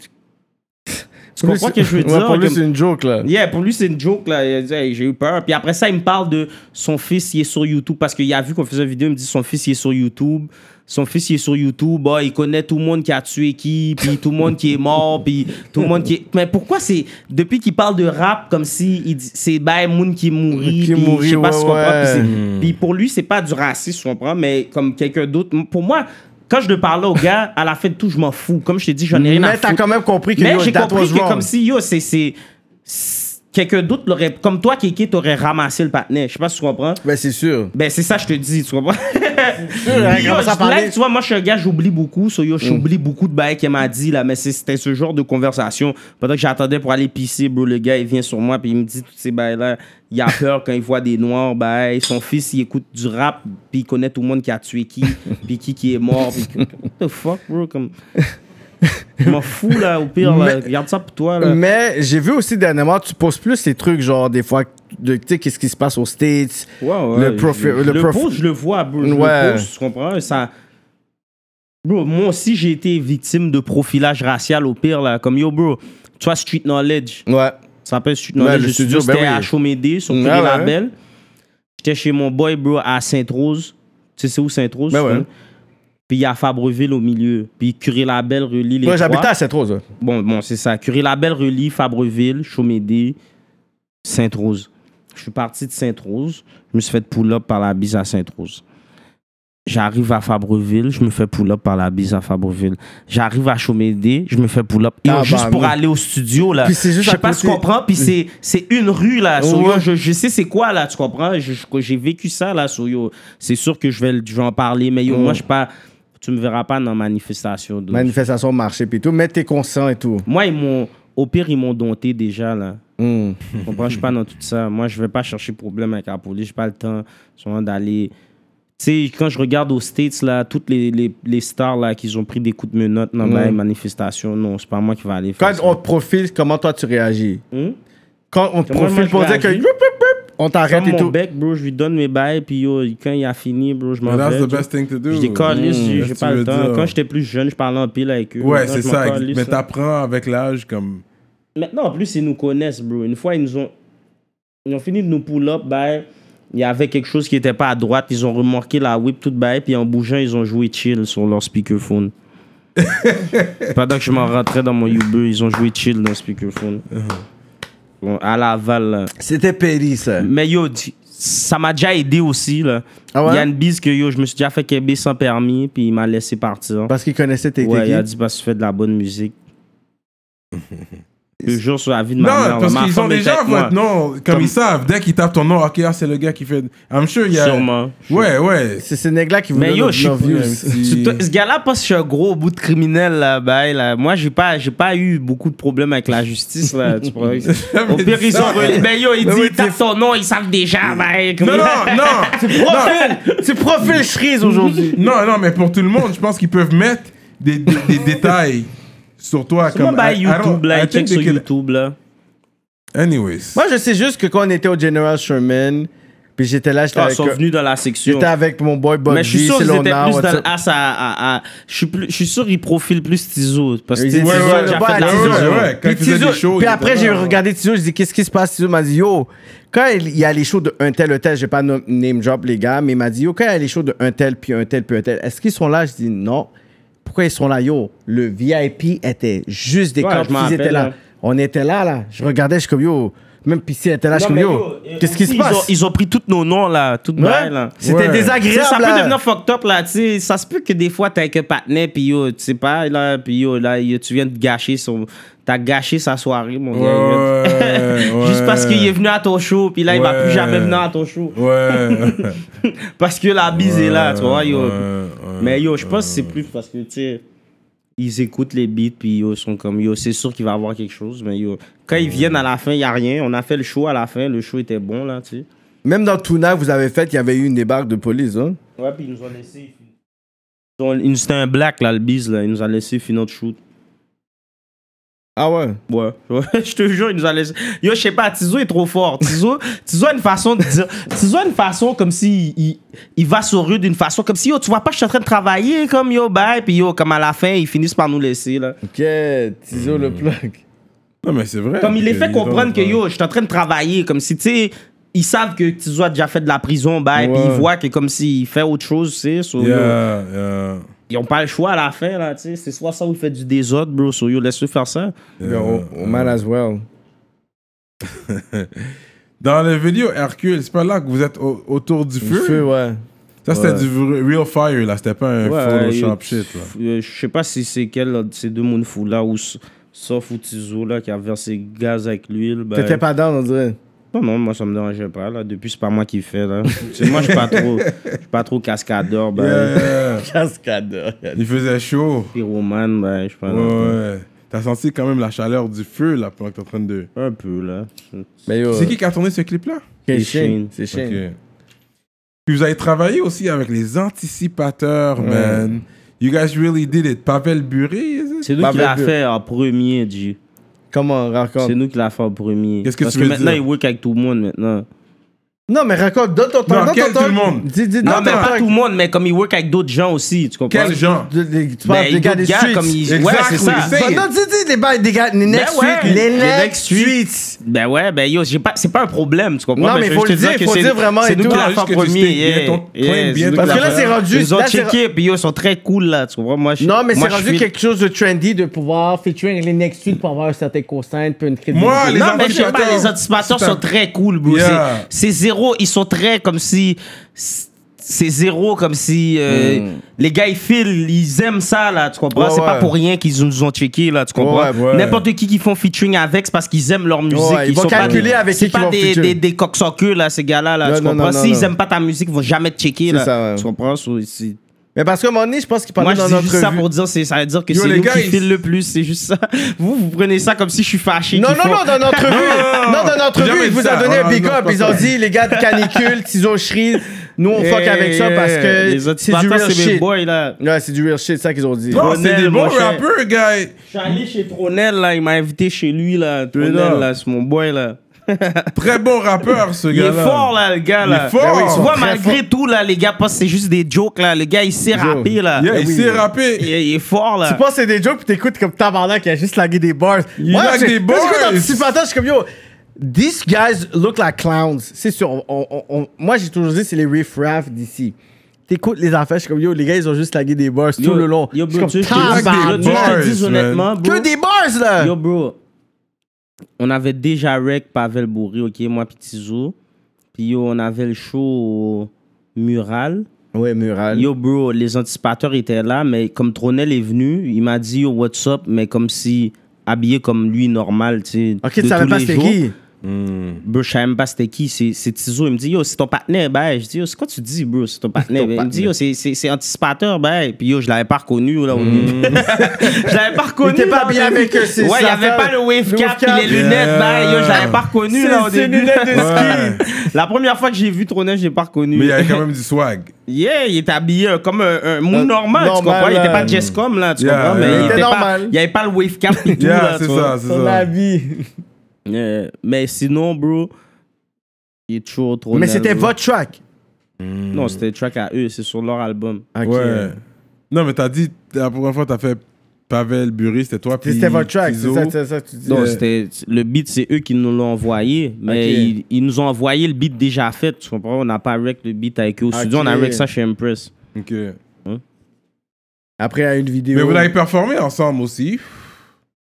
[SPEAKER 4] tu
[SPEAKER 5] Pour
[SPEAKER 4] comprends
[SPEAKER 5] lui,
[SPEAKER 4] que je veux
[SPEAKER 5] c'est- (laughs)
[SPEAKER 4] dire?
[SPEAKER 5] Ouais, pour lui,
[SPEAKER 4] que-
[SPEAKER 5] c'est une joke, là.
[SPEAKER 4] Yeah, pour lui, c'est une joke, là. Il a dit, Hey, j'ai eu peur. Puis après ça, il me parle de son fils, il est sur YouTube. Parce qu'il a vu qu'on faisait une vidéo, il me dit, son fils, il est sur YouTube. Son fils, il est sur YouTube. Bah, il connaît tout le monde qui a tué qui, puis tout le monde qui est mort, puis tout le monde qui est... Mais pourquoi c'est... Depuis qu'il parle de rap, comme si il dit- c'est ben Moon qui est mouri,
[SPEAKER 5] Qui est
[SPEAKER 4] puis
[SPEAKER 5] mouri,
[SPEAKER 4] je sais pas
[SPEAKER 5] ouais,
[SPEAKER 4] si tu comprends,
[SPEAKER 5] ouais.
[SPEAKER 4] puis c'est- puis pour lui, c'est pas du racisme, tu comprends, mais comme quelqu'un d'autre... Pour moi... Quand je le parlais au gars, à la fin de tout, je m'en fous. Comme je t'ai dit, j'en ai rien à
[SPEAKER 5] Mais
[SPEAKER 4] foutre.
[SPEAKER 5] t'as quand même compris que
[SPEAKER 4] Mais
[SPEAKER 5] yo,
[SPEAKER 4] j'ai
[SPEAKER 5] that
[SPEAKER 4] compris
[SPEAKER 5] was
[SPEAKER 4] que
[SPEAKER 5] wrong.
[SPEAKER 4] comme si yo, c'est- c'est. c'est- Quelqu'un d'autre l'aurait. Comme toi, Kéké, t'aurais ramassé le patinet. Je sais pas si tu comprends.
[SPEAKER 5] Ben, c'est sûr.
[SPEAKER 4] Ben, c'est ça, je te dis, tu
[SPEAKER 5] (laughs)
[SPEAKER 4] comprends?
[SPEAKER 5] hein,
[SPEAKER 4] Yo,
[SPEAKER 5] commence à
[SPEAKER 4] là,
[SPEAKER 5] parler. Mm.
[SPEAKER 4] tu vois, moi, je suis un gars, j'oublie beaucoup. So, yo, j'oublie beaucoup de bails qu'elle m'a dit, là. Mais c'est- c'était ce genre de conversation. Pendant que j'attendais pour aller pisser, bro, le gars, il vient sur moi, puis il me dit tous ces bails-là. Il a peur quand il voit des noirs, ben, son fils, il écoute du rap, puis il connaît tout le monde qui a tué qui, puis qui qui est mort, puis. What the fuck, bro? Comme. Je m'en fous, là, au pire, là.
[SPEAKER 5] Mais-
[SPEAKER 4] Regarde ça pour toi, là.
[SPEAKER 5] Mais j'ai vu aussi dernièrement, tu poses plus les trucs, genre des fois, de, tu sais, qu'est-ce qui se passe aux States.
[SPEAKER 4] Ouais, ouais,
[SPEAKER 5] Le profi-
[SPEAKER 4] je, je
[SPEAKER 5] le
[SPEAKER 4] le
[SPEAKER 5] profi-
[SPEAKER 4] pose, je le vois, bro, je
[SPEAKER 5] Ouais.
[SPEAKER 4] le pose, tu comprends? Ça... Bro, moi aussi, j'ai été victime de profilage racial au pire, là. Comme, yo, bro, tu vois, Street Knowledge,
[SPEAKER 5] Ouais.
[SPEAKER 4] ça s'appelle Street
[SPEAKER 5] Ouais,
[SPEAKER 4] Knowledge,
[SPEAKER 5] le
[SPEAKER 4] le
[SPEAKER 5] studio,
[SPEAKER 4] studio,
[SPEAKER 5] ben
[SPEAKER 4] c'était
[SPEAKER 5] oui.
[SPEAKER 4] à Chomedey, sur
[SPEAKER 5] Ouais,
[SPEAKER 4] les
[SPEAKER 5] ouais.
[SPEAKER 4] labels. J'étais chez mon boy, bro, à Sainte-Rose. Tu sais c'est où Sainte-Rose?
[SPEAKER 5] Ben
[SPEAKER 4] tu
[SPEAKER 5] ouais.
[SPEAKER 4] connais? Puis il y a Fabreville au milieu. Puis Curé Label relie les
[SPEAKER 5] Moi,
[SPEAKER 4] trois.
[SPEAKER 5] j'habitais à Sainte-Rose. ouais.
[SPEAKER 4] Bon, bon, c'est ça. Curie Labelle relie Fabreville, Chaumédé, Sainte-Rose. Je suis parti de Sainte-Rose. Je me suis fait pull-up par la bise à Sainte-Rose. J'arrive à Fabreville, je me fais pull-up par la bise à Fabreville. J'arrive à Chaumédé, je me fais pull-up. Et
[SPEAKER 5] Ah,
[SPEAKER 4] juste
[SPEAKER 5] bah,
[SPEAKER 4] pour
[SPEAKER 5] mais-
[SPEAKER 4] aller au studio, là.
[SPEAKER 5] Puis c'est juste
[SPEAKER 4] je
[SPEAKER 5] à
[SPEAKER 4] sais pas si tu
[SPEAKER 5] côté.
[SPEAKER 4] comprends, puis c'est, c'est une rue, là. so, yo,
[SPEAKER 5] Ouais.
[SPEAKER 4] je, je sais c'est quoi, là, tu comprends? Je- je- j'ai vécu ça, là, so, yo. C'est sûr que je vais, le- je vais en parler, mais
[SPEAKER 5] Mm.
[SPEAKER 4] yo, moi, je suis pas... Tu me verras pas dans la manifestation. donc.
[SPEAKER 5] Manifestation, marché, puis tout. Mais t'es conscient et tout.
[SPEAKER 4] Moi, ils m'ont. Au pire, ils m'ont dompté déjà, là.
[SPEAKER 5] Hum.
[SPEAKER 4] Je comprends, je suis pas dans tout ça. Moi, je vais pas chercher problème avec la police. J'ai pas le temps, souvent, d'aller. Tu sais, quand je regarde aux States, là, toutes les, les, les stars, là, qui ont pris des coups de menottes dans
[SPEAKER 5] Ouais.
[SPEAKER 4] les manifestations, non, c'est pas moi qui vais aller
[SPEAKER 5] Quand
[SPEAKER 4] faire
[SPEAKER 5] on te profile, comment toi tu réagis
[SPEAKER 4] Hum?
[SPEAKER 5] Quand on te
[SPEAKER 4] Comment
[SPEAKER 5] profile
[SPEAKER 4] moi, je
[SPEAKER 5] pour dire que.
[SPEAKER 4] réagis?
[SPEAKER 5] youp, youp, youp, On
[SPEAKER 4] ça.
[SPEAKER 5] t'arrête
[SPEAKER 4] Comme
[SPEAKER 5] et
[SPEAKER 4] mon
[SPEAKER 5] tout.
[SPEAKER 4] bec, bro, je lui donne mes bails, puis yo, quand il a fini, bro, je m'en
[SPEAKER 3] Well, That's
[SPEAKER 4] vais.
[SPEAKER 3] the best thing to do.
[SPEAKER 4] Je décolle,
[SPEAKER 3] Mm,
[SPEAKER 4] j'ai
[SPEAKER 3] qu'est-ce
[SPEAKER 4] pas
[SPEAKER 3] que
[SPEAKER 4] le
[SPEAKER 3] tu
[SPEAKER 4] temps.
[SPEAKER 3] veux dire?
[SPEAKER 4] Quand j'étais plus jeune, je parlais en pile avec eux.
[SPEAKER 3] Ouais,
[SPEAKER 4] Maintenant,
[SPEAKER 3] c'est
[SPEAKER 4] je m'en
[SPEAKER 3] ça. ex-
[SPEAKER 4] calisse,
[SPEAKER 3] Mais
[SPEAKER 4] là.
[SPEAKER 3] t'apprends avec l'âge comme.
[SPEAKER 4] Maintenant, en plus, ils nous connaissent, bro. Une fois, ils nous ont... Ils ont fini de nous pull-up, ben... Il y avait quelque chose qui n'était pas à droite. Ils ont remorqué la whip toute bail, puis en bougeant, ils ont joué chill sur leur
[SPEAKER 5] (laughs)
[SPEAKER 4] speakerphone. Pendant que je m'en rentrais dans mon Uber, ils ont joué chill
[SPEAKER 5] Uh-huh.
[SPEAKER 4] dans le speakerphone. Bon, à Laval, là. Hmm.
[SPEAKER 5] C'était péri, ça.
[SPEAKER 4] Mais yo, tu- ça m'a déjà aidé aussi. Là.
[SPEAKER 5] Ah ouais?
[SPEAKER 4] Il y a une bise que yo, je me suis déjà fait kébé sans permis, puis il m'a laissé partir.
[SPEAKER 5] Parce qu'il connaissait tes
[SPEAKER 4] Ouais, il a
[SPEAKER 5] techniques.
[SPEAKER 4] dit parce que tu fais de la
[SPEAKER 3] (laughs)
[SPEAKER 4] bonne musique. Je jure sur la vie de ma mère.
[SPEAKER 3] Non, parce
[SPEAKER 4] ma
[SPEAKER 3] qu'ils
[SPEAKER 4] femme
[SPEAKER 3] ont
[SPEAKER 4] est
[SPEAKER 3] déjà
[SPEAKER 4] avec moi.
[SPEAKER 3] votre nom, comme ils savent. Dès qu'ils tapent ton nom, ok, ah, c'est le gars qui fait. I'm sure il y a.
[SPEAKER 4] Sûrement.
[SPEAKER 3] Ouais, ouais.
[SPEAKER 5] C'est ce nègre-là qui voulait
[SPEAKER 4] Mais yo,
[SPEAKER 5] notre
[SPEAKER 4] je suis
[SPEAKER 5] nos views.
[SPEAKER 4] Tu- toi, Ce gars-là pense que je suis un gros bout de criminel là, bail, là. Moi, j'ai pas, j'ai pas eu beaucoup de problèmes avec la justice là.
[SPEAKER 3] (laughs)
[SPEAKER 4] tu vois. Au pire, ils sont.
[SPEAKER 3] Mais
[SPEAKER 4] Mais yo, il
[SPEAKER 3] Mais oui,
[SPEAKER 4] dit tape ton nom, ils savent déjà, bail.
[SPEAKER 3] Non, non,
[SPEAKER 4] (laughs)
[SPEAKER 3] non.
[SPEAKER 5] Profil! Tu profiles Shreeze aujourd'hui.
[SPEAKER 3] Non, non, mais pour tout le monde, je pense qu'ils peuvent mettre des, des, des détails sur toi.
[SPEAKER 4] Comment
[SPEAKER 3] Comme
[SPEAKER 4] bah
[SPEAKER 3] I- I don't-
[SPEAKER 4] YouTube là,
[SPEAKER 3] I
[SPEAKER 4] il
[SPEAKER 3] think
[SPEAKER 4] check sur
[SPEAKER 3] they can-
[SPEAKER 4] YouTube là.
[SPEAKER 3] Anyways.
[SPEAKER 5] Moi, je sais juste que quand on était au General Sherman, puis j'étais là, j'étais
[SPEAKER 4] Ah, Ils
[SPEAKER 5] avec, euh,
[SPEAKER 4] sont venus dans la section.
[SPEAKER 5] j'étais avec mon boy Bobby,
[SPEAKER 4] Mais je suis sûr qu'ils
[SPEAKER 5] c'est
[SPEAKER 4] étaient plus
[SPEAKER 5] Lona,
[SPEAKER 4] dans
[SPEAKER 5] what's
[SPEAKER 4] le
[SPEAKER 5] up.
[SPEAKER 4] as à, à- à- Je suis plus- je suis sûr qu'ils profilent plus Tizo parce que
[SPEAKER 5] Ils
[SPEAKER 4] Tizo
[SPEAKER 5] étaient sur
[SPEAKER 4] a
[SPEAKER 5] le
[SPEAKER 4] déjà
[SPEAKER 5] bas,
[SPEAKER 4] fait de la
[SPEAKER 5] Tizo.
[SPEAKER 4] musique.
[SPEAKER 3] ouais, ouais, quand
[SPEAKER 5] Puis
[SPEAKER 3] il faisait
[SPEAKER 5] Tizo-
[SPEAKER 3] des shows,
[SPEAKER 5] Puis
[SPEAKER 3] il
[SPEAKER 5] après,
[SPEAKER 3] était
[SPEAKER 5] j'ai
[SPEAKER 3] là.
[SPEAKER 5] regardé Tizo, je dis qu'est-ce qui se passe Tizo m'a dit yo, quand il il y a les shows de un tel, un tel, j'ai pas nom- name drop les gars, mais il m'a dit yo, quand il y a les shows de un tel, puis un tel, puis un tel, est-ce qu'ils sont là Je dis non. Pourquoi ils sont là Yo, le VIP était juste des
[SPEAKER 4] Ouais,
[SPEAKER 5] camps,
[SPEAKER 4] je m'en
[SPEAKER 5] ils étaient
[SPEAKER 4] rappelle,
[SPEAKER 5] là.
[SPEAKER 4] hein.
[SPEAKER 5] On était là, là. Je regardais, je suis comme yo, même Pissi était là, je suis
[SPEAKER 4] Non,
[SPEAKER 5] comme
[SPEAKER 4] mais
[SPEAKER 5] yo,
[SPEAKER 4] yo,
[SPEAKER 5] qu'est-ce qui se
[SPEAKER 4] ils ont-
[SPEAKER 5] passe
[SPEAKER 4] Ils ont pris tous nos noms là, tout
[SPEAKER 5] Ouais.
[SPEAKER 4] bail, là.
[SPEAKER 3] Ouais.
[SPEAKER 5] C'était désagréable.
[SPEAKER 4] Ça, ça
[SPEAKER 5] là.
[SPEAKER 4] peut devenir fucked up là, tu sais. Ça se peut que des fois t'es avec un partenaire puis yo, tu sais pas là, puis yo là, yo, tu viens de gâcher son, t'as gâché sa soirée mon
[SPEAKER 3] Ouais,
[SPEAKER 4] gars. (laughs) Juste
[SPEAKER 3] ouais.
[SPEAKER 4] parce qu'il est venu à ton show puis là il va
[SPEAKER 3] Ouais.
[SPEAKER 4] plus jamais venir à ton show
[SPEAKER 3] Ouais.
[SPEAKER 4] (laughs) parce que la bise est là, tu vois yo.
[SPEAKER 3] Ouais, ouais.
[SPEAKER 4] Mais yo, je pense que c'est plus parce que tu sais, ils écoutent les beats puis yo ils sont comme yo, c'est sûr qu'il va y avoir quelque chose, mais yo, quand ils viennent à la fin y a rien. On a fait le show à la fin, le show était bon là, tu sais.
[SPEAKER 5] Même dans Tuna, vous avez fait, il y avait eu une débarque de police. Hein?
[SPEAKER 4] Ouais, puis ils nous ont laissé. Ils ont- ils- C'était un black, là, le bise, là. Il nous a laissé finir notre shoot.
[SPEAKER 5] Ah ouais?
[SPEAKER 4] Ouais. (laughs) je te jure, il nous a laissé. Yo, je sais pas, Tizo est trop fort. Tizo, (laughs) Tizo a une façon de dire. Tizo a une façon comme si il, il va sur eux d'une façon comme si yo, tu vois pas, je suis en train de travailler, comme yo, bye, puis yo, comme à la fin, ils finissent par nous laisser, là.
[SPEAKER 5] Ok, Tizo
[SPEAKER 3] Hmm.
[SPEAKER 5] le plug.
[SPEAKER 3] Non, mais c'est vrai.
[SPEAKER 4] Comme il les fait
[SPEAKER 3] Ils ont-
[SPEAKER 4] comprendre que yo, je suis en train de travailler, comme si, tu sais. Ils savent que Tizo a déjà fait de la prison, bye, puis
[SPEAKER 5] Ouais.
[SPEAKER 4] ils voient que comme s'il fait autre chose, tu sais. so, yo,
[SPEAKER 3] Yeah, yeah.
[SPEAKER 4] ils ont pas le choix à la fin, là, tu sais. C'est soit ça ou fait du désordre, bro. So, yo, laisse-le faire ça.
[SPEAKER 5] Yo, on- on might as well.
[SPEAKER 3] Dans la vidéo Hercule, c'est pas là que vous êtes au- autour du
[SPEAKER 5] Le
[SPEAKER 3] feu.
[SPEAKER 5] feu, ouais.
[SPEAKER 3] Ça, c'était
[SPEAKER 5] Ouais.
[SPEAKER 3] du vrai- real fire, là. C'était pas un Photoshop
[SPEAKER 4] yo, (laughs)
[SPEAKER 3] shit, là.
[SPEAKER 4] euh, Je sais pas si c'est quel là, de ces deux mounes fous là ou s- sauf ou Tizo là qui a versé gaz avec l'huile. ben-
[SPEAKER 5] T'étais pas down, on dirait.
[SPEAKER 4] Non, non, moi ça me dérangeait pas là. Depuis, c'est pas moi qui fais là. C'est- moi, je suis pas trop, je suis pas trop cascadeur, ben,
[SPEAKER 3] Yeah.
[SPEAKER 5] Cascadeur.
[SPEAKER 3] Il faisait chaud.
[SPEAKER 4] pyromane, ben, je suis pas.
[SPEAKER 3] Ouais, ouais. T'as senti quand même la chaleur du feu, là, pendant que t'es en train de.
[SPEAKER 4] Un peu là.
[SPEAKER 5] Mais yo,
[SPEAKER 3] C'est qui qui a tourné ce clip-là?
[SPEAKER 5] c'est
[SPEAKER 4] C'est
[SPEAKER 5] Shane.
[SPEAKER 4] Shane.
[SPEAKER 5] C'est Shane.
[SPEAKER 3] Ok. Puis vous avez travaillé aussi avec les anticipateurs, man. You guys really did it. Pavel Buré, is it?
[SPEAKER 4] C'est nous
[SPEAKER 5] Bah,
[SPEAKER 4] qui
[SPEAKER 5] ben,
[SPEAKER 4] l'a
[SPEAKER 5] ben.
[SPEAKER 4] fait en premier, G.
[SPEAKER 5] Comment, raconte?
[SPEAKER 4] C'est nous qui l'a fait en premier.
[SPEAKER 3] Qu'est-ce que
[SPEAKER 4] Parce
[SPEAKER 3] tu veux
[SPEAKER 4] maintenant,
[SPEAKER 3] dire?
[SPEAKER 4] il work avec tout le monde maintenant.
[SPEAKER 5] Non, mais raconte, donne ton
[SPEAKER 3] Non,
[SPEAKER 5] temps, donne
[SPEAKER 3] quel
[SPEAKER 5] ton
[SPEAKER 3] tout le
[SPEAKER 5] temps.
[SPEAKER 3] monde?
[SPEAKER 5] Dis, dis,
[SPEAKER 4] Non,
[SPEAKER 5] donne
[SPEAKER 4] mais
[SPEAKER 5] ton
[SPEAKER 4] pas
[SPEAKER 5] temps.
[SPEAKER 4] tout le monde, mais comme il work avec d'autres gens aussi, tu comprends?
[SPEAKER 3] Quel genre?
[SPEAKER 5] De- de- Tu parles
[SPEAKER 4] Ben,
[SPEAKER 5] des gars des
[SPEAKER 4] d'autres gars,
[SPEAKER 5] streets.
[SPEAKER 4] comme ils.
[SPEAKER 3] Exact,
[SPEAKER 4] Ouais, c'est
[SPEAKER 3] oui,
[SPEAKER 4] ça.
[SPEAKER 3] c'est-
[SPEAKER 5] Ben, Non, dis, dis, les bails des gars, les next
[SPEAKER 4] ouais,
[SPEAKER 5] streets. Les
[SPEAKER 4] les
[SPEAKER 5] next
[SPEAKER 4] next streets.
[SPEAKER 5] streets.
[SPEAKER 4] Ben ouais, ben yo, j'ai pas, c'est pas un problème, tu comprends?
[SPEAKER 5] Non,
[SPEAKER 4] Ben,
[SPEAKER 5] mais
[SPEAKER 4] je veux
[SPEAKER 5] faut
[SPEAKER 4] juste
[SPEAKER 5] le
[SPEAKER 4] te
[SPEAKER 5] dire,
[SPEAKER 4] que
[SPEAKER 5] faut
[SPEAKER 4] c'est-
[SPEAKER 5] dire vraiment et
[SPEAKER 4] C'est nous
[SPEAKER 5] tout.
[SPEAKER 4] qui
[SPEAKER 3] Là,
[SPEAKER 4] l'a fait
[SPEAKER 3] juste
[SPEAKER 4] en
[SPEAKER 3] que tu
[SPEAKER 4] premier.
[SPEAKER 3] t'es bien
[SPEAKER 4] yeah.
[SPEAKER 3] ton-
[SPEAKER 4] Yeah,
[SPEAKER 3] claim bien
[SPEAKER 4] c'est nous qui
[SPEAKER 3] ton-
[SPEAKER 4] l'a
[SPEAKER 5] Parce que là,
[SPEAKER 4] fait.
[SPEAKER 5] c'est rendu-
[SPEAKER 4] Ils ont
[SPEAKER 5] là, c'est-
[SPEAKER 4] checké, puis yo, ils sont très cool là, tu comprends? Moi, je-
[SPEAKER 5] Non, mais
[SPEAKER 4] moi,
[SPEAKER 5] c'est
[SPEAKER 4] je
[SPEAKER 5] rendu
[SPEAKER 4] suis-
[SPEAKER 5] quelque chose de trendy de pouvoir featuring les next streets pour avoir un certain consign, puis une crédibilité.
[SPEAKER 3] Moi, les-
[SPEAKER 4] Non, mais je sais
[SPEAKER 3] anticipateurs,
[SPEAKER 4] pas, les anticipateurs
[SPEAKER 3] c'est un-
[SPEAKER 4] sont très cool, bro.
[SPEAKER 3] Yeah.
[SPEAKER 4] C'est- C'est zéro, ils sont très comme si. C'est zéro comme si euh, les gars ils filent, ils aiment ça là, tu comprends?
[SPEAKER 5] Ouais,
[SPEAKER 4] c'est pas
[SPEAKER 5] ouais.
[SPEAKER 4] pour rien qu'ils nous ont checké là, tu comprends?
[SPEAKER 5] Ouais, ouais.
[SPEAKER 4] N'importe qui qui font featuring avec, c'est parce qu'ils aiment leur musique.
[SPEAKER 5] Ouais, ils vont
[SPEAKER 4] sont pas
[SPEAKER 5] calculer
[SPEAKER 4] des-
[SPEAKER 5] avec qui
[SPEAKER 4] C'est
[SPEAKER 5] qu'ils
[SPEAKER 4] pas
[SPEAKER 5] vont
[SPEAKER 4] des,
[SPEAKER 5] featuring.
[SPEAKER 4] des, des coqs sans queue, là, ces gars là, là
[SPEAKER 5] Non,
[SPEAKER 4] tu
[SPEAKER 5] non,
[SPEAKER 4] comprends?
[SPEAKER 5] non, non,
[SPEAKER 4] S'ils
[SPEAKER 5] non.
[SPEAKER 4] aiment pas ta musique, ils vont jamais te checker
[SPEAKER 5] C'est
[SPEAKER 4] là.
[SPEAKER 5] ça, ouais.
[SPEAKER 4] Tu comprends? So, c'est-
[SPEAKER 5] Mais parce qu'à un moment donné, je pense qu'il
[SPEAKER 4] moi,
[SPEAKER 5] parlait
[SPEAKER 4] je
[SPEAKER 5] dans
[SPEAKER 4] dis
[SPEAKER 5] notre
[SPEAKER 4] juste ça
[SPEAKER 5] vue.
[SPEAKER 4] pour dire, c'est- ça veut dire que
[SPEAKER 3] Yo,
[SPEAKER 4] c'est
[SPEAKER 3] les
[SPEAKER 4] nous
[SPEAKER 3] gars,
[SPEAKER 4] qui
[SPEAKER 3] ils-
[SPEAKER 4] filent le plus, c'est juste ça. (laughs) Vous, vous prenez ça comme si je suis fâché.
[SPEAKER 5] Non,
[SPEAKER 4] qu'ils
[SPEAKER 5] non,
[SPEAKER 4] font-
[SPEAKER 5] non, dans notre
[SPEAKER 3] (laughs) non,
[SPEAKER 5] vue. Non, dans notre
[SPEAKER 3] j'ai jamais
[SPEAKER 5] vue, ils
[SPEAKER 3] dit
[SPEAKER 5] vous
[SPEAKER 3] ça.
[SPEAKER 5] ont donné
[SPEAKER 3] Ah,
[SPEAKER 5] un big
[SPEAKER 3] non,
[SPEAKER 5] up.
[SPEAKER 3] c'est
[SPEAKER 5] Ils
[SPEAKER 3] pas Eh
[SPEAKER 5] ont
[SPEAKER 3] ça.
[SPEAKER 5] dit, les gars de canicule, Tizo Shreed, nous on fuck
[SPEAKER 4] Hey,
[SPEAKER 5] avec ça
[SPEAKER 4] hey,
[SPEAKER 5] parce
[SPEAKER 4] les
[SPEAKER 5] que
[SPEAKER 4] autres
[SPEAKER 5] c'est du
[SPEAKER 4] patins,
[SPEAKER 5] real
[SPEAKER 4] c'est mes
[SPEAKER 5] shit.
[SPEAKER 4] boys, là.
[SPEAKER 5] Ouais, c'est du real shit, c'est ça qu'ils ont dit.
[SPEAKER 3] Non, Oh, c'est
[SPEAKER 4] Tronel,
[SPEAKER 3] des bons
[SPEAKER 4] mon cher.
[SPEAKER 3] rappeurs, gars.
[SPEAKER 4] Je suis allé chez Tronel, là. Il m'a invité chez lui, là. Tronel,
[SPEAKER 3] là.
[SPEAKER 4] là, c'est mon boy, là.
[SPEAKER 3] Très bon rappeur, ce
[SPEAKER 4] Il
[SPEAKER 3] gars-là.
[SPEAKER 4] est fort, là, le gars, là.
[SPEAKER 3] Il est fort.
[SPEAKER 4] Tu
[SPEAKER 5] Très
[SPEAKER 4] vois, malgré tout, là, les gars pensent que c'est juste des jokes, là. Le gars, il sait rapper,
[SPEAKER 5] Ah,
[SPEAKER 4] là.
[SPEAKER 5] ben
[SPEAKER 3] Yeah,
[SPEAKER 4] Il-
[SPEAKER 3] il s'est rappé.
[SPEAKER 4] Il, est fort, là.
[SPEAKER 5] Tu penses que c'est des jokes, puis t'écoutes comme tabarnak, il a juste lagué des bars.
[SPEAKER 3] Il lague
[SPEAKER 5] j'ai-
[SPEAKER 3] des
[SPEAKER 5] moi, j'écoute
[SPEAKER 3] bars.
[SPEAKER 5] un petit patin, je suis comme, yo, these guys look like clowns. C'est sûr, on- on- on- moi, j'ai toujours dit, c'est les riff-raff d'ici. T'écoutes les affaires, je suis comme, yo, les gars, ils ont juste lagué des bars tout
[SPEAKER 4] Yo,
[SPEAKER 5] le long.
[SPEAKER 4] Yo,
[SPEAKER 5] Je suis
[SPEAKER 4] bro,
[SPEAKER 5] comme,
[SPEAKER 4] tu sais, je te-
[SPEAKER 3] Tabarnak.
[SPEAKER 4] je te- je te dis
[SPEAKER 3] Bars, man.
[SPEAKER 4] honnêtement, bro.
[SPEAKER 5] que des bars, là!
[SPEAKER 4] Yo, bro. On avait déjà rec Pavel Bourré, ok, moi, pis Tizo. Puis yo, on avait le show au Mural.
[SPEAKER 5] Ouais, mural.
[SPEAKER 4] Yo, bro, les anticipateurs étaient là, mais comme Tronel est venu, il m'a dit, yo, what's up, mais comme si habillé comme lui, normal, tu sais.
[SPEAKER 5] ok, tu
[SPEAKER 4] de
[SPEAKER 5] savais
[SPEAKER 4] tous
[SPEAKER 5] pas
[SPEAKER 4] les
[SPEAKER 5] c'était
[SPEAKER 4] jours.
[SPEAKER 5] qui?
[SPEAKER 4] Bro, je savais même pas c'était qui. C'est c'est Tizo. Il me dit, yo, c'est ton partenaire, ben. Je dis, yo, c'est quoi tu dis,
[SPEAKER 5] (laughs)
[SPEAKER 4] bro, c'est ton partenaire? Ben, Il me dit, yo, c'est- c'est c'est anticipateur, ben. Puis yo, je l'avais pas reconnu, là, au début. (laughs) je l'avais pas reconnu.
[SPEAKER 5] Hmm. était pas
[SPEAKER 4] là, au
[SPEAKER 5] bien
[SPEAKER 4] début.
[SPEAKER 5] avec eux, c'est
[SPEAKER 4] Ouais, il y
[SPEAKER 5] ça,
[SPEAKER 4] avait
[SPEAKER 5] ça.
[SPEAKER 4] pas le wave
[SPEAKER 5] Le
[SPEAKER 4] cap,
[SPEAKER 5] wave cap.
[SPEAKER 4] puis les lunettes, ben. Yo, je l'avais pas reconnu, là, au
[SPEAKER 5] C'est- c'est
[SPEAKER 4] début.
[SPEAKER 5] lunettes de
[SPEAKER 3] Ouais.
[SPEAKER 4] (laughs) La première fois que j'ai vu Tronet, je l'ai pas reconnu.
[SPEAKER 3] Mais il y avait quand même du swag.
[SPEAKER 4] Yeah, il était habillé euh, comme un, un moon
[SPEAKER 5] Euh,
[SPEAKER 4] normal, tu
[SPEAKER 5] normal,
[SPEAKER 4] comprends? Il était
[SPEAKER 5] euh,
[SPEAKER 4] pas Jesscom, là, tu
[SPEAKER 3] Yeah,
[SPEAKER 4] comprends? Mais
[SPEAKER 3] yeah.
[SPEAKER 4] il
[SPEAKER 5] Il était
[SPEAKER 4] était pas,
[SPEAKER 5] normal.
[SPEAKER 4] il y avait pas le wave cap
[SPEAKER 5] (laughs)
[SPEAKER 4] et tout, là,
[SPEAKER 3] Yeah,
[SPEAKER 4] tu
[SPEAKER 3] c'est
[SPEAKER 4] vois.
[SPEAKER 3] ça, Ah, c'est
[SPEAKER 5] Son
[SPEAKER 3] ça.
[SPEAKER 5] avis.
[SPEAKER 4] Yeah. Mais sinon, bro, il est toujours trop
[SPEAKER 5] Mais
[SPEAKER 4] nul,
[SPEAKER 5] c'était
[SPEAKER 4] bro.
[SPEAKER 5] votre track.
[SPEAKER 4] Non, c'était le track à eux, c'est sur leur album.
[SPEAKER 5] Ok.
[SPEAKER 3] Ouais. Non, mais t'as dit, la première fois, t'as fait Pavel Burry, c'était toi. puis
[SPEAKER 5] C'était votre track, c'est
[SPEAKER 3] Tizo.
[SPEAKER 5] ça, c'est ça que tu dis.
[SPEAKER 4] Non,
[SPEAKER 5] Euh,
[SPEAKER 4] c'était le beat, c'est eux qui nous l'ont envoyé, mais
[SPEAKER 5] Ok.
[SPEAKER 4] ils, ils nous ont envoyé le beat déjà fait, tu comprends? On n'a pas rec le beat avec eux au
[SPEAKER 5] Ok.
[SPEAKER 4] studio, on a rec ça chez Empress.
[SPEAKER 3] Ok.
[SPEAKER 5] Après, à une vidéo.
[SPEAKER 3] Mais vous l'avez performé ensemble aussi.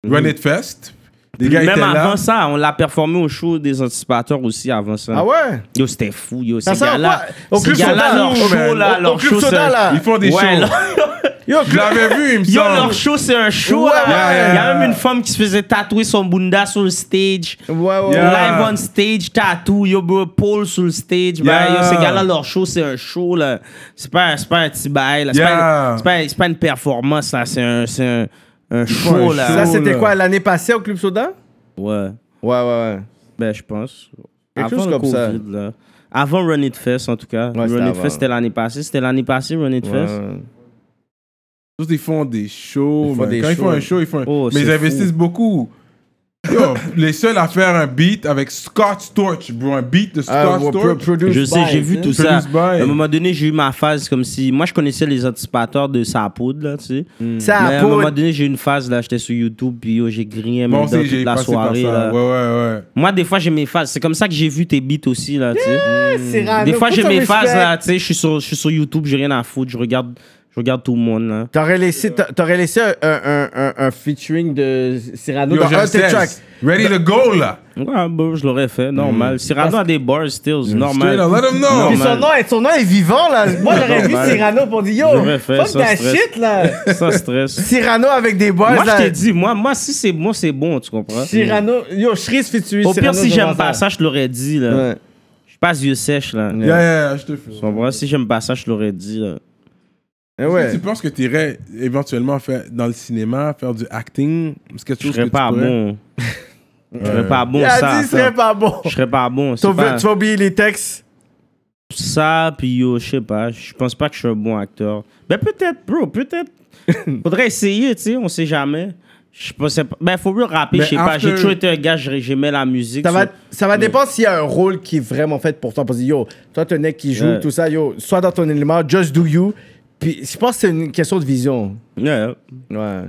[SPEAKER 5] Mm-hmm.
[SPEAKER 3] Run It Fest. Les gars
[SPEAKER 4] Même
[SPEAKER 3] étaient
[SPEAKER 4] avant
[SPEAKER 3] là.
[SPEAKER 4] ça, on l'a performé au show des anticipateurs aussi avant ça.
[SPEAKER 5] Ah ouais?
[SPEAKER 4] Yo, c'était fou, yo. Ces
[SPEAKER 5] sent
[SPEAKER 4] gars-là,
[SPEAKER 5] pas- au
[SPEAKER 4] ces
[SPEAKER 5] Club
[SPEAKER 4] gars-là,
[SPEAKER 5] Soda,
[SPEAKER 4] leur
[SPEAKER 5] nous,
[SPEAKER 4] show,
[SPEAKER 5] man.
[SPEAKER 4] là,
[SPEAKER 5] Au- au
[SPEAKER 4] leur
[SPEAKER 5] Club
[SPEAKER 4] show,
[SPEAKER 5] Soda,
[SPEAKER 4] c'est un-
[SPEAKER 5] là.
[SPEAKER 3] Ils font des
[SPEAKER 4] Ouais,
[SPEAKER 3] shows.
[SPEAKER 4] leur-
[SPEAKER 5] Yo,
[SPEAKER 3] Je l'avais vu, il me
[SPEAKER 4] Yo,
[SPEAKER 3] semble.
[SPEAKER 4] leur show, c'est un show,
[SPEAKER 5] Ouais,
[SPEAKER 4] là.
[SPEAKER 5] ouais,
[SPEAKER 4] Il
[SPEAKER 3] ouais.
[SPEAKER 4] y a même une femme qui se faisait tatouer son bunda sur le stage.
[SPEAKER 5] Ouais, ouais.
[SPEAKER 3] Yeah.
[SPEAKER 4] Live on stage, tattoo, yo, bro, pole sur le stage.
[SPEAKER 3] Yeah.
[SPEAKER 4] Ben, yo, ces gars-là, leur show, c'est un show, là. C'est pas, c'est pas un petit bail, là. C'est
[SPEAKER 3] Yeah.
[SPEAKER 4] pas, une- c'est pas, c'est pas une performance, là. C'est un, c'est un, un show,
[SPEAKER 3] un
[SPEAKER 4] là.
[SPEAKER 5] Ça, c'était
[SPEAKER 3] là.
[SPEAKER 5] quoi, l'année passée au Club Soda?
[SPEAKER 4] Ouais.
[SPEAKER 5] Ouais, ouais,
[SPEAKER 4] Ben, je pense.
[SPEAKER 5] Quelque
[SPEAKER 4] avant
[SPEAKER 5] chose
[SPEAKER 4] le
[SPEAKER 5] comme ça.
[SPEAKER 4] COVID, là. Avant Run It Fest, en tout cas.
[SPEAKER 5] Ouais, c'était
[SPEAKER 4] Run It
[SPEAKER 5] avant.
[SPEAKER 4] Fest, c'était l'année passée. C'était l'année passée, Run It
[SPEAKER 5] ouais.
[SPEAKER 4] Fest.
[SPEAKER 5] Ouais.
[SPEAKER 3] Tous, Ils font des shows.
[SPEAKER 5] Ils font
[SPEAKER 3] man.
[SPEAKER 5] des
[SPEAKER 3] Quand ils font
[SPEAKER 5] shows.
[SPEAKER 3] un show, ils font un-
[SPEAKER 4] Oh,
[SPEAKER 3] Mais ils
[SPEAKER 4] c'est
[SPEAKER 3] investissent beaucoup.
[SPEAKER 5] (laughs)
[SPEAKER 3] Yo, les seuls à faire un beat avec Scott Storch, bro. Un beat de
[SPEAKER 5] Ah,
[SPEAKER 3] Scott
[SPEAKER 5] ouais, pro-
[SPEAKER 3] Storch.
[SPEAKER 5] produce
[SPEAKER 4] Je sais,
[SPEAKER 5] by,
[SPEAKER 4] j'ai vu
[SPEAKER 5] hein.
[SPEAKER 4] tout ça.
[SPEAKER 3] Produce by.
[SPEAKER 4] À un moment donné, j'ai eu ma phase comme si. Moi, je connaissais les anticipateurs de sa poudre, là, tu sais.
[SPEAKER 5] Ça
[SPEAKER 4] Mais
[SPEAKER 5] a
[SPEAKER 4] à un moment
[SPEAKER 5] Hmm. poudre.
[SPEAKER 4] donné, j'ai eu une phase, là, j'étais sur YouTube, puis yo, j'ai grillé mes
[SPEAKER 3] Bon,
[SPEAKER 4] dents
[SPEAKER 3] c'est,
[SPEAKER 4] toute
[SPEAKER 3] j'ai
[SPEAKER 4] la
[SPEAKER 3] passé par
[SPEAKER 4] soirée,
[SPEAKER 3] ça.
[SPEAKER 4] là.
[SPEAKER 3] Ouais, ouais, ouais.
[SPEAKER 4] Moi, des fois, j'ai mes phases. C'est comme ça que j'ai vu tes beats aussi, là, tu sais.
[SPEAKER 5] Cyrano,
[SPEAKER 4] Des fois,
[SPEAKER 5] faut
[SPEAKER 4] j'ai
[SPEAKER 5] ton
[SPEAKER 4] mes phases,
[SPEAKER 5] respect.
[SPEAKER 4] là, tu sais. Je suis sur, je suis sur YouTube, j'ai rien à foutre. Je regarde, je regarde tout le monde, là.
[SPEAKER 5] T'aurais laissé, t'a- t'aurais laissé un, un, un, un featuring de Cyrano
[SPEAKER 3] Yo,
[SPEAKER 5] dans
[SPEAKER 3] j'ai
[SPEAKER 5] un
[SPEAKER 3] un
[SPEAKER 5] de tes
[SPEAKER 3] sense.
[SPEAKER 5] tracks.
[SPEAKER 3] Ready to go, là.
[SPEAKER 4] Ouais, bon, je l'aurais fait, normal. Cyrano a des bars, still, c'est normal.
[SPEAKER 3] Hmm. Straight up, let 'em know.
[SPEAKER 5] Puis
[SPEAKER 4] Normal.
[SPEAKER 5] son nom, son nom est vivant, là. Moi, j'aurais vu
[SPEAKER 4] Normal.
[SPEAKER 5] Cyrano pour dire
[SPEAKER 4] J'aurais
[SPEAKER 5] Yo,
[SPEAKER 4] fait
[SPEAKER 5] fuck
[SPEAKER 4] ça,
[SPEAKER 5] that
[SPEAKER 4] stress.
[SPEAKER 5] shit, là.
[SPEAKER 4] Ça
[SPEAKER 3] (laughs)
[SPEAKER 4] stresse.
[SPEAKER 5] Cyrano avec des boys,
[SPEAKER 4] moi,
[SPEAKER 5] là.
[SPEAKER 4] je t'ai dit, moi, moi, si c'est bon, c'est bon, tu comprends?
[SPEAKER 5] Cyrano, yo, Chris featuring
[SPEAKER 4] Au pire,
[SPEAKER 5] Cyrano
[SPEAKER 4] si j'aime
[SPEAKER 5] Devanza.
[SPEAKER 4] pas ça, je l'aurais dit, là.
[SPEAKER 5] Ouais.
[SPEAKER 4] Je suis pas yeux sèche, là.
[SPEAKER 3] Yeah, yeah, yeah, je te fais.
[SPEAKER 4] Tu comprends? Si j'aime pas ça, je l'aurais dit, euh, là.
[SPEAKER 5] Eh
[SPEAKER 3] Est-ce que
[SPEAKER 5] ouais.
[SPEAKER 3] Tu penses que tu irais éventuellement faire dans le cinéma, faire du acting Est-ce que tu penses
[SPEAKER 4] Je
[SPEAKER 3] que
[SPEAKER 4] serais
[SPEAKER 3] tu
[SPEAKER 4] pas
[SPEAKER 3] pourrais?
[SPEAKER 4] bon. Je serais pas bon,
[SPEAKER 5] Il
[SPEAKER 4] ça.
[SPEAKER 5] a dit, ce serait pas bon.
[SPEAKER 4] Je serais pas bon.
[SPEAKER 5] Tu
[SPEAKER 4] C'est
[SPEAKER 5] vas
[SPEAKER 4] pas
[SPEAKER 5] tu vas oublier les textes.
[SPEAKER 4] ça, puis yo, je sais pas. Je pense pas que je suis un bon acteur. Ben peut-être,
[SPEAKER 5] (laughs)
[SPEAKER 4] bro, peut-être. Faudrait essayer, tu sais, on sait jamais. Je pensais pas. Ben faut mieux rapper,
[SPEAKER 3] Mais
[SPEAKER 4] je sais pas.
[SPEAKER 3] after-
[SPEAKER 4] J'ai toujours été un gars, j'ai- j'aimais la musique.
[SPEAKER 5] Ça va,
[SPEAKER 4] so-
[SPEAKER 5] ça va dépendre s'il y a un rôle qui est vraiment fait pour toi. Parce que yo, toi, t'es un mec qui joue,
[SPEAKER 4] Ouais.
[SPEAKER 5] tout ça, yo, sois dans ton élément, just do you. Puis je pense que c'est une question de vision.
[SPEAKER 4] Yeah,
[SPEAKER 5] Ouais,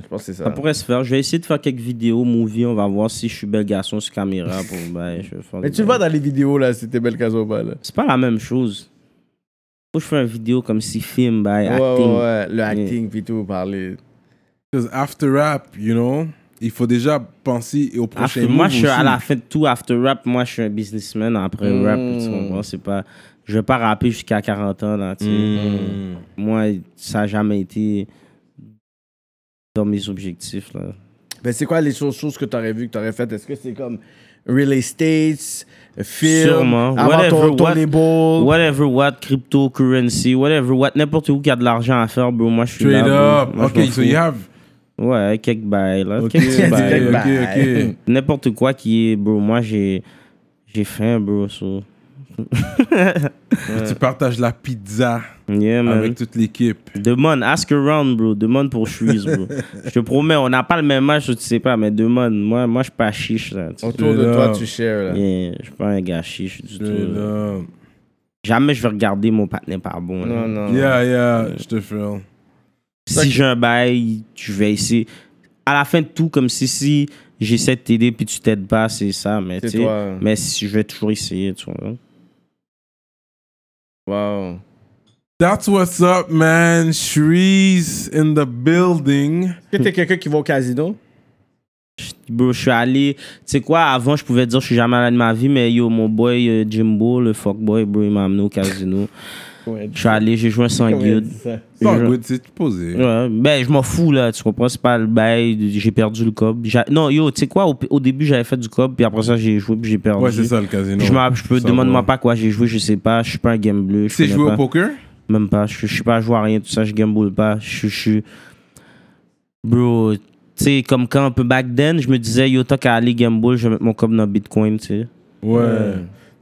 [SPEAKER 5] je pense que c'est ça.
[SPEAKER 4] ça pourrait se faire. Je vais essayer de faire quelques vidéos, movies. On va voir si je suis bel garçon sur caméra. Pour, ben, je vais faire
[SPEAKER 5] Mais
[SPEAKER 4] des-
[SPEAKER 5] tu le vois dans les vidéos, là, c'était belle Casoba, là.
[SPEAKER 4] C'est pas la même chose. Faut que je fais une vidéo comme si film, ben,
[SPEAKER 5] Ouais,
[SPEAKER 4] acting.
[SPEAKER 5] ouais, ouais, le acting, puis tout, parler.
[SPEAKER 3] Because after rap, you know, il faut déjà penser au prochain
[SPEAKER 4] After- moi,
[SPEAKER 3] move
[SPEAKER 4] je suis à
[SPEAKER 3] aussi. Hmm.
[SPEAKER 4] la fin de tout. After rap, moi, je suis un businessman après rap. Tu comprends? C'est pas... Je vais pas rapper jusqu'à 40 ans. Là, tu sais.
[SPEAKER 3] Hmm.
[SPEAKER 4] Moi, ça n'a jamais été dans mes objectifs. Là.
[SPEAKER 5] Ben, c'est quoi les choses, choses que t'aurais vu, que t'aurais faites? Est-ce que c'est comme real estate, film,
[SPEAKER 4] Sûrement.
[SPEAKER 5] avant
[SPEAKER 4] Whatever,
[SPEAKER 5] ton, ton
[SPEAKER 4] what-
[SPEAKER 5] label?
[SPEAKER 4] Whatever what, cryptocurrency, whatever what, n'importe où qui a de l'argent à faire, bro. Moi, je suis
[SPEAKER 3] Straight
[SPEAKER 4] là. bro.
[SPEAKER 3] up.
[SPEAKER 4] Moi, je
[SPEAKER 3] Ok,
[SPEAKER 4] m'en
[SPEAKER 3] so
[SPEAKER 4] fous.
[SPEAKER 3] you have.
[SPEAKER 4] Ouais, quelques bails, là. (laughs)
[SPEAKER 3] Ok, (laughs)
[SPEAKER 4] Quelques bails.
[SPEAKER 5] Quelques
[SPEAKER 3] ok,
[SPEAKER 5] bails.
[SPEAKER 3] ok.
[SPEAKER 4] N'importe quoi qui est, bro. Moi, j'ai j'ai faim, bro. so.
[SPEAKER 3] Tu partages la pizza
[SPEAKER 4] Yeah, man.
[SPEAKER 3] avec toute l'équipe.
[SPEAKER 4] Demande, ask around, bro. Demande pour
[SPEAKER 5] (laughs)
[SPEAKER 4] Suisse, bro. je te promets, on n'a pas le même âge, tu sais pas, mais demande. Moi, moi je suis pas chiche, là. tu sais.
[SPEAKER 5] Autour de
[SPEAKER 3] Straight
[SPEAKER 5] toi,
[SPEAKER 3] up.
[SPEAKER 5] tu shares, là.
[SPEAKER 4] Yeah, je suis pas un gars chiche du tout.
[SPEAKER 3] Straight
[SPEAKER 4] là.
[SPEAKER 3] up.
[SPEAKER 4] Jamais je vais regarder mon partenaire par bon. là.
[SPEAKER 5] Non, non.
[SPEAKER 3] Yeah, yeah, je te feel.
[SPEAKER 4] Si j'ai un bail, je vais essayer. À la fin de tout, comme si, si j'essaie de t'aider puis tu t'aides pas, c'est ça. Mais,
[SPEAKER 5] C'est
[SPEAKER 4] tu sais,
[SPEAKER 5] toi.
[SPEAKER 4] mais si, je vais toujours essayer, tu vois.
[SPEAKER 5] Wow.
[SPEAKER 3] That's what's up, man. Shree's in the building.
[SPEAKER 5] Est-ce que t'es quelqu'un qui va au casino?
[SPEAKER 4] Bro, je suis allé. Tu sais quoi, avant, je pouvais dire je suis jamais allé de ma vie, mais yo, mon boy euh, Jimbo, le fuckboy, bro, il m'a amené au casino. Je suis allé, j'ai joué sans guide.
[SPEAKER 3] C'est pas
[SPEAKER 4] Je-
[SPEAKER 3] good, c'est posé.
[SPEAKER 4] Ouais, ben, je m'en fous, là. Tu comprends? C'est pas le bail. de- J'ai perdu le cob. J'a- Non, yo, tu sais quoi? Au, au début, j'avais fait du cob, puis après ça, j'ai joué, puis j'ai perdu.
[SPEAKER 3] Ouais, c'est ça le casino.
[SPEAKER 4] Je, m'en- je peux,
[SPEAKER 3] Ça
[SPEAKER 4] demande-moi
[SPEAKER 3] va.
[SPEAKER 4] pas quoi j'ai joué, je sais pas. Je suis pas un gambler.
[SPEAKER 3] Tu sais
[SPEAKER 4] connais
[SPEAKER 3] jouer
[SPEAKER 4] pas.
[SPEAKER 3] au poker?
[SPEAKER 4] Même pas. Je, je suis pas joueur à rien, tout ça. Je gamble pas. Je je suis. Bro, tu sais, comme quand un peu back then, je me disais, yo, tant qu'à aller gamble, je vais mettre mon cob dans Bitcoin, tu sais.
[SPEAKER 3] Ouais.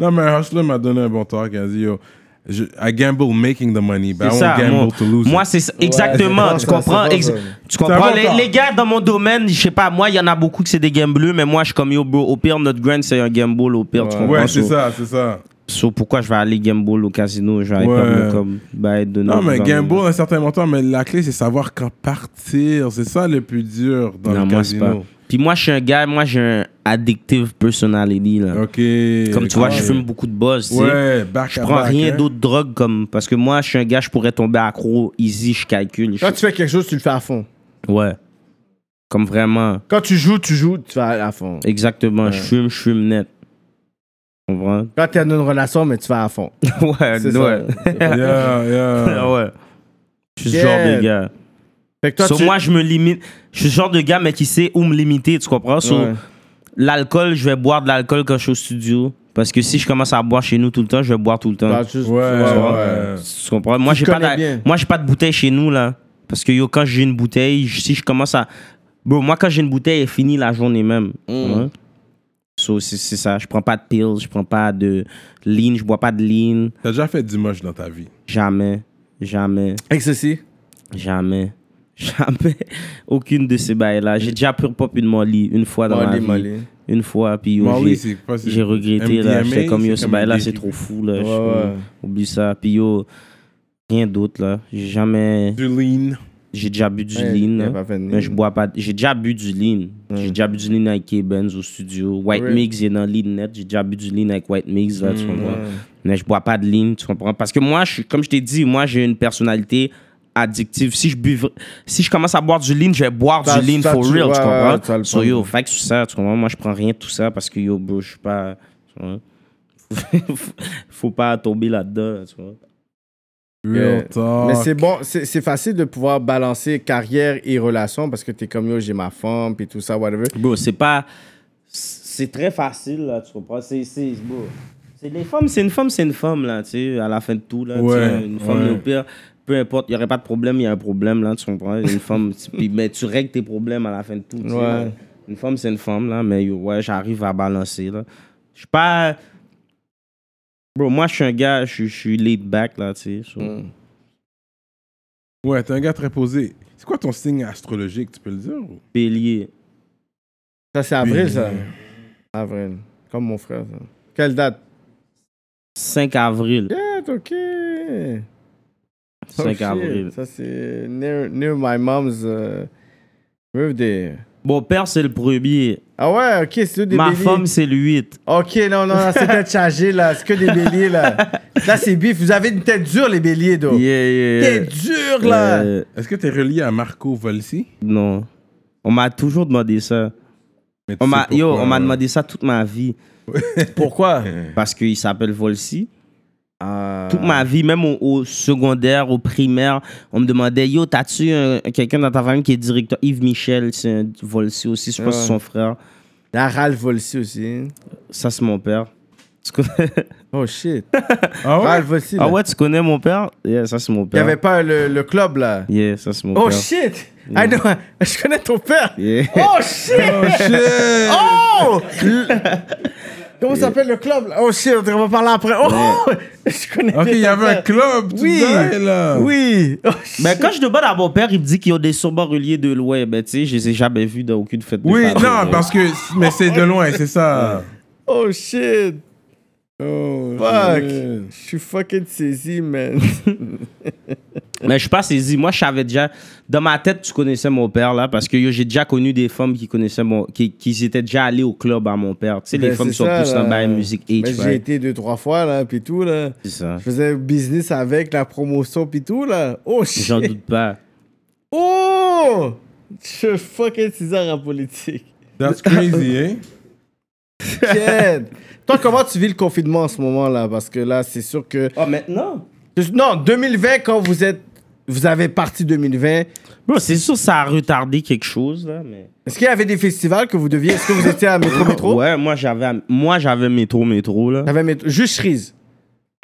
[SPEAKER 3] Non, mais un hustler m'a donné un bon talk. Il a dit, yo, je- I gamble making the money, but I
[SPEAKER 4] C'est
[SPEAKER 3] won't
[SPEAKER 4] ça.
[SPEAKER 3] Bah, gamble
[SPEAKER 4] Moi,
[SPEAKER 3] to lose.
[SPEAKER 4] moi,
[SPEAKER 3] it.
[SPEAKER 4] c'est ça. exactement.
[SPEAKER 6] Ouais,
[SPEAKER 4] tu
[SPEAKER 6] c'est bon,
[SPEAKER 4] comprends?
[SPEAKER 6] ça, c'est
[SPEAKER 4] ex-
[SPEAKER 6] bon, ça.
[SPEAKER 4] tu comprends?
[SPEAKER 3] C'est
[SPEAKER 4] Les,
[SPEAKER 3] important.
[SPEAKER 4] les gars, dans mon domaine, je sais pas, moi, il y en a beaucoup que c'est des games bleus, mais moi, je suis comme yo, bro. Au pire, notre grind, c'est un game ball. Au pire, tu comprends?
[SPEAKER 3] ouais, c'est
[SPEAKER 4] So-
[SPEAKER 3] ça, c'est ça.
[SPEAKER 4] so, pourquoi je vais aller game ball au casino? Je vais aller
[SPEAKER 3] Ouais.
[SPEAKER 4] perdre mon com- bah, de
[SPEAKER 3] Non,
[SPEAKER 4] notre
[SPEAKER 3] mais
[SPEAKER 4] vendre.
[SPEAKER 3] gamble un certain montant, mais la clé, c'est savoir quand partir. C'est ça le plus dur dans
[SPEAKER 4] Non,
[SPEAKER 3] le
[SPEAKER 4] moi, c'est pas.
[SPEAKER 3] casino.
[SPEAKER 4] Puis moi, je suis un gars, moi, j'ai un addictive personality, là.
[SPEAKER 3] Ok.
[SPEAKER 4] Comme tu vois,
[SPEAKER 3] ok.
[SPEAKER 4] je fume beaucoup de buzz, tu sais.
[SPEAKER 3] Ouais, back
[SPEAKER 4] Je
[SPEAKER 3] à
[SPEAKER 4] prends
[SPEAKER 3] back,
[SPEAKER 4] rien
[SPEAKER 3] hein.
[SPEAKER 4] d'autre de drogue comme. Parce que moi, je suis un gars, je pourrais tomber accro, easy, je calcule. je-
[SPEAKER 3] Ah,
[SPEAKER 5] Quand tu fais quelque chose, tu le fais à fond.
[SPEAKER 4] Ouais. Comme vraiment.
[SPEAKER 5] Quand tu joues, tu joues, tu vas à fond.
[SPEAKER 4] Exactement, je fume, je fume net. Tu comprends?
[SPEAKER 5] Quand t'es dans une relation, mais tu vas à fond.
[SPEAKER 4] (laughs) ouais,
[SPEAKER 5] C'est
[SPEAKER 4] ouais.
[SPEAKER 5] ça.
[SPEAKER 3] Yeah, yeah.
[SPEAKER 4] (laughs) ouais. Je suis ce
[SPEAKER 5] Yeah.
[SPEAKER 4] genre de gars.
[SPEAKER 5] Fait que toi,
[SPEAKER 4] Sur
[SPEAKER 5] tu...
[SPEAKER 4] moi, je me limite. Je suis ce genre de gars, mais qui sait où me limiter, tu comprends? Sur
[SPEAKER 5] Ouais.
[SPEAKER 4] l'alcool, je vais boire de l'alcool quand je suis au studio. Parce que si je commence à boire chez nous tout le temps, je vais boire tout le temps.
[SPEAKER 5] Bah, juste- euh,
[SPEAKER 3] Ouais,
[SPEAKER 5] tu vois,
[SPEAKER 3] ouais.
[SPEAKER 4] Tu comprends? Moi,
[SPEAKER 5] te
[SPEAKER 4] j'ai pas,
[SPEAKER 5] connais
[SPEAKER 4] d'a-
[SPEAKER 5] bien.
[SPEAKER 4] moi, j'ai pas de bouteille chez nous, là. Parce que yo, quand j'ai une bouteille, j- si je commence à. Bro, moi, quand j'ai une bouteille, elle finit la journée même.
[SPEAKER 5] Mm.
[SPEAKER 4] Ouais. So, c'est c'est ça. Je prends pas de pills, je prends pas de lean, je bois pas de lean.
[SPEAKER 3] T'as déjà fait du moche dans ta vie.
[SPEAKER 4] Jamais. Jamais.
[SPEAKER 5] Avec ceci.
[SPEAKER 4] Jamais. Jamais. Aucune de ces bails-là. J'ai déjà pris pop une Molly une fois dans ma
[SPEAKER 5] Molly,
[SPEAKER 4] vie.
[SPEAKER 5] Molly.
[SPEAKER 4] Une fois, puis yo,
[SPEAKER 3] Molly,
[SPEAKER 4] j'ai-
[SPEAKER 3] c'est pas- c'est
[SPEAKER 4] j'ai regretté. là.
[SPEAKER 3] MDMA,
[SPEAKER 4] J'étais comme, yo,
[SPEAKER 3] c'est
[SPEAKER 4] ce
[SPEAKER 3] comme
[SPEAKER 4] bail-là,
[SPEAKER 3] un
[SPEAKER 4] c'est
[SPEAKER 3] dérivé.
[SPEAKER 4] trop fou. Là.
[SPEAKER 5] Ouais,
[SPEAKER 4] Je-
[SPEAKER 5] ouais.
[SPEAKER 4] Oublie ça. Puis yo, rien d'autre, là. J'ai jamais...
[SPEAKER 3] Du lean.
[SPEAKER 4] J'ai déjà bu du
[SPEAKER 5] Ouais,
[SPEAKER 4] lean,
[SPEAKER 5] t'as
[SPEAKER 4] là.
[SPEAKER 5] pas fait de
[SPEAKER 4] Mais je
[SPEAKER 5] lean.
[SPEAKER 4] bois pas... de- J'ai déjà bu du lean. J'ai déjà bu du lean avec K-Benz au studio. White
[SPEAKER 5] Ouais. Mm,
[SPEAKER 4] Mix, il est dans lean net. J'ai déjà bu du lean avec White Mix, là, tu comprends. Mais je bois pas de lean, tu comprends. Parce que moi, je, suis- comme je t'ai dit, moi, j'ai une personnalité addictive. Si je buve, si je commence à boire du lean, je vais boire
[SPEAKER 5] Ça-
[SPEAKER 4] du lean
[SPEAKER 5] ça,
[SPEAKER 4] for
[SPEAKER 5] tu- ouais,
[SPEAKER 4] real, tu
[SPEAKER 5] ouais, ça
[SPEAKER 4] comprends.
[SPEAKER 5] le
[SPEAKER 4] so,
[SPEAKER 5] prend.
[SPEAKER 4] yo, fait que c'est ça, tu comprends. Moi, je prends rien de tout ça parce que, yo, bro, je suis pas... tu vois. (laughs) Faut pas tomber là-dedans, là, tu vois.
[SPEAKER 3] Real talk.
[SPEAKER 5] Mais c'est bon, c'est c'est facile de pouvoir balancer carrière et relation parce que t'es comme yo, j'ai ma femme, puis tout ça, whatever.
[SPEAKER 4] Bro, c'est pas. C'est très facile, là, tu comprends? C'est. C'est. bro, c'est des femmes, c'est une femme, c'est une femme, là, tu sais, à la fin de tout, là. tu
[SPEAKER 3] Ouais,
[SPEAKER 4] sais, une femme,
[SPEAKER 3] ouais.
[SPEAKER 4] au pire, peu importe, il n'y aurait pas de problème, il y a un problème, là, tu comprends? Une femme, (laughs) tu- puis, mais tu règles tes problèmes à la fin de tout, tu sais,
[SPEAKER 5] Ouais.
[SPEAKER 4] là. Une femme, c'est une femme, là, mais yo, ouais, j'arrive à balancer, là. Je suis pas. Bro, moi, je suis un gars, je suis- je suis laid back, là, tu sais. so-
[SPEAKER 5] Mm.
[SPEAKER 3] Ouais, t'es un gars très posé. C'est quoi ton signe astrologique, tu peux le dire? ou?
[SPEAKER 4] Bélier.
[SPEAKER 5] Ça, c'est avril, ça. Avril. Comme mon frère, ça. Quelle date?
[SPEAKER 4] 5 avril.
[SPEAKER 5] Yeah, ok.
[SPEAKER 4] 5
[SPEAKER 5] Oh, shit.
[SPEAKER 4] avril.
[SPEAKER 5] Ça, c'est near, near my mom's euh, birthday.
[SPEAKER 4] Mon père, c'est le premier.
[SPEAKER 5] Ah ouais, ok, c'est tout des
[SPEAKER 4] Ma
[SPEAKER 5] béliers.
[SPEAKER 4] femme, c'est le 8.
[SPEAKER 5] Ok, non, non, non, c'est peut-être chargé, là. C'est que
[SPEAKER 4] (laughs)
[SPEAKER 5] des béliers, là. Là, c'est bif. Vous avez une tête dure, les béliers, donc.
[SPEAKER 4] Yeah, yeah, yeah.
[SPEAKER 5] Tête dure, là.
[SPEAKER 4] Euh,
[SPEAKER 3] Est-ce que t'es relié à Marco Volsi?
[SPEAKER 4] non. On m'a toujours demandé ça.
[SPEAKER 3] Mais tu
[SPEAKER 4] On
[SPEAKER 3] sais
[SPEAKER 4] m'a, yo,
[SPEAKER 3] pourquoi,
[SPEAKER 4] on m'a
[SPEAKER 3] ouais.
[SPEAKER 4] demandé ça toute
[SPEAKER 5] (laughs)
[SPEAKER 4] ma vie.
[SPEAKER 5] Pourquoi?
[SPEAKER 4] Parce qu'il s'appelle Volsi.
[SPEAKER 5] Ah.
[SPEAKER 4] Toute ma vie, même au, au secondaire, au primaire, on me demandait Yo, t'as-tu un- quelqu'un dans ta famille qui est directeur Yves Michel, c'est un Volsi aussi. Je pense que c'est son frère.
[SPEAKER 5] La Ah, Ralph Volsi aussi.
[SPEAKER 4] Ça, c'est mon père. Tu connais-
[SPEAKER 5] (laughs) Oh shit.
[SPEAKER 3] Ah ouais?
[SPEAKER 5] Ralph Volsi. là.
[SPEAKER 4] (laughs) ah ouais, tu connais mon père Yeah, ça, c'est mon
[SPEAKER 5] Il n'y
[SPEAKER 4] père.
[SPEAKER 5] avait pas le, le club là.
[SPEAKER 4] Yeah, ça, c'est mon
[SPEAKER 5] Oh
[SPEAKER 4] père.
[SPEAKER 5] shit. I know. (laughs) Je connais ton père.
[SPEAKER 4] Yeah.
[SPEAKER 5] Oh shit.
[SPEAKER 3] Oh shit!
[SPEAKER 5] Oh. Comment s'appelle le club là? Oh shit. On va parler après. Oh. (laughs) Je connais.
[SPEAKER 3] Ok,
[SPEAKER 5] bien
[SPEAKER 3] il y
[SPEAKER 5] ton
[SPEAKER 3] avait un
[SPEAKER 5] père.
[SPEAKER 3] club, tu
[SPEAKER 5] Oui.
[SPEAKER 3] sais, là.
[SPEAKER 5] Oui. Oh, shit.
[SPEAKER 4] Ben, quand je demande à mon père, il me dit qu'ils ont des sommets reliés de loin. Ben, tu sais, je les ai jamais vus dans aucune fête. de
[SPEAKER 3] Oui,
[SPEAKER 4] famille.
[SPEAKER 3] non, parce que. Mais c'est de loin, c'est
[SPEAKER 5] (laughs)
[SPEAKER 3] ça.
[SPEAKER 5] Oh shit.
[SPEAKER 3] Oh,
[SPEAKER 5] Fuck.
[SPEAKER 3] shit.
[SPEAKER 5] Je suis fucking saisi,
[SPEAKER 4] (laughs)
[SPEAKER 5] man.
[SPEAKER 4] Mais je suis pas saisi. Moi, je savais déjà. Dans ma tête, tu connaissais mon père, là, parce que yo, j'ai déjà connu des femmes qui connaissaient mon. qui, qui étaient déjà allées au club à mon père. Tu sais, les
[SPEAKER 5] Ben,
[SPEAKER 4] femmes
[SPEAKER 5] c'est
[SPEAKER 4] sont
[SPEAKER 5] ça,
[SPEAKER 4] plus
[SPEAKER 5] là.
[SPEAKER 4] dans la musique H,
[SPEAKER 5] Mais j'ai
[SPEAKER 4] right?
[SPEAKER 5] été deux, trois fois là, puis tout là.
[SPEAKER 4] C'est ça.
[SPEAKER 5] Je faisais business avec la promotion, puis tout là. Oh shit. (laughs)
[SPEAKER 4] J'en doute pas.
[SPEAKER 5] Oh! Je suis fucking teaser en politique.
[SPEAKER 3] That's crazy, hein?
[SPEAKER 5] Kid. Toi, comment tu vis le confinement en ce moment là Parce que là, c'est sûr que
[SPEAKER 4] Oh, maintenant?
[SPEAKER 5] non 2020 quand vous êtes vous avez parti 2020.
[SPEAKER 4] Bro, c'est sûr, ça a retardé quelque chose, là, mais.
[SPEAKER 5] Est-ce qu'il y avait des festivals que vous deviez Est-ce que vous étiez à
[SPEAKER 4] (laughs)
[SPEAKER 5] métro métro
[SPEAKER 4] Ouais, moi, j'avais, moi, j'avais métro, métro, là.
[SPEAKER 5] T'avais métro juste Cerise.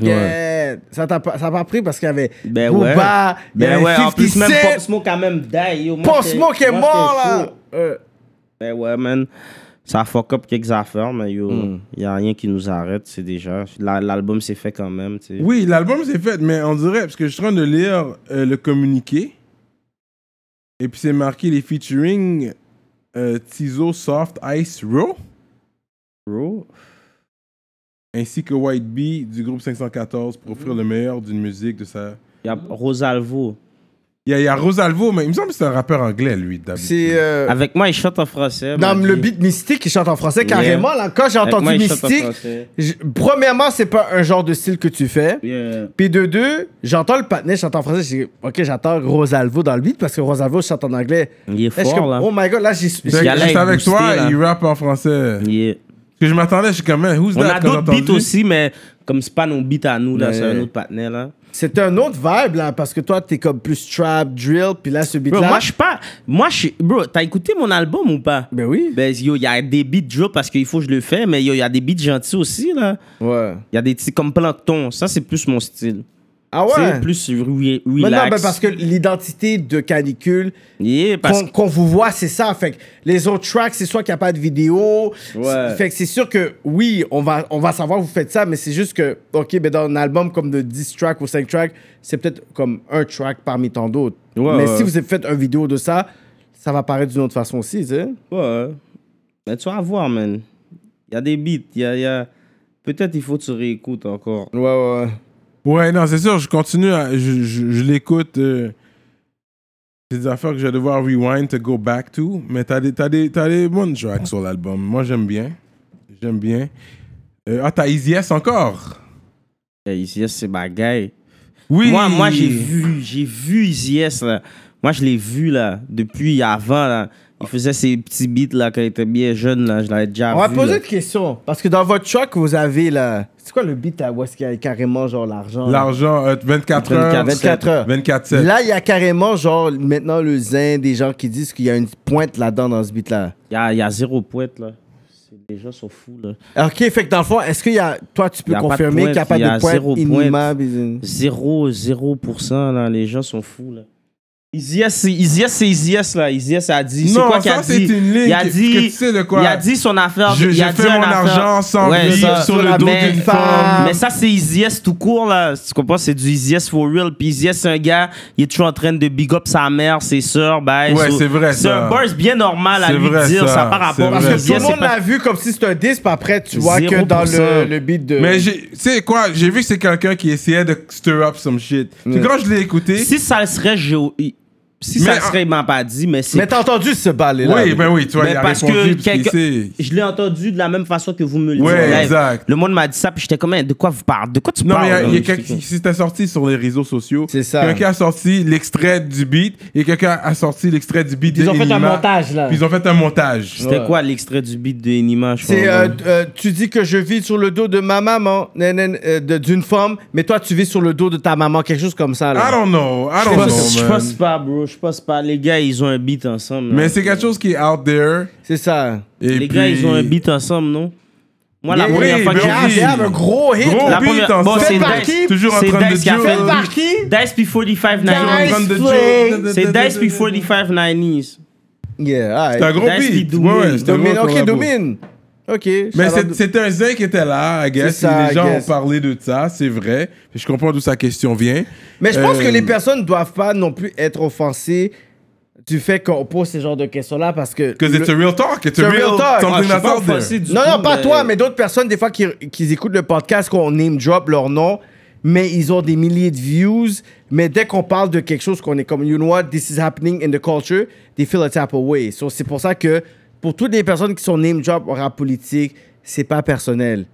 [SPEAKER 4] Ouais.
[SPEAKER 5] Yeah. Ça t'a pas, ça a pas pris parce qu'il y avait
[SPEAKER 4] Ben ouais.
[SPEAKER 5] Booba, il y
[SPEAKER 4] Ben
[SPEAKER 5] avait
[SPEAKER 4] ouais, en
[SPEAKER 5] 50
[SPEAKER 4] plus, même Pop
[SPEAKER 5] Cent,
[SPEAKER 4] Smoke a même die, yo. Moi,
[SPEAKER 5] Pop
[SPEAKER 4] j'étais-
[SPEAKER 5] Smoke est
[SPEAKER 4] moi,
[SPEAKER 5] mort
[SPEAKER 4] j'étais
[SPEAKER 5] là.
[SPEAKER 4] chaud.
[SPEAKER 5] Euh,
[SPEAKER 4] Ben ouais, man. Ça fuck up quelques affaires, mais yo, y a rien qui nous arrête, c'est déjà. la- l'album s'est fait quand même, tu sais.
[SPEAKER 3] Oui, l'album c'est fait, mais on dirait, parce que je suis en train de lire euh, le communiqué, et puis c'est marqué les featuring euh, Tizo, Soft, Ice, Row,
[SPEAKER 4] Bro.
[SPEAKER 3] ainsi que White Bee du groupe 514 pour offrir
[SPEAKER 4] Mm.
[SPEAKER 3] le meilleur d'une musique de sa.
[SPEAKER 4] Y a Rosalvo.
[SPEAKER 3] Il y, a- il y a Rosalvo, mais il me semble que c'est un rappeur anglais, lui, d'habitude.
[SPEAKER 5] C'est euh,
[SPEAKER 4] Avec moi, il chante en français.
[SPEAKER 5] dans
[SPEAKER 4] man.
[SPEAKER 5] le beat Mystique qui chante en français
[SPEAKER 4] Yeah.
[SPEAKER 5] carrément là. Quand j'ai
[SPEAKER 4] Avec
[SPEAKER 5] entendu
[SPEAKER 4] moi, il chante en
[SPEAKER 5] Mystique,
[SPEAKER 4] français.
[SPEAKER 5] je- premièrement, c'est pas un genre de style que tu fais.
[SPEAKER 4] Yeah.
[SPEAKER 5] Puis de deux, j'entends le patinet, j'entends en français, je dis, ok, j'entends Rosalvo dans le beat parce que Rosalvo chante en anglais.
[SPEAKER 4] Il est
[SPEAKER 5] Là, je suis
[SPEAKER 4] fort,
[SPEAKER 5] comme,
[SPEAKER 4] là.
[SPEAKER 5] oh my god, là, j'ai.
[SPEAKER 3] Fait que
[SPEAKER 4] Yala
[SPEAKER 3] j'étais
[SPEAKER 4] est
[SPEAKER 3] avec
[SPEAKER 4] boosté,
[SPEAKER 3] toi,
[SPEAKER 4] là.
[SPEAKER 3] il rappe en français. Parce
[SPEAKER 4] Yeah.
[SPEAKER 3] que je m'attendais, je suis comme, Man, who's
[SPEAKER 4] On
[SPEAKER 3] that
[SPEAKER 4] a
[SPEAKER 3] qu'on
[SPEAKER 4] d'autres beats
[SPEAKER 3] entendu?
[SPEAKER 4] aussi, mais comme c'est pas nos beats à nous, là, c'est un autre partenaire, là.
[SPEAKER 5] C'était un autre vibe, là, parce que toi, t'es comme plus trap, drill, puis là, ce
[SPEAKER 4] Bro,
[SPEAKER 5] beat-là.
[SPEAKER 4] moi, je suis pas. Moi, je suis. Bro, t'as écouté mon album ou pas?
[SPEAKER 5] Ben oui.
[SPEAKER 4] Ben, yo, y a des beats drop parce qu'il faut que je le fais, mais yo, y a des beats gentils aussi, là.
[SPEAKER 5] Ouais.
[SPEAKER 4] Y a des petits comme plancton. Ça, c'est plus mon style.
[SPEAKER 5] Ah
[SPEAKER 4] C'est
[SPEAKER 5] ouais?
[SPEAKER 4] plus re-
[SPEAKER 5] Mais
[SPEAKER 4] relax.
[SPEAKER 5] non, ben parce que l'identité de Canicule,
[SPEAKER 4] Yeah, parce
[SPEAKER 5] qu'on qu'on vous voit, c'est ça. Fait que les autres tracks, c'est soit qu'il n'y a pas de vidéo.
[SPEAKER 4] Ouais.
[SPEAKER 5] C'est- Fait que c'est sûr que, oui, on va, on va savoir que vous faites ça, mais c'est juste que, OK, mais dans un album comme de 10 tracks ou 5 tracks, c'est peut-être comme un track parmi tant d'autres.
[SPEAKER 4] Ouais,
[SPEAKER 5] mais
[SPEAKER 4] ouais.
[SPEAKER 5] si vous avez fait une vidéo de ça, ça va paraître d'une autre façon aussi, tu sais.
[SPEAKER 4] Ouais. Mais tu vas voir, man. Il y a des beats. Y a, y a... Peut-être il faut que tu réécoutes encore.
[SPEAKER 5] Ouais, ouais, ouais.
[SPEAKER 3] Ouais, non, c'est sûr, je continue, à- je, je- je l'écoute. euh, c'est des affaires que je vais devoir rewind, to go back to. Mais t'as des, t'as des, t'as des bonnes tracks sur l'album. Moi, j'aime bien. J'aime bien. Euh, ah, t'as Easy S encore.
[SPEAKER 4] Yeah, Easy Yes, c'est bagaille.
[SPEAKER 3] Oui.
[SPEAKER 4] Moi, moi j'ai vu, j'ai vu Easy Yes, là. Moi, je l'ai vu, là, depuis avant, là. Il faisait ses petits beats, là, quand il était bien jeune, là. Je l'avais déjà
[SPEAKER 5] On va
[SPEAKER 4] vu,
[SPEAKER 5] poser
[SPEAKER 4] là.
[SPEAKER 5] une question. Parce que dans votre track, vous avez là. C'est quoi le beat là, où est-ce qu'il y a carrément genre l'argent? là?
[SPEAKER 3] L'argent, euh, 24 heures.
[SPEAKER 5] 24 heures.
[SPEAKER 3] 24-7.
[SPEAKER 5] Là, il y a carrément genre maintenant le zin des gens qui disent qu'il y a une pointe là-dedans dans ce beat là.
[SPEAKER 4] Il y a, il y a zéro poète, là. C'est- Les gens sont fous, là.
[SPEAKER 5] Ok, fait que dans le fond, est-ce qu'il y a. Toi, tu peux
[SPEAKER 4] Il y a pas de
[SPEAKER 5] confirmer qu'il n'y a
[SPEAKER 4] pointe, il y
[SPEAKER 5] pas
[SPEAKER 4] a
[SPEAKER 5] de pointe
[SPEAKER 4] zéro pointe.
[SPEAKER 5] inimaginable. et-
[SPEAKER 4] Zéro, zéro pour cent, là. Les gens sont fous, là. Easy Yes, c'est Easy Yes, c'est Easy Yes, là. Easy Yes a dit. C'est
[SPEAKER 3] Non,
[SPEAKER 4] quoi qu'il
[SPEAKER 3] ça,
[SPEAKER 4] a
[SPEAKER 3] c'est
[SPEAKER 4] dit?
[SPEAKER 3] une ligne
[SPEAKER 4] Il a
[SPEAKER 3] que-
[SPEAKER 4] dit.
[SPEAKER 3] que tu sais de quoi.
[SPEAKER 4] Il a dit son affaire.
[SPEAKER 3] Je-
[SPEAKER 4] il
[SPEAKER 3] je
[SPEAKER 4] a
[SPEAKER 3] fais
[SPEAKER 4] dit un
[SPEAKER 3] mon
[SPEAKER 4] affaire.
[SPEAKER 3] argent sans vivre
[SPEAKER 4] ça. Ah,
[SPEAKER 3] sur le dos
[SPEAKER 4] Mais-
[SPEAKER 3] d'une femme.
[SPEAKER 4] Mais ça, c'est Easy Yes tout court, là. Tu comprends? C'est du Easy Yes for real. Puis Easy Yes, c'est un gars, il est toujours en train de big up sa mère, ses sœurs, bye.
[SPEAKER 3] Ouais,
[SPEAKER 4] So,
[SPEAKER 3] c'est vrai,
[SPEAKER 4] C'est
[SPEAKER 3] ça.
[SPEAKER 4] un burst bien normal à
[SPEAKER 3] C'est
[SPEAKER 4] lui
[SPEAKER 3] vrai,
[SPEAKER 4] dire.
[SPEAKER 3] ça.
[SPEAKER 4] Ça par
[SPEAKER 3] C'est
[SPEAKER 4] rapport à
[SPEAKER 5] Parce
[SPEAKER 3] vrai.
[SPEAKER 5] que tout le
[SPEAKER 4] Yes, c'est
[SPEAKER 5] monde
[SPEAKER 4] pas-
[SPEAKER 5] l'a vu comme si c'était un 10, puis après, tu vois que
[SPEAKER 4] 0%.
[SPEAKER 5] dans le, le beat de.
[SPEAKER 3] Mais j'ai- tu sais quoi, j'ai vu que c'est quelqu'un qui essayait de stir up some shit. Puis quand je l'ai écouté.
[SPEAKER 4] Si ça le serait, géo- si
[SPEAKER 3] Mais-
[SPEAKER 4] ça le serait, il m'a pas dit, mais c'est
[SPEAKER 5] Mais t'as entendu ce balai là?
[SPEAKER 3] oui, ben oui, tu vois,
[SPEAKER 4] Ben,
[SPEAKER 3] il a
[SPEAKER 4] parce
[SPEAKER 3] répondu.
[SPEAKER 4] que
[SPEAKER 3] parce qu'il
[SPEAKER 4] quelqu'un-
[SPEAKER 3] sait.
[SPEAKER 4] Je l'ai entendu de la même façon que vous me le dites.
[SPEAKER 3] Ouais,
[SPEAKER 4] en live.
[SPEAKER 3] exact.
[SPEAKER 4] Le monde m'a dit ça, puis j'étais comme, Hein, de quoi vous parlez De quoi tu
[SPEAKER 3] Non, mais
[SPEAKER 4] parles
[SPEAKER 3] il y a-
[SPEAKER 4] là?
[SPEAKER 3] il y a quelqu'un qui c'était sorti sur les réseaux sociaux.
[SPEAKER 5] C'est ça.
[SPEAKER 3] Quelqu'un a sorti l'extrait du beat et quelqu'un a sorti l'extrait du beat.
[SPEAKER 5] Ils
[SPEAKER 3] de
[SPEAKER 5] ont fait un
[SPEAKER 3] Enigma,
[SPEAKER 5] montage, là.
[SPEAKER 3] puis ils ont fait un montage.
[SPEAKER 4] C'était
[SPEAKER 5] Ouais.
[SPEAKER 4] quoi l'extrait du beat de Enima je
[SPEAKER 5] C'est
[SPEAKER 4] crois,
[SPEAKER 5] euh,
[SPEAKER 4] là?
[SPEAKER 5] euh, tu dis que je vis sur le dos de ma maman, nan, nan, euh, de- d'une femme, mais toi tu vis sur le dos de ta maman, quelque chose comme ça.
[SPEAKER 3] I
[SPEAKER 5] Là.
[SPEAKER 3] don't know. I
[SPEAKER 4] Je
[SPEAKER 3] don't know,
[SPEAKER 4] pense- Je
[SPEAKER 3] man.
[SPEAKER 4] pense pas, bro. Je pense pas. Les gars, ils ont un beat ensemble.
[SPEAKER 3] Mais
[SPEAKER 4] là.
[SPEAKER 3] c'est quelque chose qui est out there.
[SPEAKER 5] C'est ça.
[SPEAKER 3] Et
[SPEAKER 4] Les gars,
[SPEAKER 3] puis-
[SPEAKER 4] ils ont un beat ensemble, non Moi, la
[SPEAKER 3] Oui,
[SPEAKER 4] première fois
[SPEAKER 3] mais
[SPEAKER 4] que j'ai
[SPEAKER 3] on
[SPEAKER 5] Ah,
[SPEAKER 3] dit-
[SPEAKER 5] c'est un gros hit.
[SPEAKER 3] Gros
[SPEAKER 5] là.
[SPEAKER 4] La
[SPEAKER 3] beat
[SPEAKER 4] première-
[SPEAKER 3] ensemble.
[SPEAKER 4] Bon, c'est
[SPEAKER 5] Fait par
[SPEAKER 4] Dice.
[SPEAKER 5] qui
[SPEAKER 3] Toujours en
[SPEAKER 4] C'est
[SPEAKER 3] train de
[SPEAKER 4] Dice qui a
[SPEAKER 3] duo.
[SPEAKER 4] fait
[SPEAKER 5] Fait par qui?
[SPEAKER 4] Dice Before the
[SPEAKER 3] Toujours en train
[SPEAKER 4] 590.
[SPEAKER 3] de duo.
[SPEAKER 5] Play.
[SPEAKER 4] C'est Dice Before the 590s.
[SPEAKER 5] Yeah,
[SPEAKER 3] C'est un
[SPEAKER 5] alright.
[SPEAKER 3] gros
[SPEAKER 4] Dice qui
[SPEAKER 3] beat. Ouais,
[SPEAKER 4] domine.
[SPEAKER 3] ouais, c'est un
[SPEAKER 5] Domine,
[SPEAKER 3] gros
[SPEAKER 5] ok,
[SPEAKER 3] collabo.
[SPEAKER 5] domine. Ok.
[SPEAKER 3] Mais
[SPEAKER 5] shout
[SPEAKER 3] c'est-
[SPEAKER 5] out.
[SPEAKER 3] c'était un zin qui était là, I guess.
[SPEAKER 5] C'est ça,
[SPEAKER 3] et les
[SPEAKER 5] I
[SPEAKER 3] gens
[SPEAKER 5] guess.
[SPEAKER 3] ont parlé de ça, c'est vrai. Je comprends d'où sa question vient.
[SPEAKER 5] Mais je pense
[SPEAKER 3] Euh,
[SPEAKER 5] que les personnes ne doivent pas non plus être offensées du fait qu'on pose ces genres de questions-là parce que.
[SPEAKER 3] Because
[SPEAKER 5] le-
[SPEAKER 3] it's a real talk. It's
[SPEAKER 5] It's
[SPEAKER 3] a
[SPEAKER 5] a
[SPEAKER 3] real
[SPEAKER 5] real talk.
[SPEAKER 3] something
[SPEAKER 4] Ah, je suis
[SPEAKER 3] that's
[SPEAKER 4] pas
[SPEAKER 3] out there.
[SPEAKER 4] offensé du
[SPEAKER 5] Non,
[SPEAKER 4] tout,
[SPEAKER 5] non, pas toi, mais d'autres personnes, des fois, qui, qui écoutent le podcast, qu'on name drop leur nom, mais ils ont des milliers de views. Mais dès qu'on parle de quelque chose qu'on est comme, you know what, this is happening in the culture, they feel a type of way. So, c'est pour ça que pour toutes les personnes qui sont name drop en rap politique, c'est pas personnel.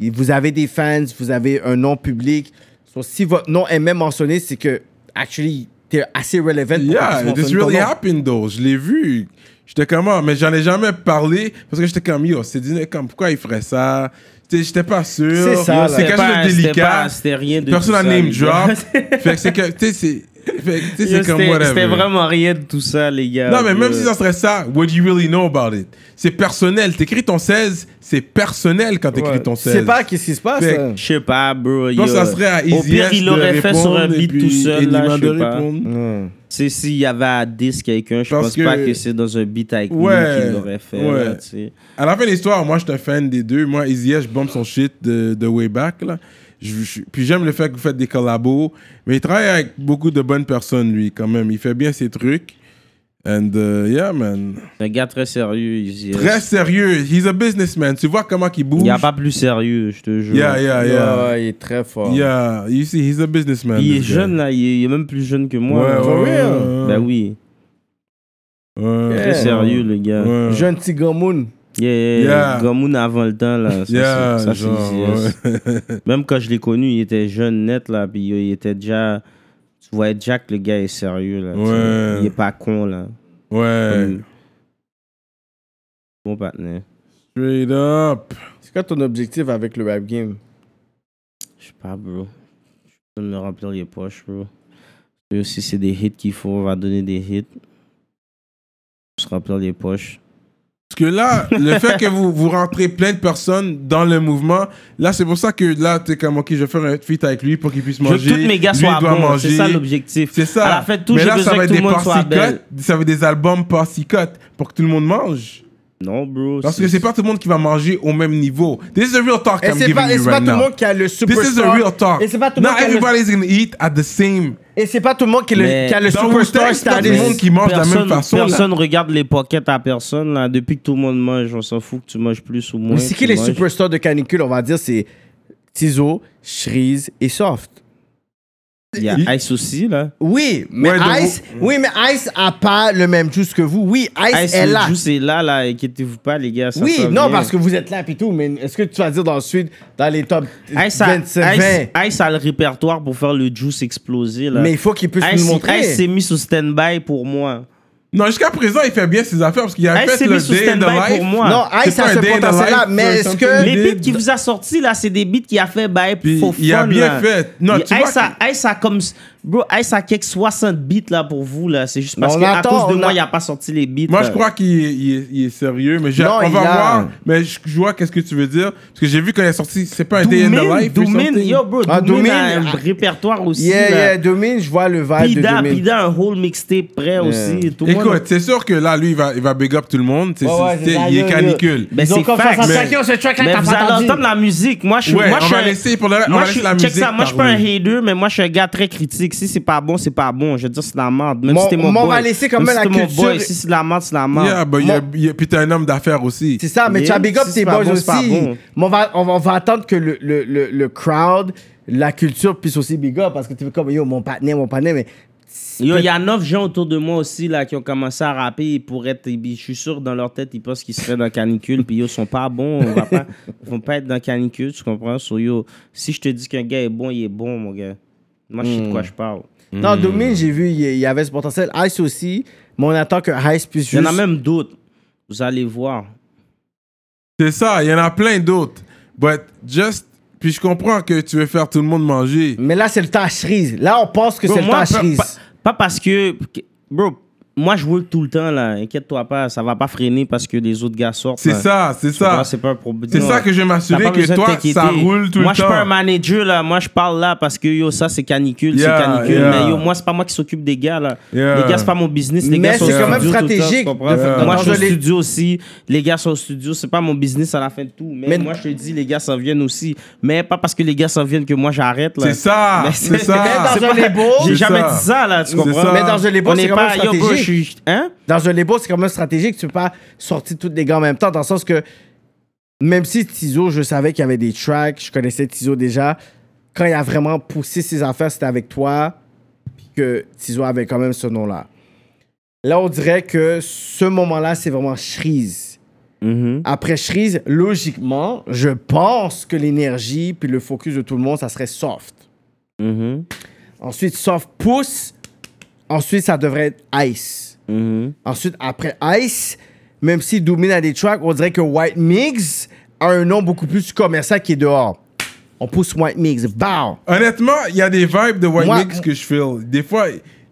[SPEAKER 5] Et Vous avez des fans, vous avez un nom public. So, si votre nom est même mentionné, c'est que, actually, t'es assez relevant. pour que
[SPEAKER 3] Yeah,
[SPEAKER 5] tu
[SPEAKER 3] this
[SPEAKER 5] mentionnes ton
[SPEAKER 3] really
[SPEAKER 5] nom.
[SPEAKER 3] happened though. Je l'ai vu. J'étais comme, ah, mais j'en ai jamais parlé parce que j'étais comme, yo, c'est dîner comme, pourquoi il ferait ça? Tu sais, J'étais pas sûr.
[SPEAKER 5] C'est ça,
[SPEAKER 3] C'est
[SPEAKER 5] là.
[SPEAKER 3] quelque
[SPEAKER 4] C'était pas-
[SPEAKER 3] chose de
[SPEAKER 4] c'était
[SPEAKER 3] délicat.
[SPEAKER 4] pas- c'était rien de
[SPEAKER 3] Personne
[SPEAKER 4] tout
[SPEAKER 3] a
[SPEAKER 4] ça,
[SPEAKER 3] name
[SPEAKER 4] les
[SPEAKER 3] drop.
[SPEAKER 4] gars. (laughs)
[SPEAKER 3] fait que c'est que, tu sais, c'est. fait que, tu sais,
[SPEAKER 4] Yo,
[SPEAKER 3] c'est comme
[SPEAKER 4] C'était
[SPEAKER 3] whatever.
[SPEAKER 4] c'était vraiment rien de tout ça, les gars.
[SPEAKER 3] Non, mais
[SPEAKER 4] Yo.
[SPEAKER 3] même si ça serait ça, what do you really know about it? C'est personnel. T'écris ton 16, c'est personnel quand t'écris ton
[SPEAKER 6] Ouais.
[SPEAKER 5] Tu
[SPEAKER 3] 16.
[SPEAKER 5] sais pas qu'est-ce qui se passe.
[SPEAKER 3] Fait-
[SPEAKER 5] hein.
[SPEAKER 4] Je sais pas, bro.
[SPEAKER 3] Je pense
[SPEAKER 4] yo.
[SPEAKER 3] que ça serait à
[SPEAKER 4] euh, Au pire,
[SPEAKER 3] Easy
[SPEAKER 4] il l'aurait fait sur un beat tout seul, là, je sais pas.
[SPEAKER 5] Hmm.
[SPEAKER 6] Ouais.
[SPEAKER 4] C'est s'il y avait à 10 quelqu'un, je
[SPEAKER 3] Parce
[SPEAKER 4] pense pas
[SPEAKER 3] que-
[SPEAKER 4] que c'est dans un beat avec
[SPEAKER 3] Ouais,
[SPEAKER 4] lui qu'il l'aurait fait.
[SPEAKER 3] ouais.
[SPEAKER 4] là, tu sais.
[SPEAKER 3] À la fin de l'histoire, moi, je suis un fan des deux. Moi, Easy S, je bombe son shit de, de way back. Là. Je- je- puis j'aime le fait que vous faites des collabos. Mais il travaille avec beaucoup de bonnes personnes, lui, quand même. Il fait bien ses trucs. And uh, yeah, man.
[SPEAKER 4] C'est un gars très sérieux. Il
[SPEAKER 3] Très sérieux. He's a businessman. Tu vois comment il bouge.
[SPEAKER 4] n'y a pas plus sérieux, je te jure.
[SPEAKER 3] Yeah, yeah, Ah, yeah.
[SPEAKER 5] Ouais, il est très fort.
[SPEAKER 3] Yeah, you see, he's a businessman.
[SPEAKER 4] Puis il est
[SPEAKER 3] this guy.
[SPEAKER 4] jeune, là. Il est, il est même plus jeune que
[SPEAKER 3] Ouais,
[SPEAKER 4] moi.
[SPEAKER 3] ouais,
[SPEAKER 4] là.
[SPEAKER 3] ouais.
[SPEAKER 4] Ben oui.
[SPEAKER 3] Ouais.
[SPEAKER 5] Yeah.
[SPEAKER 4] Très sérieux, le gars.
[SPEAKER 3] Ouais.
[SPEAKER 5] Jeune petit gamoun.
[SPEAKER 4] Yeah, yeah,
[SPEAKER 3] Yeah.
[SPEAKER 4] yeah. Gamoun avant le temps, là. Ça,
[SPEAKER 3] Yeah,
[SPEAKER 4] c'est- ça, c'est
[SPEAKER 3] genre,
[SPEAKER 4] Easy S.
[SPEAKER 3] ouais.
[SPEAKER 4] Même quand je l'ai connu, il était jeune, net, là. Puis yo, il était déjà. Tu vois, Jack, le gars est sérieux, là. tu sais.
[SPEAKER 3] Ouais.
[SPEAKER 4] Il est pas con, là.
[SPEAKER 3] ouais.
[SPEAKER 4] Comme- Bon partenaire.
[SPEAKER 3] Straight up.
[SPEAKER 5] C'est quoi ton objectif avec le rap game?
[SPEAKER 4] Je sais pas, bro. Je vais me remplir les poches, bro. Et si c'est des hits qu'il faut, on va donner des hits. On se remplir les poches.
[SPEAKER 3] Parce que là, le fait que vous, vous rentrez plein de personnes dans le mouvement, là, c'est pour ça que là, t'es comme, OK, je vais faire un feat avec lui pour qu'il puisse
[SPEAKER 4] Je veux
[SPEAKER 3] manger.
[SPEAKER 4] que tous mes gars
[SPEAKER 3] Lui,
[SPEAKER 4] soient
[SPEAKER 3] il doit
[SPEAKER 4] bons.
[SPEAKER 3] manger.
[SPEAKER 4] C'est ça l'objectif.
[SPEAKER 3] C'est ça.
[SPEAKER 4] À la fin de tout,
[SPEAKER 3] Mais
[SPEAKER 4] j'ai
[SPEAKER 3] là, ça
[SPEAKER 4] besoin
[SPEAKER 3] va
[SPEAKER 4] que
[SPEAKER 3] être
[SPEAKER 4] tout
[SPEAKER 3] des
[SPEAKER 4] le monde soit belle.
[SPEAKER 3] parsicotes. Ça va être des albums parsicotes pour que tout le monde mange.
[SPEAKER 4] Non, bro.
[SPEAKER 3] Parce que c'est pas tout le monde qui va manger au même niveau. This is a real talk
[SPEAKER 5] Et
[SPEAKER 3] I'm
[SPEAKER 5] c'est
[SPEAKER 3] giving
[SPEAKER 5] pas, et
[SPEAKER 3] you
[SPEAKER 5] c'est pas
[SPEAKER 3] right
[SPEAKER 5] tout le
[SPEAKER 3] now.
[SPEAKER 5] monde qui a le
[SPEAKER 3] This
[SPEAKER 5] superstar.
[SPEAKER 3] is a real talk.
[SPEAKER 5] Et c'est pas tout le
[SPEAKER 3] Not
[SPEAKER 5] monde qui a le-
[SPEAKER 3] everybody's gonna eat at the same.
[SPEAKER 5] Et c'est pas tout le monde qui, a le-
[SPEAKER 4] Mais-
[SPEAKER 5] qui a le
[SPEAKER 3] Dans
[SPEAKER 5] superstar
[SPEAKER 3] Wu-Tang, c'est pas
[SPEAKER 5] status.
[SPEAKER 3] tout le monde qui mange de la même
[SPEAKER 4] Personne-
[SPEAKER 3] façon, là.
[SPEAKER 4] Personne regarde les pockets à personne, là. Depuis que tout le monde mange, on s'en fout que tu manges plus ou moins.
[SPEAKER 5] Mais c'est qui
[SPEAKER 4] tu
[SPEAKER 5] les
[SPEAKER 4] manges.
[SPEAKER 5] superstars de canicule? On va dire c'est Tizo, Shreeze et Soft.
[SPEAKER 4] Il y a Ice aussi, là.
[SPEAKER 5] Oui, mais
[SPEAKER 3] Ouais, de
[SPEAKER 5] Ice, oui, mais Ice a pas le même juice que vous. Oui, Ice,
[SPEAKER 4] Ice
[SPEAKER 5] est là.
[SPEAKER 4] le juice est là, là. Inquiétez-vous pas, les gars. ça
[SPEAKER 5] oui,
[SPEAKER 4] s'en
[SPEAKER 5] non,
[SPEAKER 4] vient.
[SPEAKER 5] parce que vous êtes là et tout, mais est-ce que tu vas dire dans le sud, dans les top
[SPEAKER 4] Ice a,
[SPEAKER 5] 27,
[SPEAKER 4] Ice-
[SPEAKER 5] 20?
[SPEAKER 4] Ice a le répertoire pour faire le juice exploser. Là.
[SPEAKER 5] Mais il faut qu'il puisse
[SPEAKER 4] Ice,
[SPEAKER 5] nous montrer.
[SPEAKER 4] Ice s'est mis sous stand-by pour moi.
[SPEAKER 3] Non, jusqu'à présent, il fait bien ses affaires parce qu'il a
[SPEAKER 4] Ice
[SPEAKER 3] fait
[SPEAKER 4] s'est
[SPEAKER 3] le
[SPEAKER 4] mis sous
[SPEAKER 3] day in the
[SPEAKER 4] stand-by
[SPEAKER 3] life.
[SPEAKER 4] pour moi.
[SPEAKER 5] Non, Ice
[SPEAKER 3] C'est pas
[SPEAKER 5] a
[SPEAKER 3] un
[SPEAKER 5] ce
[SPEAKER 3] day in the
[SPEAKER 5] potentiel-là,
[SPEAKER 3] life,
[SPEAKER 5] mais
[SPEAKER 3] c'est
[SPEAKER 5] est-ce
[SPEAKER 3] un
[SPEAKER 5] que.
[SPEAKER 3] something.
[SPEAKER 4] les
[SPEAKER 3] did-
[SPEAKER 4] beats qu'il vous a sortis, là, c'est des beats qu'il a fait by
[SPEAKER 3] Puis,
[SPEAKER 4] for fun.
[SPEAKER 3] il a bien
[SPEAKER 4] là.
[SPEAKER 3] fait. Non,
[SPEAKER 4] Il-
[SPEAKER 3] tu
[SPEAKER 4] Ice,
[SPEAKER 3] vois
[SPEAKER 4] a, Ice a comme. Bro, Ice a quelques 60 beats là pour vous, là. C'est juste parce
[SPEAKER 5] On
[SPEAKER 4] qu'à
[SPEAKER 5] attend,
[SPEAKER 4] cause de
[SPEAKER 5] on
[SPEAKER 4] moi,
[SPEAKER 5] a-
[SPEAKER 4] il a pas sorti les beats.
[SPEAKER 3] Moi,
[SPEAKER 4] là.
[SPEAKER 3] je crois qu'il est, il est- il est sérieux, mais j'ai-
[SPEAKER 5] Non,
[SPEAKER 3] on va
[SPEAKER 5] il a-
[SPEAKER 3] voir. Mais je, je vois qu'est-ce que tu veux dire. Parce que j'ai vu quand il est sorti, c'est pas un Day in the
[SPEAKER 4] Doomin,
[SPEAKER 3] Life. or
[SPEAKER 4] Doomin,
[SPEAKER 3] something.
[SPEAKER 4] yo, bro,
[SPEAKER 5] Ah,
[SPEAKER 4] Doomin a
[SPEAKER 5] Doomin,
[SPEAKER 4] un
[SPEAKER 5] ah.
[SPEAKER 4] répertoire aussi.
[SPEAKER 5] Yeah,
[SPEAKER 4] là.
[SPEAKER 5] yeah, Domine, je vois le
[SPEAKER 3] Ah,
[SPEAKER 5] vibe
[SPEAKER 4] Pida,
[SPEAKER 5] de Domine.
[SPEAKER 4] Pida, un whole mixtape prêt aussi. Tout le monde-
[SPEAKER 3] Écoute, c'est sûr que là, lui, il va, il va big up tout le monde. C'est-
[SPEAKER 6] Ouais, ouais,
[SPEAKER 3] c'est-
[SPEAKER 6] c'est ça,
[SPEAKER 3] il est
[SPEAKER 6] yo, yo.
[SPEAKER 3] canicule.
[SPEAKER 4] Ben, c'est fact, mais- Mais vous allez entendre la musique. Moi, je suis.
[SPEAKER 3] Ouais,
[SPEAKER 4] moi,
[SPEAKER 3] on
[SPEAKER 4] je suis
[SPEAKER 3] va
[SPEAKER 4] un-
[SPEAKER 3] laisser pour le reste, on
[SPEAKER 4] moi,
[SPEAKER 3] va
[SPEAKER 4] je suis-
[SPEAKER 3] laisser la
[SPEAKER 4] check
[SPEAKER 3] musique
[SPEAKER 4] ça, moi, je suis pas un
[SPEAKER 3] parler.
[SPEAKER 4] hater, mais moi, je suis un gars très critique. Si c'est pas bon, c'est pas bon. Je veux dire, c'est de la merde. Même
[SPEAKER 5] Mon-
[SPEAKER 4] si c'était mon
[SPEAKER 5] mon
[SPEAKER 4] boy.
[SPEAKER 5] va laisser quand même
[SPEAKER 4] si
[SPEAKER 5] la
[SPEAKER 4] c'était mon
[SPEAKER 5] culture-
[SPEAKER 4] boy, Si c'est de la merde, c'est de la merde.
[SPEAKER 3] Yeah, but il y a-
[SPEAKER 5] Mon-
[SPEAKER 3] il y a- puis t'es un homme d'affaires aussi.
[SPEAKER 5] C'est ça, mais
[SPEAKER 4] Yeah,
[SPEAKER 5] tu as big up
[SPEAKER 4] si
[SPEAKER 5] tes
[SPEAKER 4] c'est pas
[SPEAKER 5] boys
[SPEAKER 4] bon, c'est pas
[SPEAKER 5] aussi.
[SPEAKER 4] bon.
[SPEAKER 5] Mais on va, on, va, on va attendre que le, le, le, le crowd, la culture puisse aussi big up parce que tu es comme yo, mon partenaire, mon partenaire, mais.
[SPEAKER 4] Yo, il y a neuf gens autour de moi aussi là, qui ont commencé à rapper. Ils pourraient être, je suis sûr, dans leur tête, ils pensent qu'ils seraient dans canicule. Puis yo, ils sont pas bons. On va pas, ils vont pas être dans canicule, tu comprends? So, yo, si je te dis qu'un gars est bon, il est bon, mon gars. Moi, je sais de quoi je parle. Mm.
[SPEAKER 5] Non, Domine, j'ai vu, il y- il y avait ce potentiel. Ice aussi, mais on attend que Ice puisse
[SPEAKER 4] Il y
[SPEAKER 5] juste.
[SPEAKER 4] en a même d'autres. Vous allez voir.
[SPEAKER 3] C'est ça, il y en a plein d'autres. But just. Puis je comprends que tu veux faire tout le monde manger.
[SPEAKER 5] Mais là, c'est le tacherise. Là, on pense que
[SPEAKER 4] Bro,
[SPEAKER 5] c'est le
[SPEAKER 4] moi, pas, pas-
[SPEAKER 5] tacherise.
[SPEAKER 4] pas parce que. Bro, moi, je work tout le temps, là. Inquiète-toi pas, ça va pas freiner parce que les autres gars sortent.
[SPEAKER 3] C'est
[SPEAKER 4] là.
[SPEAKER 3] ça, c'est
[SPEAKER 4] Tu comprends?
[SPEAKER 3] ça.
[SPEAKER 4] C'est pas un problème.
[SPEAKER 3] C'est ça que je vais
[SPEAKER 4] T'as
[SPEAKER 3] m'assurer
[SPEAKER 4] pas
[SPEAKER 3] que
[SPEAKER 4] besoin de
[SPEAKER 3] toi,
[SPEAKER 4] t'inquiéter.
[SPEAKER 3] ça roule tout
[SPEAKER 4] moi,
[SPEAKER 3] le
[SPEAKER 4] je suis pas un
[SPEAKER 3] temps.
[SPEAKER 4] manager, là. Moi, je parle là parce que, yo, ça, c'est canicule,
[SPEAKER 3] Yeah,
[SPEAKER 4] c'est canicule.
[SPEAKER 3] yeah.
[SPEAKER 4] Mais yo, moi, c'est pas moi qui s'occupe des gars, là.
[SPEAKER 3] Yeah.
[SPEAKER 4] Les gars, c'est pas mon business. Les
[SPEAKER 5] Mais
[SPEAKER 4] gars sont
[SPEAKER 5] c'est
[SPEAKER 4] au
[SPEAKER 5] quand même
[SPEAKER 4] studio tout le temps,
[SPEAKER 5] stratégique
[SPEAKER 4] tu comprends?
[SPEAKER 5] de faire-
[SPEAKER 4] Moi, je suis au
[SPEAKER 5] de les-
[SPEAKER 4] studio aussi. Les gars sont au studio. C'est pas mon business à la fin de tout. Mais,
[SPEAKER 5] Mais-
[SPEAKER 4] moi, je te dis, les gars s'en viennent aussi. Mais pas parce que les gars s'en viennent que moi, j'arrête, là.
[SPEAKER 3] C'est ça,
[SPEAKER 4] Mais
[SPEAKER 3] c'est
[SPEAKER 4] (laughs)
[SPEAKER 3] ça.
[SPEAKER 5] Mais
[SPEAKER 4] c'est
[SPEAKER 5] dans un
[SPEAKER 4] pas-
[SPEAKER 5] label-
[SPEAKER 4] J'ai
[SPEAKER 3] C'est
[SPEAKER 4] jamais
[SPEAKER 3] ça.
[SPEAKER 4] dit ça, là, tu
[SPEAKER 3] C'est
[SPEAKER 4] comprends?
[SPEAKER 3] ça.
[SPEAKER 5] Mais dans un label,
[SPEAKER 4] On
[SPEAKER 5] c'est
[SPEAKER 4] est
[SPEAKER 5] quand
[SPEAKER 4] pas,
[SPEAKER 5] même
[SPEAKER 4] yo, bro, je
[SPEAKER 5] stratégique.
[SPEAKER 4] suis, hein?
[SPEAKER 5] Dans un label, c'est quand même stratégique. Tu peux pas sortir toutes les gars en même temps, dans le sens que même si Tizo, je savais qu'il y avait des tracks, je connaissais Tizo déjà. Quand il a vraiment poussé ses affaires, c'était avec toi, puis que Tizo avait quand même ce nom-là. Là, on dirait que ce moment-là, c'est vraiment Shreeze.
[SPEAKER 3] Mm-hmm.
[SPEAKER 5] Après Shreeze, logiquement, je pense que l'énergie puis le focus de tout le monde, ça serait soft.
[SPEAKER 4] Mhm.
[SPEAKER 5] Ensuite, soft pousse. Ensuite, ça devrait être Ice.
[SPEAKER 4] Mm-hmm.
[SPEAKER 5] Ensuite, après Ice, même si Doomine a des tracks, on dirait que White Mix a un nom beaucoup plus commercial qui est dehors. On pousse White Mix. Bow!
[SPEAKER 3] Honnêtement, il y a des vibes de White
[SPEAKER 5] Moi-
[SPEAKER 3] Mix que je feel. Des fois,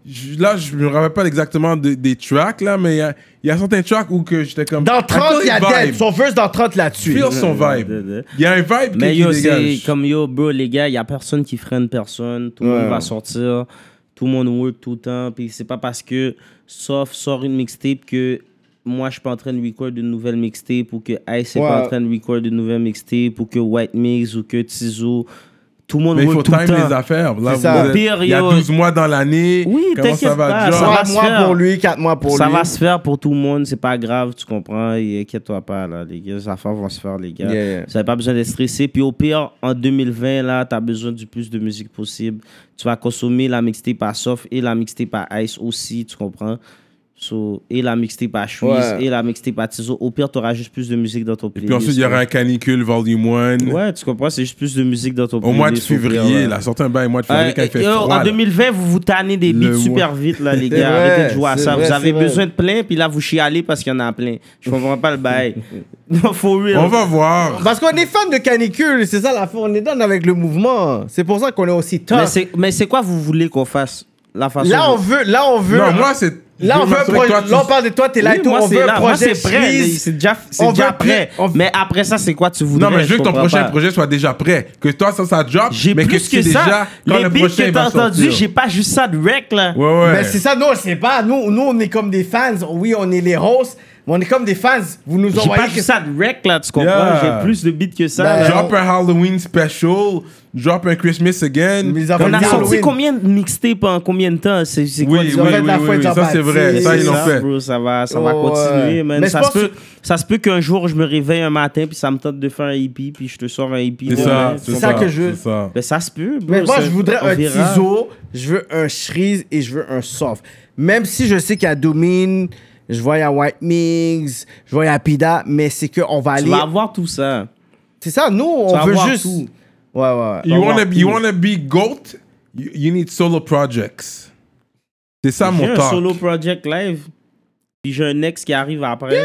[SPEAKER 3] je- là, je me rappelle pas exactement de- des tracks, là, mais il y a- il y, a certains tracks où que j'étais comme...
[SPEAKER 5] Dans
[SPEAKER 3] I
[SPEAKER 5] 30,
[SPEAKER 3] feel
[SPEAKER 5] il y a
[SPEAKER 3] his
[SPEAKER 5] Dead.
[SPEAKER 3] vibe.
[SPEAKER 5] Son verse dans 30
[SPEAKER 3] Je
[SPEAKER 5] là-dessus.
[SPEAKER 3] feel son
[SPEAKER 4] de-
[SPEAKER 3] vibe.
[SPEAKER 4] de-
[SPEAKER 3] Il y a un vibe
[SPEAKER 4] Mais
[SPEAKER 3] qui
[SPEAKER 4] yo, c'est
[SPEAKER 3] dégage.
[SPEAKER 4] comme yo, bro, les gars, il n'y a personne qui freine personne. Tout le monde va sortir. Tout le monde work tout le temps. Puis c'est pas parce que Soft sort une mixtape que moi, je suis pas en train de record une nouvelle mixtape ou que Ice n'est pas
[SPEAKER 6] Ouais.
[SPEAKER 4] en train de record une nouvelle mixtape ou que White Mix ou que Tizo. Tout le monde
[SPEAKER 3] Mais il
[SPEAKER 4] work
[SPEAKER 3] faut
[SPEAKER 4] tout
[SPEAKER 3] time
[SPEAKER 4] le temps.
[SPEAKER 3] les affaires. Là,
[SPEAKER 5] C'est ça.
[SPEAKER 3] vous êtes-
[SPEAKER 4] Au pire,
[SPEAKER 3] il y a
[SPEAKER 4] yo-
[SPEAKER 3] 12 mois dans l'année.
[SPEAKER 4] Oui,
[SPEAKER 3] Comment ça
[SPEAKER 4] t'inquiète
[SPEAKER 3] va,
[SPEAKER 4] pas,
[SPEAKER 3] John?
[SPEAKER 4] ça va
[SPEAKER 5] 3
[SPEAKER 4] se
[SPEAKER 5] mois
[SPEAKER 4] faire.
[SPEAKER 5] pour lui, 4 mois pour
[SPEAKER 4] ça
[SPEAKER 5] lui.
[SPEAKER 4] va se faire pour tout le monde, c'est pas grave, tu comprends. Et inquiète-toi pas, là, les gars, les affaires vont se faire, les gars.
[SPEAKER 5] Yeah, yeah.
[SPEAKER 4] Vous avez pas besoin d'être stressé. Puis au pire, en 2020, là, t'as besoin du plus de musique possible. Tu vas consommer la mixtape à Soft et la mixtape à Ice aussi, tu comprends. So, et la mixtape à Suisse
[SPEAKER 6] Ouais.
[SPEAKER 4] et la mixtape à Tizo. Au pire, t'auras juste plus de musique dans ton
[SPEAKER 3] Et
[SPEAKER 4] playlist.
[SPEAKER 3] puis ensuite, il y aura un canicule volume 1.
[SPEAKER 4] Ouais, tu comprends, c'est juste plus de musique dans ton
[SPEAKER 3] Au mois de
[SPEAKER 4] playlist, au pire,
[SPEAKER 3] février,
[SPEAKER 4] ouais.
[SPEAKER 3] là, sortez un bail au mois de
[SPEAKER 4] Euh,
[SPEAKER 3] février quand il fait
[SPEAKER 4] yo,
[SPEAKER 3] froid.
[SPEAKER 4] en
[SPEAKER 3] là.
[SPEAKER 4] 2020, vous vous tannez des
[SPEAKER 3] Le
[SPEAKER 4] beats super vite, là, les gars.
[SPEAKER 6] vrai,
[SPEAKER 4] Arrêtez de jouer à
[SPEAKER 6] c'est
[SPEAKER 4] ça.
[SPEAKER 6] vrai,
[SPEAKER 4] vous avez
[SPEAKER 6] c'est vrai.
[SPEAKER 4] besoin de plein, puis là, vous chialez parce qu'il y en a plein. Je comprends pas le bail. Non, for real.
[SPEAKER 3] On va voir.
[SPEAKER 5] Parce qu'on est fan de canicule, c'est ça la fin. On est dans avec le mouvement. C'est pour ça qu'on est aussi
[SPEAKER 4] Mais
[SPEAKER 5] tough.
[SPEAKER 4] c'est- Mais c'est quoi vous voulez qu'on fasse La façon.
[SPEAKER 5] Là, on
[SPEAKER 4] dont-
[SPEAKER 5] veut. Là, on veut.
[SPEAKER 3] Non, moi, c'est.
[SPEAKER 5] Là, on
[SPEAKER 3] je
[SPEAKER 5] veut un
[SPEAKER 3] m'assurer que
[SPEAKER 5] projet.
[SPEAKER 3] toi,
[SPEAKER 5] Là, on
[SPEAKER 3] tu-
[SPEAKER 5] parle de toi, t'es là
[SPEAKER 4] Oui,
[SPEAKER 5] et tout.
[SPEAKER 4] moi,
[SPEAKER 5] On
[SPEAKER 4] c'est
[SPEAKER 5] veut
[SPEAKER 4] là.
[SPEAKER 5] un
[SPEAKER 4] Moi,
[SPEAKER 5] projet.
[SPEAKER 4] c'est prêt.
[SPEAKER 5] chemise.
[SPEAKER 4] C'est déjà, c'est
[SPEAKER 5] On
[SPEAKER 4] déjà
[SPEAKER 5] veut plus-
[SPEAKER 4] prêt.
[SPEAKER 5] on-
[SPEAKER 4] Mais après ça, c'est quoi tu voudrais
[SPEAKER 3] Non, mais je veux que ton
[SPEAKER 4] comprends
[SPEAKER 3] prochain
[SPEAKER 4] pas.
[SPEAKER 3] projet soit déjà prêt. Que toi, ça, ça drop.
[SPEAKER 4] J'ai
[SPEAKER 3] mais
[SPEAKER 4] plus
[SPEAKER 3] tu
[SPEAKER 4] que
[SPEAKER 3] sais
[SPEAKER 4] ça.
[SPEAKER 3] déjà quand
[SPEAKER 4] Les
[SPEAKER 3] le
[SPEAKER 4] beats
[SPEAKER 3] prochain
[SPEAKER 4] que
[SPEAKER 3] va
[SPEAKER 4] t'as entendu,
[SPEAKER 3] sortir.
[SPEAKER 4] j'ai pas juste ça de rec, là.
[SPEAKER 3] Ouais, ouais.
[SPEAKER 5] Mais c'est ça, nous, on sait pas. Nous, nous, on est comme des fans. Oui, on est les hosts, mais on est comme des fans. Vous nous
[SPEAKER 4] J'ai pas
[SPEAKER 5] envoyez. que-
[SPEAKER 4] juste ça de rec, là, tu comprends
[SPEAKER 3] Yeah.
[SPEAKER 4] J'ai plus de beats que ça.
[SPEAKER 5] Ben,
[SPEAKER 4] là.
[SPEAKER 3] Drop un Halloween special. Drop un Christmas again.
[SPEAKER 5] Mais ils ont
[SPEAKER 3] Comme
[SPEAKER 5] fait
[SPEAKER 4] On a
[SPEAKER 5] Halloween.
[SPEAKER 4] sorti combien de mixtapes en combien de temps C'est c'est quoi
[SPEAKER 3] Oui, oui,
[SPEAKER 4] dire?
[SPEAKER 5] ont fait
[SPEAKER 3] oui,
[SPEAKER 5] de la
[SPEAKER 3] oui,
[SPEAKER 5] fête
[SPEAKER 3] oui,
[SPEAKER 5] en
[SPEAKER 3] Ça, c'est vrai.
[SPEAKER 5] bâtisse.
[SPEAKER 3] Ça, ils l'ont
[SPEAKER 4] Ça,
[SPEAKER 3] fait.
[SPEAKER 4] bro, ça va, ça va
[SPEAKER 5] Ouais.
[SPEAKER 4] continuer, man.
[SPEAKER 5] Mais je
[SPEAKER 4] ça,
[SPEAKER 5] pense
[SPEAKER 4] se peut,
[SPEAKER 5] que-
[SPEAKER 4] ça se peut qu'un jour, je me réveille un matin, puis ça me tente de faire un hippie, puis je te sors un hippie.
[SPEAKER 3] C'est
[SPEAKER 4] ouais,
[SPEAKER 3] ça.
[SPEAKER 4] man, tu
[SPEAKER 5] c'est
[SPEAKER 4] comprends?
[SPEAKER 5] ça que je veux.
[SPEAKER 3] c'est ça.
[SPEAKER 4] Mais ça se peut, bro.
[SPEAKER 5] Mais moi,
[SPEAKER 4] ça-
[SPEAKER 5] je voudrais
[SPEAKER 4] on
[SPEAKER 5] un
[SPEAKER 4] verra.
[SPEAKER 5] Tizo, je veux un Shreeze et je veux un Soft. Même si je sais qu'il y a Domine, je vois il y a White Mix, je vois il y a Pida, mais c'est qu'on va
[SPEAKER 4] Tu
[SPEAKER 5] aller.
[SPEAKER 4] vas avoir tout ça.
[SPEAKER 5] C'est ça, nous, on
[SPEAKER 4] vas
[SPEAKER 5] veut
[SPEAKER 4] avoir
[SPEAKER 5] juste.
[SPEAKER 4] tout.
[SPEAKER 5] Ouais, ouais, ouais.
[SPEAKER 3] You
[SPEAKER 4] Avoir
[SPEAKER 3] wanna,
[SPEAKER 4] tout.
[SPEAKER 3] you wanna be GOAT? You, you need solo projects. C'est ça,
[SPEAKER 4] J'ai
[SPEAKER 3] Ah, mon
[SPEAKER 4] un
[SPEAKER 3] talk.
[SPEAKER 4] solo project live, puis j'ai un ex qui arrive après,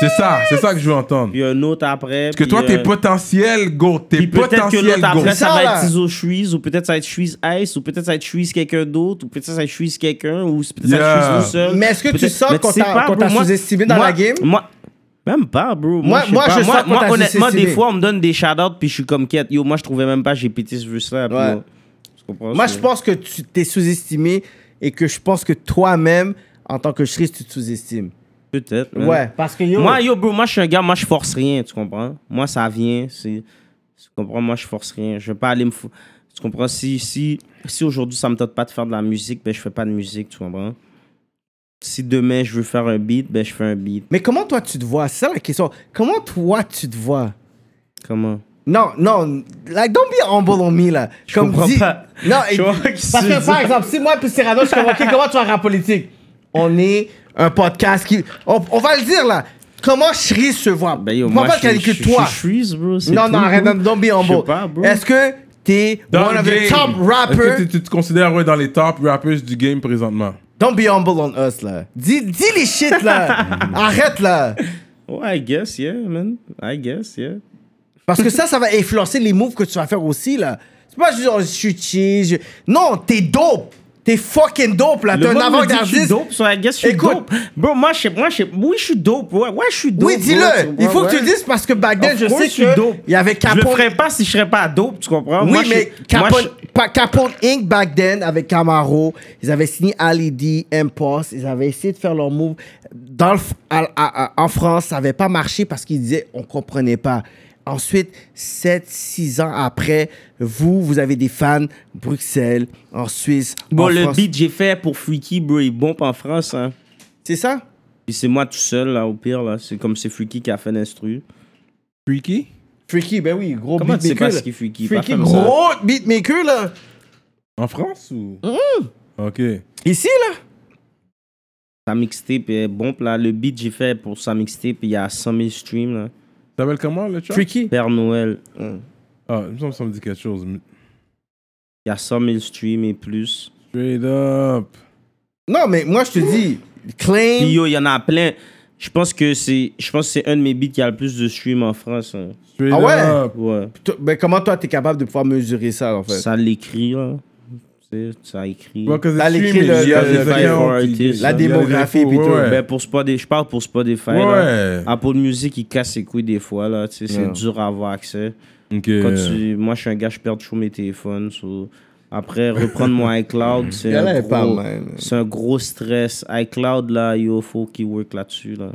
[SPEAKER 3] C'est ça. C'est ça que je veux entendre.
[SPEAKER 4] puis un autre après.
[SPEAKER 3] Parce que toi, t'es potentiel GOAT. T'es
[SPEAKER 4] Puis peut-être que
[SPEAKER 3] potentiel
[SPEAKER 4] l'autre
[SPEAKER 3] GOAT.
[SPEAKER 4] après, ça,
[SPEAKER 5] Ça,
[SPEAKER 4] va
[SPEAKER 5] là.
[SPEAKER 4] être Tizo Suisse, ou peut-être ça va être Suisse Ice, ou peut-être ça va être Suisse quelqu'un d'autre, ou peut-être ça va être Suisse quelqu'un, ou c'est peut-être ça va être
[SPEAKER 3] Yeah.
[SPEAKER 4] Suisse tout seul.
[SPEAKER 5] Mais est-ce que tu
[SPEAKER 4] Peut-être-
[SPEAKER 5] sens
[SPEAKER 4] mais
[SPEAKER 5] qu'on
[SPEAKER 4] sais
[SPEAKER 5] t'a-
[SPEAKER 4] pas,
[SPEAKER 5] qu'on
[SPEAKER 4] bro,
[SPEAKER 5] t'a
[SPEAKER 4] moi-
[SPEAKER 5] sous-estimé dans
[SPEAKER 4] moi-
[SPEAKER 5] la game?
[SPEAKER 4] Moi, même pas, bro.
[SPEAKER 5] Moi-
[SPEAKER 4] Moi, sais
[SPEAKER 5] moi,
[SPEAKER 4] pas.
[SPEAKER 5] je sens qu'on t'a
[SPEAKER 4] honnêtement, des
[SPEAKER 5] sous-estimé.
[SPEAKER 4] fois, on me donne des shout-outs, puis je suis comme quête. Yo, moi, je trouvais même pas, j'ai pété ce vœu-là.
[SPEAKER 5] Ouais. Moi, je pense que tu t'es sous-estimé et que je pense que toi-même, en tant que Shreeze, tu te sous-estimes.
[SPEAKER 4] Peut-être. hein. man.
[SPEAKER 5] Ouais, parce que yo.
[SPEAKER 4] Moi, yo, bro, moi, je suis un gars, moi, je force rien, tu comprends? Moi, ça vient, c'est... Tu comprends? Moi, je force rien. Je vais pas aller me... fou- Tu comprends? Si, si, si aujourd'hui, ça me tente pas de faire de la musique, ben, je fais pas de musique, tu comprends? Si demain, je veux faire un beat, ben, je fais un beat.
[SPEAKER 5] Mais comment toi tu te vois C'est ça la question. Comment toi tu te vois
[SPEAKER 4] Comment?
[SPEAKER 5] Non, non, like, don't be humble on me, là. Je
[SPEAKER 4] comprends
[SPEAKER 5] dis,
[SPEAKER 4] pas.
[SPEAKER 5] Non, et- (laughs)
[SPEAKER 4] Je vois pas qui
[SPEAKER 5] parce
[SPEAKER 4] se
[SPEAKER 5] que, par
[SPEAKER 4] dit.
[SPEAKER 5] exemple, si moi et Cyrano, je suis
[SPEAKER 4] (laughs)
[SPEAKER 5] comme, OK, comment tu vas en rap politique? On est un podcast qui... On, on va le dire, là. Comment Shri se voit?
[SPEAKER 4] Ben, yo,
[SPEAKER 5] On
[SPEAKER 4] moi,
[SPEAKER 5] va pas
[SPEAKER 4] je, suis-
[SPEAKER 5] calculer
[SPEAKER 4] je,
[SPEAKER 5] toi.
[SPEAKER 4] Je, suis Shreeze, bro. c'est
[SPEAKER 5] non,
[SPEAKER 4] tout,
[SPEAKER 5] non, arrête,
[SPEAKER 4] bro.
[SPEAKER 5] non, don't be
[SPEAKER 4] Je sais
[SPEAKER 5] humble.
[SPEAKER 4] pas, bro.
[SPEAKER 5] Est-ce que t'es
[SPEAKER 3] Dans
[SPEAKER 5] one
[SPEAKER 3] le
[SPEAKER 5] of the
[SPEAKER 3] game.
[SPEAKER 5] top
[SPEAKER 3] Est-ce que
[SPEAKER 5] rappers?
[SPEAKER 3] tu, tu te considères ouais, dans les top rappers du game présentement?
[SPEAKER 5] Don't be humble on us, là. Dis, dis les shit,
[SPEAKER 4] (laughs)
[SPEAKER 5] là. arrête, là.
[SPEAKER 4] Ouais, I guess, yeah, man. I guess, yeah.
[SPEAKER 5] Parce que ça, ça va influencer les moves que tu vas faire aussi, là. C'est pas juste, oh, je suis chill. je- Non, t'es dope. T'es fucking dope, là. T'es
[SPEAKER 4] Le
[SPEAKER 5] un
[SPEAKER 4] monde me dit que Je suis
[SPEAKER 5] avant-gardiste.
[SPEAKER 4] dope, so I guess je suis
[SPEAKER 5] Écoute.
[SPEAKER 4] dope. Bro, moi, je sais, moi, je sais, oui, je suis dope, ouais, ouais, je suis dope.
[SPEAKER 5] Oui,
[SPEAKER 4] bro,
[SPEAKER 5] dis-le.
[SPEAKER 4] tu
[SPEAKER 5] Il faut
[SPEAKER 4] comprends,
[SPEAKER 5] que tu
[SPEAKER 4] ouais.
[SPEAKER 5] le dises parce que back then,
[SPEAKER 4] Of
[SPEAKER 5] je
[SPEAKER 4] course,
[SPEAKER 5] sais
[SPEAKER 4] je suis
[SPEAKER 5] que
[SPEAKER 4] dope.
[SPEAKER 5] il y avait
[SPEAKER 4] Je le
[SPEAKER 5] Capone.
[SPEAKER 4] ferais pas si je serais pas dope, tu
[SPEAKER 5] Oui,
[SPEAKER 4] comprends? Ah, Moi, je-
[SPEAKER 5] mais
[SPEAKER 4] moi,
[SPEAKER 5] Capone,
[SPEAKER 4] je-
[SPEAKER 5] pa- Capone Inc. back then avec Camaro, ils avaient signé Ali D, Impost, ils avaient essayé de faire leur move. Dans le f- à- à- à- en France, ça n'avait pas marché parce qu'ils disaient on comprenait pas. Ensuite, 7-6 ans après, vous, vous avez des fans Bruxelles, en Suisse,
[SPEAKER 4] Bon,
[SPEAKER 5] en
[SPEAKER 4] le
[SPEAKER 5] France.
[SPEAKER 4] beat que j'ai fait pour Freaky, bro, il bombe en France, hein.
[SPEAKER 5] C'est ça?
[SPEAKER 4] Puis c'est moi tout seul, là, au pire, là. C'est comme c'est Freaky qui a fait l'instru.
[SPEAKER 3] Freaky?
[SPEAKER 5] Freaky, ben oui, gros
[SPEAKER 4] Comment tu sais
[SPEAKER 5] beatmaker.
[SPEAKER 4] pas
[SPEAKER 5] là.
[SPEAKER 4] ce qui est Freaky?
[SPEAKER 5] Freaky,
[SPEAKER 4] Pas comme ça.
[SPEAKER 5] gros beatmaker, là.
[SPEAKER 3] En France ou?
[SPEAKER 5] Mm.
[SPEAKER 3] Ok.
[SPEAKER 5] Ici, là.
[SPEAKER 4] Sa mixtape est bombe, là. Le beat que j'ai fait pour sa mixtape, il y a 100 000 streams, là.
[SPEAKER 3] T'appelles comment le track?
[SPEAKER 5] Freaky.
[SPEAKER 4] Père Noël, hein.
[SPEAKER 3] Ah, il me semble que ça me dit quelque chose. mais-
[SPEAKER 4] il y a 100 000 streams et plus.
[SPEAKER 3] Straight up.
[SPEAKER 5] Non, mais moi, je te dis,
[SPEAKER 4] Puis
[SPEAKER 5] claim.
[SPEAKER 4] yo, il y en a plein. Je pense que c'est je pense que c'est un de mes beats qui a le plus de stream en France. hein.
[SPEAKER 3] Straight
[SPEAKER 5] Ah ouais?
[SPEAKER 3] up.
[SPEAKER 4] Ouais.
[SPEAKER 5] Toi- Ben, comment toi, t'es capable de pouvoir mesurer ça, en fait?
[SPEAKER 4] Ça l'écrit, là. Tu sais, Ça écrit.
[SPEAKER 3] Ouais, 'cause
[SPEAKER 5] Là,
[SPEAKER 3] the
[SPEAKER 5] l'écrit,
[SPEAKER 3] stream,
[SPEAKER 5] le-
[SPEAKER 3] il y a
[SPEAKER 5] le-
[SPEAKER 3] des accounts
[SPEAKER 5] le-
[SPEAKER 4] le-
[SPEAKER 3] qui-
[SPEAKER 4] la
[SPEAKER 3] il y a des
[SPEAKER 5] démographie,
[SPEAKER 3] infos,
[SPEAKER 5] puis tout.
[SPEAKER 3] ouais.
[SPEAKER 4] Ben, pour Spotify, je parle pour Spotify.
[SPEAKER 3] Ouais.
[SPEAKER 4] Là. Apple Music, il casse ses couilles des fois. là. Tu sais, C'est dur à avoir accès.
[SPEAKER 3] Ok.
[SPEAKER 4] Quand tu- Moi, je suis un gars, je perds toujours mes téléphones. so- Après, reprendre mon iCloud, c'est
[SPEAKER 5] Gars, là,
[SPEAKER 4] un,
[SPEAKER 5] est pas
[SPEAKER 4] gros...
[SPEAKER 5] mal.
[SPEAKER 4] c'est un gros stress. iCloud, là, il faut qu'il work là-dessus. Là.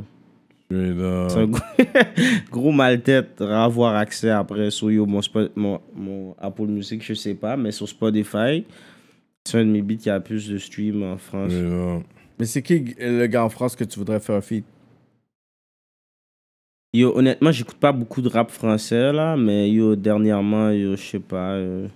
[SPEAKER 3] Straight up.
[SPEAKER 4] C'est un gros, gros (laughs) mal-tête à avoir accès après sur yo, mon, Spo- mon, mon Apple Music, je sais pas, mais sur Spotify, c'est un de mes beats qui a le plus de stream en France.
[SPEAKER 3] Straight up.
[SPEAKER 5] Mais c'est qui euh, le gars en France que tu voudrais faire un feat?
[SPEAKER 4] Yo, honnêtement, j'écoute pas beaucoup de rap français là, mais yo, dernièrement, yo, je sais pas. euh,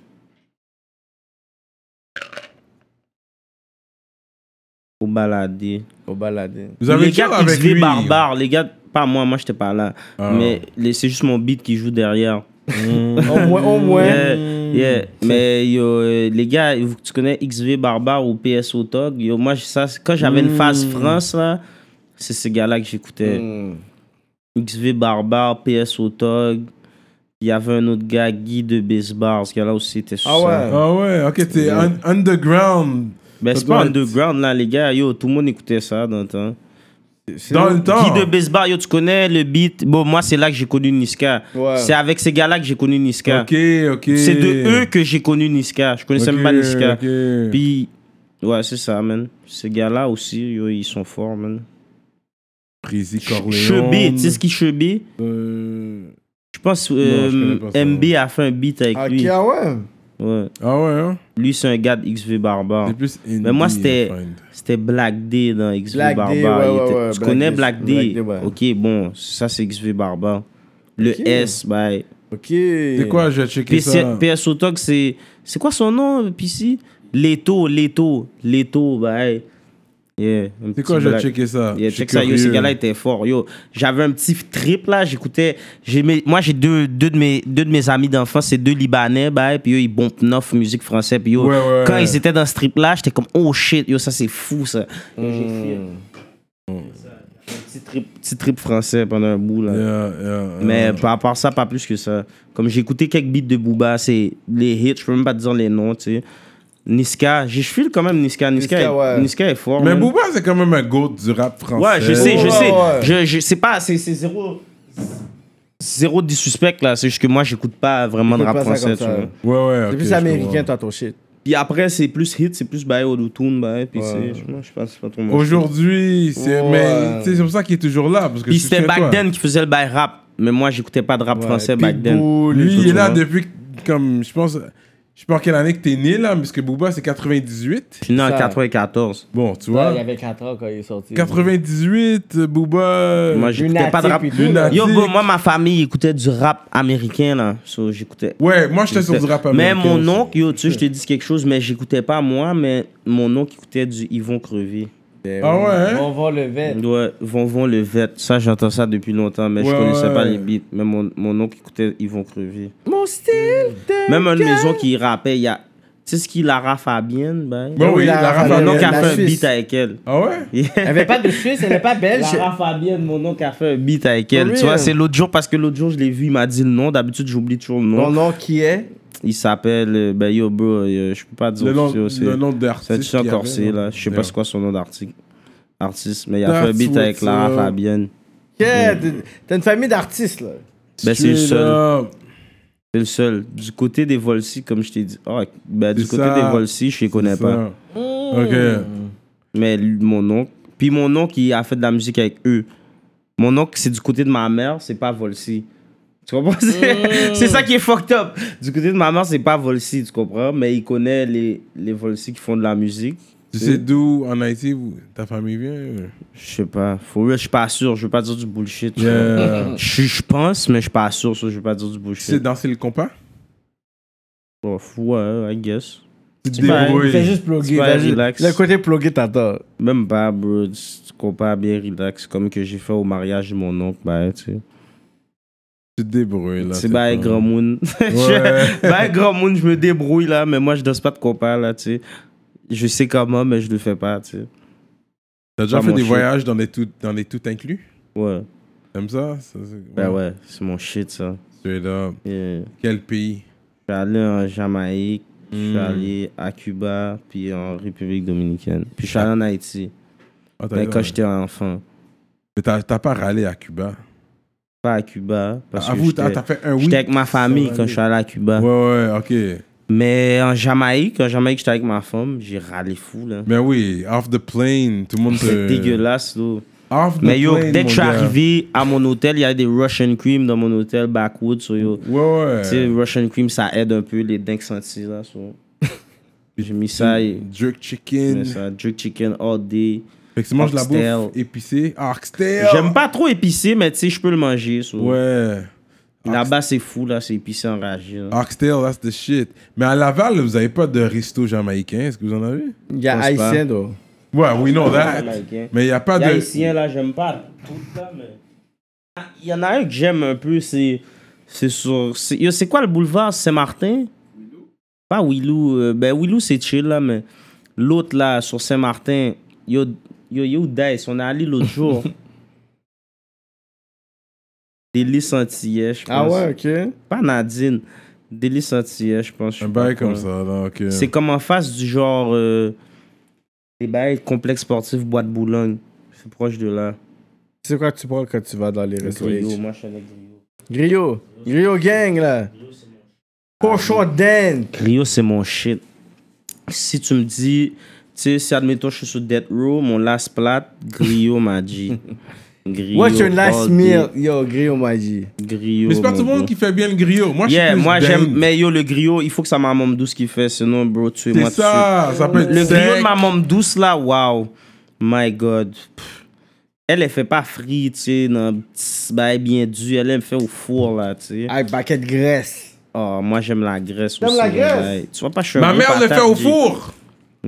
[SPEAKER 4] Faut balader.
[SPEAKER 5] Au balader.
[SPEAKER 3] Vous avez
[SPEAKER 4] les
[SPEAKER 3] déjà
[SPEAKER 4] gars
[SPEAKER 3] avec
[SPEAKER 4] XV
[SPEAKER 3] lui.
[SPEAKER 4] Barbare, les gars, pas moi, moi j'étais pas là.
[SPEAKER 3] Ah. (laughs)
[SPEAKER 4] Mais (laughs) les- c'est juste mon beat qui joue derrière.
[SPEAKER 5] Au moins, au moins.
[SPEAKER 4] Yeah,
[SPEAKER 3] Hmm.
[SPEAKER 4] yeah. Mais yo, euh, les gars, vous- tu connais XV Barbare ou PSO Tog Yo, moi, je- ça, c'est- quand j'avais une phase
[SPEAKER 3] Hmm.
[SPEAKER 4] France, là, c'est ces gars-là que j'écoutais.
[SPEAKER 5] Hmm.
[SPEAKER 4] XV Barbare, PSO Tog. Il y avait un autre gars, Guy de Bizbar, ce gars-là aussi était sur
[SPEAKER 5] Ah
[SPEAKER 4] ça.
[SPEAKER 5] ouais.
[SPEAKER 3] Ah ouais, ok, t'es un- underground.
[SPEAKER 4] Mais
[SPEAKER 3] Ça
[SPEAKER 4] c'est
[SPEAKER 3] doit
[SPEAKER 4] pas
[SPEAKER 3] être-
[SPEAKER 4] underground, là, les gars. Yo, tout le monde écoutait ça dans le temps.
[SPEAKER 3] Dans le temps.
[SPEAKER 4] Guy de Bizbar, yo, tu connais le beat Bon, moi, c'est là que j'ai connu Niska.
[SPEAKER 5] Ouais.
[SPEAKER 4] C'est avec ces gars-là que j'ai connu Niska.
[SPEAKER 3] Ok, ok.
[SPEAKER 4] C'est de eux que j'ai connu Niska. Je connaissais même pas Niska.
[SPEAKER 3] ok.
[SPEAKER 4] Puis, ouais, c'est ça, man. Ces gars-là aussi, yo, ils sont forts, man.
[SPEAKER 3] Prissy Corleone.
[SPEAKER 4] Chubby, tu sais ce qui Chubby
[SPEAKER 3] Euh,
[SPEAKER 4] Je pense
[SPEAKER 3] je
[SPEAKER 4] euh,
[SPEAKER 3] connais pas ça.
[SPEAKER 4] MB a fait un beat avec
[SPEAKER 5] Ok,
[SPEAKER 4] lui.
[SPEAKER 5] ah ouais.
[SPEAKER 4] Ouais.
[SPEAKER 3] Ah ouais, hein?
[SPEAKER 4] Lui, c'est un gars de XV Barbare.
[SPEAKER 3] C'est plus
[SPEAKER 4] Mais Ben, moi, c'était
[SPEAKER 3] indie,
[SPEAKER 4] c'était Black D dans XV
[SPEAKER 5] Black D,
[SPEAKER 4] Barbare.
[SPEAKER 5] ouais,
[SPEAKER 4] Il
[SPEAKER 5] ouais,
[SPEAKER 4] était-
[SPEAKER 5] ouais,
[SPEAKER 4] tu
[SPEAKER 5] Black
[SPEAKER 4] connais
[SPEAKER 5] D,
[SPEAKER 4] Black D,
[SPEAKER 5] Black D, ouais.
[SPEAKER 4] Ok, bon, ça, c'est XV Barbare. Le
[SPEAKER 5] Ok.
[SPEAKER 4] S, bye.
[SPEAKER 5] Ok.
[SPEAKER 3] C'est quoi, je vais checker
[SPEAKER 4] PC
[SPEAKER 3] ça.
[SPEAKER 4] PSO Talk, c'est. C'est quoi son nom, PC Leto, Leto, Leto, bye. Yeah. un
[SPEAKER 3] C'est quoi,
[SPEAKER 4] petit
[SPEAKER 3] je vais
[SPEAKER 4] Black-
[SPEAKER 3] checker ça.
[SPEAKER 4] Yeah,
[SPEAKER 3] Je suis
[SPEAKER 4] check ça, yo,
[SPEAKER 3] curieux.
[SPEAKER 4] ces gars-là étaient forts, yo. J'avais un petit trip, là, j'écoutais... j'ai mes- Moi, j'ai deux, deux, de mes, deux de mes amis d'enfance, c'est deux Libanais, bah, et puis yo, ils bompent neuf musique français, puis yo,
[SPEAKER 3] Ouais, ouais,
[SPEAKER 4] quand
[SPEAKER 3] ouais.
[SPEAKER 4] ils étaient dans ce trip-là, j'étais comme, oh shit, yo, ça, c'est fou, ça. Yo, J'ai fait... Un petit trip, petit trip français pendant un bout, là.
[SPEAKER 3] Yeah, yeah,
[SPEAKER 5] Ah,
[SPEAKER 4] Mais
[SPEAKER 3] yeah.
[SPEAKER 4] par rapport à ça, pas plus que ça. Comme j'ai écouté quelques beats de Booba, c'est les hits, je peux même pas te dire les noms, tu sais. Niska, j'ai- je file quand même Niska. Niska,
[SPEAKER 5] Niska,
[SPEAKER 4] est,
[SPEAKER 5] ouais.
[SPEAKER 4] Niska est fort.
[SPEAKER 3] Mais
[SPEAKER 4] man.
[SPEAKER 3] Booba, c'est quand même un goat du rap français.
[SPEAKER 4] Ouais, je sais, je
[SPEAKER 5] Ouais,
[SPEAKER 4] sais.
[SPEAKER 5] ouais.
[SPEAKER 4] Je, je sais pas, c'est c'est zéro. Zéro dissuspect là, c'est juste que moi j'écoute pas vraiment de
[SPEAKER 5] Écoute
[SPEAKER 4] rap
[SPEAKER 5] pas ça
[SPEAKER 4] français,
[SPEAKER 5] comme
[SPEAKER 4] tu
[SPEAKER 5] ça.
[SPEAKER 4] vois.
[SPEAKER 3] Ouais, ouais. ok,
[SPEAKER 5] C'est plus
[SPEAKER 3] je
[SPEAKER 5] américain,
[SPEAKER 3] comprends.
[SPEAKER 5] toi, ton shit.
[SPEAKER 4] Puis après c'est plus hit, c'est plus bail autotune, bail, puis
[SPEAKER 5] Ouais.
[SPEAKER 4] c'est moi, je pense c'est pas trop mon
[SPEAKER 3] Aujourd'hui, c'est
[SPEAKER 5] Ouais.
[SPEAKER 3] mais, tu sais, c'est pour ça qu'il est toujours là. Parce
[SPEAKER 4] style.
[SPEAKER 3] que
[SPEAKER 4] Puis
[SPEAKER 3] je suis
[SPEAKER 4] c'était
[SPEAKER 3] chez toi.
[SPEAKER 4] back then qui faisait le bail rap, mais moi j'écoutais pas de rap français back then.
[SPEAKER 5] Pitbull, hein.
[SPEAKER 3] Lui, il est là
[SPEAKER 4] Ouais.
[SPEAKER 3] depuis, que- comme, je pense, je sais pas en quelle année que t'es né là, parce que Booba, c'est 98.
[SPEAKER 4] Je suis né en
[SPEAKER 5] Ça.
[SPEAKER 4] 94.
[SPEAKER 3] Bon, tu
[SPEAKER 6] Ouais,
[SPEAKER 3] vois.
[SPEAKER 6] il avait 4 ans quand il est sorti.
[SPEAKER 3] 98, euh, Booba.
[SPEAKER 4] Moi j'écoutais pas de rap.
[SPEAKER 5] Lunatique, puis tout, là.
[SPEAKER 3] Lunatique.
[SPEAKER 4] Yo, bro, moi ma famille écoutait du rap américain là, so j'écoutais
[SPEAKER 3] Ouais, moi, j'étais sur du rap
[SPEAKER 4] mais
[SPEAKER 3] américain.
[SPEAKER 4] mon
[SPEAKER 3] aussi.
[SPEAKER 4] oncle, yo, tu sais, je te dis quelque chose, mais j'écoutais pas moi, mais mon oncle écoutait du Yvon Crevier.
[SPEAKER 5] Ben
[SPEAKER 3] Ah ouais? hein?
[SPEAKER 6] On va le vêtir.
[SPEAKER 4] Ouais, Von Von le Vet. Ça, j'entends ça depuis longtemps, mais je
[SPEAKER 3] Ouais,
[SPEAKER 4] connaissais pas
[SPEAKER 3] ouais.
[SPEAKER 4] les beats. Mais mon, mon oncle écoutait Yvon Crevier.
[SPEAKER 6] Hmm.
[SPEAKER 5] Mon style de...
[SPEAKER 4] Même un de mes oncles, il rappait, il y a... Tu sais ce qu'il Lara Fabienne, ben?
[SPEAKER 3] Ouais, oui,
[SPEAKER 5] Il a
[SPEAKER 3] la rap
[SPEAKER 5] rappelé
[SPEAKER 4] Mon
[SPEAKER 5] la-
[SPEAKER 4] oncle
[SPEAKER 3] américaine.
[SPEAKER 4] a fait un
[SPEAKER 5] Suisse.
[SPEAKER 4] beat avec elle.
[SPEAKER 3] Ah ouais?
[SPEAKER 6] Elle avait pas de Suisse, elle n'est pas belge.
[SPEAKER 4] Lara Fabienne, mon oncle a fait un beat avec elle.
[SPEAKER 5] For
[SPEAKER 4] Tu vois,
[SPEAKER 5] real?
[SPEAKER 4] c'est l'autre jour, parce que l'autre jour, je l'ai vu, il m'a dit le nom. D'habitude, j'oublie toujours le
[SPEAKER 5] Ton
[SPEAKER 4] nom.
[SPEAKER 5] nom qui est?
[SPEAKER 4] Il s'appelle, euh, ben yo, bro, euh, je peux pas dire
[SPEAKER 3] Le nom,
[SPEAKER 4] officiel, c'est-
[SPEAKER 3] le nom
[SPEAKER 4] C'est un
[SPEAKER 3] d'artiste.
[SPEAKER 4] chien
[SPEAKER 3] qu'il y avait,
[SPEAKER 4] corsé,
[SPEAKER 3] non?
[SPEAKER 4] là. Je sais pas
[SPEAKER 3] Yeah.
[SPEAKER 4] c'est quoi son nom d'artiste. Artiste, mais il a fait un
[SPEAKER 3] That's
[SPEAKER 4] beat avec
[SPEAKER 3] what's
[SPEAKER 4] Lara
[SPEAKER 3] up.
[SPEAKER 4] Fabienne.
[SPEAKER 5] Yeah,
[SPEAKER 4] Hmm.
[SPEAKER 5] t'es- T'as une famille d'artistes, là.
[SPEAKER 4] Ben, c'est le
[SPEAKER 3] Straight
[SPEAKER 4] seul.
[SPEAKER 3] up.
[SPEAKER 4] C'est le seul. Du côté des Volsi, comme je t'ai dit. Ah, ben, du
[SPEAKER 3] C'est
[SPEAKER 4] côté
[SPEAKER 3] ça.
[SPEAKER 4] des Volsi, je les connais
[SPEAKER 3] C'est
[SPEAKER 4] pas.
[SPEAKER 3] ça. Ok.
[SPEAKER 4] Mais lui- mon oncle. Puis mon oncle, il a fait de la musique avec eux. Mon oncle, c'est du côté de ma mère, c'est pas Volsi. Tu comprends? (laughs) C'est c'est ça qui est fucked up. Du côté de ma mère, c'est pas Volsi, tu comprends? Mais il connaît les, les Volsi qui font de la musique.
[SPEAKER 3] Tu sais d'où en Haïti vous- ta famille vient
[SPEAKER 4] (laughs)
[SPEAKER 3] euh?
[SPEAKER 4] Je sais pas. Faut je suis pas sûr. Je veux pas dire du bullshit. tu
[SPEAKER 3] Yeah.
[SPEAKER 4] vois. Je je pense, mais je suis pas sûr. ça, Je veux pas dire du
[SPEAKER 3] Tu sais
[SPEAKER 4] bullshit.
[SPEAKER 3] danser le compas
[SPEAKER 4] Oh, fou, Ouais, I guess.
[SPEAKER 3] Tu te
[SPEAKER 4] C'est pas-
[SPEAKER 3] débrouilles.
[SPEAKER 6] Fais juste plugger.
[SPEAKER 4] C'est pas
[SPEAKER 6] vas-y.
[SPEAKER 4] relax.
[SPEAKER 5] Le côté plugué, t'attends.
[SPEAKER 4] Même pas, bro. Tu compares bien relax, comme que j'ai fait au mariage de mon oncle, bah, tu sais.
[SPEAKER 3] Tu te débrouilles là.
[SPEAKER 4] C'est bah,
[SPEAKER 3] pas-
[SPEAKER 4] grand (laughs) monde.
[SPEAKER 3] Ouais.
[SPEAKER 4] (laughs) bah, grand monde, je me débrouille là, mais moi, je danse pas de compas là, tu sais. Je sais comment, mais je le fais pas, tu sais.
[SPEAKER 3] T'as déjà
[SPEAKER 4] Pas
[SPEAKER 3] fait
[SPEAKER 4] mon
[SPEAKER 3] des
[SPEAKER 4] shit.
[SPEAKER 3] voyages dans des tout, dans des tout inclus
[SPEAKER 4] Ouais.
[SPEAKER 3] Comme ça, ça c'est-
[SPEAKER 4] Ben ouais, c'est mon shit, ça.
[SPEAKER 3] Straight up.
[SPEAKER 4] Yeah.
[SPEAKER 3] Quel pays
[SPEAKER 4] Je suis allé Bah, en Jamaïque, je suis
[SPEAKER 3] Hmm.
[SPEAKER 4] allé à Cuba, puis en République dominicaine. Puis je suis allé en Haïti,
[SPEAKER 3] Ah, t'as-
[SPEAKER 4] mais Ben, quand j'étais enfant.
[SPEAKER 3] Mais t'as t'as pas râlé à Cuba.
[SPEAKER 4] Pas à Cuba, parce
[SPEAKER 3] Ah,
[SPEAKER 4] que
[SPEAKER 3] vous,
[SPEAKER 4] j'étais
[SPEAKER 3] t'as t'as fait un oui.
[SPEAKER 4] j'étais avec ma famille quand je suis allé à Cuba.
[SPEAKER 3] Ouais, ouais, ok.
[SPEAKER 4] Mais en Jamaïque, en Jamaïque, j'étais avec ma femme, j'ai râlé fou, là.
[SPEAKER 3] Mais Ben oui, off the plane, tout le monde
[SPEAKER 4] C'est
[SPEAKER 3] te...
[SPEAKER 4] dégueulasse, là.
[SPEAKER 3] Off the
[SPEAKER 4] Mais yo,
[SPEAKER 3] plane,
[SPEAKER 4] dès
[SPEAKER 3] mon
[SPEAKER 4] que je suis
[SPEAKER 3] gars.
[SPEAKER 4] arrivé à mon hôtel, il y a des Russian cream dans mon hôtel backwoods. so yo.
[SPEAKER 3] Ouais, ouais.
[SPEAKER 4] Tu sais, Russian cream, ça aide un peu les dingues sentis,
[SPEAKER 3] (laughs)
[SPEAKER 4] là. so. J'ai mis ça, et-
[SPEAKER 3] Jerk
[SPEAKER 4] j'ai
[SPEAKER 3] chicken.
[SPEAKER 4] mis ça, jerk chicken all day.
[SPEAKER 3] Fait que tu manges de la
[SPEAKER 4] Oxtail.
[SPEAKER 3] bouffe épicée. Ah, Oxtail!
[SPEAKER 4] J'aime pas trop épicé, mais tu sais, je peux le manger. so.
[SPEAKER 3] Ouais.
[SPEAKER 4] Là-bas, c'est fou, là, c'est épicé enragé. là.
[SPEAKER 3] Oxtail, that's the shit. Mais à Laval, vous avez pas de resto jamaïcain, est-ce que vous en avez?
[SPEAKER 5] Il y a
[SPEAKER 4] pense pas.
[SPEAKER 5] haïtien, though.
[SPEAKER 3] Ouais, we know that.
[SPEAKER 4] Jamaïcain.
[SPEAKER 3] Mais il y a pas
[SPEAKER 4] Les
[SPEAKER 3] de...
[SPEAKER 4] haïtiens, hein, là, j'aime pas tout, là, mais. Ah, Il y en a un que j'aime un peu, c'est. C'est sur. c'est- yo, C'est quoi le boulevard Saint-Martin Pas Willou. euh, ben, Willou, c'est chill, là, mais. L'autre, là, sur Saint-Martin, yo, yo, yo, Dice, on est allé
[SPEAKER 3] (laughs)
[SPEAKER 4] l'autre jour. Délice antillais, je pense.
[SPEAKER 5] Ah ouais, ok.
[SPEAKER 4] Pas Nadine. Délice antillais, je pense. je
[SPEAKER 3] Un
[SPEAKER 4] sais
[SPEAKER 3] bail
[SPEAKER 4] pas
[SPEAKER 3] comme
[SPEAKER 4] quoi.
[SPEAKER 3] ça, là, ok.
[SPEAKER 4] C'est comme en face du genre. euh, des bails complexe sportif, bois de Boulogne. C'est proche de là.
[SPEAKER 5] C'est quoi que tu prends quand tu vas dans les restos
[SPEAKER 4] Grillo,
[SPEAKER 5] H?
[SPEAKER 4] moi je suis avec Grillo.
[SPEAKER 5] Griot. Griot gang, là. Cochon d'Inde.
[SPEAKER 4] Grillo, c'est mon shit. Si tu me dis, tu sais, si admettons je suis sur Death Row, mon last plat, Grillo m'a
[SPEAKER 3] (laughs)
[SPEAKER 4] dit. Grillo.
[SPEAKER 5] What's your last
[SPEAKER 4] all
[SPEAKER 5] meal? Yo, Griot m'a dit.
[SPEAKER 4] day. Grillo.
[SPEAKER 3] Mais c'est pas
[SPEAKER 4] mon
[SPEAKER 3] tout le monde
[SPEAKER 4] gars.
[SPEAKER 3] qui fait bien le griot. Moi, je suis
[SPEAKER 4] Yeah,
[SPEAKER 3] plus
[SPEAKER 4] moi
[SPEAKER 3] dingue.
[SPEAKER 4] j'aime. Mais yo, le griot, il faut que ça ma mame douce qui fait, sinon, bro, tu es moi
[SPEAKER 3] C'est
[SPEAKER 4] dessus.
[SPEAKER 3] ça, ça peut être
[SPEAKER 4] Le griot de
[SPEAKER 3] sec.
[SPEAKER 4] ma mame douce là, wow. My God. Pff. Elle, elle fait pas frite, tu sais, dans un petit bail bien dur. Elle, elle fait au four là, tu sais.
[SPEAKER 5] Avec baquet de graisse.
[SPEAKER 4] Oh, moi j'aime la graisse
[SPEAKER 5] Ah. T'aimes
[SPEAKER 4] aussi.
[SPEAKER 5] la graisse?
[SPEAKER 4] ouais. Tu vois pas, je suis un
[SPEAKER 3] Ma
[SPEAKER 4] gros
[SPEAKER 3] mère le
[SPEAKER 4] patate,
[SPEAKER 3] fait au
[SPEAKER 4] j'ai-
[SPEAKER 3] four.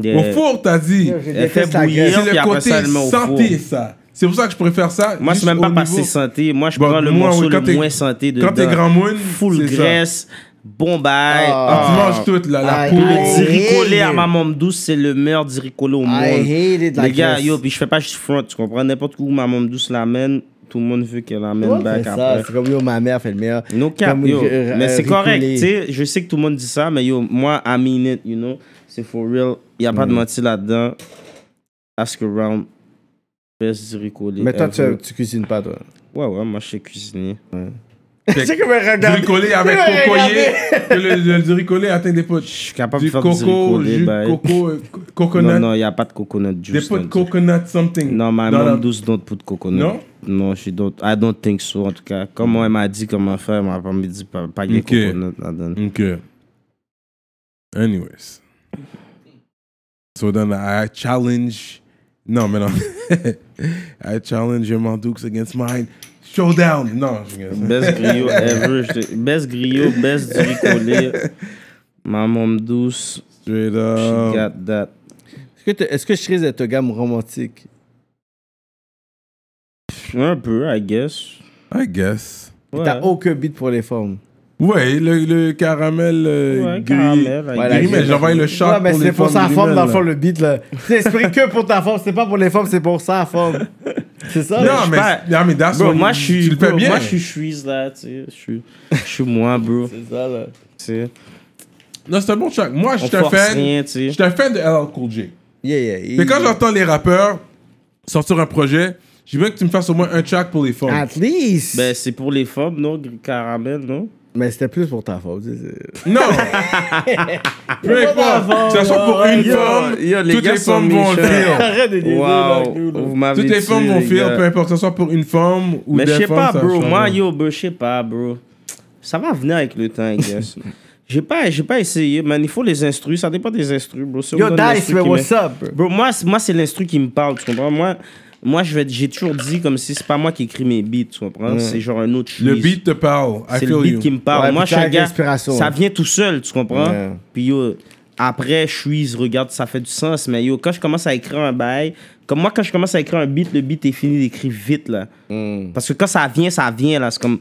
[SPEAKER 4] Yeah.
[SPEAKER 3] Au four, t'as dit.
[SPEAKER 5] Je
[SPEAKER 4] Elle fait
[SPEAKER 5] déteste la
[SPEAKER 4] bouillir.
[SPEAKER 5] graisse.
[SPEAKER 3] C'est
[SPEAKER 4] puis
[SPEAKER 3] le
[SPEAKER 4] après
[SPEAKER 3] côté
[SPEAKER 4] ça, elle le met au
[SPEAKER 3] santé,
[SPEAKER 4] four.
[SPEAKER 3] ça. C'est pour ça que je préfère ça.
[SPEAKER 4] Moi,
[SPEAKER 3] juste
[SPEAKER 4] c'est même pas
[SPEAKER 3] au
[SPEAKER 4] passé
[SPEAKER 3] niveau-
[SPEAKER 4] santé. Moi, je
[SPEAKER 3] Bah,
[SPEAKER 4] prends le
[SPEAKER 3] moi,
[SPEAKER 4] morceau
[SPEAKER 3] oui, quand
[SPEAKER 4] le
[SPEAKER 3] t'es-
[SPEAKER 4] moins santé de
[SPEAKER 3] quand t'es grand moune,
[SPEAKER 4] full
[SPEAKER 3] c'est ça.
[SPEAKER 4] graisse, bon bail.
[SPEAKER 5] Ah,
[SPEAKER 3] Ah, oh,
[SPEAKER 4] Ah,
[SPEAKER 3] tu manges toute la, la
[SPEAKER 5] Aïe,
[SPEAKER 3] peau.
[SPEAKER 5] aïe.
[SPEAKER 4] Le diricolé à
[SPEAKER 5] Aïe.
[SPEAKER 4] ma môme douce, c'est le meilleur diricolé au monde.
[SPEAKER 5] I hate it, la
[SPEAKER 4] Les gars,
[SPEAKER 5] graisse.
[SPEAKER 4] yo, puis je fais pas juste front, tu comprends? N'importe où ma môme douce l'amène, tout le monde veut qu'elle l'amène
[SPEAKER 5] Ouais,
[SPEAKER 4] back
[SPEAKER 5] C'est ça,
[SPEAKER 4] après.
[SPEAKER 5] c'est comme yo, ma mère fait le meilleur.
[SPEAKER 4] No cap,
[SPEAKER 5] Comme,
[SPEAKER 4] yo.
[SPEAKER 5] euh,
[SPEAKER 4] Mais
[SPEAKER 5] euh,
[SPEAKER 4] c'est correct,
[SPEAKER 5] ricolé.
[SPEAKER 4] tu sais, je sais que tout le monde dit ça, mais yo, moi, I mean it, you know, c'est for real. Y a pas
[SPEAKER 5] Mm.
[SPEAKER 4] de mentir là-dedans. Ask around. Best diricolé.
[SPEAKER 5] Mais toi, tu,
[SPEAKER 4] ever.
[SPEAKER 5] tu cuisines pas, toi.
[SPEAKER 4] Ouais, ouais, moi, je sais cuisiner.
[SPEAKER 5] C'est comme un regard.
[SPEAKER 3] Duricolé avec cocoyer. que le, le duricolé atteint des potes.
[SPEAKER 4] Je suis capable
[SPEAKER 3] Du
[SPEAKER 4] de faire du
[SPEAKER 3] coco,
[SPEAKER 4] diricolé,
[SPEAKER 3] jus de
[SPEAKER 4] bah, (laughs)
[SPEAKER 3] coco, euh, co- coconut.
[SPEAKER 4] Non, non, y a pas de coconut juice.
[SPEAKER 3] des pots
[SPEAKER 4] dans
[SPEAKER 3] de coconut something.
[SPEAKER 4] Non, ma
[SPEAKER 3] Dans
[SPEAKER 4] mère
[SPEAKER 3] la-
[SPEAKER 4] douce don't put coconut.
[SPEAKER 3] Non?
[SPEAKER 4] Non, she don't. I don't think so, en tout cas. Comme elle m'a dit comment faire, elle m'a pas me dit pas, pas de
[SPEAKER 3] Ok.
[SPEAKER 4] coconut là-dedans.
[SPEAKER 3] Ok. Anyways. So then I challenge. Non, (laughs) mais non. I challenge your Mandukes against mine. Showdown. Non, je regarde ça.
[SPEAKER 4] Best
[SPEAKER 3] (laughs)
[SPEAKER 4] griot ever. je te- Best griot, best duricolé. Ma môme douce,
[SPEAKER 3] Straight
[SPEAKER 4] she
[SPEAKER 3] up.
[SPEAKER 4] got that.
[SPEAKER 5] Est-ce que, t'es- est-ce que je risque d'être un gars romantique?
[SPEAKER 4] Un peu, I guess.
[SPEAKER 3] I guess.
[SPEAKER 4] Ouais.
[SPEAKER 5] T'as aucun beat pour les formes.
[SPEAKER 3] Ouais, le, le caramel euh,
[SPEAKER 4] Ouais,
[SPEAKER 3] gris.
[SPEAKER 4] caramel, I
[SPEAKER 5] Ouais,
[SPEAKER 4] guess.
[SPEAKER 5] la
[SPEAKER 3] Gris, mais
[SPEAKER 5] graisse.
[SPEAKER 3] j'envoie le shot
[SPEAKER 5] Ouais, mais
[SPEAKER 3] pour
[SPEAKER 5] c'est
[SPEAKER 3] les
[SPEAKER 5] pour
[SPEAKER 3] formes
[SPEAKER 5] sa
[SPEAKER 3] du
[SPEAKER 5] forme,
[SPEAKER 3] mal,
[SPEAKER 5] dans
[SPEAKER 3] là.
[SPEAKER 5] le fond, le beat, là. C'est esprit que pour ta forme, c'est pas pour les formes, c'est pour sa forme. C'est ça?
[SPEAKER 3] Non,
[SPEAKER 4] je
[SPEAKER 3] mais,
[SPEAKER 4] pas-
[SPEAKER 3] non, mais that's
[SPEAKER 4] Bro,
[SPEAKER 3] what
[SPEAKER 4] moi
[SPEAKER 3] you-
[SPEAKER 4] je suis.
[SPEAKER 3] Tu le fais
[SPEAKER 4] bro,
[SPEAKER 3] bien.
[SPEAKER 4] Moi je suis chouise là, tu sais. Je suis- Je suis moi, bro. Tu
[SPEAKER 6] (laughs) C'est ça, là.
[SPEAKER 4] sais.
[SPEAKER 3] Non, c'est un bon track. Moi, je
[SPEAKER 4] On
[SPEAKER 3] suis un
[SPEAKER 4] force
[SPEAKER 3] fan.
[SPEAKER 4] rien, tu sais.
[SPEAKER 3] Je suis un fan de LL Cool J.
[SPEAKER 5] Yeah, yeah.
[SPEAKER 3] Mais
[SPEAKER 5] il-
[SPEAKER 3] quand j'entends les rappeurs sortir un projet, j'ai bien que tu me fasses au moins un track pour les formes.
[SPEAKER 5] At least.
[SPEAKER 4] Ben, c'est pour les femmes, non? Gris Caramel, non?
[SPEAKER 5] Mais c'était plus pour ta forme. tu sais, c'est-
[SPEAKER 4] (laughs)
[SPEAKER 3] Non! Peu importe! Que ce soit pour une
[SPEAKER 4] Yo,
[SPEAKER 3] forme,
[SPEAKER 4] yo, les
[SPEAKER 3] toutes
[SPEAKER 4] gars
[SPEAKER 3] les
[SPEAKER 4] sont
[SPEAKER 3] formes vont le
[SPEAKER 4] méchants.
[SPEAKER 3] faire.
[SPEAKER 5] Arrête de niaiser, là,
[SPEAKER 4] Wow,
[SPEAKER 5] cool.
[SPEAKER 4] vous m'avez
[SPEAKER 3] Toutes les
[SPEAKER 4] tué,
[SPEAKER 3] formes vont
[SPEAKER 4] les
[SPEAKER 3] faire,
[SPEAKER 4] gars.
[SPEAKER 3] peu importe, que ce soit pour une forme ou
[SPEAKER 4] Mais
[SPEAKER 3] des
[SPEAKER 4] je sais
[SPEAKER 3] formes,
[SPEAKER 4] pas,
[SPEAKER 3] ça
[SPEAKER 4] bro.
[SPEAKER 3] change
[SPEAKER 4] Moi,
[SPEAKER 3] rien.
[SPEAKER 4] yo, bro, je sais pas, bro. Ça va venir avec le temps, I
[SPEAKER 3] (laughs)
[SPEAKER 4] guess. J'ai pas, j'ai pas essayé, man. Il faut les instruire. Ça dépend des instrus, bro. Si on
[SPEAKER 5] Yo,
[SPEAKER 4] me donne
[SPEAKER 5] Dice,
[SPEAKER 4] l'instru
[SPEAKER 5] mais
[SPEAKER 4] qui
[SPEAKER 5] what's
[SPEAKER 4] me-
[SPEAKER 5] up? bro?
[SPEAKER 4] Bro, moi, c'est- moi c'est l'instru qui me parle, tu comprends? Moi, moi je vais- j'ai toujours dit comme si c'est pas moi qui écris mes beats, tu comprends? C'est genre un autre
[SPEAKER 3] Le
[SPEAKER 4] chemise.
[SPEAKER 3] beat te parle. I
[SPEAKER 4] C'est
[SPEAKER 3] feel
[SPEAKER 4] le beat
[SPEAKER 3] you.
[SPEAKER 4] qui me parle.
[SPEAKER 5] Ouais,
[SPEAKER 4] Moi,
[SPEAKER 5] puis
[SPEAKER 4] je suis un
[SPEAKER 5] t'as
[SPEAKER 4] gars,
[SPEAKER 5] l'inspiration.
[SPEAKER 4] ça vient tout seul, tu comprends?
[SPEAKER 5] Ouais.
[SPEAKER 4] Puis yo, après, je suis, regarde, ça fait du sens. Mais yo, quand je commence à écrire un bail, comme moi, quand je commence à écrire un beat, le beat est fini d'écrire vite, là. Parce que quand ça vient, ça vient, là. C'est comme...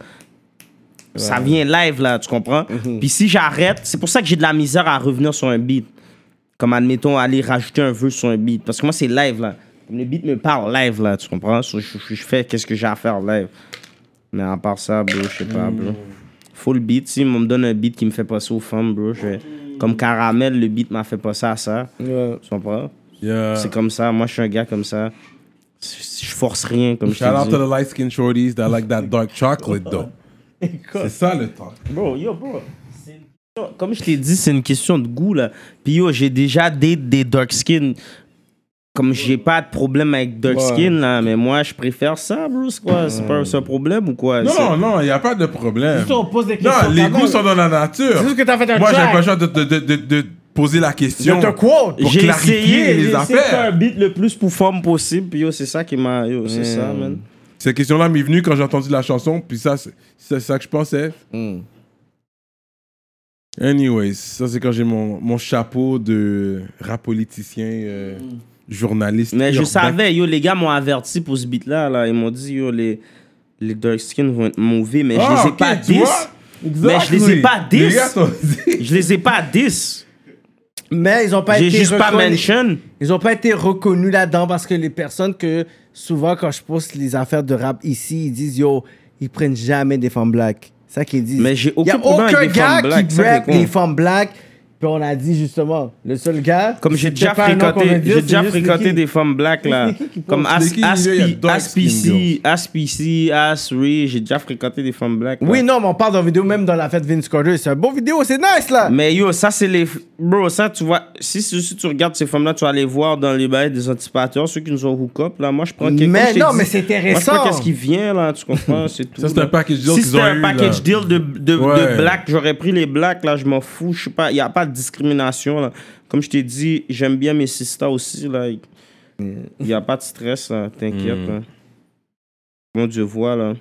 [SPEAKER 4] Ça vient live, là, tu comprends? Puis si j'arrête, c'est pour ça que j'ai de la misère à revenir sur un beat. Comme, admettons, aller rajouter un vœu sur un beat. Parce que moi, c'est live, là. Le beat me parle live, là, tu comprends? So, je, je- je fais qu'est-ce que j'ai à faire live. Mais à part ça, bro, je sais pas, bro. Faut le beat. Si on me donne un beat qui me fait passer aux femmes, bro, je vais- Comme Caramel, le beat m'a fait passer à ça. Tu comprends?
[SPEAKER 3] Yeah.
[SPEAKER 4] C'est comme ça. Moi, je suis un gars comme ça. Je je force rien, comme je
[SPEAKER 3] Shout out
[SPEAKER 4] te
[SPEAKER 3] to
[SPEAKER 4] dis.
[SPEAKER 3] the light skin shorties that like that dark chocolate,
[SPEAKER 5] (laughs)
[SPEAKER 3] though. C'est ça le talk.
[SPEAKER 6] Oh,
[SPEAKER 4] Bro, yo, bro. c'est une question- Comme je t'ai dit, c'est une question de goût, là. Puis yo, j'ai déjà des, des dark skin. Comme j'ai pas de problème avec dark skin, là, mais moi, je préfère ça, bro. C'est quoi? C'est pas c'est un problème ou quoi?
[SPEAKER 3] Non,
[SPEAKER 4] C'est-
[SPEAKER 3] non, non, il n'y a pas de problème.
[SPEAKER 6] on pose des questions.
[SPEAKER 3] Non, les
[SPEAKER 6] pardon.
[SPEAKER 3] goûts sont dans la nature.
[SPEAKER 5] C'est juste que t'as fait un
[SPEAKER 3] Moi, j'ai
[SPEAKER 5] track.
[SPEAKER 3] pas le choix de, de, de, de, de poser la
[SPEAKER 5] Je
[SPEAKER 3] question.
[SPEAKER 5] te quote.
[SPEAKER 3] pour
[SPEAKER 4] J'ai
[SPEAKER 3] clarifier
[SPEAKER 4] essayé,
[SPEAKER 3] les
[SPEAKER 4] j'ai essayé de
[SPEAKER 3] affaires.
[SPEAKER 4] faire un beat le plus pour forme possible. Puis yo, c'est ça qui m'a. Yo, c'est
[SPEAKER 3] Mm.
[SPEAKER 4] ça, man.
[SPEAKER 3] Cette question-là m'est venue quand j'ai entendu la chanson, puis ça, c'est c'est ça que je pensais.
[SPEAKER 4] Hmm.
[SPEAKER 3] Anyways, ça, c'est quand j'ai mon, mon chapeau de rap politicien, euh, journaliste.
[SPEAKER 4] Hmm. Mais je
[SPEAKER 3] urbain.
[SPEAKER 4] savais, yo, les gars m'ont averti pour ce beat-là. Là. Ils m'ont dit, yo, les, les dark skins vont être mauvais, mais
[SPEAKER 3] Ah,
[SPEAKER 4] je les ai
[SPEAKER 3] ok,
[SPEAKER 4] pas
[SPEAKER 3] tu
[SPEAKER 4] 10.
[SPEAKER 3] vois?
[SPEAKER 4] Mais je les ai pas
[SPEAKER 3] Les
[SPEAKER 4] 10.
[SPEAKER 3] gars sont-
[SPEAKER 4] Je les ai pas 10.
[SPEAKER 5] Mais ils ont pas
[SPEAKER 4] J'ai
[SPEAKER 5] été
[SPEAKER 4] juste pas
[SPEAKER 5] reconnus-
[SPEAKER 4] mention.
[SPEAKER 5] Ils ont pas été reconnus là-dedans parce que les personnes que souvent quand je poste les affaires de rap ici, ils disent yo, ils prennent jamais des femmes black. C'est ça qu'ils disent.
[SPEAKER 4] Mais j'ai aucun
[SPEAKER 5] Y a
[SPEAKER 4] problème avec des
[SPEAKER 5] gars
[SPEAKER 4] femmes black,
[SPEAKER 5] qui
[SPEAKER 4] ça,
[SPEAKER 5] break
[SPEAKER 4] c'est con.
[SPEAKER 5] les femmes black. Puis on a dit justement, le seul gars.
[SPEAKER 4] Comme j'ai
[SPEAKER 5] c'était
[SPEAKER 4] déjà
[SPEAKER 5] pas un nom qu'on veut
[SPEAKER 4] fréquenté,
[SPEAKER 5] dire,
[SPEAKER 4] j'ai
[SPEAKER 5] c'est
[SPEAKER 4] déjà
[SPEAKER 5] juste
[SPEAKER 4] fréquenté
[SPEAKER 5] Nicky.
[SPEAKER 4] des femmes
[SPEAKER 5] (laughs)
[SPEAKER 4] black là.
[SPEAKER 6] Nicky qui
[SPEAKER 4] Comme
[SPEAKER 6] pense-
[SPEAKER 4] As-
[SPEAKER 3] Nicky,
[SPEAKER 4] Aspi-
[SPEAKER 3] il y a dark skin
[SPEAKER 4] Aspici, Aspici, Asri, j'ai déjà fréquenté des femmes black. là.
[SPEAKER 5] Oui, non, mais on parle d'une vidéo même dans la fête Vince Carter. C'est un bon vidéo, c'est nice là.
[SPEAKER 4] Mais yo, ça c'est les. Bro, ça tu vois, si, si, si tu regardes ces femmes-là, tu vas les voir dans les bails des anticipateurs, ceux qui nous ont hook up là. Moi je prends quelque
[SPEAKER 5] Mais
[SPEAKER 4] comme je t'ai
[SPEAKER 5] non,
[SPEAKER 4] dit,
[SPEAKER 5] mais c'était
[SPEAKER 4] Moi, je prends
[SPEAKER 5] récent.
[SPEAKER 4] qu'est-ce qui vient là, tu comprends, c'est tout.
[SPEAKER 3] Ça, c'est un
[SPEAKER 4] là.
[SPEAKER 3] package deal
[SPEAKER 4] Si
[SPEAKER 3] qu'ils
[SPEAKER 4] c'était
[SPEAKER 3] ont
[SPEAKER 4] un
[SPEAKER 3] eu,
[SPEAKER 4] package
[SPEAKER 3] là.
[SPEAKER 4] deal de, de,
[SPEAKER 3] Ouais.
[SPEAKER 4] de black, j'aurais pris les blacks là, je m'en fous, je sais pas, y a pas de discrimination là. Comme je t'ai dit, j'aime bien mes sisters aussi là. Y a pas de stress là, t'inquiète.
[SPEAKER 3] Hmm.
[SPEAKER 4] là. Bon Dieu vois là.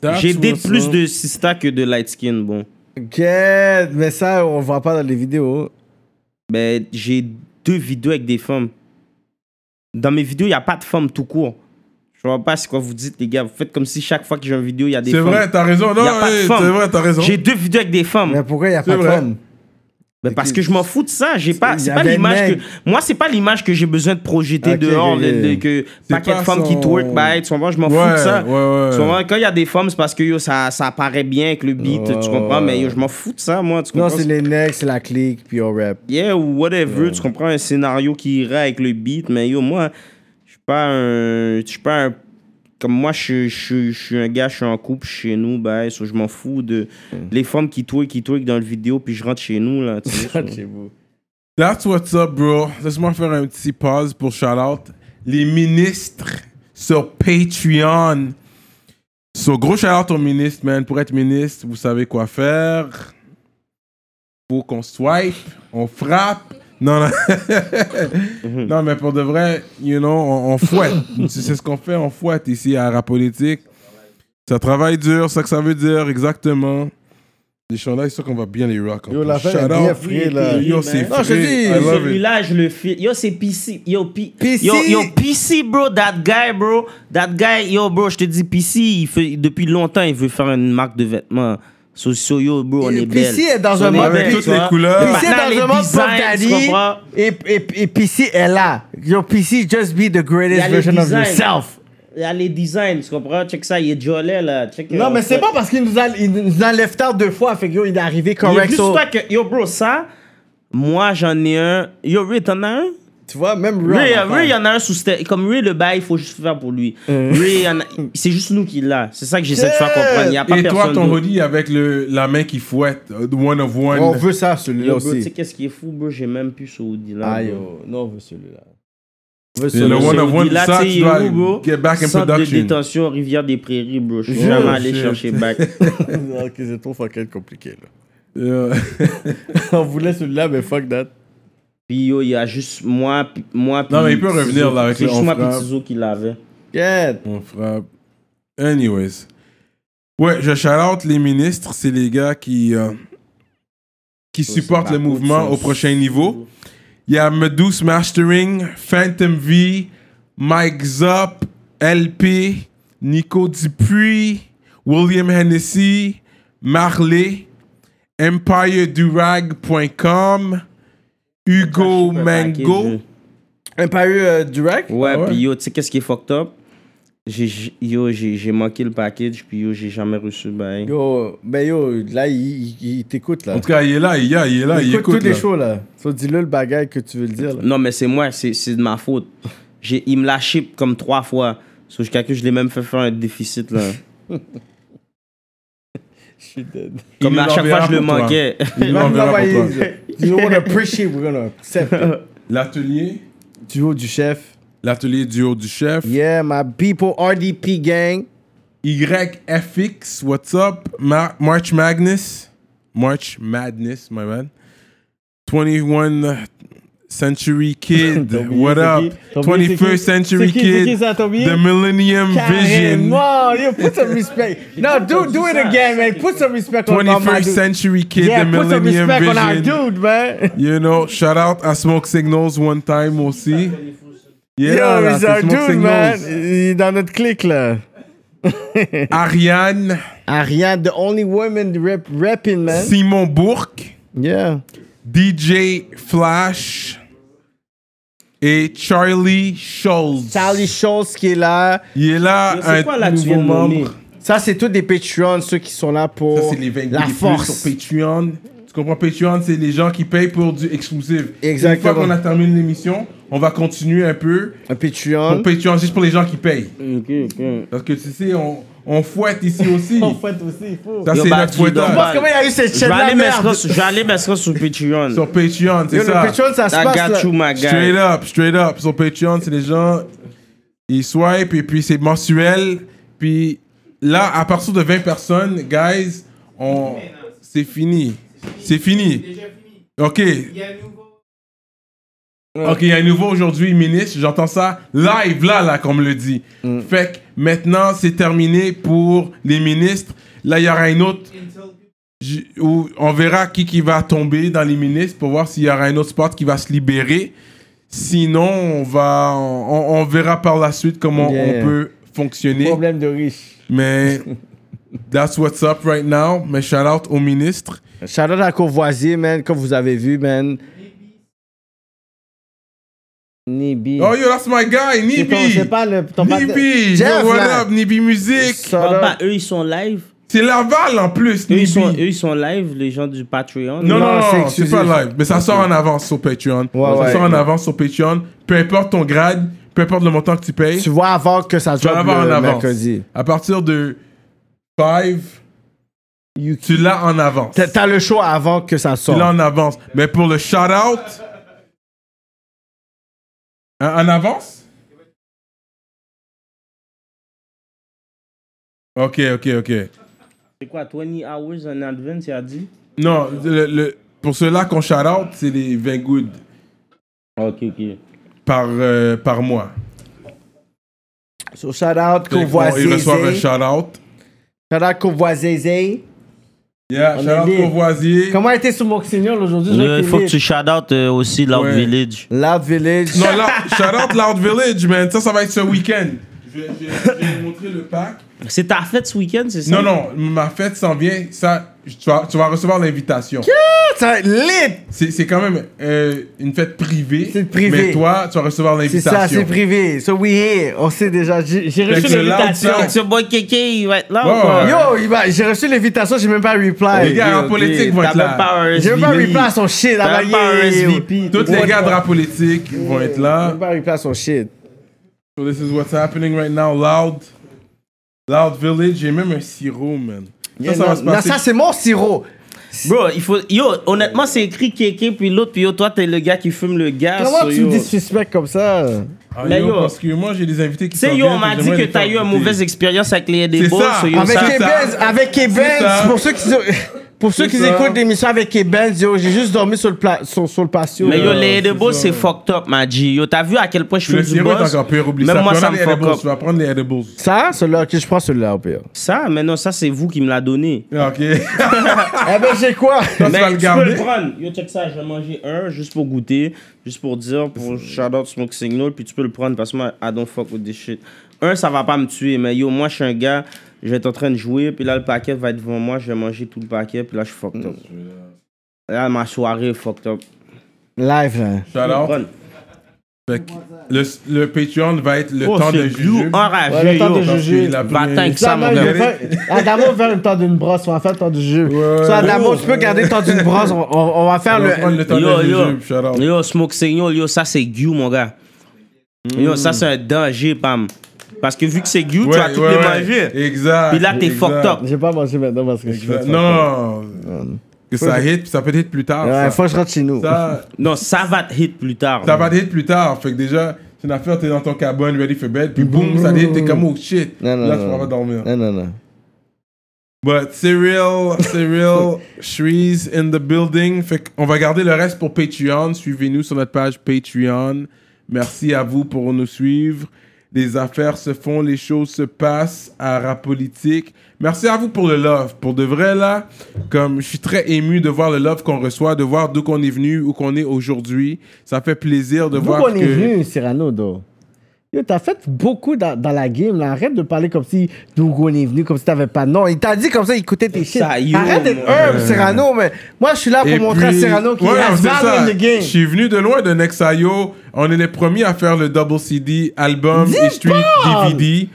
[SPEAKER 3] That's
[SPEAKER 4] J'ai des
[SPEAKER 3] what's
[SPEAKER 4] plus
[SPEAKER 3] up.
[SPEAKER 4] de sisters que de light skin, bon.
[SPEAKER 5] Ok, mais ça, on le voit pas dans les vidéos.
[SPEAKER 4] Ben, j'ai deux vidéos avec des femmes. Dans mes vidéos, il n'y a pas de femmes tout court. Je vois pas ce que vous dites, les gars. Vous faites comme si chaque fois que j'ai une vidéo, il y a des
[SPEAKER 3] C'est
[SPEAKER 4] femmes.
[SPEAKER 3] vrai, t'as raison. Non,
[SPEAKER 4] Y a pas de
[SPEAKER 3] hey,
[SPEAKER 4] femmes.
[SPEAKER 3] c'est vrai, t'as raison.
[SPEAKER 4] J'ai deux vidéos avec des femmes.
[SPEAKER 5] Mais pourquoi il n'y a pas de
[SPEAKER 3] vrai.
[SPEAKER 5] femme
[SPEAKER 4] Ben, parce que je m'en fous de ça. J'ai pas,
[SPEAKER 5] Il y
[SPEAKER 4] c'est
[SPEAKER 5] a
[SPEAKER 4] pas
[SPEAKER 5] des
[SPEAKER 4] l'image que,
[SPEAKER 5] mecs.
[SPEAKER 4] moi, c'est pas l'image que j'ai besoin de projeter
[SPEAKER 5] Ok,
[SPEAKER 4] dehors.
[SPEAKER 5] ok,
[SPEAKER 4] le- le-
[SPEAKER 5] ok.
[SPEAKER 4] que
[SPEAKER 3] C'est
[SPEAKER 4] paquet de
[SPEAKER 3] pas
[SPEAKER 4] femmes qui
[SPEAKER 3] son-
[SPEAKER 4] twerk, bah, tu comprends, je m'en fous de
[SPEAKER 3] Ouais,
[SPEAKER 4] ça.
[SPEAKER 3] ouais, ouais.
[SPEAKER 4] Tu comprends, quand il y a des femmes, c'est parce que yo, ça, ça apparaît bien avec le beat, tu comprends, mais yo, je m'en fous de ça, moi. Tu
[SPEAKER 5] Non,
[SPEAKER 4] comprends?
[SPEAKER 5] c'est les necks, c'est la clique, puis on rap.
[SPEAKER 4] yeah ou whatever, tu comprends un scénario qui irait avec le beat, mais yo, moi, je suis pas un. Je suis pas un. Comme moi, je suis- je suis- je suis un gars, je suis en couple chez nous, bah, so je m'en fous de. Les femmes qui tweak, qui tweak dans le vidéo, puis je rentre chez nous, là, tu sais.
[SPEAKER 6] Chez vous.
[SPEAKER 3] That's what's up, bro. Laisse-moi faire un petit pause pour shout-out les ministres sur Patreon. So, gros shout-out aux ministres, man. Pour être ministre, vous savez quoi faire. Faut qu'on swipe, on frappe. Non, non.
[SPEAKER 5] (laughs)
[SPEAKER 3] non, mais pour de vrai, you know, on, on fouette. C'est c'est ce qu'on fait, on fouette ici à Rapolitique. Ça travaille dur, ça que ça veut dire, exactement. Les chants là, c'est sûr qu'on va bien les rock. en
[SPEAKER 5] Yo,
[SPEAKER 3] plus.
[SPEAKER 5] l'affaire est
[SPEAKER 3] Shout
[SPEAKER 5] bien
[SPEAKER 3] out.
[SPEAKER 5] free, là.
[SPEAKER 3] Yo, c'est
[SPEAKER 5] Non, je te
[SPEAKER 3] free.
[SPEAKER 5] dis,
[SPEAKER 3] I love it.
[SPEAKER 4] Celui-là, je le fais. Yo, c'est PC. Yo, P-
[SPEAKER 5] PC.
[SPEAKER 4] Yo, yo, PC, bro. That guy, bro. That guy, yo, bro, je te dis, PC, il fait, depuis longtemps, il veut faire une marque de vêtements. So, so, yo, bro, on
[SPEAKER 5] Et
[SPEAKER 4] est
[SPEAKER 5] PC
[SPEAKER 4] belle.
[SPEAKER 5] est dans
[SPEAKER 4] So,
[SPEAKER 5] un
[SPEAKER 4] on
[SPEAKER 5] mode
[SPEAKER 4] belle,
[SPEAKER 5] toutes
[SPEAKER 4] tu vois.
[SPEAKER 3] les couleurs.
[SPEAKER 4] Le
[SPEAKER 5] PC
[SPEAKER 4] patin,
[SPEAKER 5] est
[SPEAKER 4] les
[SPEAKER 5] dans un monde
[SPEAKER 4] designs,
[SPEAKER 5] Puff
[SPEAKER 4] tu comprends?
[SPEAKER 5] Daddy. Et, et, et PC est là. Yo, PC, just be the
[SPEAKER 4] Il y a
[SPEAKER 5] greatest
[SPEAKER 4] les
[SPEAKER 5] version of
[SPEAKER 4] designs.
[SPEAKER 5] yourself.
[SPEAKER 4] Il y a les designs, tu comprends? Check ça, il est jolé, là. Check,
[SPEAKER 5] Non,
[SPEAKER 4] euh,
[SPEAKER 5] mais c'est
[SPEAKER 4] fait-
[SPEAKER 5] pas parce qu'il nous, a- il nous enlève tard deux fois, fait que yo, il est arrivé
[SPEAKER 4] Il y a
[SPEAKER 5] correct.
[SPEAKER 4] juste
[SPEAKER 5] so-
[SPEAKER 4] toi que. Yo, bro, ça, moi, j'en ai un. Yo, Ray, t'en as un?
[SPEAKER 5] tu vois, même Ray,
[SPEAKER 4] Ray,
[SPEAKER 5] on en
[SPEAKER 4] Ray, il y
[SPEAKER 5] parle.
[SPEAKER 4] en a un sous sta- Comme Ray, le bail, il faut juste faire pour lui.
[SPEAKER 3] Euh.
[SPEAKER 4] Ray, il y en a- c'est juste nous qui l'a. C'est ça que j'essaie de faire comprendre. Il n'y a pas
[SPEAKER 3] Et toi,
[SPEAKER 4] personne.
[SPEAKER 3] ton
[SPEAKER 4] d'autre.
[SPEAKER 3] hoodie avec le, la main qui fouette, euh, one of one.
[SPEAKER 5] On veut ça, celui-là
[SPEAKER 4] Yo, bro, tu sais
[SPEAKER 5] aussi.
[SPEAKER 4] qu'est-ce qui est fou, bro? J'ai même plus ce hoodie-là.
[SPEAKER 6] Ah,
[SPEAKER 3] Mmh.
[SPEAKER 4] bro.
[SPEAKER 5] oh,
[SPEAKER 6] yo. Non, on veut celui-là.
[SPEAKER 5] On veut
[SPEAKER 3] Et
[SPEAKER 5] celui-là.
[SPEAKER 3] oh. le one
[SPEAKER 5] (laughs)
[SPEAKER 3] of one,
[SPEAKER 4] hoodie-là,
[SPEAKER 3] ça,
[SPEAKER 4] tu
[SPEAKER 3] tu
[SPEAKER 4] sais, il est
[SPEAKER 3] dois
[SPEAKER 4] où, bro?
[SPEAKER 3] get back in
[SPEAKER 4] Centre de
[SPEAKER 3] production.
[SPEAKER 4] détention Rivière des Prairies, bro. Je suis
[SPEAKER 3] Oh,
[SPEAKER 4] jamais allé
[SPEAKER 3] shit.
[SPEAKER 4] chercher
[SPEAKER 3] (laughs)
[SPEAKER 4] back.
[SPEAKER 6] ok, c'est trop fucking compliqué, là.
[SPEAKER 3] Yeah.
[SPEAKER 6] on voulait celui-là, mais fuck that.
[SPEAKER 4] Puis yo, il y a juste moi, puis- moi.
[SPEAKER 3] Non,
[SPEAKER 4] puis
[SPEAKER 3] mais il peut
[SPEAKER 4] Tizo.
[SPEAKER 3] revenir, là, avec
[SPEAKER 4] C'est
[SPEAKER 3] le
[SPEAKER 4] juste
[SPEAKER 3] on
[SPEAKER 4] moi, puis
[SPEAKER 3] frappe.
[SPEAKER 4] Tizo qui l'avait.
[SPEAKER 5] Yeah.
[SPEAKER 3] On frappe. Anyways. Ouais, je shout out les ministres. C'est les gars qui, euh, qui supportent le mouvement au prochain niveau. Il y a Medus Mastering, Phantom V, Mike Zop, LP, Nico Dupuis, William Hennessy, Marley, EmpireDurag.com, Hugo
[SPEAKER 4] Je peux paquer,
[SPEAKER 3] Mango,
[SPEAKER 5] Un paru euh, Durac?
[SPEAKER 4] Ouais,
[SPEAKER 3] Ah ouais.
[SPEAKER 4] puis yo, tu sais qu'est-ce qui est fucked up? J'ai- j'ai- Yo, j'ai j'ai manqué le package, puis yo, j'ai jamais reçu ben.
[SPEAKER 5] Yo, ben yo, là, il, il- il t'écoute, là.
[SPEAKER 3] En tout cas, il est là, il est là, il est là, il écoute.
[SPEAKER 5] toutes les
[SPEAKER 3] là. Mmh.
[SPEAKER 5] shows, là. So, dis-le le bagage que tu veux le dire, là.
[SPEAKER 4] Non, mais c'est moi, c'est c'est de ma faute. J'ai- Il me l'a ship comme trois fois. Sauf jusqu'à que je l'ai même fait faire un déficit, là.
[SPEAKER 6] Je suis dead.
[SPEAKER 4] Comme
[SPEAKER 3] nous
[SPEAKER 4] à chaque
[SPEAKER 3] l'enverra
[SPEAKER 4] fois, je le
[SPEAKER 3] pour toi.
[SPEAKER 4] manquais.
[SPEAKER 3] Il
[SPEAKER 5] Va nous
[SPEAKER 3] l'enverra pour
[SPEAKER 5] l'envoyer.
[SPEAKER 3] toi.
[SPEAKER 5] (laughs) You don't wanna appreciate, we're gonna accept.
[SPEAKER 3] (laughs) L'atelier,
[SPEAKER 5] Duo du chef.
[SPEAKER 3] l'atelier du haut du chef.
[SPEAKER 5] Yeah, my people, RDP gang.
[SPEAKER 3] YFX, what's up? Ma- March Magnus. March Madness, my man. 21 Century Kid,
[SPEAKER 6] T'as oublié
[SPEAKER 3] what
[SPEAKER 6] c'est
[SPEAKER 3] up?
[SPEAKER 6] qui? T'as oublié c'est
[SPEAKER 3] 21st
[SPEAKER 6] qui?
[SPEAKER 3] Century
[SPEAKER 6] C'est qui- c'est qui
[SPEAKER 3] Kid,
[SPEAKER 6] ça, t'as oublié?
[SPEAKER 3] The Millennium Vision.
[SPEAKER 5] Wow, yo, put some respect. No, do, do it again, man. Put some respect on on my
[SPEAKER 3] 21st
[SPEAKER 5] dude.
[SPEAKER 3] Century Kid,
[SPEAKER 5] Yeah,
[SPEAKER 3] The
[SPEAKER 5] put some
[SPEAKER 3] Millennium
[SPEAKER 5] respect on our
[SPEAKER 3] Vision.
[SPEAKER 5] dude, man.
[SPEAKER 3] You know, shout out à Smoke Signals one time aussi. Yeah,
[SPEAKER 5] (laughs) Yo,
[SPEAKER 3] là,
[SPEAKER 5] he's
[SPEAKER 3] c'est
[SPEAKER 5] our
[SPEAKER 3] Smoke
[SPEAKER 5] dude,
[SPEAKER 3] Signals.
[SPEAKER 5] man. Il est dans notre clique, là.
[SPEAKER 3] Ariane,
[SPEAKER 5] Ariane, the only woman rep, repping, man.
[SPEAKER 3] Simon Bourque,
[SPEAKER 5] Yeah.
[SPEAKER 3] DJ Flash et Charlie Schultz.
[SPEAKER 5] Charlie Schultz qui est là.
[SPEAKER 3] Il est là, un
[SPEAKER 4] C'est quoi, là, tu
[SPEAKER 3] nouveau
[SPEAKER 4] viens de nommer?
[SPEAKER 3] membre.
[SPEAKER 5] Ça, c'est tous des Patreons, ceux qui sont là pour
[SPEAKER 3] Ça, c'est les 20
[SPEAKER 5] la
[SPEAKER 3] les plus
[SPEAKER 5] force.
[SPEAKER 3] sur Patreon. Tu comprends? Patreon, c'est les gens qui payent pour du exclusif.
[SPEAKER 5] Exactement.
[SPEAKER 3] Une fois qu'on a terminé l'émission, on va continuer un peu
[SPEAKER 5] Un
[SPEAKER 3] pour
[SPEAKER 5] Patreon.
[SPEAKER 3] Patreon, juste pour les gens qui payent.
[SPEAKER 4] Ok, ok.
[SPEAKER 3] Parce que tu sais, on, on fouette ici aussi.
[SPEAKER 5] fait aussi, il faut.
[SPEAKER 3] Ça,
[SPEAKER 4] Yo,
[SPEAKER 3] c'est
[SPEAKER 4] bah,
[SPEAKER 3] notre
[SPEAKER 4] dis
[SPEAKER 3] fouetteur.
[SPEAKER 4] donc, bah.
[SPEAKER 5] Comment il y a eu cette
[SPEAKER 4] Je
[SPEAKER 5] chaîne
[SPEAKER 4] vais
[SPEAKER 5] là
[SPEAKER 4] aller
[SPEAKER 5] merde?
[SPEAKER 4] m'inscrire sur- je vais aller m'inscrire sur Patreon.
[SPEAKER 3] Sur Patreon,
[SPEAKER 5] Yo,
[SPEAKER 3] c'est
[SPEAKER 5] le
[SPEAKER 3] ça.
[SPEAKER 5] Patreon, ça se
[SPEAKER 4] I
[SPEAKER 5] passe,
[SPEAKER 4] got
[SPEAKER 5] là.
[SPEAKER 4] you, my guy.
[SPEAKER 3] Straight up, straight up. Sur Patreon, c'est les gens, ils swipe et puis c'est mensuel. Puis là, à partir de 20 personnes, guys, on... c'est fini. C'est fini. OK. OK, il y a un nouveau aujourd'hui, ministre. J'entends ça live, là, là, comme le dit.
[SPEAKER 5] Mm.
[SPEAKER 3] Fait que maintenant, c'est terminé pour les ministres. Là, il y aura un autre J- où on verra qui, qui va tomber dans les ministres pour voir s'il y aura un autre spot qui va se libérer. Sinon, on, va, on, on verra par la suite comment
[SPEAKER 5] Yeah.
[SPEAKER 3] on peut fonctionner.
[SPEAKER 5] Problème de riche. (laughs)
[SPEAKER 3] Mais that's what's up right now. Mais shout out au ministre.
[SPEAKER 5] Shout out à Courvoisier, man, comme vous avez vu, man. Nibi.
[SPEAKER 3] Oh yo, that's my guy,
[SPEAKER 5] Mm. C'est ton-
[SPEAKER 3] Nibi.
[SPEAKER 5] c'est pas le. Ton pas-
[SPEAKER 3] Nibi,
[SPEAKER 5] Jeff,
[SPEAKER 3] yo, what
[SPEAKER 5] là.
[SPEAKER 3] up, Nibi Music.
[SPEAKER 5] Shout out.
[SPEAKER 4] Papa, eux, ils sont live.
[SPEAKER 3] C'est Laval en plus,
[SPEAKER 4] Eux,
[SPEAKER 3] Nibi.
[SPEAKER 4] ils sont, eux, ils sont live, les gens du Patreon.
[SPEAKER 3] Non, non,
[SPEAKER 5] Non, c'est
[SPEAKER 3] non, c'est
[SPEAKER 5] exclusif.
[SPEAKER 3] pas live. Mais ça sort en avance sur Patreon.
[SPEAKER 5] Ouais,
[SPEAKER 3] ça
[SPEAKER 5] ouais.
[SPEAKER 3] sort en avance sur Patreon. Peu importe ton grade, peu importe le montant que tu payes.
[SPEAKER 5] Tu vois avant que ça
[SPEAKER 3] Tu vas
[SPEAKER 5] drop
[SPEAKER 3] l'avoir en
[SPEAKER 5] le
[SPEAKER 3] avance.
[SPEAKER 5] mercredi.
[SPEAKER 3] À partir de 5, tu l'as en avance.
[SPEAKER 5] T'as- T'as le show avant que ça
[SPEAKER 3] Tu
[SPEAKER 5] sorte.
[SPEAKER 3] l'as en avance. Mais pour le shout-out, en, hein, en avance? Ok, ok, ok.
[SPEAKER 4] C'est quoi, 20 hours in advance, il a dit
[SPEAKER 3] Non, le- le- pour ceux-là qu'on shout-out, c'est les 20 good
[SPEAKER 4] Ok, ok.
[SPEAKER 3] par, euh, par mois.
[SPEAKER 5] So shout out
[SPEAKER 3] Ils
[SPEAKER 5] Courvoisier.
[SPEAKER 3] reçoivent un
[SPEAKER 5] Shout
[SPEAKER 3] shout-out.
[SPEAKER 5] out Courvoisier.
[SPEAKER 3] Yeah,
[SPEAKER 5] On
[SPEAKER 3] shout-out
[SPEAKER 5] est libre.
[SPEAKER 3] Courvoisier.
[SPEAKER 5] Comment était sous Moxignol aujourd'hui? je vois
[SPEAKER 4] Il
[SPEAKER 5] qu'il
[SPEAKER 4] faut que
[SPEAKER 5] est-
[SPEAKER 4] tu shout out euh, aussi Loud
[SPEAKER 3] Ouais.
[SPEAKER 4] Village.
[SPEAKER 5] Loud Village.
[SPEAKER 3] Non, là, shout out Loud Village, man. Ça, ça va être ce week-end. Je vais, je vais- je vais vous montrer le pack.
[SPEAKER 4] C'est ta fête ce week-end, c'est ça
[SPEAKER 3] Non, non, ma fête s'en vient. Ça, tu vas, tu vas recevoir l'invitation.
[SPEAKER 5] Ça lit!
[SPEAKER 3] C'est c'est quand même euh, une fête privée.
[SPEAKER 5] C'est privé.
[SPEAKER 3] Mais toi, tu vas recevoir
[SPEAKER 5] C'est
[SPEAKER 3] l'invitation.
[SPEAKER 5] ça, c'est privé. So we here. On sait déjà. J'ai j'ai
[SPEAKER 3] Fait
[SPEAKER 5] reçu
[SPEAKER 3] que là,
[SPEAKER 5] l'invitation.
[SPEAKER 3] on
[SPEAKER 4] Donc, ce boy Kéké, il va être là
[SPEAKER 3] Ouais,
[SPEAKER 4] ou quoi
[SPEAKER 3] ouais.
[SPEAKER 5] Yo, il m'a- j'ai reçu l'invitation, j'ai même pas reply.
[SPEAKER 3] Les gars en politique vont
[SPEAKER 4] T'as
[SPEAKER 3] être
[SPEAKER 4] même
[SPEAKER 3] là.
[SPEAKER 4] pas un
[SPEAKER 5] J'ai même pas reply à
[SPEAKER 4] SVP.
[SPEAKER 5] son shit.
[SPEAKER 4] T'as
[SPEAKER 5] ah bah,
[SPEAKER 4] même pas un
[SPEAKER 5] yeah, yeah, yeah.
[SPEAKER 4] SVP.
[SPEAKER 3] Tous les gars de rap politique vont être
[SPEAKER 5] J'ai
[SPEAKER 3] là.
[SPEAKER 5] même pas reply à son shit.
[SPEAKER 3] So this is what's happening right now. Loud. Loud Village. J'ai même un sirop, man. Ça, ça va se
[SPEAKER 5] Non,
[SPEAKER 3] passer.
[SPEAKER 5] ça c'est mon sirop.
[SPEAKER 4] Bro, il faut. Yo, honnêtement, c'est écrit Kéké, puis l'autre, puis yo, toi, t'es le gars qui fume le gaz.
[SPEAKER 5] Ah, Comment
[SPEAKER 4] so,
[SPEAKER 5] tu me
[SPEAKER 4] yo.
[SPEAKER 5] disrespectes comme ça?
[SPEAKER 3] Ah,
[SPEAKER 4] Mais
[SPEAKER 3] yo,
[SPEAKER 4] yo.
[SPEAKER 3] parce que moi, j'ai des invités qui
[SPEAKER 4] Tu sais,
[SPEAKER 3] s'en
[SPEAKER 4] yo, on
[SPEAKER 3] viennent,
[SPEAKER 4] m'a
[SPEAKER 3] puis
[SPEAKER 4] dit
[SPEAKER 3] j'aimerais
[SPEAKER 4] que
[SPEAKER 3] les
[SPEAKER 4] t'as
[SPEAKER 3] faire
[SPEAKER 4] eu une
[SPEAKER 3] goûter.
[SPEAKER 4] mauvaise expérience avec les
[SPEAKER 3] C'est
[SPEAKER 4] débats.
[SPEAKER 3] ça.
[SPEAKER 4] so, yo,
[SPEAKER 5] Avec
[SPEAKER 4] ça-
[SPEAKER 3] Québec.
[SPEAKER 5] Kebenz, avec
[SPEAKER 3] ça.
[SPEAKER 5] Kebenz, pour ceux qui pour ceux
[SPEAKER 3] C'est
[SPEAKER 5] qui
[SPEAKER 3] ça.
[SPEAKER 5] écoutent l'émission avec Kebenz, yo, j'ai juste dormi sur le pla- sur, sur le patio.
[SPEAKER 4] Mais yo,
[SPEAKER 5] là.
[SPEAKER 4] les
[SPEAKER 3] c'est
[SPEAKER 4] edibles,
[SPEAKER 3] ça.
[SPEAKER 4] c'est fucked up, ma G. Yo, t'as vu à quel point je
[SPEAKER 3] Le
[SPEAKER 4] fume du
[SPEAKER 3] sirop est
[SPEAKER 4] buzz
[SPEAKER 3] encore pire. Oublie
[SPEAKER 4] Même
[SPEAKER 3] ça.
[SPEAKER 4] moi,
[SPEAKER 3] Tu vas
[SPEAKER 4] ça
[SPEAKER 3] prendre
[SPEAKER 4] me
[SPEAKER 3] les edibles,
[SPEAKER 4] fuck
[SPEAKER 3] Tu
[SPEAKER 4] up.
[SPEAKER 3] vas prendre les
[SPEAKER 4] (laughs)
[SPEAKER 3] edibles.
[SPEAKER 5] Ça, celui-là, que je prends celui-là au pire.
[SPEAKER 4] Ça, mais non, ça, c'est vous qui me l'a donné.
[SPEAKER 3] Ah, (laughs) OK.
[SPEAKER 5] (laughs) Eh ben, j'ai quoi?
[SPEAKER 3] Toi, tu vas le
[SPEAKER 4] Mais tu peux le
[SPEAKER 3] garder.
[SPEAKER 4] prendre. Yo, check ça, je vais manger un juste pour goûter, juste pour dire, pour shout-out Smoke Signal, puis tu peux le prendre parce que moi, I don't fuck with this shit. Un, ça va pas me tuer, mais yo, moi, je suis un gars, je vais être en train de jouer, puis là, le paquet va être devant moi, je vais manger tout le paquet, puis là, je suis fucked up. Là, ma soirée est fucked up.
[SPEAKER 5] Live, hein. là.
[SPEAKER 3] Shout out.
[SPEAKER 4] Prendre.
[SPEAKER 3] Fait que le, le Patreon va être le
[SPEAKER 4] Oh,
[SPEAKER 3] temps de
[SPEAKER 4] c'est
[SPEAKER 3] juger.
[SPEAKER 4] glue enragé.
[SPEAKER 5] Ouais, le temps
[SPEAKER 4] yo.
[SPEAKER 5] de
[SPEAKER 3] Parce que
[SPEAKER 5] juger.
[SPEAKER 3] la
[SPEAKER 4] Va-t'en
[SPEAKER 3] première-
[SPEAKER 4] avec ça, mon
[SPEAKER 5] Adamo,
[SPEAKER 4] gars.
[SPEAKER 5] il fait- Adamo veut faire le temps d'une brosse, on va faire le temps du jeu.
[SPEAKER 3] Ouais.
[SPEAKER 5] So, Adamo, tu peux garder le temps d'une brosse, on, on- on va faire
[SPEAKER 3] On va prendre
[SPEAKER 5] le.
[SPEAKER 3] le temps
[SPEAKER 4] yo,
[SPEAKER 3] de
[SPEAKER 4] yo,
[SPEAKER 3] juger, puis shout out.
[SPEAKER 4] yo, Smoke Signal, yo, ça c'est Gu, mon gars. Yo, ça c'est un danger, pam. Parce que vu que c'est Gu, tu
[SPEAKER 3] Ouais,
[SPEAKER 4] vas tout
[SPEAKER 3] ouais,
[SPEAKER 4] les
[SPEAKER 3] ouais.
[SPEAKER 4] manger.
[SPEAKER 3] Exact.
[SPEAKER 4] Puis là, t'es
[SPEAKER 3] exact,
[SPEAKER 4] fucked up.
[SPEAKER 5] J'ai pas mangé maintenant parce que je suis
[SPEAKER 3] exact. Non. Que ça hit, puis ça peut hit plus tard.
[SPEAKER 5] Ouais,
[SPEAKER 3] ça.
[SPEAKER 5] faut que je rentre chez nous.
[SPEAKER 3] Ça,
[SPEAKER 4] Non, ça va te hit plus tard.
[SPEAKER 3] ça va te hit plus tard. Fait que déjà, c'est une affaire, t'es dans ton cabane, ready for bed, puis boum, ça te hit, t'es comme oh shit.
[SPEAKER 5] Non, non,
[SPEAKER 3] là,
[SPEAKER 5] non.
[SPEAKER 3] tu vas pas dormir.
[SPEAKER 5] Non, non, non.
[SPEAKER 3] But Cyril, Cyril, Shrees in the building. Fait qu'on va garder le reste pour Patreon. Suivez-nous sur notre page Patreon. Merci à vous pour nous suivre. Les affaires se font, les choses se passent à Rapolitique. Merci à vous pour le love. Pour de vrai, là, comme je suis très ému de voir le love qu'on reçoit, de voir d'où qu'on est venu, où qu'on est aujourd'hui. Ça fait plaisir de
[SPEAKER 5] D'où
[SPEAKER 3] voir
[SPEAKER 5] qu'on
[SPEAKER 3] que...
[SPEAKER 5] est venu, Cyrano, d'où? Yo, t'as fait beaucoup dans, dans la game, là. Arrête de parler comme si d'où qu'on est venu, comme si t'avais pas. Non, il t'a dit comme ça, il écoutait tes shit.
[SPEAKER 4] Ça, yo,
[SPEAKER 5] Arrête d'être
[SPEAKER 4] mon-
[SPEAKER 5] humble, Cyrano, mais moi, je suis là pour
[SPEAKER 3] Et
[SPEAKER 5] montrer à
[SPEAKER 3] puis-
[SPEAKER 5] Cyrano qu'il
[SPEAKER 3] Ouais,
[SPEAKER 5] has
[SPEAKER 3] c'est
[SPEAKER 5] value
[SPEAKER 3] ça.
[SPEAKER 5] in the game.
[SPEAKER 3] Je suis venu de loin de Nexayo. On est les premiers à faire le double CD, album
[SPEAKER 5] Dis
[SPEAKER 3] et street
[SPEAKER 5] pas!
[SPEAKER 3] DVD.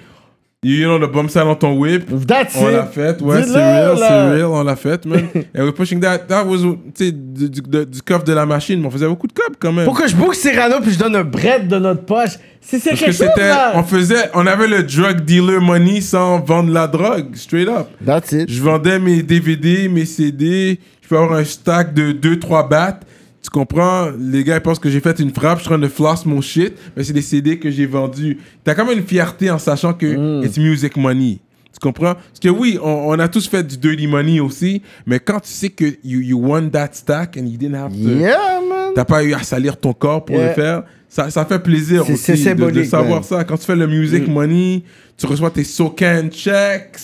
[SPEAKER 3] You know, le bum ça dans ton whip.
[SPEAKER 5] That's
[SPEAKER 3] On
[SPEAKER 5] it.
[SPEAKER 3] l'a fait, ouais,
[SPEAKER 5] Dis-le,
[SPEAKER 3] c'est real,
[SPEAKER 5] là.
[SPEAKER 3] c'est real, on l'a fait,
[SPEAKER 5] (laughs)
[SPEAKER 3] man. And we're pushing that. That was, tu sais, du, du, de- du coffre de la machine, mais on faisait beaucoup de coffre quand même.
[SPEAKER 5] Pour que je boucle Cyrano puis je donne un bread de notre poche. C'est c'est
[SPEAKER 3] Parce que
[SPEAKER 5] quelque chose,
[SPEAKER 3] c'était, on
[SPEAKER 5] là.
[SPEAKER 3] faisait, on avait le drug dealer money sans vendre la drogue, straight up.
[SPEAKER 5] That's it.
[SPEAKER 3] Je vendais mes DVD, mes CD. Je peux avoir un stack de 2-3 battes. Tu comprends? Les gars ils pensent que j'ai fait une frappe. Je suis en train de floss mon shit. Mais c'est des CD que j'ai vendus. T'as quand même une fierté en sachant
[SPEAKER 5] Mm.
[SPEAKER 3] que it's music money. Tu comprends? Parce que oui, on, on a tous fait du dirty money aussi. Mais quand tu sais que you, you won that stack and you didn't have to...
[SPEAKER 5] Yeah, man.
[SPEAKER 3] T'as pas eu à salir ton corps pour
[SPEAKER 5] Yeah.
[SPEAKER 3] le faire. Ça, ça fait plaisir
[SPEAKER 5] C'est-
[SPEAKER 3] aussi
[SPEAKER 5] c'est
[SPEAKER 3] de- de,
[SPEAKER 5] symbolique,
[SPEAKER 3] savoir
[SPEAKER 5] man.
[SPEAKER 3] ça. Quand tu fais le music
[SPEAKER 5] Mm.
[SPEAKER 3] money, tu reçois tes SoCan checks.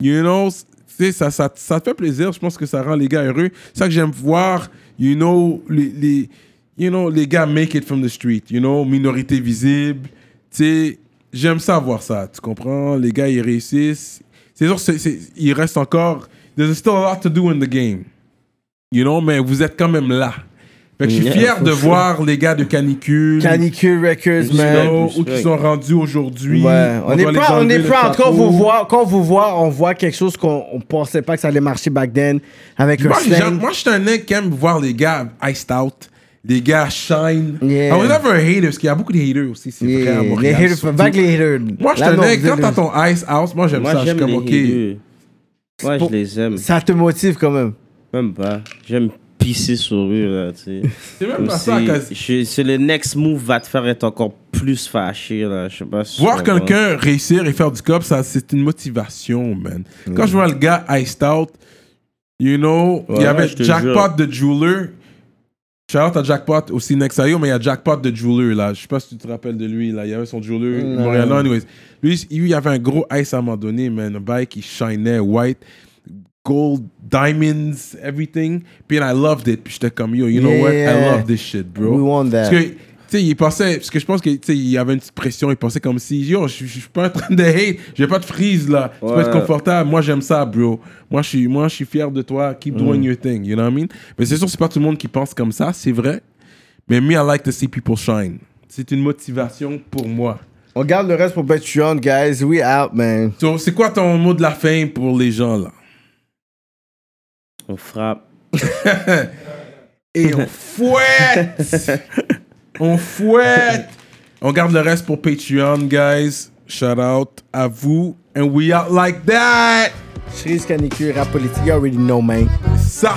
[SPEAKER 3] You know, c- tu sais, ça, ça, ça te fait plaisir. Je pense que ça rend les gars heureux. C'est ça que j'aime voir, you know, les, les- you know, les gars make it from the street. You know, minorité visible. Tu sais, j'aime ça voir ça. Tu comprends? Les gars, ils réussissent. C'est sûr, c'est- c'est- il reste encore... There's still a lot to do in the game. You know, mais vous êtes quand même là. Fait que je suis
[SPEAKER 4] Yeah,
[SPEAKER 3] fier
[SPEAKER 4] for
[SPEAKER 3] de
[SPEAKER 4] sure.
[SPEAKER 3] voir les gars de Canicule,
[SPEAKER 5] Canicule Records,
[SPEAKER 3] you
[SPEAKER 5] man.
[SPEAKER 3] know,
[SPEAKER 4] plus
[SPEAKER 3] où qui
[SPEAKER 4] vrai.
[SPEAKER 3] sont rendus aujourd'hui.
[SPEAKER 5] Ouais, on, est
[SPEAKER 3] doit les
[SPEAKER 5] proud, on
[SPEAKER 3] enlever
[SPEAKER 5] est
[SPEAKER 3] le
[SPEAKER 5] proud. Quand
[SPEAKER 3] chapeau.
[SPEAKER 5] vous voit, quand vous voit, on voit quelque chose qu'on on pensait pas que ça allait marcher back then avec un
[SPEAKER 3] Moi, les gens-
[SPEAKER 5] slang.
[SPEAKER 3] moi, je suis un mec qui aime voir les gars iced out, les gars shine.
[SPEAKER 5] Yeah.
[SPEAKER 3] I was never a hater, parce qu'il y a beaucoup de haters aussi, c'est
[SPEAKER 5] Yeah,
[SPEAKER 3] vrai à
[SPEAKER 5] les
[SPEAKER 3] Montréal.
[SPEAKER 5] haters,
[SPEAKER 3] surtout.
[SPEAKER 5] back les haters.
[SPEAKER 3] Moi, je
[SPEAKER 5] Là,
[SPEAKER 3] suis un
[SPEAKER 5] non,
[SPEAKER 3] mec,
[SPEAKER 5] vous
[SPEAKER 3] quand
[SPEAKER 5] êtes-
[SPEAKER 3] t'as ton ice out, moi, j'aime
[SPEAKER 4] Moi,
[SPEAKER 3] ça. Je suis
[SPEAKER 4] j'aime les
[SPEAKER 3] comme, OK,
[SPEAKER 4] haters. Moi, je les aime.
[SPEAKER 5] Ça te motive quand même.
[SPEAKER 4] Même pas. J'aime pisser sur eux, là, tu sais.
[SPEAKER 3] c'est même
[SPEAKER 4] Comme
[SPEAKER 3] pas ça.
[SPEAKER 4] si-
[SPEAKER 3] cause-
[SPEAKER 4] je- C'est le next move va te faire être encore plus fâché, là. Je sais pas si tu
[SPEAKER 3] Voir
[SPEAKER 4] comprends.
[SPEAKER 3] quelqu'un réussir et faire du cop, ça, c'est une motivation, man. Quand je vois le gars iced out, you know, il y
[SPEAKER 4] Ouais,
[SPEAKER 3] avait
[SPEAKER 4] je te
[SPEAKER 3] Jackpot
[SPEAKER 4] jure.
[SPEAKER 3] de Jeweler. Shout out à Jackpot aussi next à you, mais il y a Jackpot de Jeweler, là. Je sais pas si tu te rappelles de lui, là. Il y avait son Jeweler, Montréal, anyways. Lui, il y avait un gros ice à un moment donné, man. Un bike qui shinait, white, gold, diamonds, everything. Puis and I loved it. Puis j'étais comme, yo, you know what? I
[SPEAKER 5] Yeah.
[SPEAKER 3] love this shit, bro.
[SPEAKER 5] We want
[SPEAKER 3] Parce
[SPEAKER 5] that.
[SPEAKER 3] que, tu sais, il pensait, parce que je pense que, tu sais, il avait une petite pression, il pensait comme si, yo, je je- je suis pas en train de hate, j'ai pas de freeze là, tu peux
[SPEAKER 4] Ouais.
[SPEAKER 3] être confortable, moi j'aime ça, bro. Moi je suis, moi je suis fier de toi, keep doing your thing, you know what I mean? Mais c'est sûr, c'est pas tout le monde qui pense comme ça, c'est vrai, mais me, I like to see people shine. C'est une motivation pour moi.
[SPEAKER 5] On garde le reste pour Patreon, guys. We out, man.
[SPEAKER 3] So, c'est quoi ton mot de la fin pour les gens là?
[SPEAKER 4] On frappe.
[SPEAKER 3] Et on fouette! on fouette! On garde le reste pour Patreon, guys. Shout out à vous. And we out like that!
[SPEAKER 5] Cerise canicule, rap politique, you already know, man.
[SPEAKER 3] Ça!